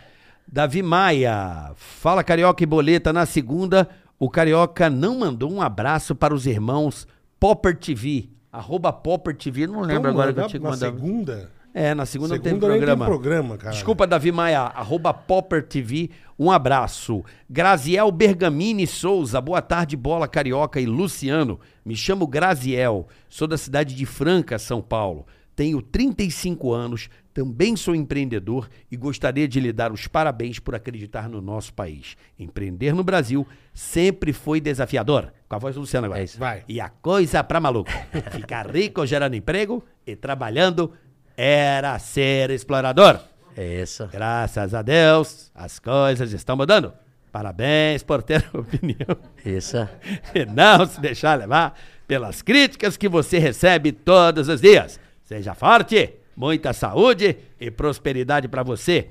Speaker 4: Davi Maia. Fala, Carioca e Boleta. Na segunda, o Carioca não mandou um abraço para os irmãos Popper TV. Arroba Popper TV. Não lembro
Speaker 3: Então,
Speaker 4: agora
Speaker 3: na,
Speaker 4: que eu tinha que
Speaker 3: na
Speaker 4: mandar.
Speaker 3: segunda.
Speaker 4: É, na segunda, não tem
Speaker 3: Segunda nem tem
Speaker 4: programa.
Speaker 3: programa, cara.
Speaker 4: Desculpa, Davi Maia. Arroba Popper TV. Um abraço. Graziel Bergamini Souza. Boa tarde, Bola Carioca e Luciano. Me chamo Graziel. Sou da cidade de Franca, São Paulo. Tenho 35 anos, também sou empreendedor e gostaria de lhe dar os parabéns por acreditar no nosso país. Empreender no Brasil sempre foi desafiador. Com a voz do Luciano agora.
Speaker 5: É isso.
Speaker 3: Vai.
Speaker 4: E a coisa pra maluco. Ficar rico gerando emprego e trabalhando era ser explorador.
Speaker 5: É essa.
Speaker 4: Graças a Deus, as coisas estão mudando. Parabéns por ter opinião
Speaker 5: Essa.
Speaker 4: e não se deixar levar pelas críticas que você recebe todos os dias. Seja forte, muita saúde e prosperidade pra você.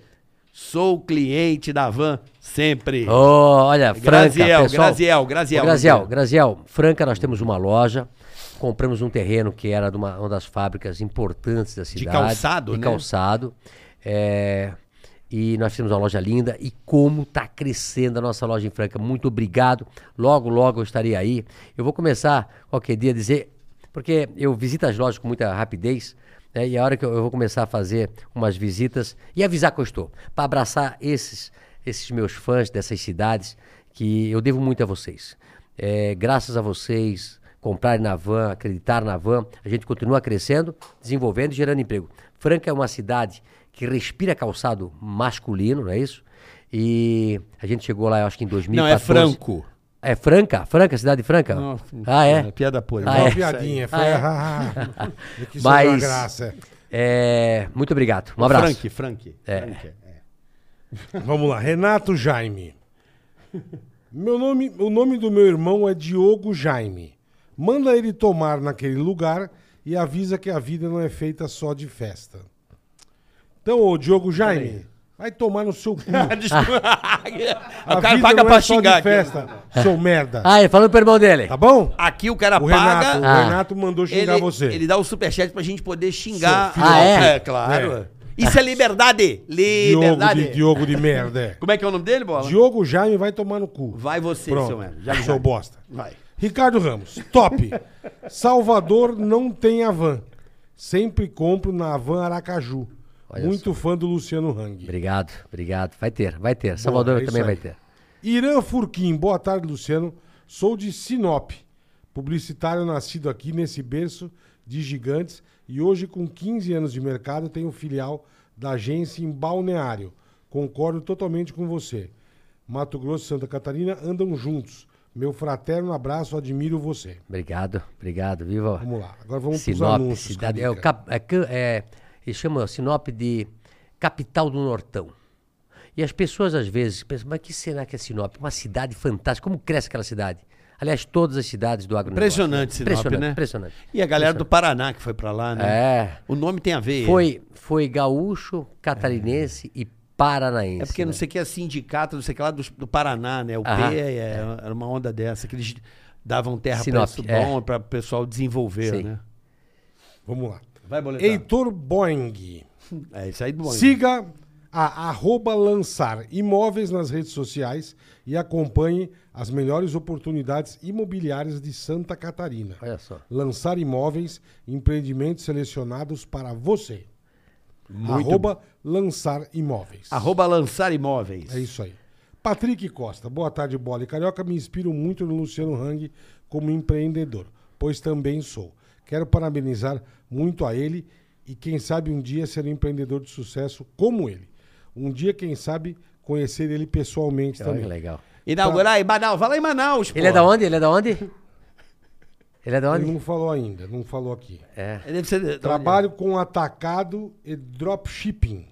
Speaker 4: Sou cliente da Van sempre.
Speaker 5: Ô, olha, Franca,
Speaker 4: Graziel,
Speaker 5: pessoal,
Speaker 4: Graziel, Graziel,
Speaker 5: Ô, Graziel,
Speaker 4: Graziel.
Speaker 5: Graziel, Franca, nós temos uma loja, compramos um terreno que era de uma, uma das fábricas importantes da cidade.
Speaker 4: calçado,
Speaker 5: de
Speaker 4: né?
Speaker 5: calçado. é, e nós temos uma loja linda. E como está crescendo a nossa loja em Franca. Muito obrigado. Logo, logo eu estarei aí. Eu vou começar qualquer dia a dizer, porque eu visito as lojas com muita rapidez. né, e a hora que eu, eu vou começar a fazer umas visitas e avisar que eu estou, para abraçar esses, esses meus fãs dessas cidades, que eu devo muito a vocês. É, graças a vocês, comprarem na van, acreditar na van, a gente continua crescendo, desenvolvendo e gerando emprego. Franca é uma cidade que respira calçado masculino, não é isso? E a gente chegou lá, eu acho que em 2014.
Speaker 4: Não, é Franco.
Speaker 5: É Franca? Franca, cidade de Franca? ah, é?
Speaker 4: Piada podre.
Speaker 5: Ah,
Speaker 3: é uma
Speaker 5: é.
Speaker 3: piadinha. Foi.
Speaker 5: Ah, é.
Speaker 3: Ah, é. que isso é uma
Speaker 5: Mas-
Speaker 3: graça.
Speaker 5: É, Muito obrigado. Um abraço.
Speaker 4: Frank, Frank.
Speaker 5: É.
Speaker 4: Frank,
Speaker 3: Vamos lá, Renato Jaime. Meu nome, o nome do meu irmão é Diogo Jaime. Manda ele tomar naquele lugar e avisa que a vida não é feita só de festa. Então, ô Diogo Jaime, vai tomar no seu cu.
Speaker 4: Desculpa.
Speaker 3: A
Speaker 4: o cara
Speaker 3: vida
Speaker 4: paga
Speaker 3: não
Speaker 4: pra
Speaker 3: é só de
Speaker 4: xingar aqui.
Speaker 3: festa, seu merda.
Speaker 5: Ah, ele falou pro irmão dele.
Speaker 3: Tá bom?
Speaker 4: Aqui o cara
Speaker 3: O
Speaker 4: paga.
Speaker 3: Renato, o
Speaker 5: Ah.
Speaker 3: Renato mandou xingar
Speaker 4: ele,
Speaker 3: você.
Speaker 4: ele dá o superchat pra gente poder xingar.
Speaker 5: Seu filho. Ah, é?
Speaker 4: claro. Isso é liberdade.
Speaker 3: Diogo de,
Speaker 4: Liberdade.
Speaker 3: Diogo de merda. é.
Speaker 4: Como é que é o nome dele, Bola?
Speaker 3: Diogo Jaime vai tomar no cu.
Speaker 4: Vai você,
Speaker 3: Pronto,
Speaker 4: seu Hélio. Já
Speaker 3: seu bosta.
Speaker 4: Vai.
Speaker 3: Ricardo Ramos, top. Salvador não tem Avan. Sempre compro na Avan Aracaju.
Speaker 5: Olha
Speaker 3: Muito fã do Luciano Hang.
Speaker 5: Obrigado, obrigado. Vai ter, vai ter.
Speaker 3: é
Speaker 5: Salvador
Speaker 3: isso
Speaker 5: também
Speaker 3: aí.
Speaker 5: vai ter.
Speaker 3: Irã Furquim, boa tarde, Luciano. Sou de Sinop, publicitário nascido aqui nesse berço de gigantes e hoje com 15 anos de mercado tenho filial da agência em Balneário. Concordo totalmente com você. Mato Grosso e Santa Catarina andam juntos. Meu fraterno abraço, admiro você.
Speaker 5: Obrigado, obrigado. Viva.
Speaker 3: Vamos lá, agora vamos pros
Speaker 5: Sinop,
Speaker 3: anúncios,
Speaker 5: cidade.
Speaker 3: Carica.
Speaker 5: É, o cap, é, can- é, eles chamam Sinop de capital do Nortão. E as pessoas às vezes pensam, mas que será que é Sinop? Uma cidade fantástica. Como cresce aquela cidade? Aliás, todas as cidades do agronegócio.
Speaker 4: Impressionante Sinop,
Speaker 5: impressionante,
Speaker 4: né?
Speaker 5: Impressionante.
Speaker 4: E a galera do Paraná que foi pra lá, né?
Speaker 5: É.
Speaker 4: O nome tem a ver.
Speaker 5: Foi, foi gaúcho, catarinense e paranaense.
Speaker 4: É porque não
Speaker 5: né?
Speaker 4: sei o que é sindicato, não sei o que lá do, do Paraná, né? O
Speaker 5: Aham.
Speaker 4: P é, é, era uma onda dessa, que eles davam terra
Speaker 5: Sinop,
Speaker 4: pra isso
Speaker 5: é.
Speaker 4: bom, pra o pessoal desenvolver,
Speaker 5: Sim.
Speaker 4: né?
Speaker 3: Vamos lá.
Speaker 4: Vai, boletar.
Speaker 3: Heitor Boing.
Speaker 4: É isso aí do bom.
Speaker 3: Siga a arroba lançar imóveis nas redes sociais e acompanhe as melhores oportunidades imobiliárias de Santa Catarina.
Speaker 5: Olha só.
Speaker 3: Lançar imóveis, empreendimentos selecionados para você. arroba lançar imóveis.
Speaker 4: Arroba Lançar Imóveis.
Speaker 3: É isso aí. Patrick Costa, boa tarde, bola e carioca. Me inspiro muito no Luciano Hang como empreendedor, pois também sou. Quero parabenizar muito a ele e quem sabe um dia ser um empreendedor de sucesso como ele. Um dia, quem sabe, conhecer ele pessoalmente
Speaker 5: Olha
Speaker 3: também.
Speaker 5: que legal.
Speaker 4: Inaugurar em Manaus. Vai lá em Manaus, pô.
Speaker 5: Ele é da onde? Ele é da onde? Ele é da
Speaker 3: Ele
Speaker 5: onde?
Speaker 3: não falou ainda, não falou aqui.
Speaker 5: É.
Speaker 4: Ele deve ser da onde?
Speaker 3: Trabalho com atacado e dropshipping.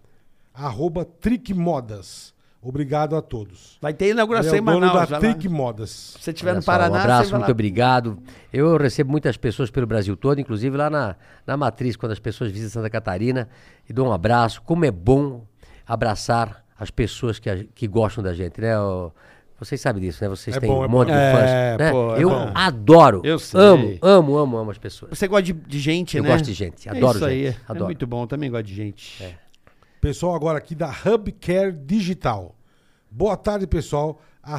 Speaker 3: Arroba Trick Modas. Obrigado a todos.
Speaker 4: Vai ter inauguração
Speaker 3: Ele é
Speaker 4: em
Speaker 3: o dono
Speaker 4: Manaus.
Speaker 3: da
Speaker 4: vai lá.
Speaker 3: Trick Modas.
Speaker 4: Se você estiver
Speaker 5: Olha
Speaker 4: no
Speaker 5: só,
Speaker 4: Paraná,
Speaker 5: um abraço,
Speaker 4: você vai
Speaker 5: muito
Speaker 4: lá.
Speaker 5: obrigado. Eu recebo muitas pessoas pelo Brasil todo, inclusive lá na, na Matriz, quando as pessoas visitam Santa Catarina, e dou um abraço. Como é bom abraçar as pessoas que, a- que gostam da gente, né? Ô, vocês sabem disso, né? Vocês
Speaker 3: É
Speaker 5: têm
Speaker 3: bom,
Speaker 5: um
Speaker 3: é
Speaker 5: monte
Speaker 3: bom.
Speaker 5: de fãs.
Speaker 4: É,
Speaker 5: né?
Speaker 4: pô, é
Speaker 5: eu
Speaker 4: bom.
Speaker 5: adoro.
Speaker 4: Eu sei.
Speaker 5: Amo, amo, amo, amo as pessoas.
Speaker 4: Você gosta de, de gente,
Speaker 5: Eu
Speaker 4: né?
Speaker 5: gosto de gente,
Speaker 4: é
Speaker 5: adoro
Speaker 4: isso
Speaker 5: gente,
Speaker 4: Aí.
Speaker 5: adoro. É.
Speaker 4: É muito bom, eu também gosto de gente.
Speaker 3: Pessoal agora aqui da Hubcare Digital. Boa tarde, pessoal. A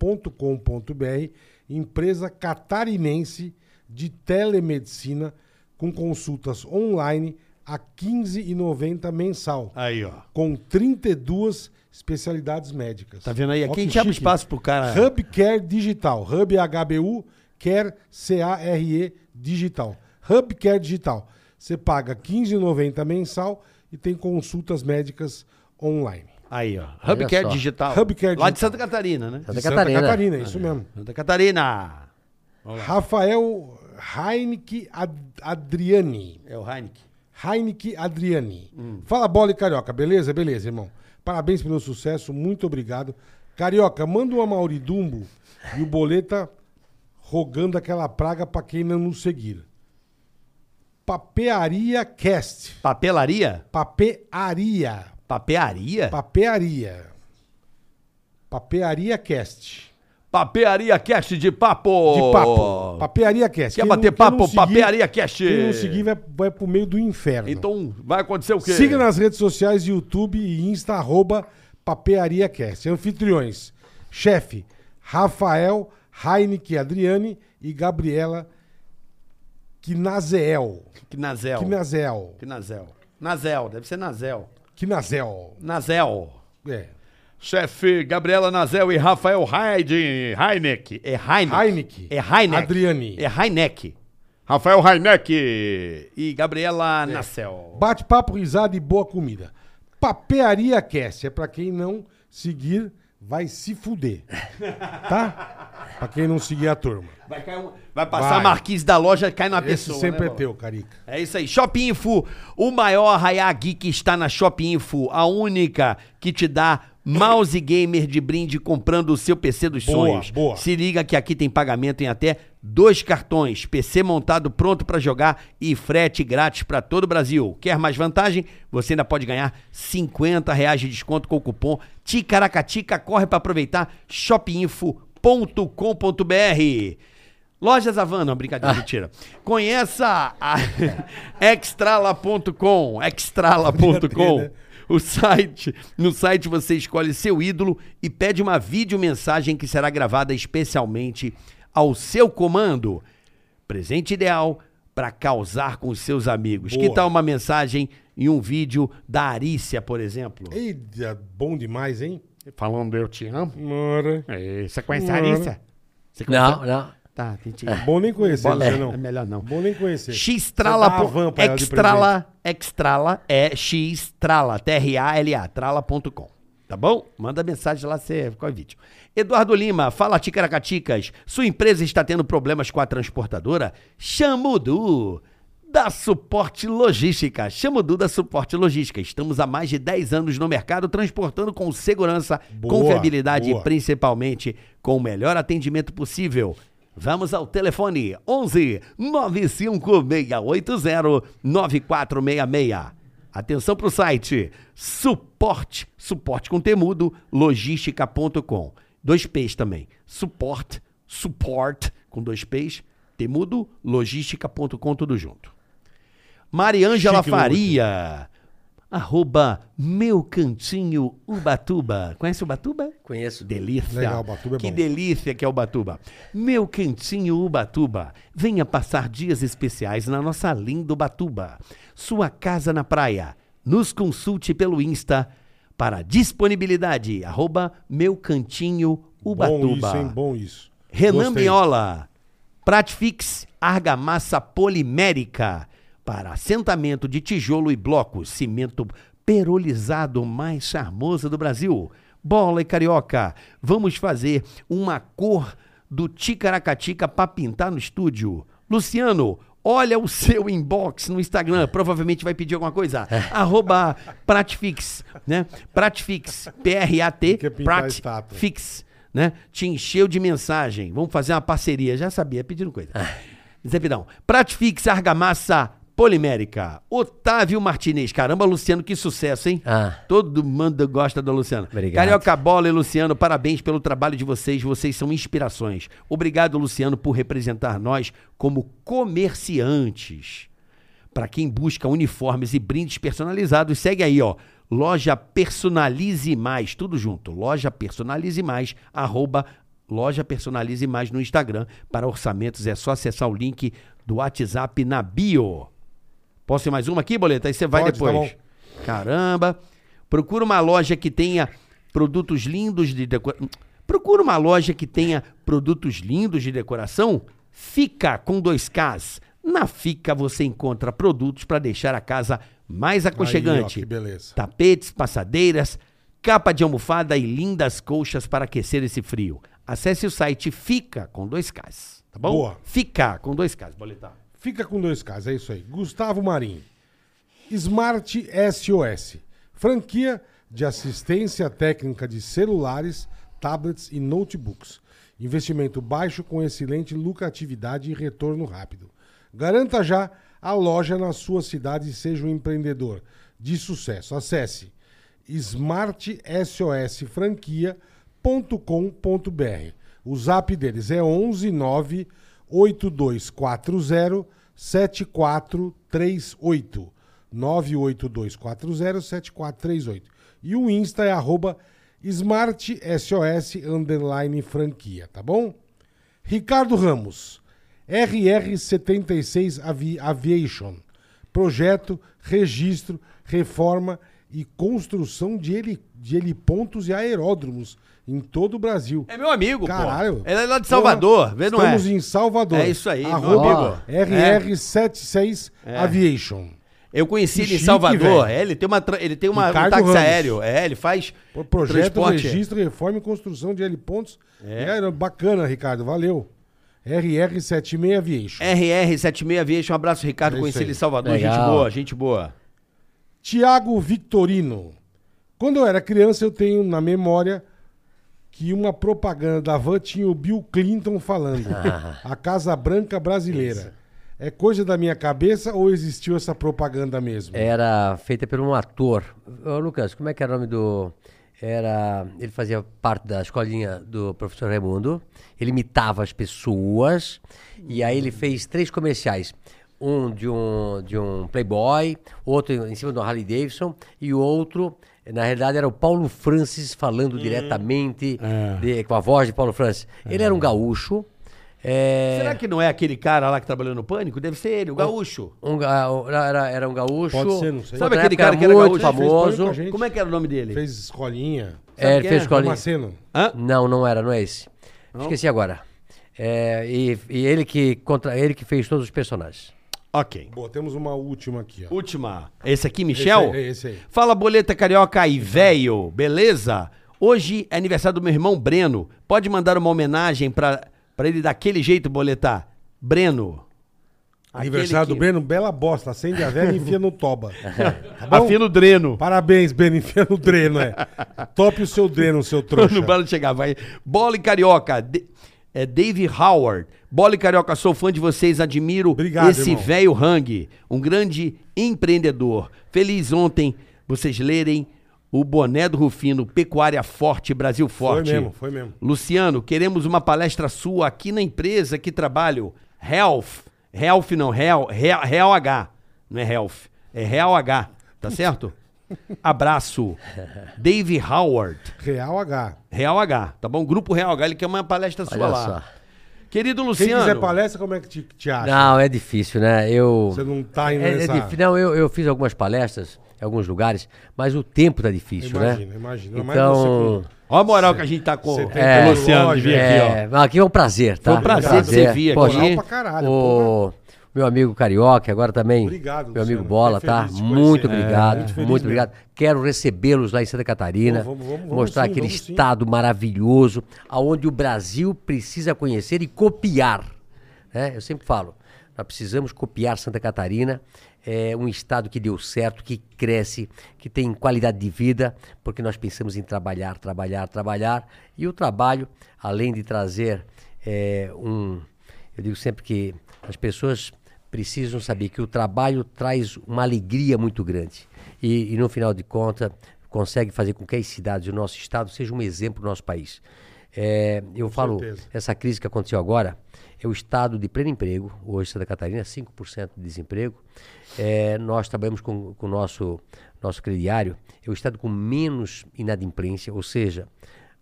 Speaker 3: hubcaredigital.com.br, empresa catarinense de telemedicina com consultas online a R$ 15,90 mensal,
Speaker 4: Aí, ó.
Speaker 3: com 32 especialidades médicas.
Speaker 4: Tá vendo aí?
Speaker 3: Ó
Speaker 4: Aqui
Speaker 3: que
Speaker 4: a gente abre
Speaker 3: chique.
Speaker 4: espaço pro cara.
Speaker 3: Hubcare Digital. Hub HBU Care C-A-R-E Digital. Hubcare Digital. Você paga R$15,90 mensal e tem consultas médicas online.
Speaker 4: Aí, ó.
Speaker 5: Olha
Speaker 4: Hubcare
Speaker 5: só.
Speaker 4: Digital.
Speaker 3: Hubcare
Speaker 4: Lá de
Speaker 3: Digital.
Speaker 4: Santa Catarina, né?
Speaker 5: Santa
Speaker 3: De
Speaker 5: Catarina.
Speaker 3: Catarina, é isso mesmo.
Speaker 4: Santa Catarina.
Speaker 3: Rafael Heineke Ad- Adriani.
Speaker 4: É o Heineken.
Speaker 3: Heineke Adriani.
Speaker 4: Hum.
Speaker 3: Fala bola e carioca, beleza? Beleza, irmão. Parabéns pelo sucesso, muito obrigado. Carioca, manda uma Mauridumbo e o Boleta rogando aquela praga pra quem não nos seguir. Papearia Cast.
Speaker 4: Papelaria?
Speaker 3: Papearia.
Speaker 4: Papearia?
Speaker 3: Papearia. Papearia Cast.
Speaker 4: Papearia Cast de papo.
Speaker 3: De papo. Papearia Cast.
Speaker 4: Quer
Speaker 3: Quem não-
Speaker 4: bater
Speaker 3: quem não
Speaker 4: papo?
Speaker 3: seguir-
Speaker 4: Papearia Cast.
Speaker 3: Quem não seguir vai, vai pro meio do inferno.
Speaker 4: Então, vai acontecer o quê?
Speaker 3: Siga nas redes sociais, YouTube e Insta, arroba PapeariaCast. Anfitriões, chefe, Rafael, Heineke Adriane e Gabriela Kinazel.
Speaker 4: Knazel.
Speaker 3: Kinazel.
Speaker 4: Knazel. Nazel, deve ser Nazel.
Speaker 3: Kinazel.
Speaker 4: Nazel.
Speaker 3: É.
Speaker 4: Chefe Gabriela Nazel e Rafael Heide, Heineck. É Heineck.
Speaker 3: Heineke.
Speaker 4: É Heineck.
Speaker 3: Adriane.
Speaker 4: É Heineck. Rafael Heineck. E Gabriela
Speaker 3: É.
Speaker 4: Nazel.
Speaker 3: Bate-papo, risada e boa comida. Papearia Cast é pra quem não seguir vai se fuder. Tá? Pra quem não seguir a turma.
Speaker 4: Vai, cair um- vai passar
Speaker 3: Vai.
Speaker 4: a marquise da loja, cai na
Speaker 3: Esse
Speaker 4: pessoa.
Speaker 3: sempre
Speaker 4: né,
Speaker 3: é
Speaker 4: Bola?
Speaker 3: teu, Carica.
Speaker 4: É isso aí. Shop Info, o maior arraiá geek está na Shop Info, a única que te dá mouse gamer de brinde comprando o seu PC dos
Speaker 3: Boa,
Speaker 4: sonhos.
Speaker 3: boa.
Speaker 4: Se liga que aqui tem pagamento em até dois cartões, PC montado pronto para jogar e frete grátis para todo o Brasil. Quer mais vantagem? Você ainda pode ganhar 50 reais de desconto com o cupom TICARACATICA. Corre para aproveitar shopinfo.com.br. Lojas Havana, brincadeira, mentira. Conheça a extrala.com, extrala.com. O site, no site você escolhe seu ídolo e pede uma videomensagem que será gravada especialmente ao seu comando. Presente ideal para causar com os seus amigos. Que
Speaker 3: Boa.
Speaker 4: tal uma mensagem e um vídeo da Arícia, por exemplo?
Speaker 3: Eita, bom demais, hein?
Speaker 4: Falando eu te amo.
Speaker 3: Mora.
Speaker 8: É, Você conhece
Speaker 3: Não.
Speaker 8: a Arissa?
Speaker 4: Você
Speaker 5: Não, não.
Speaker 4: Hum. Tá, entendi.
Speaker 3: Bom nem conhecer,
Speaker 4: Bola,
Speaker 3: você não.
Speaker 4: é melhor não.
Speaker 3: Bom nem conhecer.
Speaker 4: Xtrala.
Speaker 3: Você dá a van pra ela de
Speaker 4: Extrala. Extrala é Xtrala. T-R-A-L-A. Trala.com. Tá bom? Manda mensagem lá, você com o vídeo. Eduardo Lima, fala Ticaracaticas. Sua empresa está tendo problemas com a transportadora? Chama o Du da Suporte Logística. Chama o Du da Suporte Logística. Estamos há mais de 10 anos no mercado transportando com segurança,
Speaker 3: Boa,
Speaker 4: confiabilidade
Speaker 3: boa.
Speaker 4: e principalmente com o melhor atendimento possível. Vamos ao telefone 11 95680 9466. Atenção para o site suporte, suporte com temudo, logística.com. Dois P's também. Suporte, suporte com dois P's, temudo, logística.com, tudo junto. Mariângela
Speaker 3: Chique no
Speaker 4: Faria, arroba meu cantinho Ubatuba. Conhece Ubatuba?
Speaker 5: Conheço.
Speaker 4: Delícia.
Speaker 3: Legal, Ubatuba é
Speaker 4: que
Speaker 3: bom.
Speaker 4: delícia que é Ubatuba. Meu cantinho Ubatuba. Venha passar dias especiais na nossa linda Ubatuba. Sua casa na praia. Nos consulte pelo Insta para disponibilidade. Arroba meu cantinho Ubatuba.
Speaker 3: Bom isso, hein? Bom isso.
Speaker 4: Renan
Speaker 3: Gostei.
Speaker 4: Biola, Pratfix Argamassa Polimérica para assentamento de tijolo e bloco, cimento perolizado mais charmoso do Brasil. Bola e Carioca, vamos fazer uma cor do Ticaracatica para pintar no estúdio. Luciano, olha o seu inbox no Instagram, provavelmente vai pedir alguma coisa.
Speaker 3: É.
Speaker 4: Arroba Pratfix, né? Pratfix, P-R-A-T,
Speaker 3: Quer pintar a estátua.
Speaker 4: Pratfix. Fix, né? Te encheu de mensagem. Vamos fazer uma parceria. Já sabia, é pedindo coisa. Zé Pidão. Pratfix Argamassa Polimérica. Otávio Martinez. Caramba, Luciano, que sucesso, hein?
Speaker 5: Ah.
Speaker 4: Todo mundo gosta do Luciano.
Speaker 5: Obrigado.
Speaker 4: Carioca Bola e Luciano, parabéns pelo trabalho de vocês. Vocês são inspirações. Obrigado, Luciano, por representar nós como comerciantes. Para quem busca uniformes e brindes personalizados, segue aí, ó. Loja Personalize Mais, tudo junto. Loja Personalize Mais, arroba Loja Personalize Mais no Instagram. Para orçamentos é só acessar o link do WhatsApp na bio. Posso ir mais uma aqui, Boleta? Aí você vai
Speaker 3: Pode,
Speaker 4: depois.
Speaker 3: tá
Speaker 4: Caramba. Procura uma loja que tenha produtos lindos de decoração. Procura uma loja que tenha produtos lindos de decoração. Fica com dois Ks. Na Fica você encontra produtos para deixar a casa mais aconchegante.
Speaker 3: Aí, ó, que beleza.
Speaker 4: Tapetes, passadeiras, capa de almofada e lindas colchas para aquecer esse frio. Acesse o site Fica com dois Ks, tá bom?
Speaker 3: Boa.
Speaker 4: Fica com dois Ks, boletar.
Speaker 3: Fica com dois casos, é isso aí. Gustavo Marim. Smart SOS. Franquia de assistência técnica de celulares, tablets e notebooks. Investimento baixo com excelente lucratividade e retorno rápido. Garanta já a loja na sua cidade e seja um empreendedor de sucesso. Acesse smartsosfranquia.com.br. O zap deles é 119 8240 7438. 98240 7438. E o Insta é arroba smartsos underline franquia, tá bom? Ricardo Ramos, RR76 Avi- Aviation. Projeto, registro, reforma e construção de, heli de helipontos e aeródromos em todo o Brasil.
Speaker 4: É meu amigo,
Speaker 3: Caralho.
Speaker 4: pô. Ele é lá de Salvador, vê, não é?
Speaker 3: Estamos em Salvador.
Speaker 4: É isso aí, meu
Speaker 3: Arroba
Speaker 4: amigo.
Speaker 3: RR76 Aviation.
Speaker 4: Eu conheci
Speaker 3: Que
Speaker 4: ele em
Speaker 3: chique,
Speaker 4: Salvador.
Speaker 3: velho.
Speaker 4: É, ele tem, uma, tra- ele tem uma, um
Speaker 3: Ricardo
Speaker 4: táxi
Speaker 3: Ramos.
Speaker 4: aéreo. É, ele faz
Speaker 3: Pro- Projeto,
Speaker 4: transporte. é.
Speaker 3: registro, reforma e construção de helipontos. É. bacana, Ricardo. Valeu. RR76
Speaker 4: É,
Speaker 3: Aviation.
Speaker 4: RR76 Aviation. Um abraço, Ricardo.
Speaker 3: É isso
Speaker 4: Conheci
Speaker 3: aí.
Speaker 4: ele em Salvador. Gente
Speaker 5: Legal.
Speaker 4: boa, gente boa.
Speaker 3: Tiago Victorino. Quando eu era criança, eu tenho na memória que uma propaganda da Van tinha o Bill Clinton falando. A Casa Branca Brasileira. É coisa da minha cabeça ou existiu essa propaganda mesmo?
Speaker 5: É. Era feita por um ator. Ô, Lucas, como é que era o nome do. Era, ele fazia parte da escolinha do professor Raimundo. Ele imitava as pessoas. E aí ele fez três comerciais. Um de um, de um Playboy, outro em cima do Harley Davidson e outro, na realidade, era o Paulo Francis
Speaker 4: Hum.
Speaker 5: falando diretamente
Speaker 4: É.
Speaker 5: de- com a voz de Paulo Francis. Ele era um gaúcho. é,
Speaker 4: Será que não é aquele cara lá que trabalhou no Pânico? Deve ser ele, o gaúcho.
Speaker 5: um ga- era, era um gaúcho.
Speaker 3: Pode ser, não sei.
Speaker 4: Sabe
Speaker 5: Outra
Speaker 4: aquele
Speaker 5: época
Speaker 4: cara
Speaker 5: era
Speaker 4: que era gaúcho?
Speaker 5: muito famoso.
Speaker 3: Ele gente.
Speaker 4: Como é que era o nome dele?
Speaker 3: Fez escolinha.
Speaker 5: É,
Speaker 4: quem
Speaker 5: ele fez
Speaker 4: é?
Speaker 5: escolinha.
Speaker 3: Maceno.
Speaker 4: Hã?
Speaker 5: Não, não era, não é esse. Esqueci agora. É, e, e ele que contra ele que fez todos os personagens.
Speaker 4: Ok.
Speaker 3: Boa, temos uma última aqui, ó.
Speaker 4: Última. Esse aqui, Michel?
Speaker 3: Esse aí, esse aí.
Speaker 4: Fala, boleta carioca e véio, beleza? Hoje é aniversário do meu irmão Breno. Pode mandar uma homenagem pra, pra ele daquele jeito, boletar? Breno.
Speaker 3: Aniversário do Breno, bela bosta. Acende a vela e enfia no toba. Tá bom?
Speaker 4: Afino Dreno.
Speaker 3: Parabéns, Breno, enfia no dreno, é. Tope o seu dreno, seu trouxa.
Speaker 4: Não para de chegar, vai. Bola e carioca. De- é Dave Howard. Bola e carioca, sou fã de vocês, admiro
Speaker 3: Obrigado,
Speaker 4: esse
Speaker 3: irmão.
Speaker 4: velho Hang, um grande empreendedor. Feliz ontem vocês lerem o boné do Rufino, Pecuária Forte, Brasil Forte.
Speaker 3: mesmo, foi mesmo.
Speaker 4: Luciano, queremos uma palestra sua aqui na empresa que trabalho, Health. Health não, Real, Real, Real H. Não é Health, é Real H, tá certo? Abraço. Dave Howard.
Speaker 3: Real H.
Speaker 4: Real H, tá bom? Grupo Real H, ele quer uma palestra sua
Speaker 5: Olha
Speaker 4: lá.
Speaker 5: só.
Speaker 4: Querido
Speaker 3: Quem
Speaker 4: Luciano.
Speaker 3: quiser palestra, como é que te, te acha?
Speaker 5: Não, é difícil, né? Eu
Speaker 3: Você não tá
Speaker 5: é,
Speaker 3: indo
Speaker 5: é
Speaker 3: nessa...
Speaker 5: difí- Não, eu, eu fiz algumas palestras em alguns lugares, mas o tempo tá difícil,
Speaker 3: Imagina,
Speaker 5: né?
Speaker 3: imagina. Ainda mais
Speaker 5: Então,
Speaker 3: você
Speaker 4: Ó a moral que a gente tá com.
Speaker 3: Você tem
Speaker 4: É,
Speaker 3: pelo
Speaker 4: Luciano de vir
Speaker 3: lógico,
Speaker 4: aqui, ó.
Speaker 5: é, aqui é um prazer, tá?
Speaker 4: Foi um prazer
Speaker 5: Obrigado.
Speaker 4: que você vir
Speaker 5: Pô,
Speaker 4: aqui.
Speaker 5: aqui,
Speaker 3: Moral pra caralho,
Speaker 5: o meu amigo Carioca, agora também.
Speaker 3: Obrigado,
Speaker 5: Meu amigo
Speaker 3: Luciano.
Speaker 5: Bola,
Speaker 3: Fiquei
Speaker 5: tá?
Speaker 3: feliz de
Speaker 5: Muito
Speaker 3: conhecer.
Speaker 5: obrigado,
Speaker 3: É, muito feliz
Speaker 5: muito,
Speaker 3: mesmo.
Speaker 5: obrigado. Quero recebê-los lá em Santa Catarina,
Speaker 3: Vamos, vamos, vamos, vamos
Speaker 5: mostrar
Speaker 3: sim,
Speaker 5: aquele
Speaker 3: vamos sim.
Speaker 5: estado maravilhoso, aonde o Brasil precisa conhecer e copiar. né? Eu sempre falo, nós precisamos copiar Santa Catarina, é um estado que deu certo, que cresce, que tem qualidade de vida, porque nós pensamos em trabalhar, trabalhar, trabalhar. E o trabalho, além de trazer é, um. Eu digo sempre que as pessoas precisam saber que o trabalho traz uma alegria muito grande. E, e no final de contas, consegue fazer com que as cidades do nosso estado sejam um exemplo do nosso país. É, eu falo,
Speaker 3: certeza.
Speaker 5: essa crise que aconteceu agora é o estado de pleno emprego, hoje Santa Catarina, 5% de desemprego. É, nós trabalhamos com com o nosso, nosso crediário, é o estado com menos inadimplência, ou seja,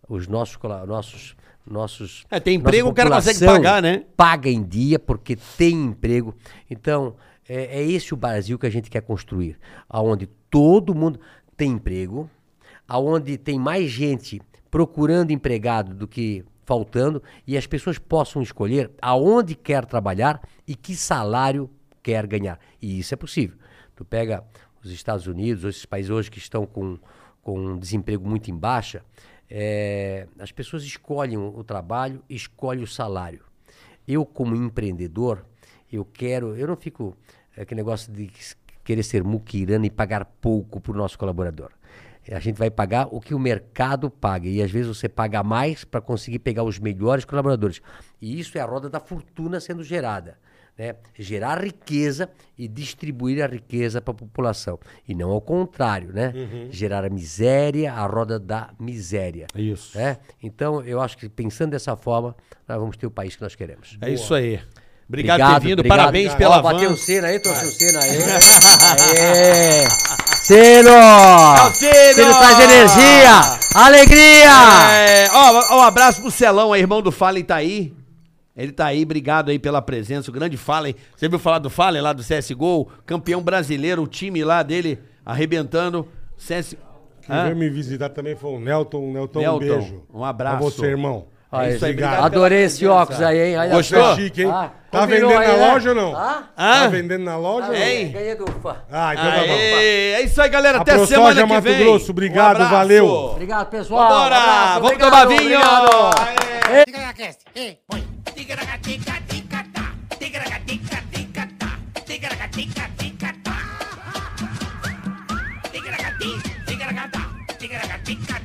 Speaker 5: os nossos. cola- nossos nossos
Speaker 4: É, tem
Speaker 5: nossa
Speaker 4: emprego, o cara consegue
Speaker 5: população
Speaker 4: pagar, né?
Speaker 5: Paga em dia porque tem emprego. Então, é, é esse o Brasil que a gente quer construir, aonde todo mundo tem emprego, aonde tem mais gente procurando empregado do que faltando e as pessoas possam escolher aonde quer trabalhar e que salário quer ganhar. E isso é possível. Tu pega os Estados Unidos, ou esses países hoje que estão com, com um desemprego muito em baixa, é, as pessoas escolhem o o trabalho, escolhem o salário. Eu, como empreendedor, eu quero, eu não fico é, aquele negócio de s- querer ser muquirana e pagar pouco para o nosso colaborador. É, A gente vai pagar o que o mercado paga. E às vezes você paga mais para conseguir pegar os melhores colaboradores. E isso é a roda da fortuna sendo gerada. Né? Gerar riqueza e distribuir a riqueza para a população. E não ao contrário, né? Gerar a miséria, a roda da miséria.
Speaker 4: Isso.
Speaker 5: né? Então, eu acho que pensando dessa forma, nós vamos ter o país que nós queremos.
Speaker 4: É isso aí. Obrigado, por ter vindo. Parabéns pela
Speaker 5: Ó, Bateu
Speaker 4: van.
Speaker 5: o Senna aí, trouxe o Senna aí. Aê! Seno!
Speaker 4: É Seno!
Speaker 5: Seno traz energia! Alegria!
Speaker 4: É, ó, ó, um abraço pro Celão, aí, irmão do Fallen tá aí. Ele tá aí, obrigado aí pela presença, o grande Fallen. Você viu falar do Fallen lá do CSGO? Campeão brasileiro, o time lá dele arrebentando. CS...
Speaker 3: Quem veio me visitar também foi o Nelton. Nelton,
Speaker 4: Nelton,
Speaker 3: um beijo.
Speaker 4: um abraço.
Speaker 3: Pra você, irmão.
Speaker 4: É isso
Speaker 3: Obrigado.
Speaker 4: aí, obrigado.
Speaker 5: Adorei esse óculos aí, hein? Olha
Speaker 3: Gostou?
Speaker 5: só.
Speaker 3: Chique, hein?
Speaker 5: Ah,
Speaker 3: Tá
Speaker 5: Combinou
Speaker 3: vendendo na
Speaker 5: aí, né?
Speaker 3: loja ou não?
Speaker 5: Hã?
Speaker 3: Tá
Speaker 4: Ah?
Speaker 3: vendendo na loja ou não?
Speaker 4: Hein?
Speaker 5: Ganhei do fã.
Speaker 3: Ah, então tá bom.
Speaker 4: Aê, é isso aí, galera. Até
Speaker 3: Aprosoja,
Speaker 4: semana que
Speaker 3: Mato
Speaker 4: vem. Um
Speaker 3: Grosso, obrigado,
Speaker 4: abraço.
Speaker 3: valeu.
Speaker 5: Obrigado, pessoal.
Speaker 4: Bora,
Speaker 5: Abraço,
Speaker 4: vamos
Speaker 5: obrigado,
Speaker 4: tomar vinho.
Speaker 5: obrigado.
Speaker 7: Tica-tica-tica-tica-tica-tica.